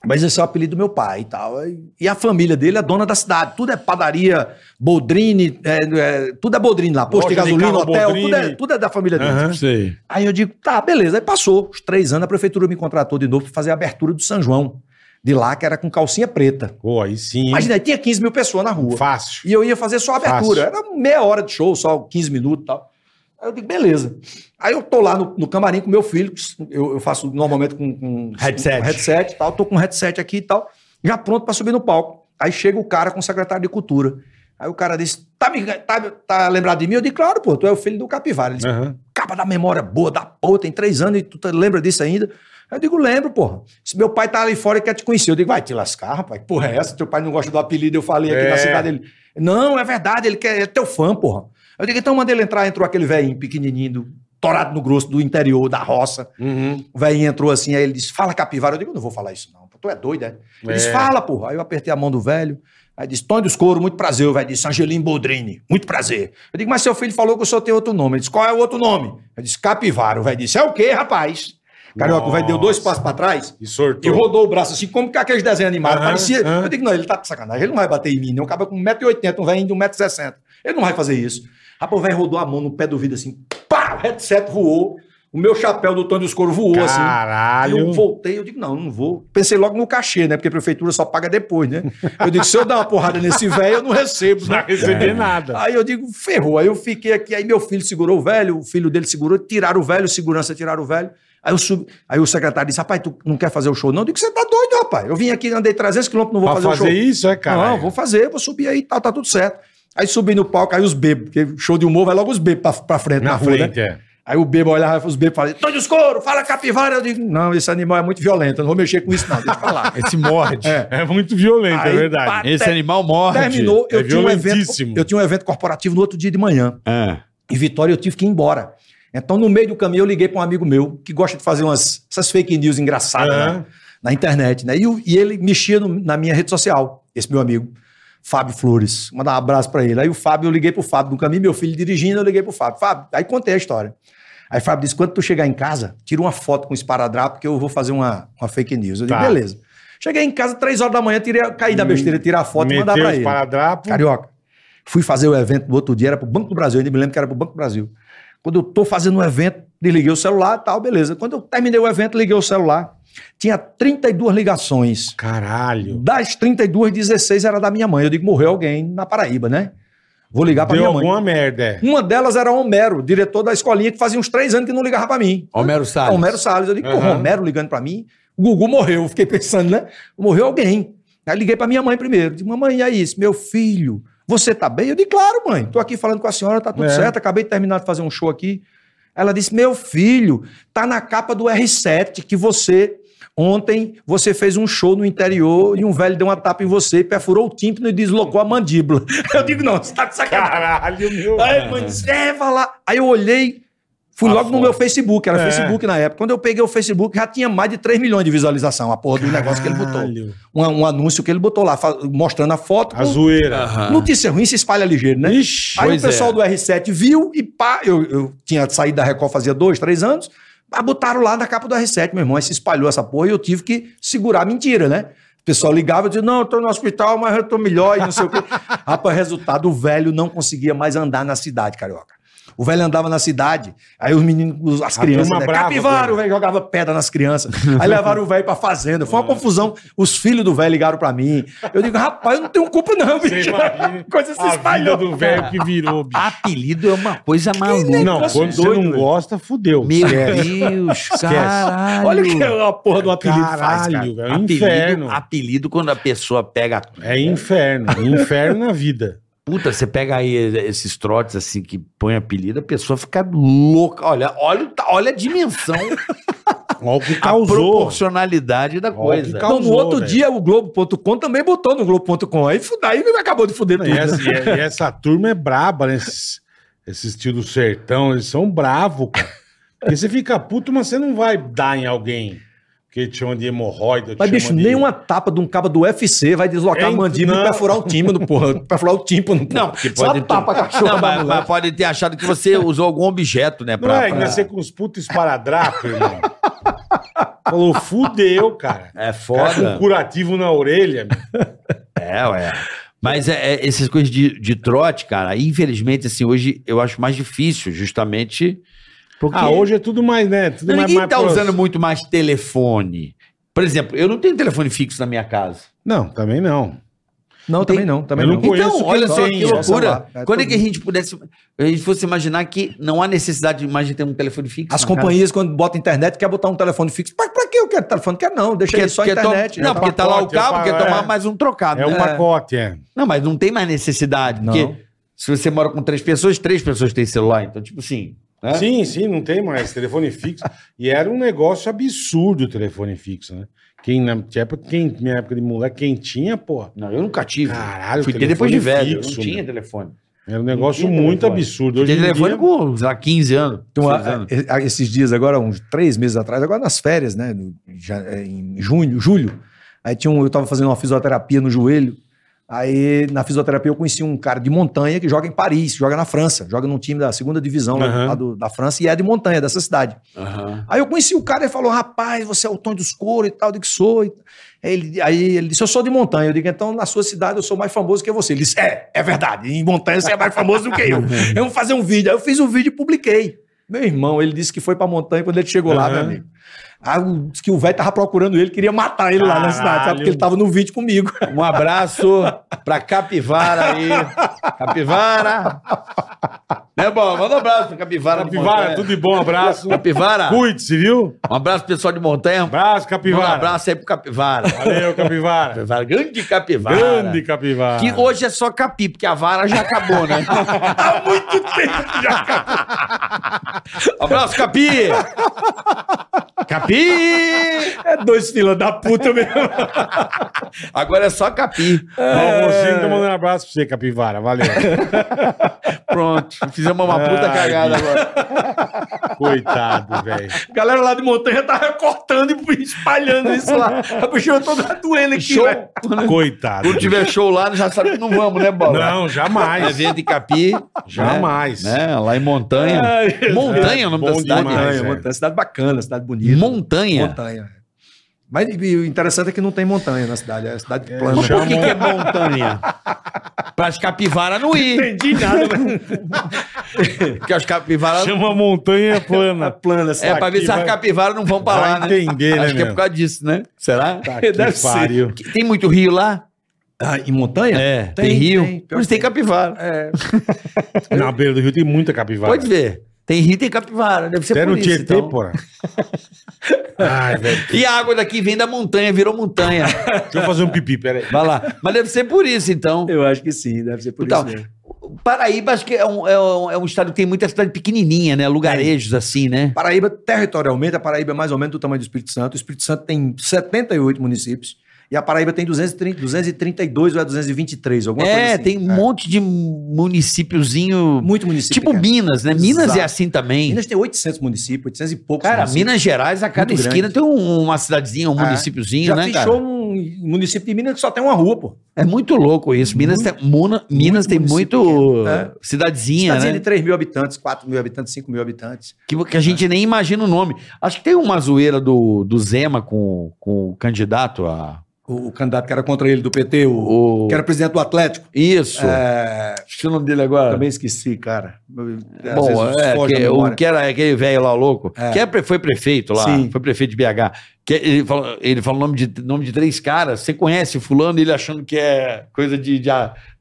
Speaker 1: mas esse é o apelido do meu pai e tal. E a família dele é dona da cidade, tudo é padaria, Boldrini, é, é, tudo é Boldrini lá, posto de
Speaker 5: Loja de
Speaker 1: gasolina,
Speaker 5: carro
Speaker 1: hotel, tudo é,
Speaker 5: Boldrini.
Speaker 1: tudo é da família dele.
Speaker 5: Aham.
Speaker 8: Sei.
Speaker 1: Aí eu digo, tá, beleza. Aí passou os três anos, a prefeitura me contratou de novo pra fazer a abertura do São João, de lá que era com calcinha preta.
Speaker 5: Pô, aí sim.
Speaker 1: Imagina, aí tinha 15 mil pessoas na rua.
Speaker 5: Fácil.
Speaker 1: E eu ia fazer só a abertura. Era meia hora de show, só 15 minutos e tal. Aí eu digo, beleza. Aí eu tô lá no, no camarim com meu filho, eu, eu faço normalmente com, com
Speaker 7: Headset.
Speaker 1: com headset e tal, tô com um headset aqui e tal, já pronto pra subir no palco. Aí chega o cara com o secretário de cultura. Aí o cara disse, tá, me, tá, tá lembrado de mim? Eu digo, claro, pô, tu é o filho do Capivara. Ele disse,
Speaker 5: Aham.
Speaker 1: capa da memória boa da porra, tem três anos e tu tá- lembra disso ainda? Eu digo, lembro, porra. Se meu pai tá ali fora e quer te conhecer, eu digo, vai te lascar, rapaz. Que porra é essa? Teu pai não gosta do apelido, eu falei aqui
Speaker 5: É.
Speaker 1: na cidade dele. Não, é verdade, ele quer, é teu fã, porra. Eu digo, então manda ele entrar. Entrou aquele velhinho pequenininho, do- torado no grosso, do interior, da roça. O velhinho entrou assim, aí ele disse, fala capivara. Eu digo, não vou falar isso não, pô, tu é doido, é? Ele disse, fala, porra. Aí eu apertei a mão do velho, aí disse, Tony dos Couro, muito prazer. O velho disse, Angelim Boldrini, muito prazer. Eu digo, mas seu filho falou que o senhor tem outro nome. Ele disse, qual é o outro nome? Eu disse, capivara. O velho disse, é o quê, rapaz? Carioca, o velho deu dois passos pra trás
Speaker 5: E
Speaker 1: e
Speaker 5: sortou.
Speaker 1: rodou o braço assim, como que aqueles desenhos animados
Speaker 5: Aham,
Speaker 1: parecia.
Speaker 5: aham.
Speaker 1: Eu digo, não, ele tá de sacanagem, ele não vai bater em mim, não. O cara com 1,80m, um velho de 1,60m. Ele não vai fazer isso. Rapaz, o velho rodou a mão no pé do vidro assim, pá, o headset voou. O meu chapéu do Tony dos Couro voou assim. Aí
Speaker 5: Caralho.
Speaker 1: eu voltei, eu digo, não, não vou. Pensei logo no cachê, né? Porque a prefeitura só paga depois, né? Eu digo, se eu dar uma porrada nesse velho, eu não recebo. né?"
Speaker 5: Não vai receber nada.
Speaker 1: Aí eu digo, ferrou. Aí eu fiquei aqui, aí meu filho segurou o velho, o filho dele segurou, tiraram o velho, segurança tiraram o velho. Aí eu subi. Aí o secretário disse: Rapaz, tu não quer fazer o show, não? Eu digo, você tá doido, rapaz. Eu vim aqui, andei 300 quilômetros, não vou
Speaker 5: Pra
Speaker 1: fazer,
Speaker 5: fazer
Speaker 1: o show.
Speaker 5: isso, é, cara?
Speaker 1: Não, vou fazer, vou subir aí e tal, tá tudo certo. Aí subi no palco, aí os bebos, porque show de humor vai logo os bebos pra, pra frente, na,
Speaker 5: Na
Speaker 1: rua, né?
Speaker 5: frente, é.
Speaker 1: Aí o bebo olhava os bebos e falava, Tony os couro, fala capivara. Eu digo, não, esse animal é muito violento, eu não vou mexer com isso, não, deixa pra lá.
Speaker 5: Esse morde.
Speaker 1: É.
Speaker 5: É, muito violento, é
Speaker 1: Aí,
Speaker 5: verdade.
Speaker 1: pá,
Speaker 7: Esse animal morre.
Speaker 1: Terminou, eu,
Speaker 5: É
Speaker 1: tinha um evento,
Speaker 5: violentíssimo.
Speaker 1: eu tinha um evento corporativo no outro dia de manhã. Em Vitória eu tive que ir embora. Então, no meio do caminho, eu liguei para um amigo meu que gosta de fazer umas essas fake news engraçadas
Speaker 5: Aham.
Speaker 1: né, na internet, né? E, o- e ele mexia no- na minha rede social, esse meu amigo, Fábio Flores. Mandar um abraço para ele. Aí o Fábio, eu liguei pro Fábio no caminho, meu filho dirigindo, eu liguei pro Fábio. Fábio, aí contei a história. Aí Fábio disse: quando tu chegar em casa, tira uma foto com esparadrapo, que eu vou fazer uma, uma fake news. Eu
Speaker 5: Tá. Hum,
Speaker 1: disse, beleza. Cheguei em casa, três horas da manhã, tirei, a- caí da besteira, tirar a foto e
Speaker 5: Meteu
Speaker 1: mandar pra
Speaker 5: os
Speaker 1: ele.
Speaker 5: paradrapos.
Speaker 1: Hum. Carioca. Fui fazer o evento no outro dia, era pro Banco do Brasil, ainda me lembro que era pro Banco do Brasil. Quando eu tô fazendo um evento, desliguei o celular tal, beleza. Quando eu terminei o evento, liguei o celular. Tinha 32 ligações.
Speaker 5: Caralho.
Speaker 1: Das 32, 16 era da minha mãe. Eu digo, morreu alguém na Paraíba, né? Vou ligar pra
Speaker 5: Deu
Speaker 1: minha mãe.
Speaker 5: alguma merda, é.
Speaker 1: Uma delas era Homero, diretor da escolinha, que fazia uns três anos que não ligava pra mim.
Speaker 4: Homero Salles.
Speaker 1: Homero Salles. Eu digo, pô,
Speaker 5: Aham.
Speaker 1: Homero ligando pra mim. O Gugu morreu. Eu Fiquei pensando, né? Morreu alguém. Aí liguei pra minha mãe primeiro. Digo, mamãe, e aí? Disse, Meu filho, você tá bem? Eu disse, claro, mãe. Tô aqui falando com a senhora, tá tudo
Speaker 5: É.
Speaker 1: certo. Acabei de terminar de fazer um show aqui. Ela disse, meu filho, tá na capa do R7 que você... Ontem você fez um show no interior e um velho deu uma tapa em você, perfurou o tímpano e deslocou a mandíbula. Eu digo, não, você tá de sacanagem.
Speaker 5: Caralho, meu.
Speaker 1: Aí a mãe disse, é, vai lá. Aí eu olhei, fui logo no meu Facebook, era
Speaker 5: É.
Speaker 1: Facebook na época. Quando eu peguei o Facebook, já tinha mais de 3 milhões de visualização, a porra do negócio que ele botou.
Speaker 5: Caralho.
Speaker 1: Um, um anúncio que ele botou lá, fa- mostrando a foto.
Speaker 5: A zoeira.
Speaker 1: Notícia ruim se espalha ligeiro, né?
Speaker 5: Ixi. é.
Speaker 1: Aí
Speaker 7: Pois
Speaker 1: o pessoal do R7 viu e pá, eu, eu tinha saído da Record fazia dois, três anos, mas botaram lá na capa do R7, meu irmão. Aí se espalhou essa porra e eu tive que segurar a mentira, né? O pessoal ligava e dizia, não, eu tô no hospital, mas eu tô melhor e não sei o quê. Rapaz, resultado, o velho não conseguia mais andar na cidade, carioca. O velho andava na cidade, aí os meninos, os- as
Speaker 5: A
Speaker 1: crianças,
Speaker 5: turma
Speaker 1: né?
Speaker 5: brava,
Speaker 1: capivara,
Speaker 5: pô.
Speaker 1: o velho jogava pedra nas crianças. Aí levaram o velho pra fazenda. Foi uma confusão. Os filhos do velho ligaram pra mim. Eu digo, rapaz, eu não tenho culpa não, bicho.
Speaker 5: imagina
Speaker 1: coisa se
Speaker 5: A vida
Speaker 1: espalhou.
Speaker 5: do velho que virou, bicho.
Speaker 4: Apelido é uma coisa maluca.
Speaker 5: Não, quando você não gosta, fudeu.
Speaker 4: Meu
Speaker 5: Esquece.
Speaker 4: Deus, caralho.
Speaker 1: Olha o que a porra do apelido faz, cara.
Speaker 5: Caralho, velho. É um
Speaker 4: Apelido,
Speaker 5: inferno.
Speaker 4: apelido quando a pessoa pega.
Speaker 5: É inferno. Inferno na vida.
Speaker 4: Puta, você pega aí esses trotes assim que põe apelido, a pessoa fica louca. Olha, olha, o ta- olha a dimensão,
Speaker 5: Olha o que
Speaker 4: a
Speaker 5: causou.
Speaker 4: proporcionalidade da
Speaker 5: Ó, que
Speaker 4: coisa.
Speaker 5: causou,
Speaker 1: Então, no outro
Speaker 5: velho.
Speaker 1: dia, o Globo.com também botou no Globo.com. Aí, fu- aí acabou de fuder
Speaker 5: E
Speaker 1: tudo.
Speaker 5: essa, e e essa turma é braba, né? Esses, esses tios do sertão, eles são bravos, cara. Porque você fica puto, mas você não vai dar em alguém. Porque te chama de hemorroida. te
Speaker 1: Mas,
Speaker 5: chama
Speaker 1: bicho,
Speaker 5: de-
Speaker 1: nenhuma tapa de um cabo do UFC vai deslocar
Speaker 5: É,
Speaker 1: a mandíbula
Speaker 5: não.
Speaker 1: e perfurar o tímpano, porra. Perfurar o tímpano, porra.
Speaker 4: Não, porque pode ter...
Speaker 1: tapa cachorro
Speaker 4: Não,
Speaker 1: da
Speaker 4: mas,
Speaker 1: mulher.
Speaker 4: mas pode ter achado que você usou algum objeto, né?
Speaker 5: Não
Speaker 4: Pra,
Speaker 5: é, ainda
Speaker 4: pra-
Speaker 5: ser com os putos esparadrapo, irmão. Falou, fudeu, cara.
Speaker 4: É
Speaker 5: Cara, com um
Speaker 4: foda.
Speaker 5: curativo na orelha. meu.
Speaker 4: É, ué. Mas é, é, essas coisas de, de trote, cara, infelizmente, assim, hoje eu acho mais difícil, justamente. Porque
Speaker 5: Ah, hoje é tudo mais, né? Tudo
Speaker 4: Não,
Speaker 5: mais,
Speaker 4: ninguém
Speaker 5: mais
Speaker 4: tá
Speaker 5: pro-
Speaker 4: usando muito mais telefone. Por exemplo, eu não tenho telefone fixo na minha casa.
Speaker 5: Não, também não.
Speaker 1: Não, também não, também
Speaker 5: Eu não
Speaker 1: não.
Speaker 5: conheço
Speaker 4: então,
Speaker 5: quem
Speaker 4: olha só
Speaker 5: tem,
Speaker 4: que
Speaker 5: é
Speaker 4: loucura.
Speaker 1: celular, é
Speaker 4: Quando é
Speaker 1: tudo.
Speaker 4: que a gente pudesse. A gente fosse imaginar que não há necessidade mais de ter um telefone fixo?
Speaker 1: As
Speaker 4: na casa?
Speaker 1: companhias, quando botam internet, quer botar um telefone fixo. Pra, pra que eu quero telefone? Quer não, deixa
Speaker 4: Quer,
Speaker 1: aí só
Speaker 4: quer to-
Speaker 1: internet.
Speaker 4: Não,
Speaker 5: É
Speaker 4: porque tá lá o
Speaker 5: pacote, é
Speaker 4: cabo,
Speaker 5: pa-
Speaker 4: quer tomar
Speaker 5: é.
Speaker 4: mais um trocado.
Speaker 5: É um
Speaker 4: né?
Speaker 5: pacote, é.
Speaker 4: Não, mas não tem mais necessidade.
Speaker 1: Não.
Speaker 4: Porque se você mora com três pessoas, três pessoas têm celular. Então, tipo assim. né?
Speaker 5: É? Sim, sim, não tem mais telefone fixo. E era um negócio absurdo o telefone fixo, né? Quem na minha época, quem, minha época de moleque, quem tinha, pô,
Speaker 4: Não, eu nunca tive.
Speaker 5: Caralho,
Speaker 4: Fui ter depois de
Speaker 5: telefone
Speaker 4: velho. eu
Speaker 5: fixo,
Speaker 4: não tinha
Speaker 5: meu.
Speaker 4: telefone.
Speaker 5: era um negócio
Speaker 4: Não tinha
Speaker 5: muito
Speaker 4: telefone.
Speaker 5: absurdo.
Speaker 4: Tinha
Speaker 5: Hoje em
Speaker 4: telefone
Speaker 5: dia,
Speaker 4: com, sei lá, 15 anos.
Speaker 1: Então, a-
Speaker 4: 16 anos.
Speaker 1: a- esses dias agora, uns três meses atrás, agora nas férias, né? no- já- é, em junho, julho, aí tinha um, eu tava fazendo uma fisioterapia no joelho. Aí, na fisioterapia, eu conheci um cara de montanha que joga em Paris, joga na França, joga num time da segunda divisão lá-
Speaker 5: Aham.
Speaker 1: lá do- da França e é de montanha, dessa cidade. Aí eu conheci o cara e ele falou: rapaz, você é o Tony dos Coros e tal, eu digo, sou. E- Aí ele, aí ele disse: Eu sou de montanha. Eu digo, então, na sua cidade eu sou mais famoso que você. Ele disse: É, é verdade. Em montanha você é mais famoso do que eu. Eu vou fazer um vídeo. Aí eu fiz um vídeo e publiquei. Meu irmão, ele disse que foi pra montanha quando ele chegou lá,
Speaker 5: Aham.
Speaker 1: meu amigo. Aí o- disse que o velho tava procurando ele, queria matar ele lá na cidade,
Speaker 5: Caralho.
Speaker 1: sabe? Porque ele tava no vídeo comigo.
Speaker 4: Um abraço pra Capivara aí. Capivara! Né, bom? Manda um abraço pra Capivara. de
Speaker 5: Capivara,
Speaker 4: Montanha.
Speaker 5: tudo de bom, abraço.
Speaker 4: Capivara,
Speaker 5: Cuide-se, viu?
Speaker 4: um abraço pro pessoal de Montanha.
Speaker 5: Abraço,
Speaker 4: Manda um
Speaker 5: Capivara.
Speaker 4: abraço aí pro Capivara.
Speaker 5: Valeu, Capivara.
Speaker 4: Capivara, Grande Capivara.
Speaker 5: Grande Capivara.
Speaker 4: Que hoje é só capi, porque a vara já acabou, né?
Speaker 10: Há muito tempo já
Speaker 4: Abraço, capi! Capi!
Speaker 1: É dois fila da puta mesmo.
Speaker 4: Agora é só capi.
Speaker 5: O Almocinho tá mandando um abraço pra você, Capivara. Valeu.
Speaker 4: Pronto. Fizemos uma puta
Speaker 5: Ai,
Speaker 4: cagada agora.
Speaker 5: Coitado, velho.
Speaker 1: A galera lá de montanha tava cortando e espalhando isso lá. A bichinha toda doendo aqui.
Speaker 4: Show.
Speaker 1: velho.
Speaker 5: Coitado.
Speaker 4: Quando tiver show lá, já sabe que não vamos, né, Bola?
Speaker 5: Não,
Speaker 4: É
Speaker 5: jamais.
Speaker 4: vento em Capi.
Speaker 5: Jamais.
Speaker 4: Né? né? Lá em Montanha.
Speaker 1: Ai,
Speaker 4: Montanha é o nome da
Speaker 5: Bom
Speaker 4: cidade.
Speaker 5: demais.
Speaker 1: Montanha,
Speaker 5: é.
Speaker 1: montanha. Cidade bacana, cidade bonita.
Speaker 4: Montanha.
Speaker 1: Montanha. Mas e o interessante é que não tem montanha na cidade, é a cidade plana.
Speaker 4: Mas Por que, que é montanha? Para as capivaras não ir.
Speaker 1: entendi nada, mas
Speaker 4: Porque as capivaras.
Speaker 5: Chama Montanha
Speaker 1: a
Speaker 5: Plana.
Speaker 1: plana, sei
Speaker 4: É,
Speaker 1: lá,
Speaker 4: para ver
Speaker 1: aqui,
Speaker 4: se as
Speaker 1: vai-
Speaker 4: capivaras não vão para lá,
Speaker 5: Vai
Speaker 4: né?
Speaker 5: entender, né,
Speaker 4: Acho que é
Speaker 5: meu?
Speaker 4: por causa disso, né? Será?
Speaker 5: Tá que
Speaker 1: Deve ser.
Speaker 5: pariu.
Speaker 4: Que Tem muito rio lá?
Speaker 1: Ah, em montanha?
Speaker 4: É. Tem,
Speaker 1: Tem,
Speaker 4: rio.
Speaker 1: tem.
Speaker 4: Por isso tem capivara.
Speaker 5: Na beira do rio tem muita capivara.
Speaker 4: Pode ver. Tem rio, tem capivara. Deve ser
Speaker 5: Até
Speaker 4: por
Speaker 5: no
Speaker 4: isso,
Speaker 5: é Tietê,
Speaker 4: então.
Speaker 5: porra. Ai, velho.
Speaker 4: E a água daqui vem da montanha, virou montanha.
Speaker 5: Deixa eu fazer um pipi, peraí.
Speaker 4: Vai lá. Mas deve ser por isso, então.
Speaker 1: Eu acho que sim, deve ser por
Speaker 4: Então,
Speaker 1: isso mesmo.
Speaker 4: Paraíba, acho que é um, é um- é um estado que tem muita cidade pequenininha, né? Lugarejos, assim, né?
Speaker 1: Paraíba, territorialmente, a Paraíba é mais ou menos do tamanho do Espírito Santo. O Espírito Santo tem 78 municípios e a Paraíba tem 230, 232 ou é 223, alguma coisa
Speaker 4: É,
Speaker 1: assim.
Speaker 4: tem um monte de municípiozinho.
Speaker 1: Muito município.
Speaker 4: tipo
Speaker 1: pequeno.
Speaker 4: Minas, né? Minas
Speaker 1: Exato.
Speaker 4: é assim também.
Speaker 1: Minas tem 800 municípios, 800 e poucos
Speaker 4: cara,
Speaker 1: municípios.
Speaker 4: Minas Gerais, a cada
Speaker 1: Muito
Speaker 4: esquina
Speaker 1: grande.
Speaker 4: tem um- uma cidadezinha, um
Speaker 1: É.
Speaker 4: municípiozinho,
Speaker 1: Já
Speaker 4: né, cara?
Speaker 1: fechou um município de Minas que só tem uma rua, pô.
Speaker 4: É muito louco isso. Minas tem, Muna- Minas tem muito
Speaker 1: município pequeno, É.
Speaker 4: cidadezinha,
Speaker 1: Cidadezinha
Speaker 4: né?
Speaker 1: de 3 mil habitantes, 4 mil habitantes, 5 mil habitantes.
Speaker 4: Que, que a
Speaker 1: É.
Speaker 4: gente nem imagina o nome. Acho que tem uma zoeira do, do Zema com, com o candidato a
Speaker 1: O, o candidato que era contra ele do PT, o,
Speaker 4: O-
Speaker 1: que era presidente do Atlético.
Speaker 4: Isso.
Speaker 1: É,
Speaker 4: Esqueci o nome dele agora.
Speaker 1: também esqueci, cara. Eu- às
Speaker 4: Bom,
Speaker 1: vezes
Speaker 4: é,
Speaker 1: foge
Speaker 4: que,
Speaker 1: a
Speaker 4: o
Speaker 1: memória.
Speaker 4: que era aquele velho lá, o louco,
Speaker 1: É.
Speaker 4: que é pre- foi prefeito lá,
Speaker 1: Sim.
Speaker 4: foi prefeito de BH. Que é, ele falou ele falou nome de, nome de três caras, você conhece fulano, ele achando que é coisa de, de,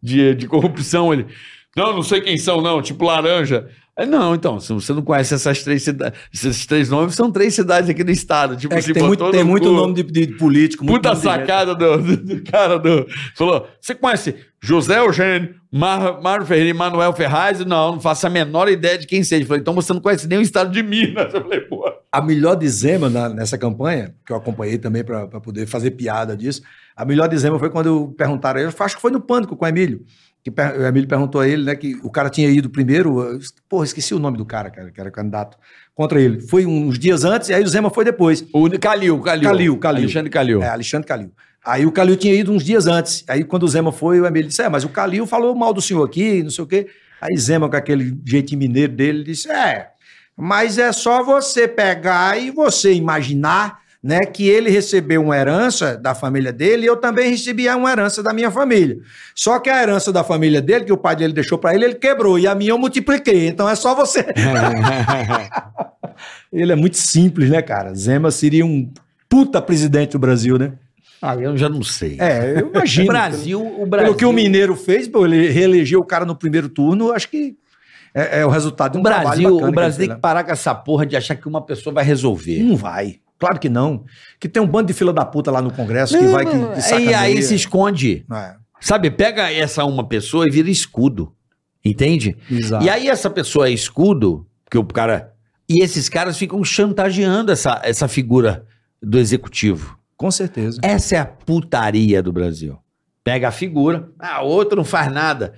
Speaker 4: de, de corrupção. Ele, não, não sei quem são, não, tipo laranja. Aí, não, então, se você não conhece essas três cidades, esses três nomes são três cidades aqui no estado. Tipo,
Speaker 1: É
Speaker 4: se
Speaker 1: que tem muito,
Speaker 4: botou
Speaker 1: tem
Speaker 4: no
Speaker 1: muito
Speaker 4: cu.
Speaker 1: nome de, de político. muito
Speaker 4: Puta
Speaker 1: nome de gente.
Speaker 4: sacada do, do- do cara do. Falou: você conhece José Eugênio, Mar- Mário Ferreira e Manuel Ferraz? Não, não faço a menor ideia de quem seja. Eu Falei, então você não conhece nem o estado de Minas. Eu falei, pô.
Speaker 1: A melhor dizema na- nessa campanha, que eu acompanhei também para poder fazer piada disso, a melhor dizema foi quando perguntaram a ele, acho que foi no Pânico com o Emílio, que per- o Emílio perguntou a ele, né, que o cara tinha ido primeiro, eu es- porra, esqueci o nome do cara, cara, que era candidato contra ele. Foi uns dias antes e aí o Zema foi depois.
Speaker 4: O Calil, Calil.
Speaker 1: Calil, Calil.
Speaker 4: Alexandre Calil.
Speaker 1: É, Alexandre Calil. Aí o Calil tinha ido uns dias antes. Aí quando o Zema foi, o Emílio disse: É, mas o Calil falou mal do senhor aqui, não sei o quê. Aí Zema, com aquele jeitinho mineiro dele, disse: É, mas é só você pegar e você imaginar. Né, que ele recebeu uma herança da família dele e eu também recebi uma herança da minha família. Só que a herança da família dele, que o pai dele deixou pra ele, ele quebrou. E a minha eu multipliquei. Então é só você. ele é muito simples, né, cara? Zema seria um puta presidente do Brasil, né?
Speaker 4: Ah, eu já não sei.
Speaker 1: É, eu
Speaker 4: O
Speaker 1: imagino.
Speaker 4: Brasil, o
Speaker 1: pelo,
Speaker 4: Brasil.
Speaker 1: pelo que o Mineiro fez, pô, ele reelegeu o cara no primeiro turno, acho que é, é o resultado de
Speaker 4: O
Speaker 1: um trabalho
Speaker 4: Brasil,
Speaker 1: bacana né?
Speaker 4: o Brasil
Speaker 1: ele
Speaker 4: tem
Speaker 1: fez
Speaker 4: que parar com essa porra de achar que uma pessoa vai resolver.
Speaker 1: lá. Não vai. Claro que não. Que tem um bando de fila da puta lá no Congresso que vai que, que
Speaker 4: e
Speaker 1: sacaneia.
Speaker 4: aí se esconde.
Speaker 1: É,
Speaker 4: Sabe, pega essa uma pessoa e vira escudo. Entende?
Speaker 1: exato.
Speaker 4: E aí essa pessoa é escudo, porque o cara. E esses caras ficam chantageando essa, essa figura do executivo.
Speaker 1: Com certeza.
Speaker 4: Essa é a putaria do Brasil. Pega a figura, ah, outro não faz nada.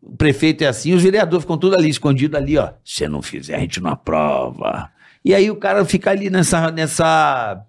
Speaker 4: O prefeito é assim, os vereadores ficam tudo ali, escondido ali, ó. Se não fizer, a gente não aprova. E aí o cara fica ali nessa. nessa...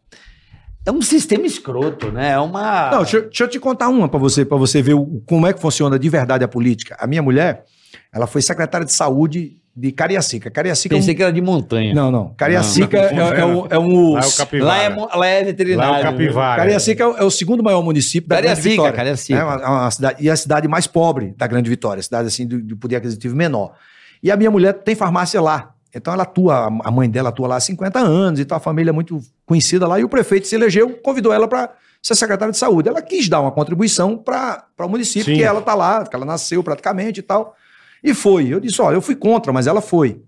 Speaker 4: É um sistema escroto, né? É uma.
Speaker 1: Não, deixa, eu- deixa eu te contar uma pra você, para você ver o- como é que funciona de verdade a política. A minha mulher, ela foi secretária de saúde de Cariacica. Cariacica é um-
Speaker 4: Pensei que era de montanha.
Speaker 1: Não, não. Cariacica
Speaker 5: Não, não.
Speaker 1: é, é um, é um
Speaker 5: Lá é o
Speaker 1: urso.
Speaker 5: capivara.
Speaker 4: Lá é, mo- lá é veterinário.
Speaker 5: Lá é o capivara.
Speaker 1: Cariacica é o- é o segundo maior município da Grande
Speaker 4: Cariacica,
Speaker 1: Vitória.
Speaker 4: Cariacica.
Speaker 1: É uma, é uma cidade, e a cidade mais pobre da Grande Vitória, cidade assim de, de poder aquisitivo menor. E a minha mulher tem farmácia lá. Então ela atua, a mãe dela atua lá há 50 anos, então a família é muito conhecida lá. E o prefeito se elegeu, convidou ela para ser secretária de saúde. Ela quis dar uma contribuição para o município,
Speaker 5: Sim.
Speaker 1: que ela está lá, que ela nasceu praticamente e tal. E foi. Eu disse: olha, eu fui contra, mas ela foi.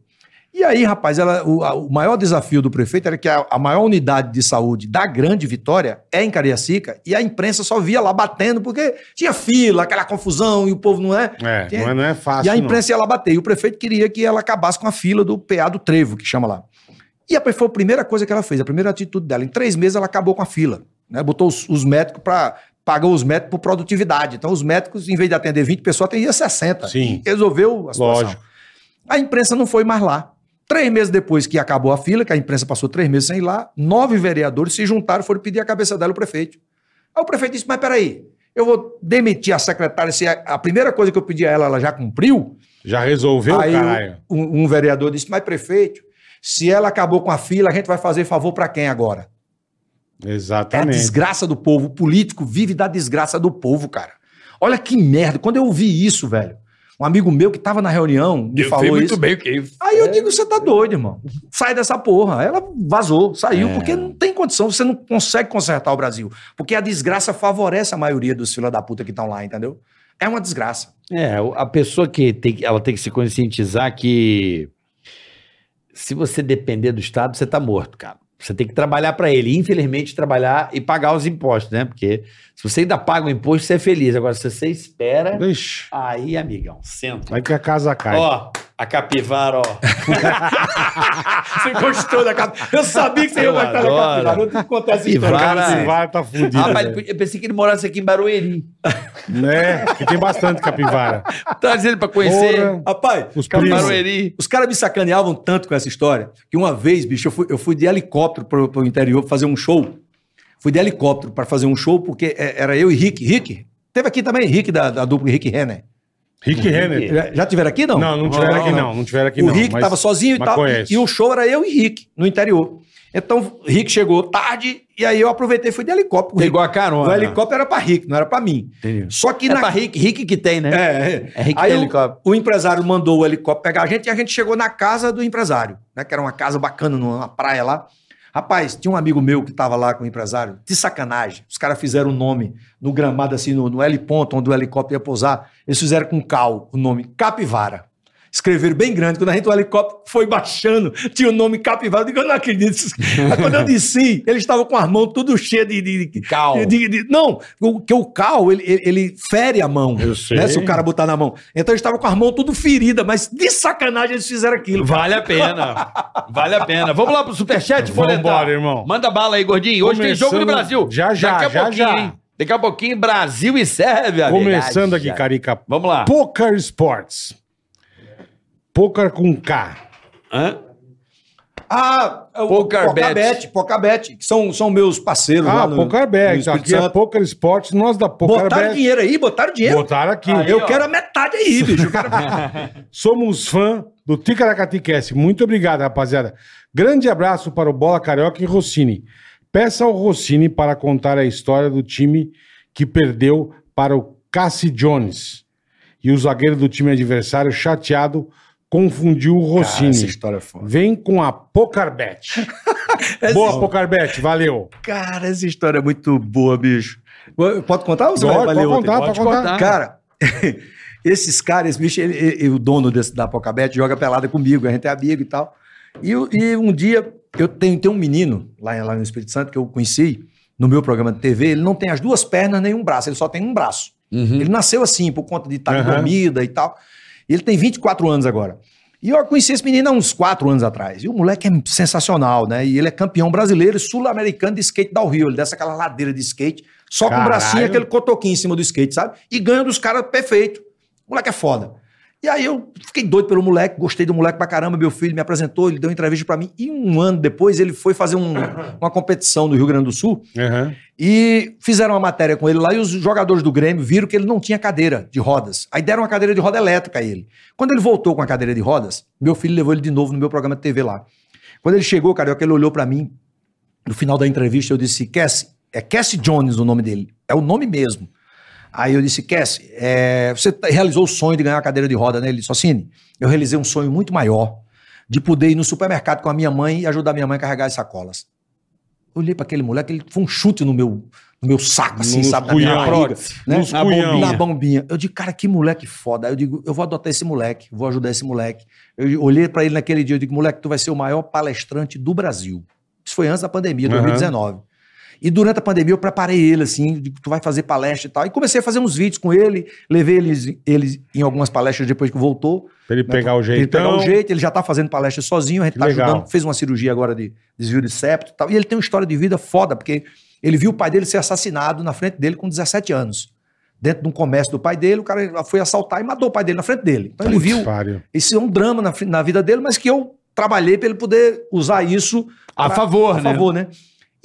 Speaker 1: E aí, rapaz, ela- o, a- o maior desafio do prefeito era que a, a maior unidade de saúde da Grande Vitória é em Cariacica e a imprensa só via lá batendo porque tinha fila, aquela confusão e o povo não é.
Speaker 5: É,
Speaker 1: Tinha-
Speaker 5: não é, não é fácil.
Speaker 1: e a imprensa ia lá bater. E o prefeito queria que ela acabasse com a fila do PA do Trevo, que chama lá. E a, foi a primeira coisa que ela fez, a primeira atitude dela. Em três meses ela acabou com a fila. né? Botou os, os médicos para. Pagou os médicos por produtividade. Então, os médicos, em vez de atender 20 pessoas, atendia 60.
Speaker 5: Sim.
Speaker 1: Resolveu a situação.
Speaker 5: Lógico.
Speaker 1: A imprensa não foi mais lá. Três meses depois que acabou a fila, que a imprensa passou três meses sem ir lá, nove vereadores se juntaram e foram pedir a cabeça dela ao prefeito. Aí o prefeito disse: Mas peraí, eu vou demitir a secretária se a, a primeira coisa que eu pedi a ela, ela já cumpriu?
Speaker 5: não. Já resolveu,
Speaker 1: Aí o-
Speaker 5: caralho.
Speaker 1: um, um vereador disse: Mas prefeito, se ela acabou com a fila, a gente vai fazer favor para quem agora? É a
Speaker 5: Exatamente.
Speaker 1: desgraça do povo. O político vive da desgraça do povo, cara. Olha que merda. Quando eu ouvi isso, velho, um amigo meu que estava na reunião me
Speaker 2: eu
Speaker 1: falou
Speaker 2: sei muito
Speaker 1: isso.
Speaker 2: bem o que é isso.
Speaker 1: Aí eu digo, você tá doido, irmão. Sai dessa porra. Ela vazou, saiu, porque não tem condição, você não consegue consertar o Brasil. Porque a desgraça favorece a maioria dos filhos da puta que estão lá, entendeu? É uma desgraça.
Speaker 4: É, o- a pessoa que tem, que- ela tem que se conscientizar que se você depender do Estado, você tá morto, cara. Você tem que trabalhar para ele, infelizmente trabalhar e pagar os impostos, né? Porque se você ainda paga o imposto, você é feliz. Agora, se você espera,
Speaker 5: Ixi,
Speaker 4: aí, amigão, senta.
Speaker 5: aí que a casa cai.
Speaker 4: Ó, a capivara, ó.
Speaker 1: Você gostou da capa. Eu sabia que você ia
Speaker 4: Eu
Speaker 1: gostar da
Speaker 4: adoro.
Speaker 1: capa. Eu tenho que contar essa
Speaker 5: o
Speaker 1: história.
Speaker 4: Capivara.
Speaker 1: assim,
Speaker 5: cara se vai, tá fudido.
Speaker 4: Rapaz,
Speaker 5: velho.
Speaker 4: eu pensei que ele morasse aqui em Barueri.
Speaker 5: Né? Que tem bastante capivara.
Speaker 4: Traz ele Tá pra conhecer.
Speaker 5: Porra,
Speaker 1: Rapaz,
Speaker 5: os primos.
Speaker 4: Barueri.
Speaker 1: Os caras me sacaneavam tanto com essa história que uma vez, bicho, eu fui, eu fui de helicóptero pro, pro interior pra fazer um show. Fui de helicóptero pra fazer um show porque é, era eu e Rick. Rick? Teve aqui também Rick da, da dupla Rick Renner.
Speaker 5: Rick Renner.
Speaker 1: Já, já tiveram aqui, não?
Speaker 5: Não, não tiveram aqui não. Não tiveram aqui
Speaker 1: o
Speaker 5: não.
Speaker 1: Rick
Speaker 5: mas-
Speaker 1: tava sozinho e
Speaker 5: mas
Speaker 1: tal.
Speaker 5: conheço.
Speaker 1: E, e o show era eu e Rick, no interior. Então, Rick chegou tarde, e aí eu aproveitei e fui de helicóptero. Rick.
Speaker 4: Pegou a carona.
Speaker 5: né?
Speaker 1: O helicóptero era pra Rick, não era pra mim. Só que
Speaker 7: É pra Rick, Rick que tem, né?
Speaker 1: É,
Speaker 7: É Rick
Speaker 1: aí
Speaker 7: tem
Speaker 1: o-
Speaker 7: helicóptero.
Speaker 1: O, empresário mandou o helicóptero pegar a gente e a gente chegou na casa do empresário, né? Que era uma casa bacana numa praia lá. Rapaz, tinha um amigo meu que tava lá com o empresário, de sacanagem. Os caras fizeram o nome no gramado, assim, no, no L ponto, onde o helicóptero ia pousar. Eles fizeram com cal o nome Capivara. Escreveram bem grande. Quando a gente, o helicóptero foi baixando, tinha o nome Capivara. Eu digo, eu não acredito. Aí quando eu desci, eles estavam com as mãos tudo cheias de, de, de-
Speaker 4: Cal.
Speaker 1: É. de- de- não, o- que o cal, ele, ele- ele fere a mão.
Speaker 5: Eu sei.
Speaker 1: né? Se o cara botar na mão. Então eles estavam com as mãos tudo ferida, mas de sacanagem eles fizeram aquilo.
Speaker 7: Vale a pena. Vale a pena. Vamos lá pro Superchat, Folhetão.
Speaker 5: Vambora, irmão.
Speaker 7: Manda bala aí, gordinho. Hoje tem
Speaker 5: Começando-
Speaker 7: jogo do Brasil.
Speaker 5: Já, já,
Speaker 7: Daqui a
Speaker 5: já,
Speaker 7: pouquinho,
Speaker 5: já.
Speaker 7: hein? Daqui a pouquinho, Brasil e Sérvia.
Speaker 5: Começando
Speaker 7: Verdade.
Speaker 5: aqui, Carica.
Speaker 7: Vamos lá.
Speaker 5: Poker Sports. Poker com K.
Speaker 1: Ah, o
Speaker 7: Poker
Speaker 1: Pocabet, Pocabet, que são, são meus parceiros
Speaker 5: Ah,
Speaker 1: lá no,
Speaker 5: Poker
Speaker 1: no
Speaker 5: Bet.
Speaker 1: Espírito
Speaker 5: Aqui é
Speaker 1: Santo.
Speaker 5: Poker Sports. Nós da Poker
Speaker 1: Botaram
Speaker 5: Bet.
Speaker 1: dinheiro aí, botaram dinheiro.
Speaker 5: Botaram aqui.
Speaker 1: eu quero a metade aí, bicho. Eu quero-
Speaker 5: Somos fã do Ticaracatiquece. Muito obrigado, rapaziada. Grande abraço para o Bola Carioca e Rossini. Peça ao Rossini para contar a história do time que perdeu para o Cassie Jones. E o zagueiro do time adversário, chateado, confundiu o Rossini.
Speaker 1: história é foda.
Speaker 5: Vem com a Pocarbet.
Speaker 1: É
Speaker 5: Boa, Pocarbet. Valeu.
Speaker 1: Cara, essa história é muito boa, bicho. Pode contar ou você vai
Speaker 5: Pode,
Speaker 1: valer
Speaker 5: pode
Speaker 1: outra?
Speaker 5: contar, pode contar.
Speaker 1: Cara, esses caras, esse bicho, ele- ele- o dono desse, da Pocabet joga pelada comigo, a gente é amigo e tal. E, eu- e um dia, eu tenho, tem um menino lá, em- lá no Espírito Santo que eu conheci no meu programa de TV, ele não tem as duas pernas nem um braço, ele só tem um braço. Ele nasceu assim, por conta de estar
Speaker 5: Aham.
Speaker 1: comida e tal. Ele tem 24 anos agora. E eu conheci esse menino há uns 4 anos atrás. E o moleque é sensacional, né? E ele é campeão brasileiro e sul-americano de skate da Rio. Ele desce aquela ladeira de skate, só com o
Speaker 5: Caralho.
Speaker 1: bracinho, aquele cotoquinho em cima do skate, sabe? E ganha dos caras perfeito. O moleque é foda. E aí eu fiquei doido pelo moleque, gostei do moleque pra caramba. Meu filho me apresentou, ele deu entrevista pra mim. E um ano depois ele foi fazer um- uma competição no Rio Grande do Sul.
Speaker 5: Aham.
Speaker 1: E fizeram uma matéria com ele lá e os jogadores do Grêmio viram que ele não tinha cadeira de rodas. Aí deram uma cadeira de roda elétrica a ele. Quando ele voltou com a cadeira de rodas, meu filho levou ele de novo no meu programa de TV lá. Quando ele chegou, Carioca, ele olhou pra mim. No final da entrevista, eu disse: Cassie, é Cassie Jones o nome dele. É o nome mesmo. Aí eu disse, Cassie, é, você tá- realizou o sonho de ganhar uma cadeira de roda, né? Ele disse, Socine, eu realizei um sonho muito maior de poder ir no supermercado com a minha mãe e ajudar minha mãe a carregar as sacolas. Olhei pra aquele moleque, ele foi um chute no meu, no meu saco, assim,
Speaker 5: Nos
Speaker 1: sabe?
Speaker 5: cunhão,
Speaker 1: na minha barriga, né?
Speaker 5: Nos
Speaker 1: na,
Speaker 5: cunhão.
Speaker 1: bombinha. na bombinha. Eu digo, cara, que moleque foda. Aí eu digo, eu vou adotar esse moleque, vou ajudar esse moleque. Eu olhei pra ele naquele dia, eu digo, moleque, tu vai ser o maior palestrante do Brasil. Isso foi antes da pandemia,
Speaker 5: Aham.
Speaker 1: 2019. E durante a pandemia eu preparei ele, assim, de que tu vai fazer palestra e tal. E comecei a fazer uns vídeos com ele, levei ele, ele em algumas palestras depois que voltou. né,
Speaker 5: Pra ele pegar o
Speaker 1: Pra Ele pegar
Speaker 5: jeitão.
Speaker 1: o jeito, ele já tá fazendo palestra sozinho, a gente
Speaker 5: Que
Speaker 1: tá
Speaker 5: legal.
Speaker 1: ajudando. Fez uma cirurgia agora de desvio de septo e tal. E ele tem uma história de vida foda, porque ele viu o pai dele ser assassinado na frente dele com 17 anos. Dentro de um comércio do pai dele, o cara foi assaltar e matou o pai dele na frente dele. Então ele
Speaker 5: Putz,
Speaker 1: viu
Speaker 5: pariu.
Speaker 1: esse é um drama na, fi- na vida dele, mas que eu trabalhei para ele poder usar isso
Speaker 7: A
Speaker 5: Tá.
Speaker 1: pra-
Speaker 7: favor, né?
Speaker 1: a favor, né?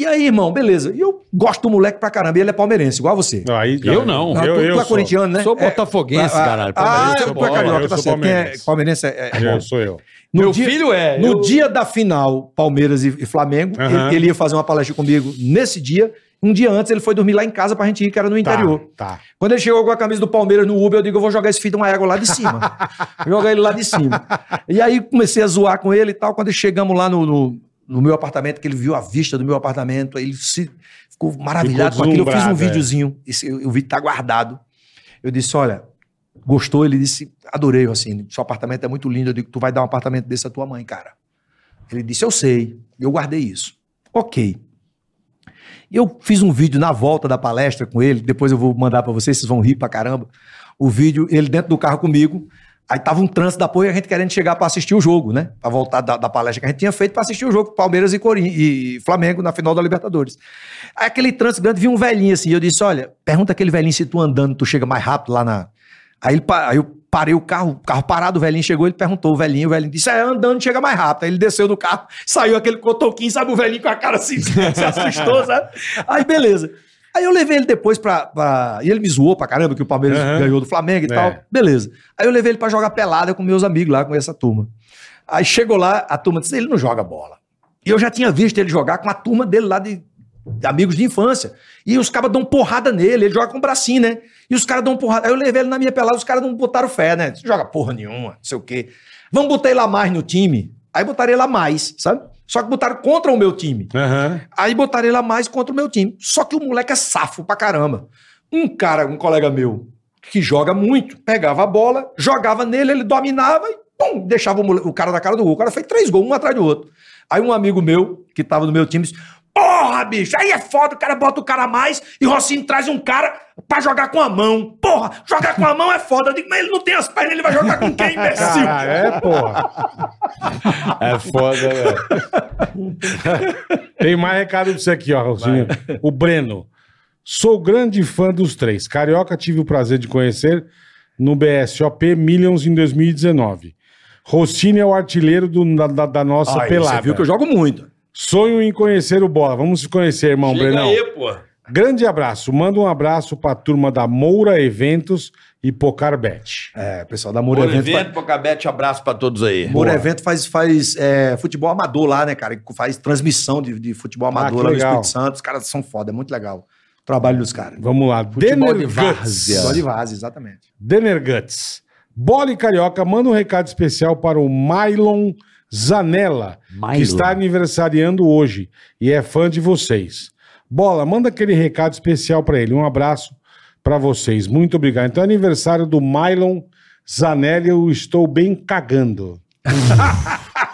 Speaker 1: E aí, irmão, beleza. E eu gosto do moleque pra caramba, e ele é palmeirense, igual você.
Speaker 5: Aí,
Speaker 7: Eu não.
Speaker 1: Ah,
Speaker 5: Eu,
Speaker 1: tu,
Speaker 5: eu,
Speaker 1: tu é
Speaker 5: sou.
Speaker 1: corintiano, né?
Speaker 7: Sou
Speaker 1: É,
Speaker 7: botafoguense,
Speaker 1: ah,
Speaker 7: caralho.
Speaker 1: Ah,
Speaker 7: Palmeiras,
Speaker 1: eu,
Speaker 7: eu
Speaker 1: tu é
Speaker 7: bola.
Speaker 1: carioca,
Speaker 5: Eu
Speaker 1: tá
Speaker 5: sou
Speaker 1: certo. Quem é
Speaker 5: palmeirense.
Speaker 1: palmeirense é, é bom.
Speaker 5: Eu sou eu.
Speaker 1: No
Speaker 7: Meu
Speaker 1: dia-
Speaker 7: filho é.
Speaker 1: No
Speaker 7: eu-
Speaker 1: dia da final, Palmeiras e, e Flamengo,
Speaker 5: Aham.
Speaker 1: ele, ele ia fazer uma palestra comigo nesse dia. Um dia antes, ele foi dormir lá em casa pra gente ir, que era no interior.
Speaker 5: Tá, tá.
Speaker 1: Quando ele chegou com a camisa do Palmeiras no Uber, eu digo, eu vou jogar esse filho de uma égua lá de cima. Vou jogar ele lá de cima. E aí comecei a zoar com ele e tal. Quando chegamos lá no, no, no meu apartamento, que ele viu a vista do meu apartamento, aí ele se, ficou maravilhado
Speaker 5: Ficou
Speaker 1: com aquilo. Eu fiz um
Speaker 5: deslumbrado, é.
Speaker 1: videozinho, esse, o vídeo tá guardado. Eu disse, olha, gostou? Ele disse, adorei, Rocine, seu apartamento é muito lindo. Eu digo, tu vai dar um apartamento desse à tua mãe, cara. Ele disse, eu sei, eu guardei isso. Ok. E eu fiz um vídeo na volta da palestra com ele, depois eu vou mandar pra vocês, vocês vão rir pra caramba. O vídeo, ele dentro do carro comigo, aí tava um trânsito da porra e a gente querendo chegar pra assistir o jogo, né? Pra voltar da, da palestra que a gente tinha feito pra assistir o jogo Palmeiras e, Corin e Flamengo na final da Libertadores. Aí aquele trânsito grande, vi um velhinho assim, e eu disse, olha, pergunta aquele velhinho se tu andando tu chega mais rápido lá na... Aí, ele, pa- aí eu parei o carro, o carro parado, o velhinho chegou, ele perguntou, o velhinho, o velhinho disse, é, andando chega mais rápido. Aí ele desceu do carro, saiu aquele cotoquinho, sabe, o velhinho com a cara assim, se assustou, sabe? Aí beleza. Aí eu levei ele depois pra, pra- E ele me zoou pra caramba, que o Palmeiras
Speaker 5: Aham.
Speaker 1: ganhou do Flamengo e
Speaker 5: É.
Speaker 1: tal. Beleza. Aí eu levei ele pra jogar pelada com meus amigos lá, com essa turma. Aí chegou lá, a turma disse, ele não joga bola. E eu já tinha visto ele jogar com a turma dele lá de de amigos de infância. E os cabas dão porrada nele, ele joga com o bracinho, né? E os caras dão porrada. Aí eu levei ele na minha pelada, os caras não botaram fé, né? Você joga porra nenhuma, não sei o quê. Vamos botar ele lá mais no time. Aí botaram ele lá mais, sabe? Só que botaram contra o meu time.
Speaker 5: Aham.
Speaker 1: Aí botaram ele lá mais contra o meu time. Só que o moleque é safo pra caramba. Um cara, um colega meu, que joga muito, pegava a bola, jogava nele, ele dominava e pum, deixava o, mole- o cara na cara do gol. O cara fez três gols, um atrás do outro. Aí um amigo meu, que tava no meu time, disse: Porra, bicho, aí é foda, o cara bota o cara a mais e o Rocinho traz um cara pra jogar com a mão. Porra, jogar com a mão é foda. Eu digo, mas ele não tem as pernas, ele vai jogar com quem, imbecil?
Speaker 5: Ah, é, porra.
Speaker 11: É foda, velho.
Speaker 7: né?
Speaker 5: Tem mais recado pra você aqui, ó, Rocinho. O Breno. Sou grande fã dos três. Carioca tive o prazer de conhecer no BSOP Millions em 2019. Rossini é o artilheiro do- da, da- da
Speaker 7: Ah,
Speaker 5: nossa
Speaker 7: é
Speaker 5: pelada.
Speaker 1: jogo muito.
Speaker 5: Sonho em conhecer o Bola. Vamos se conhecer, irmão Brenão.
Speaker 12: pô.
Speaker 5: Grande abraço. Manda um abraço pra turma da Moura Eventos e Pocarbet.
Speaker 1: É, pessoal da Moura Evento. faz-
Speaker 11: Pocabete, abraço pra todos
Speaker 5: É.
Speaker 11: aí.
Speaker 1: Moura Evento faz, faz é, futebol amador lá, né, cara? Faz transmissão de, de futebol amador
Speaker 5: Ah, que
Speaker 1: lá no
Speaker 5: legal.
Speaker 1: Espírito Santo. Os caras são foda, é muito legal. O trabalho dos caras.
Speaker 5: Vamos lá.
Speaker 11: Futebol de
Speaker 5: Denner
Speaker 11: várzea.
Speaker 5: Guts.
Speaker 1: Futebol de vaza, exatamente.
Speaker 5: Denner Guts. Bola e Carioca, manda um recado especial para o Mylon Zanella, que está aniversariando hoje e é fã de vocês. Bola, manda aquele recado especial para ele. Um abraço para vocês. Muito obrigado. Então, é aniversário do Mylon Zanella, eu estou bem cagando.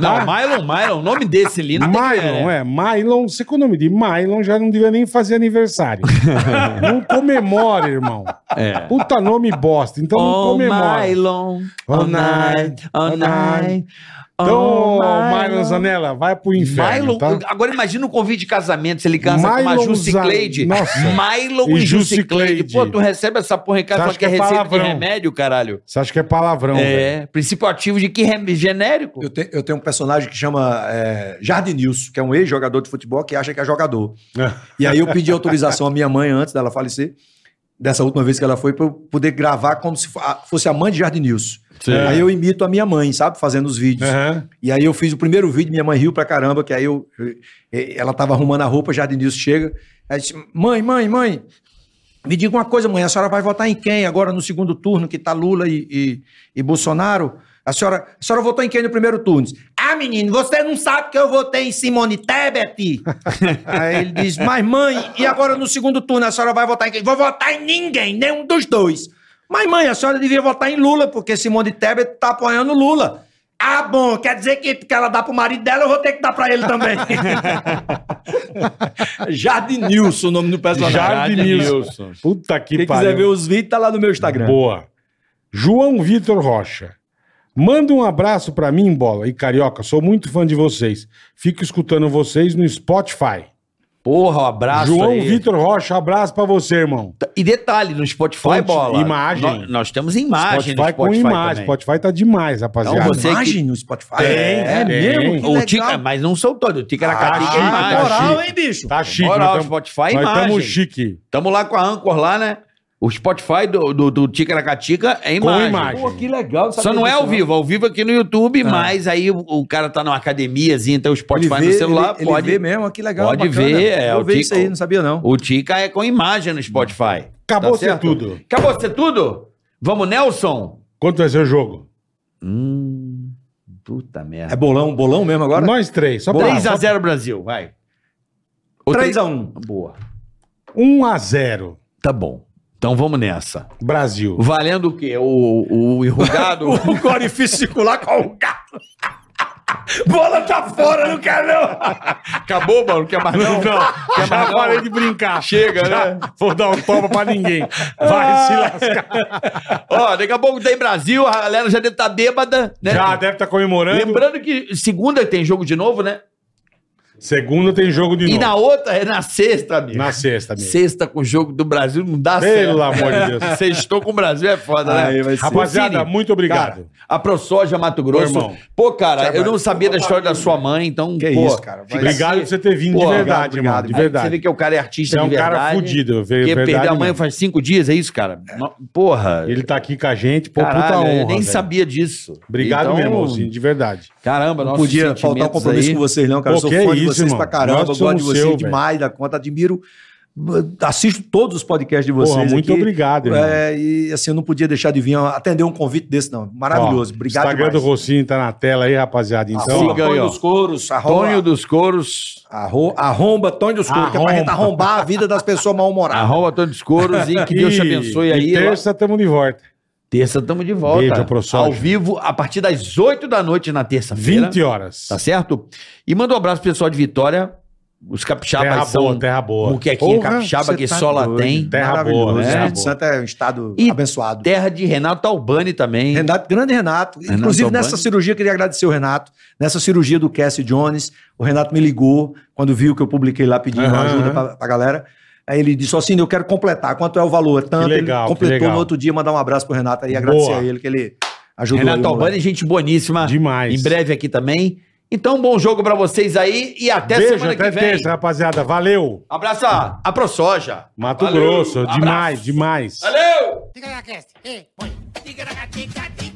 Speaker 4: Não, Mylon, Mylon, o nome desse ali não tem que-
Speaker 5: Tá?
Speaker 7: né?
Speaker 5: Mylon, é. Mylon, você com o nome de Mylon já não devia nem fazer aniversário. não comemora, irmão.
Speaker 11: É.
Speaker 5: Puta nome bosta, então não
Speaker 4: Oh,
Speaker 5: comemora.
Speaker 4: Mylon,
Speaker 5: Oh,
Speaker 4: oh
Speaker 5: night,
Speaker 4: night,
Speaker 5: oh,
Speaker 4: oh night.
Speaker 7: Oh,
Speaker 5: Então, Mylon
Speaker 4: Oh, Mylon.
Speaker 5: Zanella, vai pro inferno,
Speaker 4: Mylon,
Speaker 5: tá?
Speaker 4: agora imagina o convite de casamento, se ele casa com uma
Speaker 5: Mylon
Speaker 4: Jussi
Speaker 5: Zan-
Speaker 4: Cleide.
Speaker 5: Nossa.
Speaker 4: Mylon
Speaker 5: E
Speaker 4: e Jussi
Speaker 5: Jussi
Speaker 4: Cleide.
Speaker 5: Cleide.
Speaker 4: Pô, tu recebe essa porra em
Speaker 5: Você
Speaker 4: casa,
Speaker 5: acha
Speaker 4: fala que é
Speaker 5: que é
Speaker 4: receita
Speaker 5: palavrão.
Speaker 4: de remédio, caralho.
Speaker 5: Você acha que é palavrão, velho?
Speaker 4: é, princípio ativo de que remédio? Genérico?
Speaker 1: Eu, te- eu tenho um personagem que chama é, Jardinilson, que é um ex-jogador de futebol que acha que é jogador. E aí eu pedi autorização à minha mãe antes dela falecer, dessa última vez que ela foi, pra eu poder gravar como se fo- a- fosse a mãe de Jardinilson. Aí eu imito a minha mãe, sabe? Fazendo os vídeos.
Speaker 5: Aham.
Speaker 1: E aí eu fiz o primeiro vídeo, minha mãe riu pra caramba, que aí eu, eh, ela tava arrumando a roupa, Jardinilson chega, aí disse, mãe, mãe, mãe, me diga uma coisa, mãe, a senhora vai votar em quem agora no segundo turno, que tá Lula e, e, e Bolsonaro? A senhora, a senhora votou em quem no primeiro turno? Ah, menino, você não sabe que eu votei em Simone Tebet? aí ele diz, mas mãe, e agora no segundo turno a senhora vai votar em quem? Vou votar em ninguém, nenhum dos dois. Mas mãe, a senhora devia votar em Lula, porque Simone Tebet tá apoiando o Lula. Ah, bom, quer dizer que porque ela dá pro marido dela, eu vou ter que dar pra ele também. Jardinilson, o nome do personagem.
Speaker 5: Jardinilson. Puta que
Speaker 1: Quem
Speaker 5: pariu.
Speaker 1: quiser ver os vídeos, tá lá no meu Instagram.
Speaker 5: Boa. João Vitor Rocha. Manda um abraço pra mim, Bola e Carioca. Sou muito fã de vocês. Fico escutando vocês no Spotify.
Speaker 4: Porra, um abraço
Speaker 5: João
Speaker 4: aí.
Speaker 5: Vitor Rocha, abraço pra você, irmão.
Speaker 4: E detalhe, no Spotify,
Speaker 5: Fonte,
Speaker 4: bola.
Speaker 5: imagem.
Speaker 4: Nós, nós temos imagem
Speaker 5: Spotify com imagem.
Speaker 4: também.
Speaker 5: Spotify tá demais, rapaziada.
Speaker 4: Então você-
Speaker 1: Imagem no Spotify.
Speaker 5: Tem,
Speaker 1: é
Speaker 5: tem.
Speaker 1: mesmo? Que
Speaker 4: O
Speaker 1: legal. Ah,
Speaker 4: Tica, mas não sou todo. O Tica era
Speaker 5: Ah,
Speaker 4: catica é
Speaker 5: chique,
Speaker 4: imagem.
Speaker 5: tá
Speaker 1: Moral,
Speaker 5: chique.
Speaker 1: hein, bicho?
Speaker 5: Tá chique,
Speaker 4: Moral,
Speaker 5: nós tamo-
Speaker 4: Spotify
Speaker 5: nós
Speaker 4: imagem.
Speaker 5: estamos chique.
Speaker 4: Tamo lá com a Anchor lá, né? O Spotify do, do, do Ticaracatica é
Speaker 5: Com
Speaker 4: imagem.
Speaker 5: imagem.
Speaker 1: legal.
Speaker 4: Só não Ah. é ao vivo, ao vivo aqui no YouTube, mas aí o, o cara tá numa academiazinha, tem o Spotify no celular,
Speaker 1: ele,
Speaker 4: pode.
Speaker 1: Ele vê mesmo, que legal.
Speaker 4: pode ver, é,
Speaker 1: Eu
Speaker 4: o
Speaker 1: vi
Speaker 4: Tico-
Speaker 1: isso aí, não sabia não.
Speaker 4: O Tica é com imagem no Spotify.
Speaker 5: Acabou
Speaker 4: Tá
Speaker 5: ser
Speaker 4: certo?
Speaker 5: tudo.
Speaker 4: Acabou ser tudo? Vamos, Nelson?
Speaker 5: Quanto vai ser o jogo?
Speaker 4: Hum. Puta merda.
Speaker 1: É bolão, bolão mesmo agora?
Speaker 5: Nós três.
Speaker 4: É
Speaker 5: Só pra
Speaker 4: 3x0 Brasil, vai.
Speaker 1: 3x1.
Speaker 4: Boa.
Speaker 5: 1 a 0
Speaker 4: Tá bom. Então vamos nessa.
Speaker 5: Brasil.
Speaker 4: Valendo o quê? O, o enrugado?
Speaker 1: O corifício circular com o gato. Bola tá fora, não quero não.
Speaker 4: Acabou, mano? Quer mais não? Quer
Speaker 5: Já
Speaker 4: mais
Speaker 5: parei
Speaker 4: não?
Speaker 5: de brincar.
Speaker 4: Chega, né?
Speaker 5: Vou dar um topa pra ninguém. Vai
Speaker 4: Ah,
Speaker 5: se lascar.
Speaker 4: Ó, daqui a pouco tem Brasil, a galera já deve estar bêbada, né?
Speaker 5: Já deve estar comemorando.
Speaker 4: Lembrando que segunda tem jogo de novo, né?
Speaker 5: Segunda tem jogo de
Speaker 4: E
Speaker 5: novo.
Speaker 4: na outra é na sexta, amigo.
Speaker 5: Na sexta, amigo.
Speaker 4: Sexta com o jogo do Brasil não dá
Speaker 5: Pelo amor de Deus.
Speaker 4: certo. Sextou com o Brasil é foda, né?
Speaker 5: Rapaziada,
Speaker 4: Cine,
Speaker 5: muito obrigado.
Speaker 4: a ProSoja Mato
Speaker 5: Ô,
Speaker 4: Grosso.
Speaker 5: irmão. é
Speaker 4: Pô, cara, eu não sabia da história da sua mãe, então.
Speaker 1: Que
Speaker 4: pô, assim,
Speaker 1: isso, cara. Vai-
Speaker 5: obrigado por você ter vindo
Speaker 4: Pô,
Speaker 5: de verdade, irmão.
Speaker 1: obrigado,
Speaker 5: De
Speaker 4: aí
Speaker 5: verdade.
Speaker 4: Você vê que o cara é artista
Speaker 5: Você é um
Speaker 4: de verdade.
Speaker 5: cara fudido, eu vejo
Speaker 4: Porque
Speaker 5: verdade
Speaker 4: perdeu a mãe
Speaker 5: mesmo.
Speaker 4: faz cinco dias, é isso, cara? Não- Porra.
Speaker 5: Ele tá aqui com a gente, pô,
Speaker 4: Caralho,
Speaker 5: puta honra.
Speaker 4: eu nem
Speaker 5: velho.
Speaker 4: sabia disso.
Speaker 5: Obrigado
Speaker 4: Então,
Speaker 5: mesmo, assim. Alcino, de verdade.
Speaker 4: Caramba,
Speaker 1: Não
Speaker 4: nossos
Speaker 1: podia faltar um
Speaker 4: sentimentos
Speaker 1: compromisso
Speaker 4: aí.
Speaker 1: com vocês, não, cara.
Speaker 5: Pô,
Speaker 1: eu sou
Speaker 5: que
Speaker 1: fã
Speaker 5: isso,
Speaker 1: de vocês
Speaker 5: irmão.
Speaker 1: pra caramba.
Speaker 5: Nós
Speaker 1: Eu gosto
Speaker 5: somos
Speaker 1: de vocês
Speaker 5: seu,
Speaker 1: demais da conta, admiro. Assisto todos os podcasts de vocês.
Speaker 5: Porra, muito
Speaker 1: aqui.
Speaker 5: obrigado, irmão.
Speaker 1: É, e assim, eu não podia deixar de vir atender um convite desse, não. Maravilhoso.
Speaker 5: Ó,
Speaker 1: obrigado
Speaker 5: Instagram do
Speaker 1: demais.
Speaker 5: Rocinho tá na tela aí, rapaziada. Então,
Speaker 1: arromba
Speaker 5: ó,
Speaker 4: Siga aí,
Speaker 1: Tonho
Speaker 4: ó.
Speaker 1: dos Couros. Arromba,
Speaker 4: Tonho dos Couros,
Speaker 1: arro- arromba Tonho dos Couros, que é pra gente
Speaker 5: Arromba.
Speaker 1: arrombar a vida das pessoas mal-humoradas.
Speaker 4: arroba Tonho dos Couros e que Deus te abençoe
Speaker 5: e
Speaker 4: aí.
Speaker 5: Terça estamos de volta.
Speaker 4: Terça estamos de volta.
Speaker 5: Beijo, professor.
Speaker 4: Ao vivo, a partir das 8 da noite na terça-feira.
Speaker 5: 20 horas.
Speaker 4: Tá certo? E manda um abraço pro pessoal de Vitória. Os capixabas
Speaker 5: terra
Speaker 4: são
Speaker 5: boa, terra boa.
Speaker 4: muquequinha
Speaker 1: Porra,
Speaker 4: capixaba
Speaker 1: você
Speaker 4: que
Speaker 1: tá
Speaker 4: só lá
Speaker 1: doido.
Speaker 4: tem.
Speaker 5: Terra
Speaker 1: Maravilhoso.
Speaker 5: boa, né?
Speaker 1: O
Speaker 5: terra
Speaker 1: Espírito
Speaker 5: boa.
Speaker 1: Santo é um estado
Speaker 4: E-
Speaker 1: abençoado.
Speaker 4: Terra de Renato Albani também.
Speaker 1: Renato, grande Renato.
Speaker 4: Renato
Speaker 1: Inclusive,
Speaker 4: Albani.
Speaker 1: nessa cirurgia, eu queria agradecer o Renato. Nessa cirurgia do Cassie Jones, o Renato me ligou quando viu que eu publiquei lá pedindo
Speaker 5: Aham,
Speaker 1: ajuda
Speaker 5: aham.
Speaker 1: pra, pra galera. Aí ele disse assim: eu quero completar. Quanto é o valor? É tanto.
Speaker 5: legal, que
Speaker 1: ele completou
Speaker 5: legal.
Speaker 1: no outro dia, mandar um abraço pro Renato aí e agradecer
Speaker 5: Boa.
Speaker 1: a ele que ele ajudou. aí,
Speaker 4: Renato
Speaker 1: o moleque.
Speaker 4: Albani, gente boníssima.
Speaker 5: Demais.
Speaker 4: Em breve aqui também. Então, bom jogo pra vocês aí e até
Speaker 5: Beijo,
Speaker 4: semana
Speaker 5: até
Speaker 4: que vem.
Speaker 5: terça, rapaziada. Valeu.
Speaker 4: Abraça a ProSoja.
Speaker 5: Mato
Speaker 4: Valeu, um
Speaker 5: Grosso,
Speaker 4: abraço.
Speaker 5: demais, demais.
Speaker 4: Valeu!
Speaker 2: Diga na cast. Ei, põe. Diga na gatica, diga.